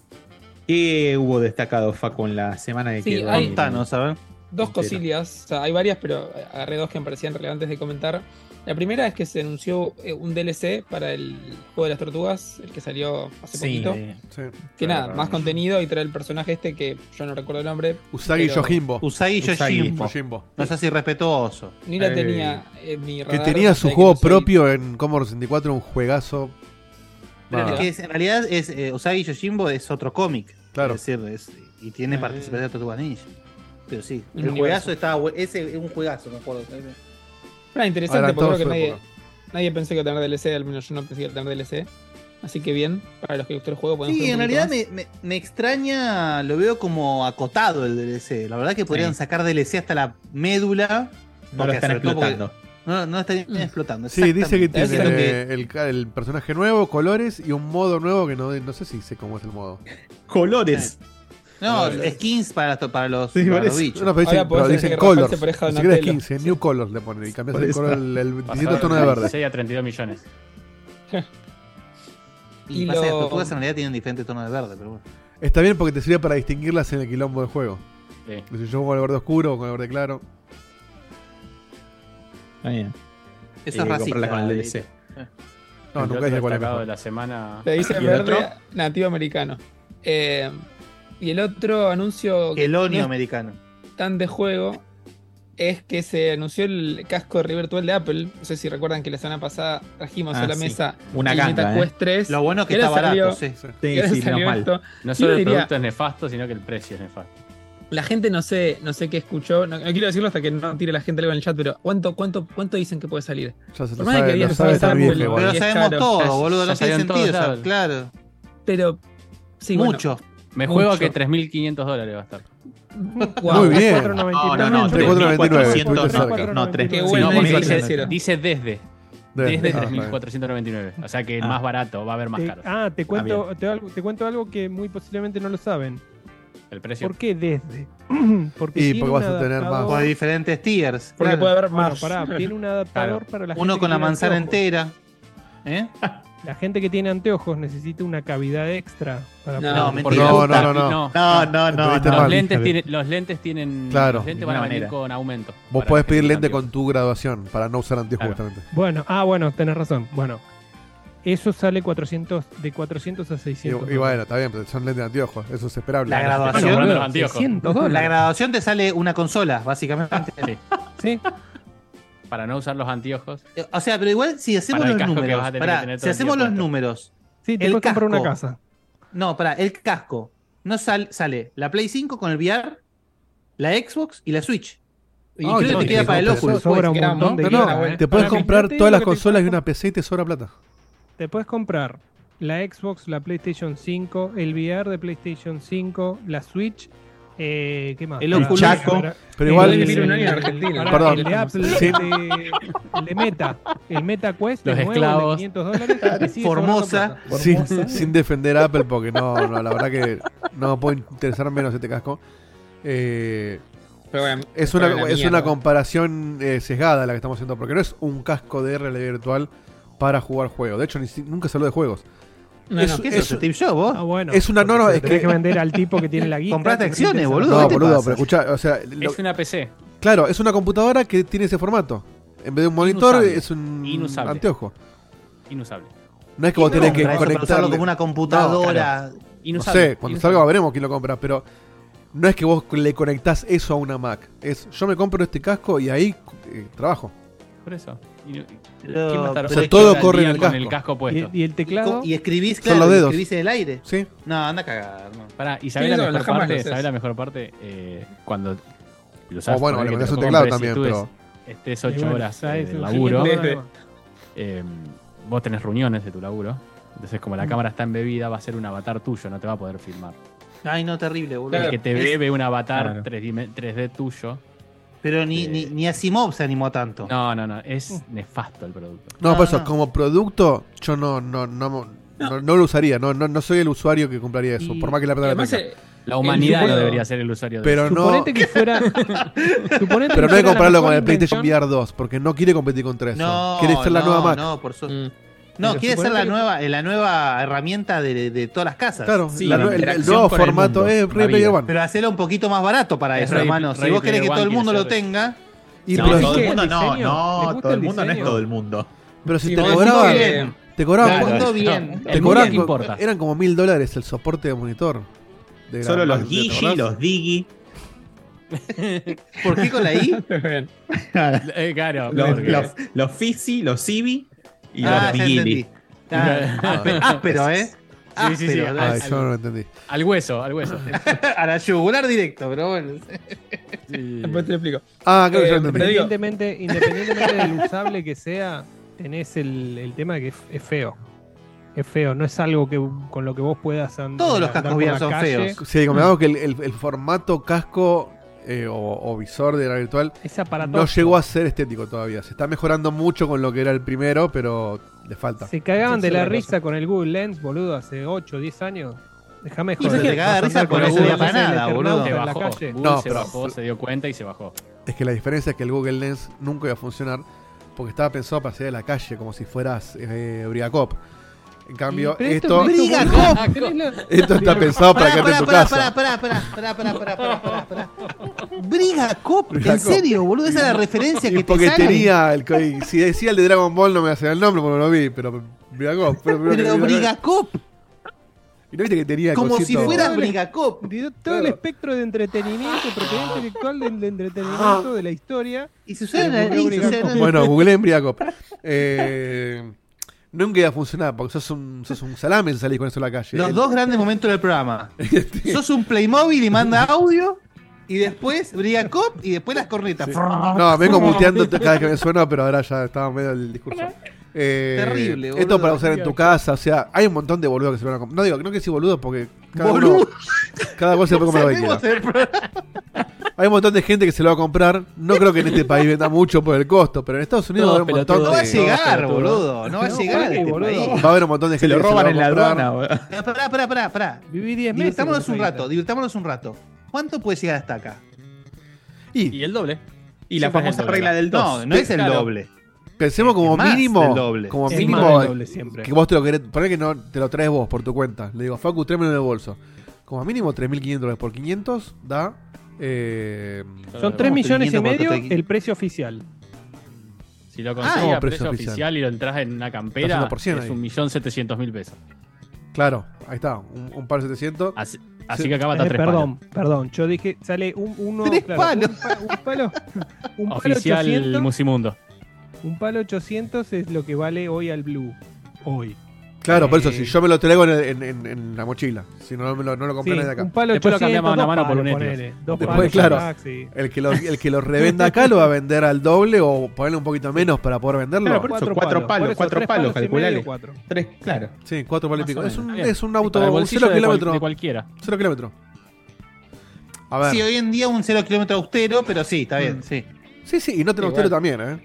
¿Qué hubo destacado, Facu, en la semana que Sí, quedó? hay- Contanos, a ver. Dos Este Entero. cosillas, o sea, hay varias, pero agarré dos que me parecían relevantes de comentar. La primera es que se anunció eh, un DLC para el juego de las tortugas, el que salió hace Sí. poquito. Sí. Que nada, Claro. más contenido y trae el personaje este que yo no recuerdo el nombre. Usagi pero Yojimbo. Usagi Yojimbo. Yojimbo. No seas irrespetuoso. Ni la tenía eh, en mi Que radar. tenía su sé juego no soy- propio en Commodore 64, un juegazo. Pero Nada. es que es- en realidad es eh, Usagi Yojimbo es otro cómic. Claro. Es decir, es- y tiene participación de Tortugas Ninja. Pero sí, Ah, eh. Un el universo. juegazo estaba bu- ese es un juegazo, me acuerdo. Ah, interesante, porque creo que Adelantado su nadie, nadie pensó que iba a tener DLC, al menos yo no pensé que iba a tener DLC. Así que bien, para los que gustó el juego podemos Sí, en realidad me, me- me extraña, lo veo como acotado el DLC. La verdad que podrían sacar DLC hasta la médula. No lo porque están sobre todo porque- explotando. No, no lo están Mm. explotando. Sí, dice que exactamente. tiene Eso es lo que- eh, el, ca- el personaje nuevo, colores y un modo nuevo que no, no sé si sé cómo es el modo. Colores. No, skins para, to- para los, Sí, para por los eso. bichos. No, pero dicen, pero dicen colors. Ni siquiera es 15, New Colors le ponen. Y cambias Por el eso. color, el, el Pasó 17 tono de de verde. 16 a 32 millones. Y, Y pasa que lo- las tortugas en realidad tienen diferentes tonos de verde, pero bueno. Está bien porque te sirve para distinguirlas en el quilombo del juego. Sí. Si yo con el verde oscuro o con el verde claro. Está bien. Eso es Y comprarla racista. con el DLC. No, El nunca otro dije cuál es destacado mejor. de la semana. Te dice ¿Y el verde otro? nativo americano. Eh, y el otro anuncio. que El onio no es americano. Tan de juego. Es que se anunció el casco River Virtual de Apple. No sé si recuerdan que la semana pasada trajimos Ah, a la sí. mesa Una el ganga, Meta eh. Quest 3. Lo bueno es que Y ahora está barato, salió- sí. Sí, y ahora sí, menos salió mal. esto. No Y solo uno el diría, producto es nefasto, sino que el precio es nefasto. La gente no sé, no sé qué escuchó. No, no quiero decirlo hasta que no tire la gente algo en el chat, pero ¿cuánto, cuánto, cuánto dicen que puede salir? Ya se Por lo más de sabe, que digan lo que sabe puede estar salir, bien, pero igual. Pero es lo sabemos caro. todo, boludo. ya No tiene salió en todos sentido, o sea, lados. claro. Pero. Sí, bueno. Mucho. Me juego a Mucho. que 3.500 dólares va a estar. Guau, Muy bien. 4.99. No, no, no, 3.499, estuviste 3.499. cerca. No, 3.499. Qué bueno, No, porque dice- dice, dice desde. Desde. Desde Ah, 3.499. O sea que el más barato va a haber más Te- caro. ah, te Ah, cuento, te, algo- te cuento algo que muy posiblemente no lo saben. El precio. ¿Por qué desde? Porque Y tiene porque un vas a tener más. adaptador- Por diferentes tiers. Porque claro. puede haber Bueno, más. pará, tiene un adaptador para la gente Uno que con la tiene manzana anteojos. entera. ¿Eh? La gente que tiene anteojos necesita una cavidad extra para No, poder- mentira. No, no, no, no. No, no, no, Entendiste los, mal. lentes tienen, los lentes tienen. Claro. Los De lentes van a una venir manera. con aumento. Vos Para podés que pedir tengan lente anteojos. con tu graduación para no usar anteojos Claro. justamente. Bueno, ah, bueno, tenés razón. Bueno, eso sale 400, de 400 a 600. Y, y bueno, está bien, pero son lentes de anteojos, eso es esperable. La graduación. la graduación te sale una consola, básicamente. Sí. Para no usar los anteojos. O sea, pero igual si hacemos Para el los casco que números. vas a tener pará, que tener todo si el día hacemos los puesto. números. Sí, te el puedes comprar casco una casa. No, pará, el casco. No sal- sale la Play 5 con el VR, la Xbox y la Switch. Y Ah, creo que entonces, queda para el te Oculus. sobra después, un que era montón de montón de plata, guita, ¿eh? Te ¿eh? puedes Para mí, comprar yo te todas digo las que te consolas y una PC y te sobra plata. Te puedes comprar la Xbox, la PlayStation 5, el VR de PlayStation 5, la Switch. Eh, ¿Qué más? El Para- Oculus. para- Chaco. Pero el- igual- el- Vivir un año en Argentina. para- Perdón. El de Apple, Sí. el, de, el de Meta. El Meta Quest, Los el nuevo, esclavos. de 500 dólares. te sigue sobrando plata. Sin, sin defender a Apple, porque no, no, la verdad que no puedo interesar menos este casco. Eh, Pero bueno, es pero una, la es mierda. una comparación eh, sesgada la que estamos haciendo, porque no es un casco de realidad virtual para jugar juegos. De hecho, ni si- nunca se habló de juegos. No, no, ¿qué sos, Steve Jobs, vos? Ah, bueno, es una no, no, porque es tenés que vender al tipo que tiene la guita, Compraste que no te acciones, interesa. boludo, No, ¿qué te boludo, pasa? pero escuchá, o sea, lo- Es una PC. claro, es una computadora que tiene ese formato. En vez de un monitor, Inusable. es un Inusable. anteojo. Inusable. No es que vos ¿Quién tenés que compra eso para usarlo conectarlo como una computadora? No Inusable, sé, cuando inusable. salga veremos quién lo compra, pero no es que vos le conectás eso a una Mac. Es yo me compro este casco y ahí eh, trabajo. Por eso. Y no- Pero- ¿quién va a estar pero O sea, es que todo al corre día en el con casco. el casco puesto? ¿Y, el teclado? Y escribís, Son claro, los y dedos. escribís en el aire. Sí. No, anda a cagar. no. Pará, ¿y sabés la Sí, no, mejor jamás lo parte? haces. ¿Sabés la mejor parte? Eh, cuando lo usás, O Oh, bueno, ponele le que mandás te un tocó teclado con también, Presitudes, pero- Estés Y 8 bueno, horas ya eh, es del un laburo. gigante. eh, vos tenés reuniones de tu laburo. Entonces, como la Mm. cámara está embebida, va a ser un avatar tuyo, no te va a poder filmar. Ay, no, terrible, boludo. El que te ve, Es- ve un avatar Claro. 3D, 3D tuyo. Eh, Pero ni, ni, ni Asimov se animó tanto. No, no, no. Uh. Es nefasto el producto. No, por eso, como producto, yo no, no, no, no, no lo usaría, no, no, no soy el usuario que compraría eso, Y- por más que la plata y la además, tenga. eh, la humanidad no debería ser el usuario de Pero eso. no, Suponete que fuera. suponete pero no hay fuera que la compararlo mejor con el PlayStation invención. VR 2, porque no quiere competir contra eso. quiere ser la no, nueva Mac. No, por su- No, Pero quiere ser suponete la que- nueva, eh, la nueva herramienta de, de todas las casas. Claro, Sí, la la nue- el- el interacción nuevo con el formato mundo, es Ready la Player vida. One. Pero hacerlo un poquito más barato para Es eso, Ready- hermano. Si Ready vos querés Player que todo One el mundo quiere lo ser eso. tenga. Y No, pero- todo el mundo no, no, no, todo el mundo no es todo el mundo. Pero si Sí, te vos cobraban. decís eh, bien. eh, Te cobraban. Claro, te- bien. El Te mundo cobraban. que importa. Eran como mil dólares el soporte de monitor. De Solo la- los ¿te Gigi, acordás? los Digi. ¿Por qué con la I? Eh, claro, los, porque- los, los Fisi, los Civi y Ah, los ya Nigili. entendí. Ah, áspe- áspero, ¿eh? Sí, sí, sí. Áspero, al- Ay, yo no lo entendí. Al hueso, al hueso. A la yugular directo, pero bueno. Después te lo explico. Ah, claro, yo Pero te digo. Eh, Independientemente, independientemente del usable que sea, tenés el, el tema de que es, es feo. Es feo, no es algo que con lo que vos puedas and- andar. por la calle. Sí, convengamos que el, el- el formato casco eh, o, o visor de la virtual no aparatoso. llegó a ser estético todavía. Se está mejorando mucho con lo que era el primero, pero le falta. Se cagaban de la risa risa con el Google Lens, boludo, hace 8 o 10 años. Déjame se joder. te cagaba de Vas a risa andar por con el eso no Google para Lens, nada, el boludo. Eternauta Se en la bajó. calle. Google No, se pero- bajó, se dio cuenta y se bajó. Es que la diferencia es que el Google Lens nunca iba a funcionar porque estaba pensado para salir a la calle como si fueras eh, Brigacop. En cambio, Pero esto, esto- esto, Brigacop. Ah, Brigacop. está pensado para quedarte en tu casa. Pará, pará, pará, pará, pará, pará, pará, pará, pará. Briga Cop, en serio, boludo, esa es la referencia Y que porque te sale. tenía el, co- y si decía el de Dragon Ball no me hacía el nombre porque no lo vi, pero Brigacop. Pero, Pero Brigacop. Y no viste que tenía el Como si cosito- fuera Brigacop. Dio Todo el espectro de entretenimiento, propiedad intelectual del entretenimiento de la historia. Y se usa la Google nariz, o sea, Brigacop. Bueno, googleé en Brigacop. Eh, nunca iba a funcionar porque sos un, sos un salame si salís con eso a la calle. Los El- dos grandes momentos del programa. Sos un Playmobil y manda audio. Y después Brigacop y después las cornetas. No, vengo muteando cada vez que me suena, pero ahora ya estaba medio el discurso. Eh, Terrible, boludo. Esto para usar en tu casa, o sea, hay un montón de boludos que se van a comprar. No digo, no que decir boludos porque cada uno- Boludo. cada cual se puede comprar lo que Saquemos quiera. el programa. Hay un montón de gente que se lo va a comprar. No creo que en este país venda mucho por el costo, pero en Estados Unidos va a haber un montón No de. va a llegar, boludo. No va a llegar. este país. Va a haber un montón de Se gente lo que roban en la comprar. aduana, boludo. Pará, pará, pará, pará, pará. Viví 10 meses Divirtámonos con un esa rato, divirtámonos un rato. ¿Cuánto puede llegar hasta acá? Y, el doble. Y la Siempre es famosa el doble. regla del 2. No, no es el doble. Pensemos como Es más mínimo. del doble. Como Es mínimo. más del doble siempre. Que vos te lo querés. Poné que no te lo traes vos por tu cuenta. Le digo, Facu, tráemelo en el bolso. Como mínimo 3.500 dólares por 500 da. eh, Son 3 millones y medio el precio oficial. Si lo Ah, conseguís no, precio a precio oficial. oficial y lo entras en una Estás campera, uno por es cien ahí. un millón setecientos mil pesos. Claro, ahí está. Un, un par de 700. Así, así que acá está Eh, tres perdón, perdón, yo dije, sale un, uno, Tres claro, palos. Un, pa- un palo. Un palos. palo, Oficial 800, Musimundo. un palo 800 es lo que vale hoy al Blue. Hoy. Claro, por eso, si yo me lo traigo en, el- en- en- en la mochila, si no me lo, no lo compré Sí, nadie acá. un palo Después lo 800, cambiamos a una dos mano por palos, un Etios. ponele, dos Después, palos, claro, un taxi. el que, lo, el que lo revenda acá lo va a vender al doble o ponerle un poquito menos para poder venderlo. Claro, por eso, Cuatro cuatro palos, palos, por eso, cuatro tres palos, palos y medio, calculale. cuatro. Tres, claro. Sí, cuatro palos y Más pico. o Es menos, un, bien. es un Y auto para el un bolsillo cero de cual- kilómetro. de cualquiera. Cero kilómetro. A ver. Sí, hoy en día un cero kilómetro austero, pero sí, está Mm. bien, sí. Sí, sí, y no te lo Igual. austero también, ¿eh?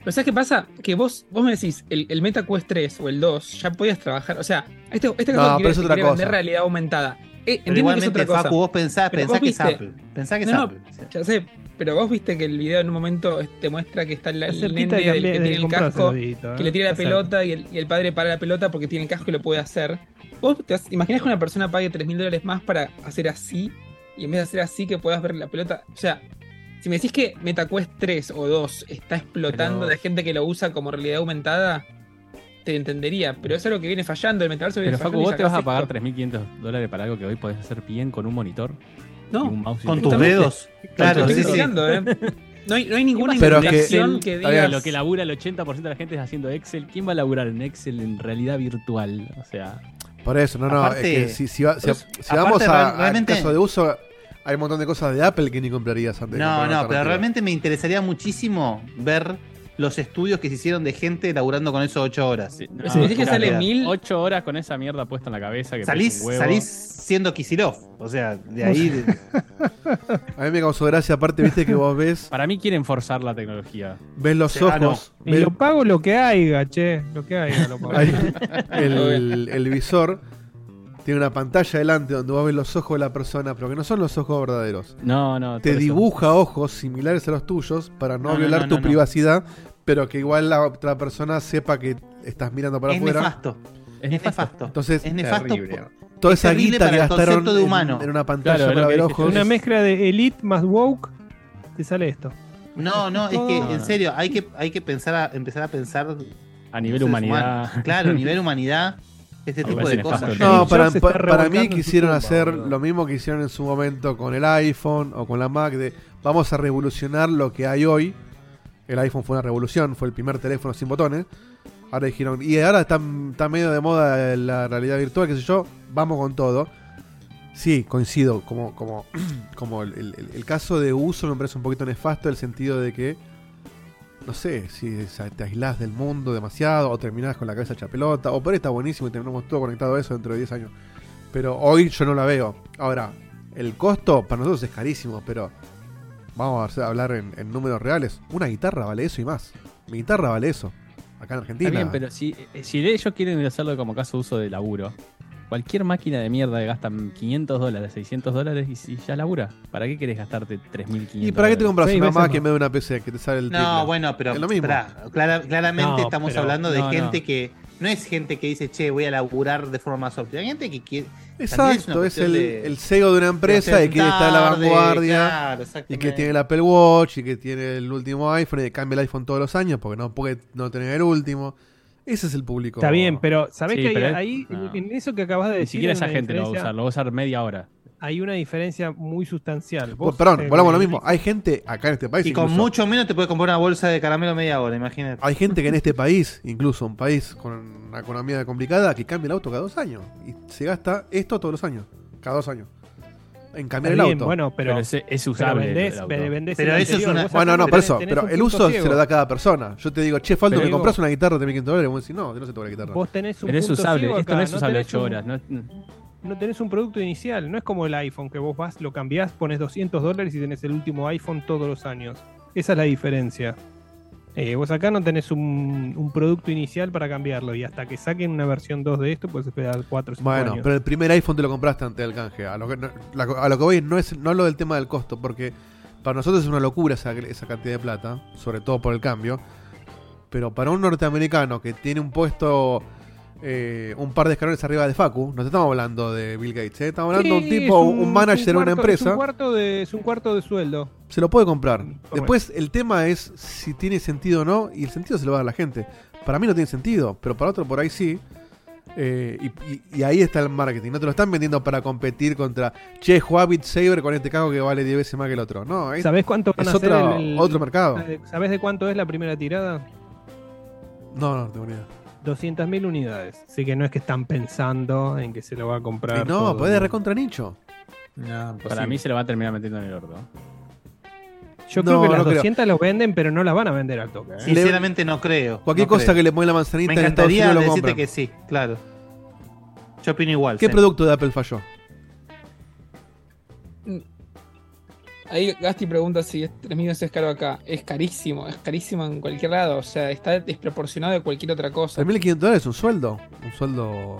Pero ¿sabes qué pasa? Que vos, vos me decís, el, el Meta Quest 3 o el 2 ya podías trabajar. O sea, este, este No, caso pero es otra vender cosa. realidad aumentada. Eh, Pero entiendo que es otra igualmente, cosa. Facu, vos pensás, Pero pensás vos que es viste- Apple. Pensás que es No, no, Apple. ya sé, pero vos viste que el video en un momento eh, te muestra que está el, el nene cerquita de del cambiar- que de tiene el comprarse casco, el dedito, ¿eh? que le tira la Está pelota y el, y el padre para la pelota porque tiene el casco y lo puede hacer. ¿Vos te has- imaginás que una persona pague 3 mil dólares más para hacer así y en vez de hacer así que puedas ver la pelota? O sea, si me decís que MetaQuest 3 o 2 está explotando Pero- de gente que lo usa como realidad aumentada, te entendería, pero eso es lo que viene fallando, el metaverso viene Pero Facu, fallando y ¿vos te vas a sacás pagar esto. 3.500 dólares para algo que hoy podés hacer bien con un monitor? No, y un mouse y con teclado? tus Justamente. dedos. Con Claro, tus sí, dedos. sí. No hay- no hay ninguna ¿Qué pasa con Pero es que- Excel, que Está digas- bien, Lo que labura el 80% de la gente es haciendo Excel. ¿Quién va a laburar en Excel en realidad virtual? O sea... Por eso, no, no. Aparte- es que si, si va- si- pues, por eso- si vamos aparte, a, real- al realmente- caso de uso, hay un montón de cosas de Apple que ni comprarías antes. de No, comprar una no, pero alternativa. realmente me interesaría muchísimo ver los estudios que se hicieron de gente laburando con eso 8 horas. no, como que 8 Ah, horas con esa mierda puesta en la cabeza que Salís, pesa un huevo. salís siendo Kisilov. O sea, de ahí. de- A mí me causó gracia, aparte, viste que vos ves, Para mí quieren forzar la tecnología. ves los Ah, no. ojos, Y ves lo pago lo que haya, che. Lo que haya, lo pago. ahí, el, el visor. Tiene una pantalla delante donde vos ves los ojos de la persona, pero que no son los ojos verdaderos. No, no. Te por eso. dibuja ojos similares a los tuyos para no, No, no, violar no, tu no, no. privacidad, pero que igual la otra persona sepa que estás mirando para Es afuera. nefasto. Es nefasto. Entonces, es nefasto. Terrible. por- toda es esa terrible guita que para el gastaron concepto de en- humano. en una pantalla Claro, para lo que ver dijiste. ojos. Una mezcla de elite más woke, te sale esto. No, no, es que No, en no. serio, hay que, hay que pensar a, empezar a pensar. A nivel seres humanidad. humanos. Claro, a nivel humanidad, este tipo de cosas. No, para, pa- para mí quisieron hacer lo mismo que hicieron en su momento con el iPhone o con la Mac de vamos a revolucionar lo que hay hoy. El iPhone fue una revolución, fue el primer teléfono sin botones. Ahora dijeron, y ahora está, está medio de moda la realidad virtual, qué sé yo, vamos con todo. Sí, coincido, como, como, como el, el- el caso de uso me parece un poquito nefasto, el sentido de que, no sé, si sa- te aislás del mundo demasiado, o terminás con la cabeza hecha pelota, o por ahí está buenísimo y terminamos todo conectado a eso dentro de 10 años. Pero hoy yo no la veo. Ahora, el costo para nosotros es carísimo, pero vamos a hacer- hablar en, en números reales. Una guitarra vale eso y más. Mi guitarra vale eso. Acá en Argentina. Está bien, pero si, eh, si ellos quieren hacerlo como caso de uso de laburo, cualquier máquina de mierda que gastan 500 dólares, 600 dólares y si ya labura, ¿para qué querés gastarte 3.500 ¿Y para qué te compras dólares? una Mac en vez de una PC que te sale el No, triple? bueno, pero Es lo mismo. pará, clara- claramente No, estamos pero- hablando de no, gente no. que no es gente que dice, che, voy a laburar de forma más óptima. Hay gente que quiere. también una Exacto, es, cuestión el, de- el CEO de una empresa de y quiere estar a la tarde, vanguardia. claro, y exactamente. que tiene el Apple Watch y que tiene el último iPhone y que cambia el iPhone todos los años porque no puede no tener el último. Ese es el público. Está bien, pero ¿sabés Sí, que hay- pero es- ahí, no. en eso que acabas de Ni decir? siquiera hay esa una gente lo va a diferencia- usar, lo va a usar media hora. Hay una diferencia muy sustancial. Bueno, Vos, perdón, eh, volvamos a lo mismo. Hay gente acá en este país. Y con incluso- mucho menos te puedes comprar una bolsa de caramelo media hora, imagínate. Hay gente que en este país, incluso un país con una economía complicada, que cambia el auto cada dos años. Y se gasta esto todos los años. Cada dos años. En cambiar Está el bien, auto. bueno, pero- Pero es- es pero usable el vendés- auto. ve- vendés Pero el eso es anterior, una- vos Bueno, no, tenés- por eso. tenés Pero un el punto uso ciego. se lo da a cada persona. Yo te digo, che, Faldo, Pero ¿me digo- compras una guitarra de 1.500 dólares? Y vos decís, no, yo no sé tocar la guitarra. Vos tenés un Pero es punto usable, ciego esto acá, no es usable tenés 8 un- horas. No, no. no tenés un producto inicial, no es como el iPhone, que vos vas, lo cambiás, pones 200 dólares y tenés el último iPhone todos los años. Esa es la diferencia. Eh, vos acá no tenés un, un producto inicial para cambiarlo y hasta que saquen una versión 2 de esto puedes esperar 4 o 5 Bueno, años. pero el primer iPhone te lo compraste ante el canje. A lo que, no- la- a lo que voy no es no hablo del tema del costo, porque para nosotros es una locura esa, esa cantidad de plata, sobre todo por el cambio. Pero para un norteamericano que tiene un puesto eh, un par de escalones arriba de Facu, no te estamos hablando de Bill Gates, ¿eh? estamos hablando de un Sí, tipo, es un, manager de un una cuarto- empresa Es un cuarto de, es un cuarto de sueldo. se lo puede comprar. Después el tema es si tiene sentido o no, y el sentido se lo va a dar la gente. Para mí no tiene sentido, pero para otro por ahí sí. Eh, y, y- y ahí está el marketing. No te lo están vendiendo para competir contra, che, juega Beat Saber con este cago que vale 10 veces más que el otro. No, es, ¿Sabés cuánto van es a hacer otro, el- Ah, el- otro mercado. ¿Sabés de cuánto es la primera tirada? No, no, no tengo ni idea. 200.000 unidades. Así que no es que están pensando en que se lo va a comprar. No, todo podés el mundo. recontra nicho. Para mí se lo va a terminar metiendo en el orto. Yo No, creo que las no creo. 200 los venden, pero no las van a vender al toque. ¿eh? Sinceramente no creo. Cualquier no cosa creo. que le pongan la manzanita Me en Estados encantaría Unidos lo decirte compran. que sí, claro. Yo opino igual. ¿Qué Sem. producto de Apple falló? Ahí Gasti pregunta si es 3 millones es caro acá. Es carísimo, es carísimo en cualquier lado. O sea, está desproporcionado de cualquier otra cosa. 3.500 dólares es un sueldo. Un sueldo.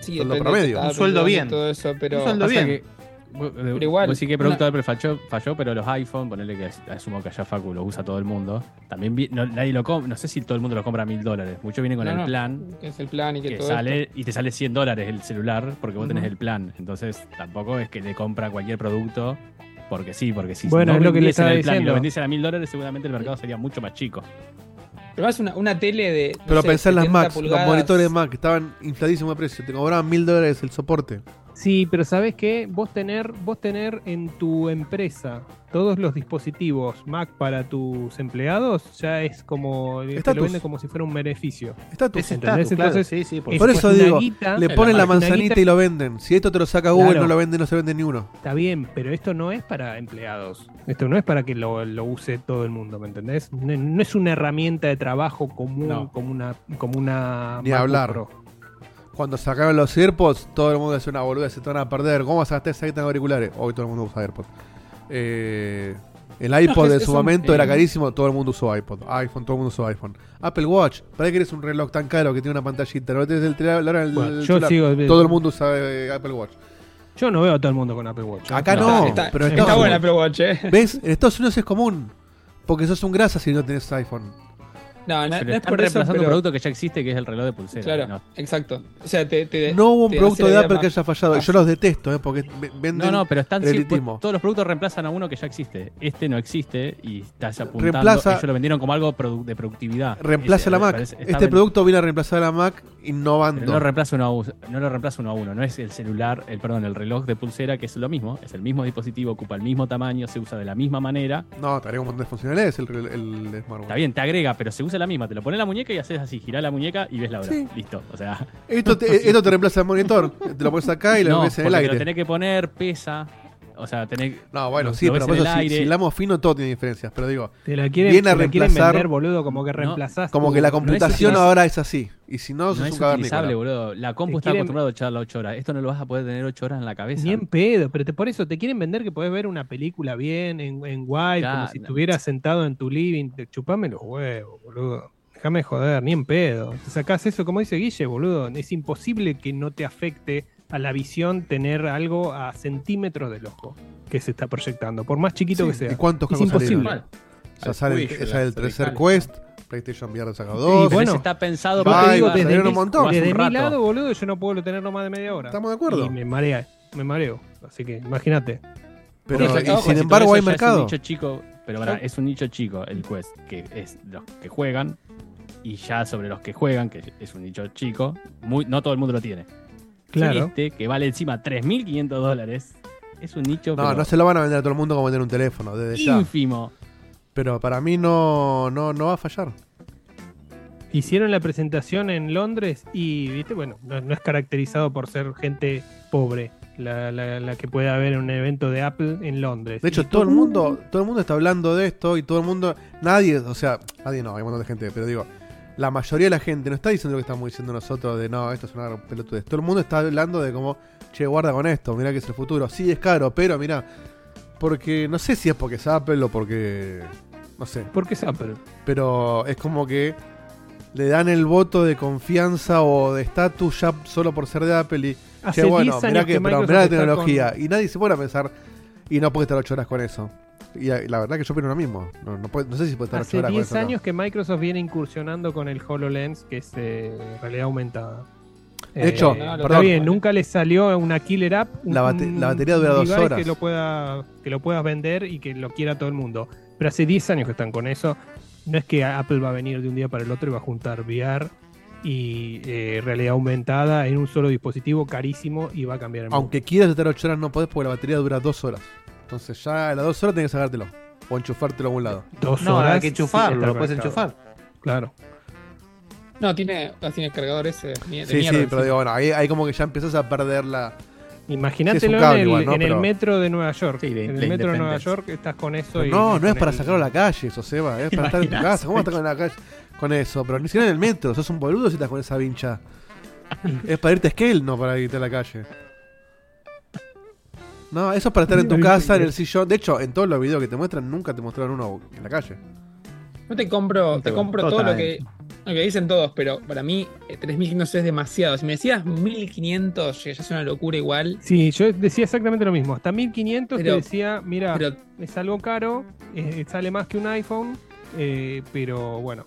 Sí, depende sueldo de promedio. cada Un sueldo persona y bien. Todo eso, pero Un sueldo Pasa bien. que- Pero igual, Sí que producto una- de Apple falló, falló, pero los iPhone, ponele que asumo que allá Facu lo usa todo el mundo. También vi- no, nadie lo compra, no sé si todo el mundo lo compra a mil dólares. Muchos vienen con No, el no, plan que es el plan y que, que todo sale esto. y te sale 100 dólares el celular porque vos tenés Ujú. el plan. Entonces tampoco es que le compra cualquier producto porque sí, porque si Bueno, no es lo que le vendiesen estaba el plan y diciendo. lo vendiesen a mil dólares, seguramente el mercado sería mucho más chico. Pero más una, una tele de. no Pero sé, pensá en las 70 Macs, pulgadas. los monitores Mac que estaban infladísimos de precio. Te cobraban mil dólares el soporte. Sí, pero ¿sabés qué? Vos tener, vos tener en tu empresa todos los dispositivos Mac para tus empleados ya es como. eh, Te lo Estatus. vende como si fuera un beneficio. Estatus. Es estatus, Entonces, por, es eso una digo, guita- le ponen la es una manzanita guita- y lo venden. Si esto te lo saca Google, Claro. no lo venden, no se vende ni uno. Está bien, pero esto no es para empleados. Esto no es para que lo, lo use todo el mundo, ¿me entendés? No, no es una herramienta de trabajo común, No. como una. Como una Ni MacBook hablar. Pro. Cuando sacaron los AirPods, todo el mundo hace una boluda, se te van a perder. ¿Cómo sacaste esa guita en auriculares? Hoy todo el mundo usa AirPods. Eh, el iPod es- en es su un- momento eh. era carísimo, todo el mundo usó iPod. iPhone, todo el mundo usó iPhone. Apple Watch, ¿para qué quieres un reloj tan caro que tiene una pantallita? No tenés el tele- la hora del- Bueno, el yo celular. sigo- Todo el mundo usa eh, Apple Watch. Yo no veo a todo el mundo con Apple Watch. ¿eh? Acá no, pero en Estados buena Unidos- Apple Watch, eh. ¿Ves? En Estados Unidos es común. Porque sos un grasa si no tenés iPhone. No, no, Pero no es están por eso. reemplazando pero- un producto que ya existe, que es el reloj de pulsera. Claro, No, exacto. O sea, te, te- No hubo un te producto hace de la vida Apple más que haya fallado. Yo fácil. los detesto, ¿eh? Porque ve- venden No, no, pero están sí, pues, elitismo. todos los productos reemplazan a uno que ya existe. Este no existe y estás apuntando. Reemplaza- ellos lo vendieron como algo produ- de productividad. Reemplaza Ese, la me Mac. parece- está este ven- producto viene a reemplazar a la Mac innovando. pero No lo, reemplaza uno a uno, no lo reemplaza uno a uno, no es el celular, el perdón, el reloj de pulsera, que es lo mismo, es el mismo dispositivo, ocupa el mismo tamaño, se usa de la misma manera. No, te agrega un montón de funcionalidades el, el, el smartwatch. Está bien, te agrega, pero se usa la misma, te lo pones en la muñeca y haces así, girá la muñeca y ves la hora. Sí. Listo, o sea. Esto te, esto te reemplaza el monitor. Te lo pones acá y lo no, ves en el porque te lo aire. tenés que poner, pesa, o sea, tenés No, bueno, lo- sí, lo pero ves en por eso el si, aire. si hablamos fino todo tiene diferencias. Pero digo, Te la quieren, viene a te la quieren reemplazar. vender, boludo, como que reemplazás. como tu- que la no es computación utiliz- ahora es así. Y si no, No, sos un es utilizable, cavernícola. boludo. La Te compu está quieren- acostumbrada a echarla 8 horas. Esto no lo vas a poder tener 8 horas en la cabeza. Ni en pedo, pero te, por eso te quieren vender que podés ver una película bien, en, en guay, como Claro. si estuvieras sentado en tu living. Te- Chupame los huevos, boludo. Déjame de joder, ni en pedo. Te sacás eso, como dice Guille, boludo. Es imposible que no te afecte a la visión tener algo a centímetros del ojo que se está proyectando, por más chiquito Sí, que sea. ¿Y cuántos es juegos imposible. salieron? Ya sale, Al ya cuello, sale el las tercer cervicales. quest. PlayStation VR saca Y dos. bueno, Ese está pensado Yo te Vive, digo, desde, salieron mi, un montón. desde Ah, Hace un mi rato. lado, boludo, yo no puedo lo tenerlo más de media hora. Estamos de acuerdo. Y me marea, me mareo. Así que imagínate. Pero, Porque y ojo, sin si todo embargo, eso hay ya mercado. Es un nicho chico, pero pará, es un nicho chico el Quest, que es los que juegan. Y ya sobre los que juegan, que es un nicho chico, muy, no todo el mundo lo tiene. Claro. Este, que vale encima 3.500 dólares, es un nicho No, pero no se lo van a vender a todo el mundo como vender un teléfono, desde ya. ínfimo. Pero para mí no, no, no va a fallar. Hicieron la presentación en Londres y, viste, bueno, no, no es caracterizado por ser gente pobre la, la- la que puede haber en un evento de "Uh". Apple en Londres. De Y hecho, todo el mundo, todo el mundo está hablando de esto y todo el mundo, nadie, o sea, nadie no, hay un montón de gente, pero digo, la mayoría de la gente no está diciendo lo que estamos diciendo nosotros de no, esto es una pelotudez. Todo el mundo está hablando de como, che, guarda con esto, mirá que es el futuro. Sí, es caro, pero mirá, porque no sé si es porque es Apple o porque, no sé. Porque es Apple. Pero es como que le dan el voto de confianza o de estatus ya solo por ser de Apple y, Hace che, bueno, 10 mirá años que, que pero Microsoft mirá la está con- tecnología. Y nadie se pone a pensar, y no puede estar 8 horas con eso. Y eh, la la verdad que yo opino lo mismo. No, no puede- no sé si puede estar 8 Hace horas con 10 eso. años que Microsoft viene incursionando con el HoloLens, que es eh, realidad aumentada. Eh, De hecho, está perdón. bien, nunca le salió una killer app. un- La bate- la batería dura un dos device horas. Que lo, pueda, que lo puedas vender y que lo quiera todo el mundo. Pero hace 10 años que están con eso. No es que Apple va a venir de un día para el otro y va a juntar VR y eh, realidad aumentada en un solo dispositivo carísimo y va a cambiar el no. mundo. Aunque quieras estar 8 horas, no podés porque la batería dura 2 horas. Entonces ya a las 2 horas tenés que sacártelo. O enchufártelo a algún lado. Dos No, horas hay que enchufarlo, sin estar lo puedes conectado. enchufar. Claro. No, tiene, no, tiene cargadores de, mie- de Sí, mierda. sí, pero digo, bueno, ahí, ahí como que ya empiezas a perder la. Sí, es Imagínatelo un cable en, el, igual, ¿no? en el Pero- metro de Nueva York. en la el metro de Nueva Independence. York estás con eso y. no, no es con para el- sacarlo a la calle, eso, Seba. Es para estar en tu Imaginás. casa. ¿Cómo vas a estar en la calle con eso? Pero ni siquiera en el metro. Sos un boludo si estás con esa vincha. es para irte a scale, no para irte a la calle. No, eso es para estar en tu casa, en el sillón. De hecho, en todos los videos que te muestran, nunca te mostraron uno en la calle. No te compro, te Total. compro todo lo que, lo que dicen todos, pero para mí eh, 3.500 es demasiado. Si me decías 1.500, ya es una locura igual. Sí, yo decía exactamente lo mismo. Hasta 1500 te Pero- decía, mira, es algo caro, eh, sale más que un iPhone, eh, pero bueno,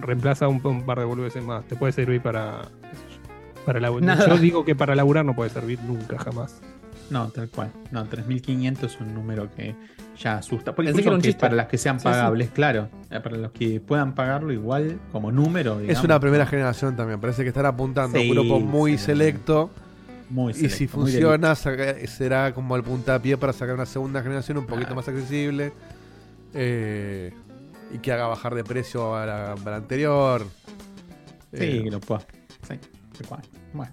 reemplaza un, un par de boludeces más. Te puede servir para. qué sé yo, Para laburar. Nada. Yo digo que para laburar no puede servir nunca, jamás. No, tal cual. No, 3.500 es un número que ya asusta. Porque Pensé que era un que chiste. para las que sean Sí, sí. pagables, claro. Eh, Para los que puedan pagarlo igual como número. Es digamos. una primera generación también. Parece que están apuntando a Sí, un grupo muy selecto. Muy y si selecto, muy funciona, saca- será como el puntapié para sacar una segunda generación un poquito más accesible. eh, y que haga bajar de precio a la, a la anterior. Sí, Eh, que lo pueda. Sí, tal cual. Bueno.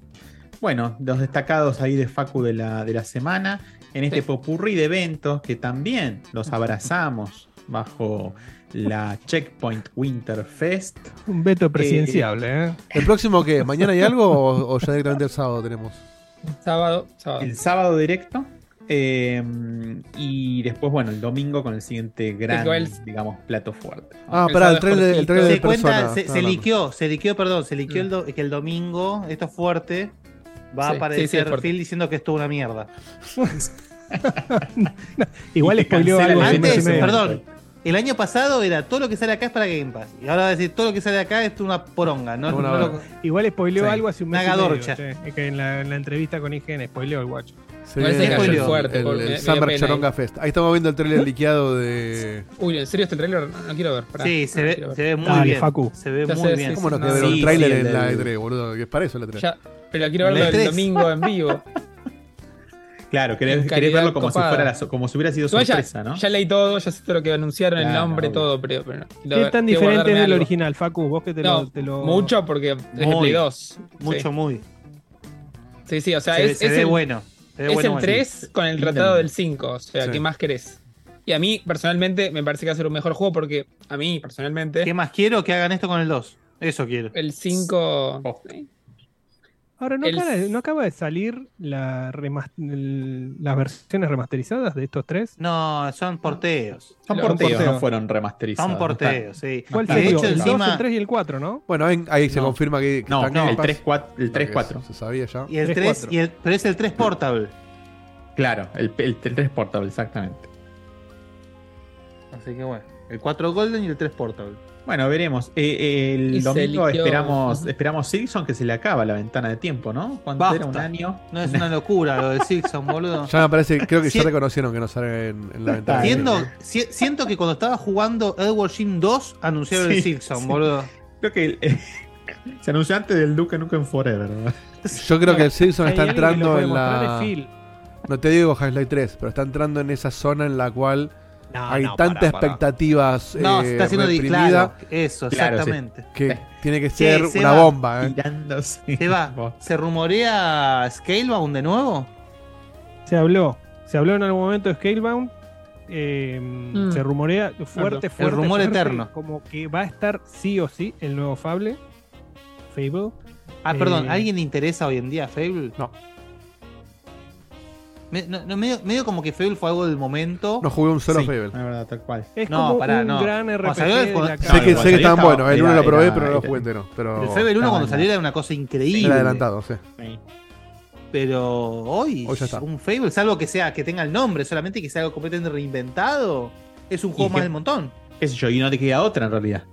Bueno, los destacados ahí de Facu de la, de la semana, en este popurrí de eventos que también los abrazamos bajo la Checkpoint Winter Fest. Un veto presidenciable, ¿eh? ¿El próximo qué? ¿Mañana hay algo o, o ya directamente el sábado tenemos? Sábado, sábado. El sábado directo. eh, y después, bueno, el domingo con el siguiente gran, que va el- digamos, plato fuerte. Ah, pará, el trailer, el trailer de se cuenta, persona. Mm. se, se liqueó, se liqueó, perdón, se liqueó el, do- que el domingo, esto es fuerte, va Sí, sí, sí, es a aparecer fuerte. Phil diciendo que esto es una mierda. Igual spoileó algo. de Antes, MSM. perdón, el año pasado era todo lo que sale acá es para Game Pass. Y ahora va a decir todo lo que sale acá es una poronga, ¿no? Una No lo- verga. Igual spoileó Sí. algo hace un mes. y Una medio, gadorcha. che. Es que en la, en la entrevista con IGN spoileó el guacho. Se viene el, el- el Summer Charonga Fest. Ahí estamos viendo el trailer liqueado de. Uy, en serio, este trailer no, no quiero ver. pará. Sí, se No ve- quiero ver. se ve muy Dale, bien. Facu. Se ve Ya muy sé, bien. sí, ¿Cómo no sí, quedó ver no. un trailer en la E E3, boludo? Que es para eso la E E3. Ya, pero quiero E verlo La E el E3. domingo en vivo. Claro, querés, En querés calidad verlo como copada. si, fuera la so- como si hubiera sido Igual ya- sorpresa, ¿no? Ya leí todo, ya sé todo lo que anunciaron, el Claro, nombre, obvio. todo, pero, pero no. Quiero ¿Qué ver- quiero tan diferente es guardarme del algo. original, Facu? Vos que te, No, lo, te lo- mucho porque es de Muy. Play 2. Mucho, muy. Sí, sí, o sea, Se ve- es, se es ve el, bueno, se ve es bueno, el bueno. 3 con el Sí, tratado sí. del 5, o sea, Sí. ¿qué más querés? Y a mí, personalmente, me parece que va a ser un mejor juego porque a mí, personalmente, ¿Qué más quiero que hagan esto con el 2? Eso quiero. el 5... eh, Ahora, ¿no, El- acaba de, no acaba de salir la remas- el- las versiones remasterizadas de estos tres? No, son porteos. Son Son porteos, porteos. no fueron remasterizados. Son porteos, sí. ¿Cuál De salió? hecho, el 2, encima- el 3 y el 4, ¿no? Bueno, ahí, ahí se No. confirma que. que No, está en no, Game Pass. el 3-4, el Lo que 3-4. Se sabía ya. Y el 3, y el, pero es el 3 Portable. Claro, el, el, el 3 Portable, exactamente. Así que bueno. El 4 Golden y el 3 Portable. Bueno, veremos. Eh, eh, el Y se domingo eligió- esperamos esperamos Silson que se le acaba la ventana de tiempo, ¿no? Cuando era un Basta. año. No es una locura lo de Sixon, boludo. Ya me Ah, parece, creo que Sí. ya reconocieron que no sale en, en la ventana. Siendo- si- siento que cuando estaba jugando Edward Jim 2, anunciaron Sí, el Silson, sí. boludo. Creo que el- eh, se anunció antes del Duke Nukem Forever. ¿no? Yo creo que el Simpson Hay está alguien que lo entrando puede en la. mostrar, es Phil. No te digo Half-Life 3, pero está entrando en esa zona en la cual hay no, tantas pará, pará. expectativas. No, se está haciendo de- claro, eso, Claro, sí. exactamente. Que Sí. tiene que Che, ser se una va. bomba, ¿eh? Se va. ¿Se rumorea Scalebound de nuevo? Se habló. Se habló en algún momento de Scalebound. eh, Se rumorea fuerte, El fuerte. rumor fuerte, eterno. Como que va a estar sí o sí el nuevo Fable. Fable. Ah, perdón, Eh, ¿a alguien le interesa hoy en día Fable? No. no, no, medio, medio como que Fable fue algo del momento. No jugué un solo Fable. Es verdad, tal cual. Es No, como pará, un no. gran Cuando RPG salió el- de cuando- la Sé que, casa. sé que están estaba- buenos, el era- 1 lo probé, era- pero no lo era- jugué entero. Pero El Fable 1 cuando salió era una cosa increíble. Era adelantado, sí. Pero hoy, un Fable, salvo que sea que tenga el nombre, solamente que sea algo completamente reinventado, es un juego Y más que- del montón. Qué sé yo, y no te queda otra en realidad.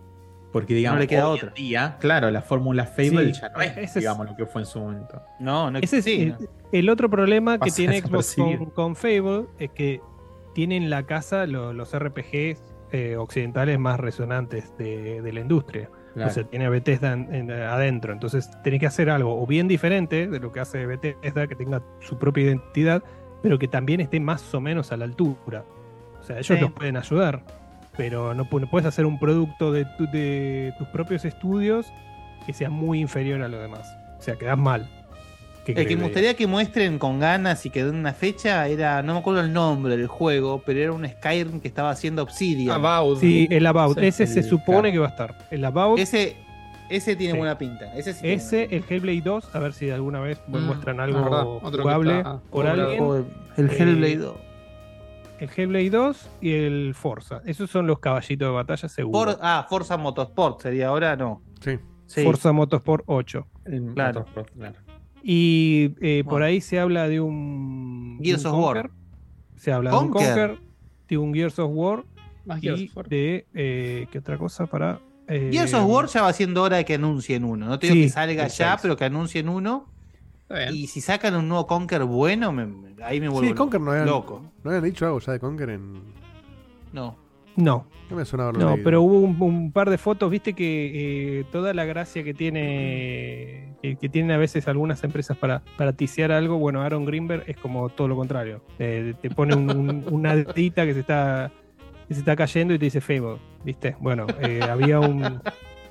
Porque digamos, le queda hoy en otra. día, claro, la fórmula Fable Sí. ya no es, Ese es- digamos, lo que fue en su momento. No, no Ese es sí, el, el otro problema que Pasa tiene Xbox con, desapercibido. con Fable es que tienen en la casa lo- los RPGs eh, occidentales más resonantes de, de la industria. Claro. O sea, tiene a Bethesda en- en- adentro. Entonces tenés que hacer algo o bien diferente de lo que hace Bethesda, que tenga su propia identidad, pero que también esté más o menos a la altura. O sea, ellos Sí. los pueden ayudar, pero no, pu- no puedes hacer un producto de, tu- de tus propios estudios que sea muy inferior a los demás. O sea, quedás mal. ¿Qué El querés que diga? me gustaría que muestren con ganas y que den una fecha era, no me acuerdo el nombre del juego, pero era un Skyrim que estaba haciendo Obsidian. Sí, el About. Sí, ese se el- supone que va a estar. El About. Ese, ese tiene Sí. ¿Eh? buena pinta. Ese sí tiene Ese, el Hellblade 2, a ver si alguna vez Mm, muestran la verdad, algo otro que jugable está por poblado. alguien. El Eh, Hellblade 2. El Hellblade 2 y el Forza. Esos son los caballitos de batalla seguro. For- ah, Forza Motorsport sería ahora, no. Sí. Forza Motorsport 8. Claro. Y eh, por ahí se habla de un. Gears de un of War. Conquer. Se habla Conquer. de un Conquer, de un Gears of War. Más y Gears of War. de. eh, ¿Qué otra cosa para.? eh, Gears of War ya va siendo hora de que anuncien uno. No te digo Sí, que salga el ya, pero que anuncien uno. Y si sacan un nuevo Conquer bueno, me- me- ahí me vuelvo Sí, Conker no habían, loco. ¿No habían dicho algo ya de Conker en.? No. No. No me suena haberlo No, leído. pero hubo un, un par de fotos, viste que eh, toda la gracia que tiene que, que tienen a veces algunas empresas para, para tisear algo, bueno, Aaron Greenberg es como todo lo contrario. Eh, te pone un- un- una dita que se está que se está cayendo y te dice Fable, viste. Bueno, eh, había un,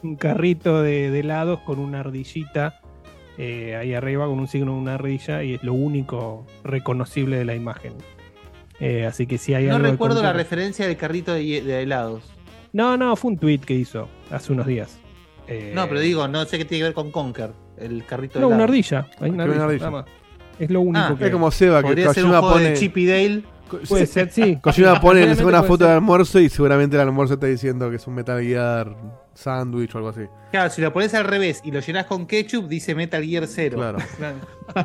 un carrito de, de helados con una ardillita eh, ahí arriba con un signo de una ardilla y es lo único reconocible de la imagen. Eh, así que si hay No algo de recuerdo la contrario- referencia del carrito de, hie- de helados. no, no, fue un tweet que hizo hace unos días. Eh, No, pero digo, no sé qué tiene que ver con Conquer, el carrito No, de una helados. ardilla. Ah, Hay una Hay ardilla, una ardilla. nada más. Es lo único Ah, que. es como Seba, que Podría ser un Kojima juego de pone- Chip y Dale. Puede ser, sí. Kojima pone le saca una Realmente puede foto ser. del almuerzo y seguramente el almuerzo está diciendo que es un Metal Gear Sandwich o algo así. Claro, si lo pones al revés y lo llenas con ketchup, dice Metal Gear 0. Claro.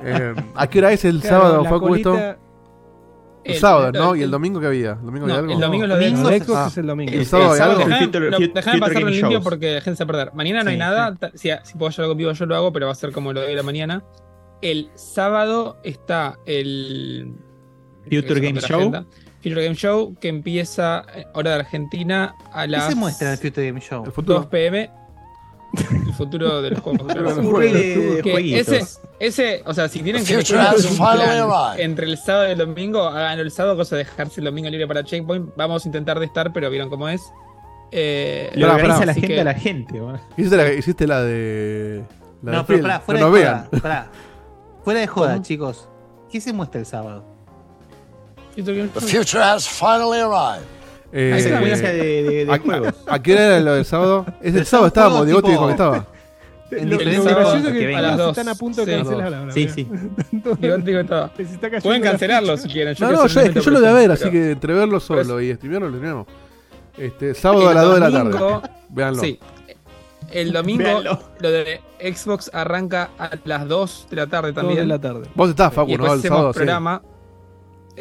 Eh, ¿A qué hora es el Claro, sábado, la Facu, colita- esto? El, El- sábado, ¿no? ¿Y el el- domingo qué había? ¿El domingo No, había algo? el domingo es lo de Xbox. Ah. es el domingo. ¿El sábado hay algo? Dejame- no, dejame pasarlo en limpio porque déjense perder. Mañana no Sí, hay nada. ta- Si, si puedo hacer algo en vivo, yo lo hago, pero va a ser como lo de la mañana. El sábado está el. Future la Game Show. agenda. Future Game Show que empieza eh, hora de Argentina a ¿Qué las. se muestra en el Future Game Show? 2 pm. El futuro de los juegos. El futuro de Que jueguitos. ese, ese, o sea, si tienen que The future elegir is un far plan away. entre el sábado y el domingo, hagan el sábado, cosa de dejarse el domingo libre para Checkpoint. Vamos a intentar de estar, pero vieron cómo es. Eh, Lo organiza la así gente que- a la gente, ¿Hiciste la, hiciste la de. La no, de pero Phil? pará, fuera no de nos vean. joda. pará. Fuera de joda, ¿Cómo? chicos. ¿Qué se muestra el sábado? The future has finally arrived. Eh, Hay secuencia de- de- de ¿a- juegos. ¿A qué hora era lo del sábado? Es el sábado, estábamos, Diego te dijo que estaba. Lo- lo gracioso es que a las dos. Sí. Digo, digo todo. Pueden cancelarlo si quieren. No, que no, soy yo, es que yo lo voy a ver, así pero- que entre verlo solo y streamearlo lo terminamos. Este, sábado a El las 2 de la domingo- tarde. Veanlo. Sí. El domingo Véanlo. lo de Xbox arranca a las 2 de la tarde también. de la tarde. Vos estás, Facu, y después ¿no? El hacemos sábado, sí. programa.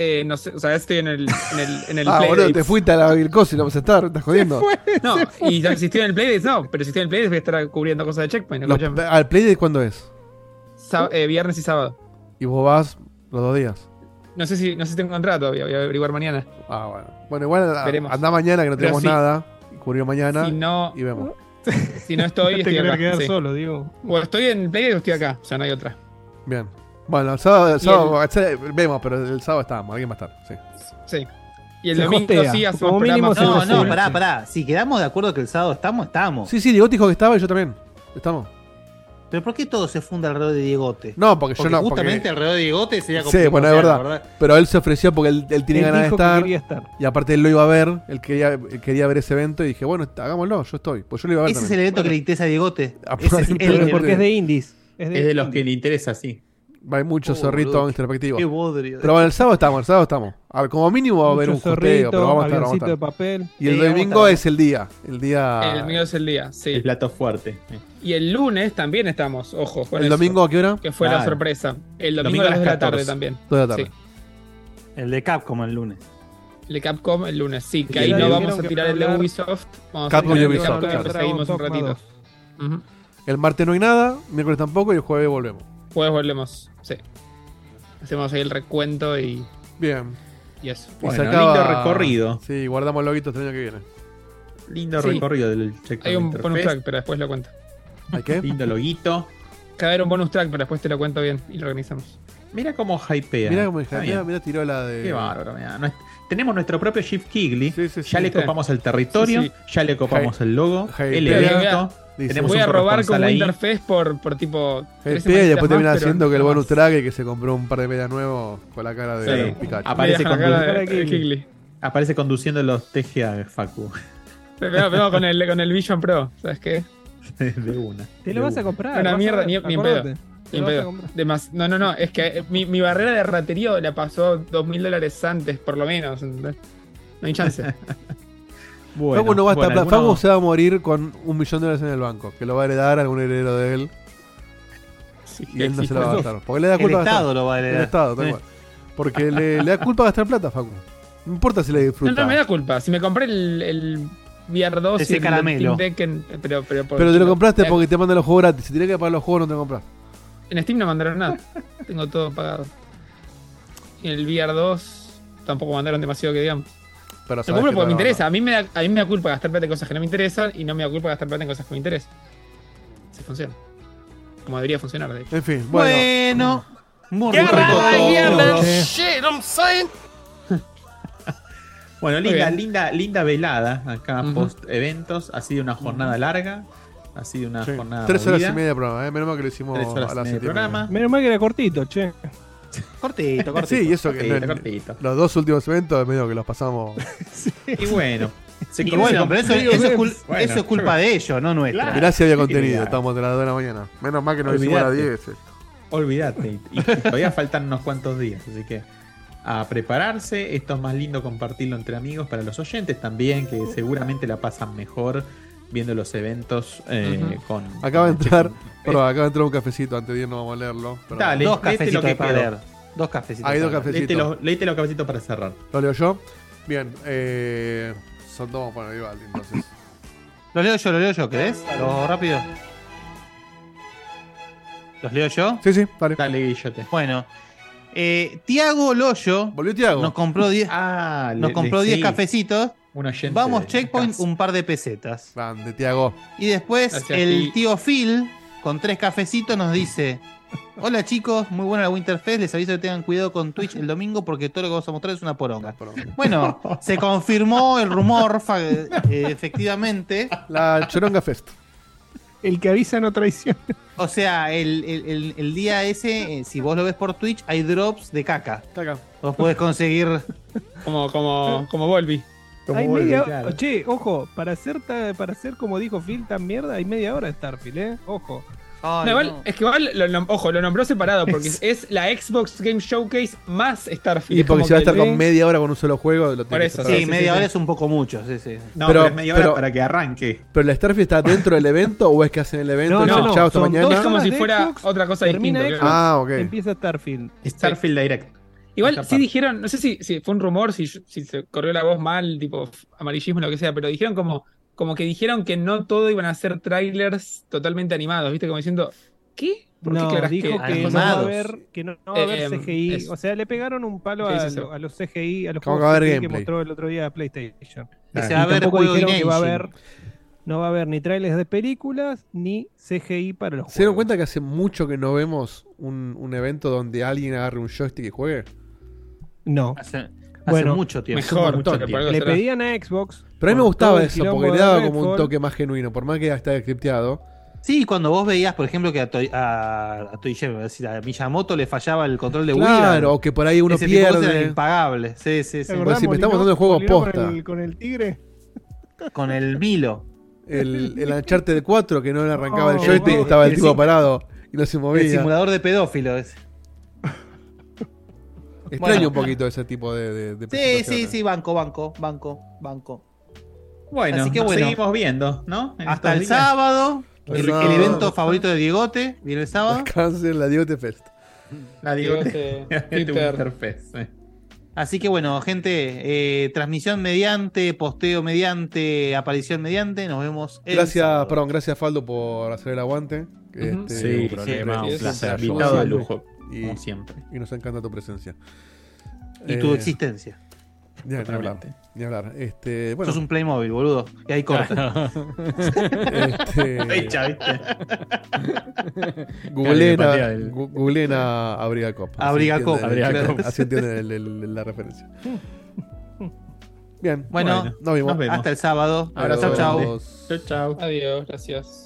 Eh, no sé, o sea, estoy en el, en el, en el ah, Playdates. boludo, te fuiste a la Vircosi, no vas a estar, estás jodiendo. No, y ya si estoy en el Playdates, no, pero si estoy en el Playdates voy a estar cubriendo cosas de Checkpoint. Los- escúchame. ¿Al Play de cuándo es? Sa- eh, viernes y sábado. Y vos vas los dos días. No sé si, no sé si tengo contrato todavía, voy a averiguar mañana. Ah, bueno. Bueno, igual a- Veremos. andá mañana que no Pero tenemos sí. nada. Cubrió mañana Si no- y vemos. Si no estoy, No te estoy querés acá, quedar solo, digo. O estoy en el Playdates o estoy acá, o sea, no hay otra. Bien. Bueno, el sábado, el Y sábado el- vemos, pero el sábado estábamos, alguien va a estar. Sí. Sí. Y el Se domingo hostea. sí hacemos Como programa. mínimo se No, hostea. no, Sí. Pará, pará. Si quedamos de acuerdo que el sábado estamos, estamos. Sí, sí, Diego te dijo que estaba y yo también. Estamos. Pero ¿por qué todo se funda alrededor de Diegote? No, porque yo no- porque- Justamente alrededor de Diegote sería Sí, complicado, bueno, es la verdad. Pero él se ofreció porque él, él tiene Él ganas de dijo que estar, quería estar. Y aparte él lo iba a ver, él quería, él quería ver ese evento y dije, bueno, está- hagámoslo, yo estoy. Pues yo lo iba a ver. Ese es el evento que le interesa a Diegote. Ese es el- porque es de indies. Es Es de los que le interesa, sí. Hay muchos Oh, zorritos boludo, introspectivos. qué bodrio. Pero bueno, el sábado estamos, el sábado estamos. A ver, como mínimo va a haber un Mucho sorteo, zorrito, pero vamos a estar. Vamos a avioncito estar. de papel. Y el Sí, vamos a domingo estar. es el día. El día. El domingo es el día, sí. El plato fuerte. Y el lunes también estamos, ojo. con ¿El eso, domingo a qué hora? Que fue la Claro. sorpresa. El domingo, a las 2 de la tarde también. 2 de la tarde. Sí, El de Capcom el lunes. el de Capcom el lunes, sí. Que ahí Y ahí no dijeron vamos a que tirar para el de hablar- Ubisoft. Vamos Capcom a tirar y el de Ubisoft, Capcom, claro. pero seguimos un Dragon Dogma ratito. Ujú. El martes no hay nada, miércoles tampoco y el jueves volvemos. Jueves volvemos, sí. Hacemos ahí el recuento y. Bien. Y eso. Y se acaba- lindo recorrido. Sí, guardamos loguitos el año que viene. Lindo Sí. recorrido del checkpoint. Hay un bonus Interface. track, pero después lo cuento. ¿Hay qué? Lindo loguito. Que va a haber un bonus track, pero después te lo cuento bien y lo organizamos. Mira cómo hypea. Mirá cómo Está hija, bien. mirá, mirá tiró la de. Qué bárbaro, mirá. No es- Tenemos nuestro propio Shift Kigley. sí, ya le sí. copamos el territorio, Sí, ya le copamos el logo, Hypea. el evento. Tenemos voy un a robar con corresponsal ahí. Winterfest por, por tipo. El tres pie y semanitas después más, termina pero haciendo que el no bonus más. track que se compró un par de medias nuevos con la cara de Sí. Pikachu. Aparece, Deja la condu- cara de- de Kigley. aparece conduciendo los TGA, Facu. Pero, pero con, el, con el Vision Pro, ¿sabes qué? de una. Te lo vas a comprar. Una vas a mierda, ver, ni, ni en pedo. acordate. Ni Te en lo vas a pedo. comprar. Demas- no, no, no. Es que eh, mi, mi barrera de raterío la pasó dos mil dólares antes, por lo menos. ¿entendés? No hay chance. Facu, no va a estar- bueno, Facu alguno- se va a morir con un millón de dólares en el banco, que lo va a heredar algún heredero de él. y él no se lo va a gastar. Porque le da El culpa Estado gastar. lo va a heredar. El Estado, tal Sí. cual. Porque le, le da culpa gastar plata, Facu. No importa si le No, disfruta. no me da culpa. Si me compré el, el VR 2 Ese y el caramelo. Steam Deck en- pero, pero, por- Pero te lo compraste eh, porque te mandan los juegos gratis. Si tenés que pagar los juegos, no te lo compras. En Steam no mandaron nada. Tengo todo pagado. Y el VR 2 tampoco mandaron demasiado que digamos. Pero Lo sabes compro porque me que te lo interesa. A mí me, da, a mí me da culpa gastar plata en cosas que no me interesan y no me da culpa gastar plata en cosas que me interesan. Se funciona. Como debería funcionar, de hecho. En fin, Bueno. Muy Qué rico rara todo. mierda. Shit, I'm saying. Bueno, Muy linda, bien. linda, linda velada acá Ujú. post eventos. Ha sido una jornada larga. Ha sido una Sí. jornada. Tres horas movida. y media de programa, ¿eh? menos mal que lo hicimos Tres horas a y las media de siete y programa. media. Menos mal que era cortito, che. Cortito, cortito. Sí, y eso que Cortito, no- cortito. los dos últimos eventos medio que los pasamos. Y bueno. se Y comió- bueno, pero eso, Digo, eso es, bueno, cul- eso es culpa de ellos, no nuestra. Gracias había contenido, estamos de las 2 de la mañana. Menos mal que nos hicimos a las 10. Olvídate. Olvídate. Y todavía faltan unos cuantos días. Así que a prepararse. Esto es más lindo compartirlo entre amigos para los oyentes también, que seguramente la pasan mejor viendo los eventos eh, Ujú. con. Eh, Acaba de entrar, perdón, acaba de entrar un cafecito, antes de ir no vamos a leerlo. pero- Dale, Dos léete cafecitos lo que para quedó. leer. Dos cafecitos Hay dos para leer. cafecitos. Leíte los, leíte los cafecitos para cerrar. ¿Lo leo yo? Bien, eh, son dos para Vivaldi entonces. Lo leo yo, lo leo yo, ¿querés? Lo rápido. ¿Los leo yo? Sí, sí, dale. Dale, Guillote. Bueno. Eh, Tiago Loyo. Volvió Tiago. Nos compró 10 Ah, nos le- compró le- 10 sí. cafecitos. Un oyente Vamos, de- checkpoint, un par de pesetas. Grande, Tiago. Y después Gracias, el Pi. tío Phil, con tres cafecitos, nos dice: Hola chicos, muy buena la Winterfest. Les aviso que tengan cuidado con Twitch el domingo porque todo lo que vamos a mostrar es una poronga. Bueno, se confirmó el rumor, fa- eh, efectivamente. La Choronga Fest. El que avisa no traiciona. O sea, el, el- el- el día ese, eh, si vos lo ves por Twitch, hay drops de caca. Vos podés conseguir. Como, como, como Volvi. hay media Che, ojo, para hacer, ta- para hacer como dijo Phil, tan mierda, hay media hora de Starfield, ¿eh? Ojo. No, igual- Es que igual, lo nom- ojo, lo nombró separado porque es, la Xbox Game Showcase más Starfield. Y porque Es si va a como estar que- con media hora con un solo juego, lo Por tiene que eso, separar. sí, media hora es un poco mucho, sí, sí. No, pero, es media hora para que arranque. ¿Pero la Starfield está dentro del evento o es que hacen el evento? No, y no, dicen, no, chao, hasta son mañana. dos como si de fuera Xbox, otra cosa termina distinta. Xbox, claro. Ah, ok. Empieza Starfield. Este- Starfield Direct. Igual Esta sí parte. dijeron, no sé si, si fue un rumor, si, yo- si se corrió la voz mal, tipo f- amarillismo, lo que sea, pero dijeron como, como que dijeron que no todo iban a ser trailers totalmente animados, ¿viste? Como diciendo, ¿qué? ¿Por qué No, aclarás dijo que, las no va a cosas- haber, que no, no va a haber Eh, em, CGI. es- o sea, le pegaron un palo Sí, sí, a, sí. lo- a los CGI, a los Como que juegos va a haber CGI que gameplay. mostró el otro día PlayStation. Que se Y va a ver tampoco juego dijeron que va a in-engine. haber, no va a haber ni trailers de películas ni CGI para los ¿Se dieron cuenta que hace mucho que no vemos un, un evento donde alguien agarre un joystick y juegue? No. Hace, hace Bueno, mucho tiempo. mejor, Un montón que tiempo. Le pedían a Xbox. Pero a mí me con todo gustaba el eso, quilombo porque le de daba como un Redfall, toque más genuino, por más que está descripteado. Sí, cuando vos veías, por ejemplo, que a, Toy- a, a Toyshiro, es decir, a Miyamoto le fallaba el control de Wii. Claro, al- o que por ahí uno ese tipo de cosas pierde. eran impagables. Sí, sí, sí. acordás, Pues si me estamos dando el juego Molinó con posta. el- Con el tigre. Con el Milo. El, el Uncharted 4 que no le arrancaba el Oh, joystick, wow. estaba el El tipo sim- parado y no se movía. El simulador de pedófilo. ese. Extraño Bueno. un poquito ese tipo de. de- de Sí, sí, presentaciones. sí, banco, banco, banco, banco. Bueno, Así que nos bueno. seguimos viendo, ¿no? En Hasta el estos días. sábado, el, No. el evento favorito de Diegote, viene el sábado. Cáncer, la Diote Fest. La Diegote, Twitter. Winterfest. eh. Así que bueno, gente, eh, transmisión mediante, posteo mediante, aparición mediante. Nos vemos el Gracias, Ah, perdón, gracias Faldo por hacer el aguante. Este, Sí, un sí, problema, sí, un sí, placer. sí, invitado Como de siempre. lujo, como siempre. Y nos encanta tu presencia. Y tu Eh, existencia. Ni a- ni hablar. Totalmente. Ni hablar. Este, bueno. Sos un Playmobil, boludo. Y ahí Este. corta. Fecha, ¿viste? Googleen Claro, que a, patea el- gu- googleen a Abrigacop. Así Abrigacop, entienden el- Abrigacop. Así entienden el- el- la referencia. Bien. Bueno, nos vimos. Hasta el sábado. Abrazo Chau, chau. grande. Chao, chao. Adiós, gracias.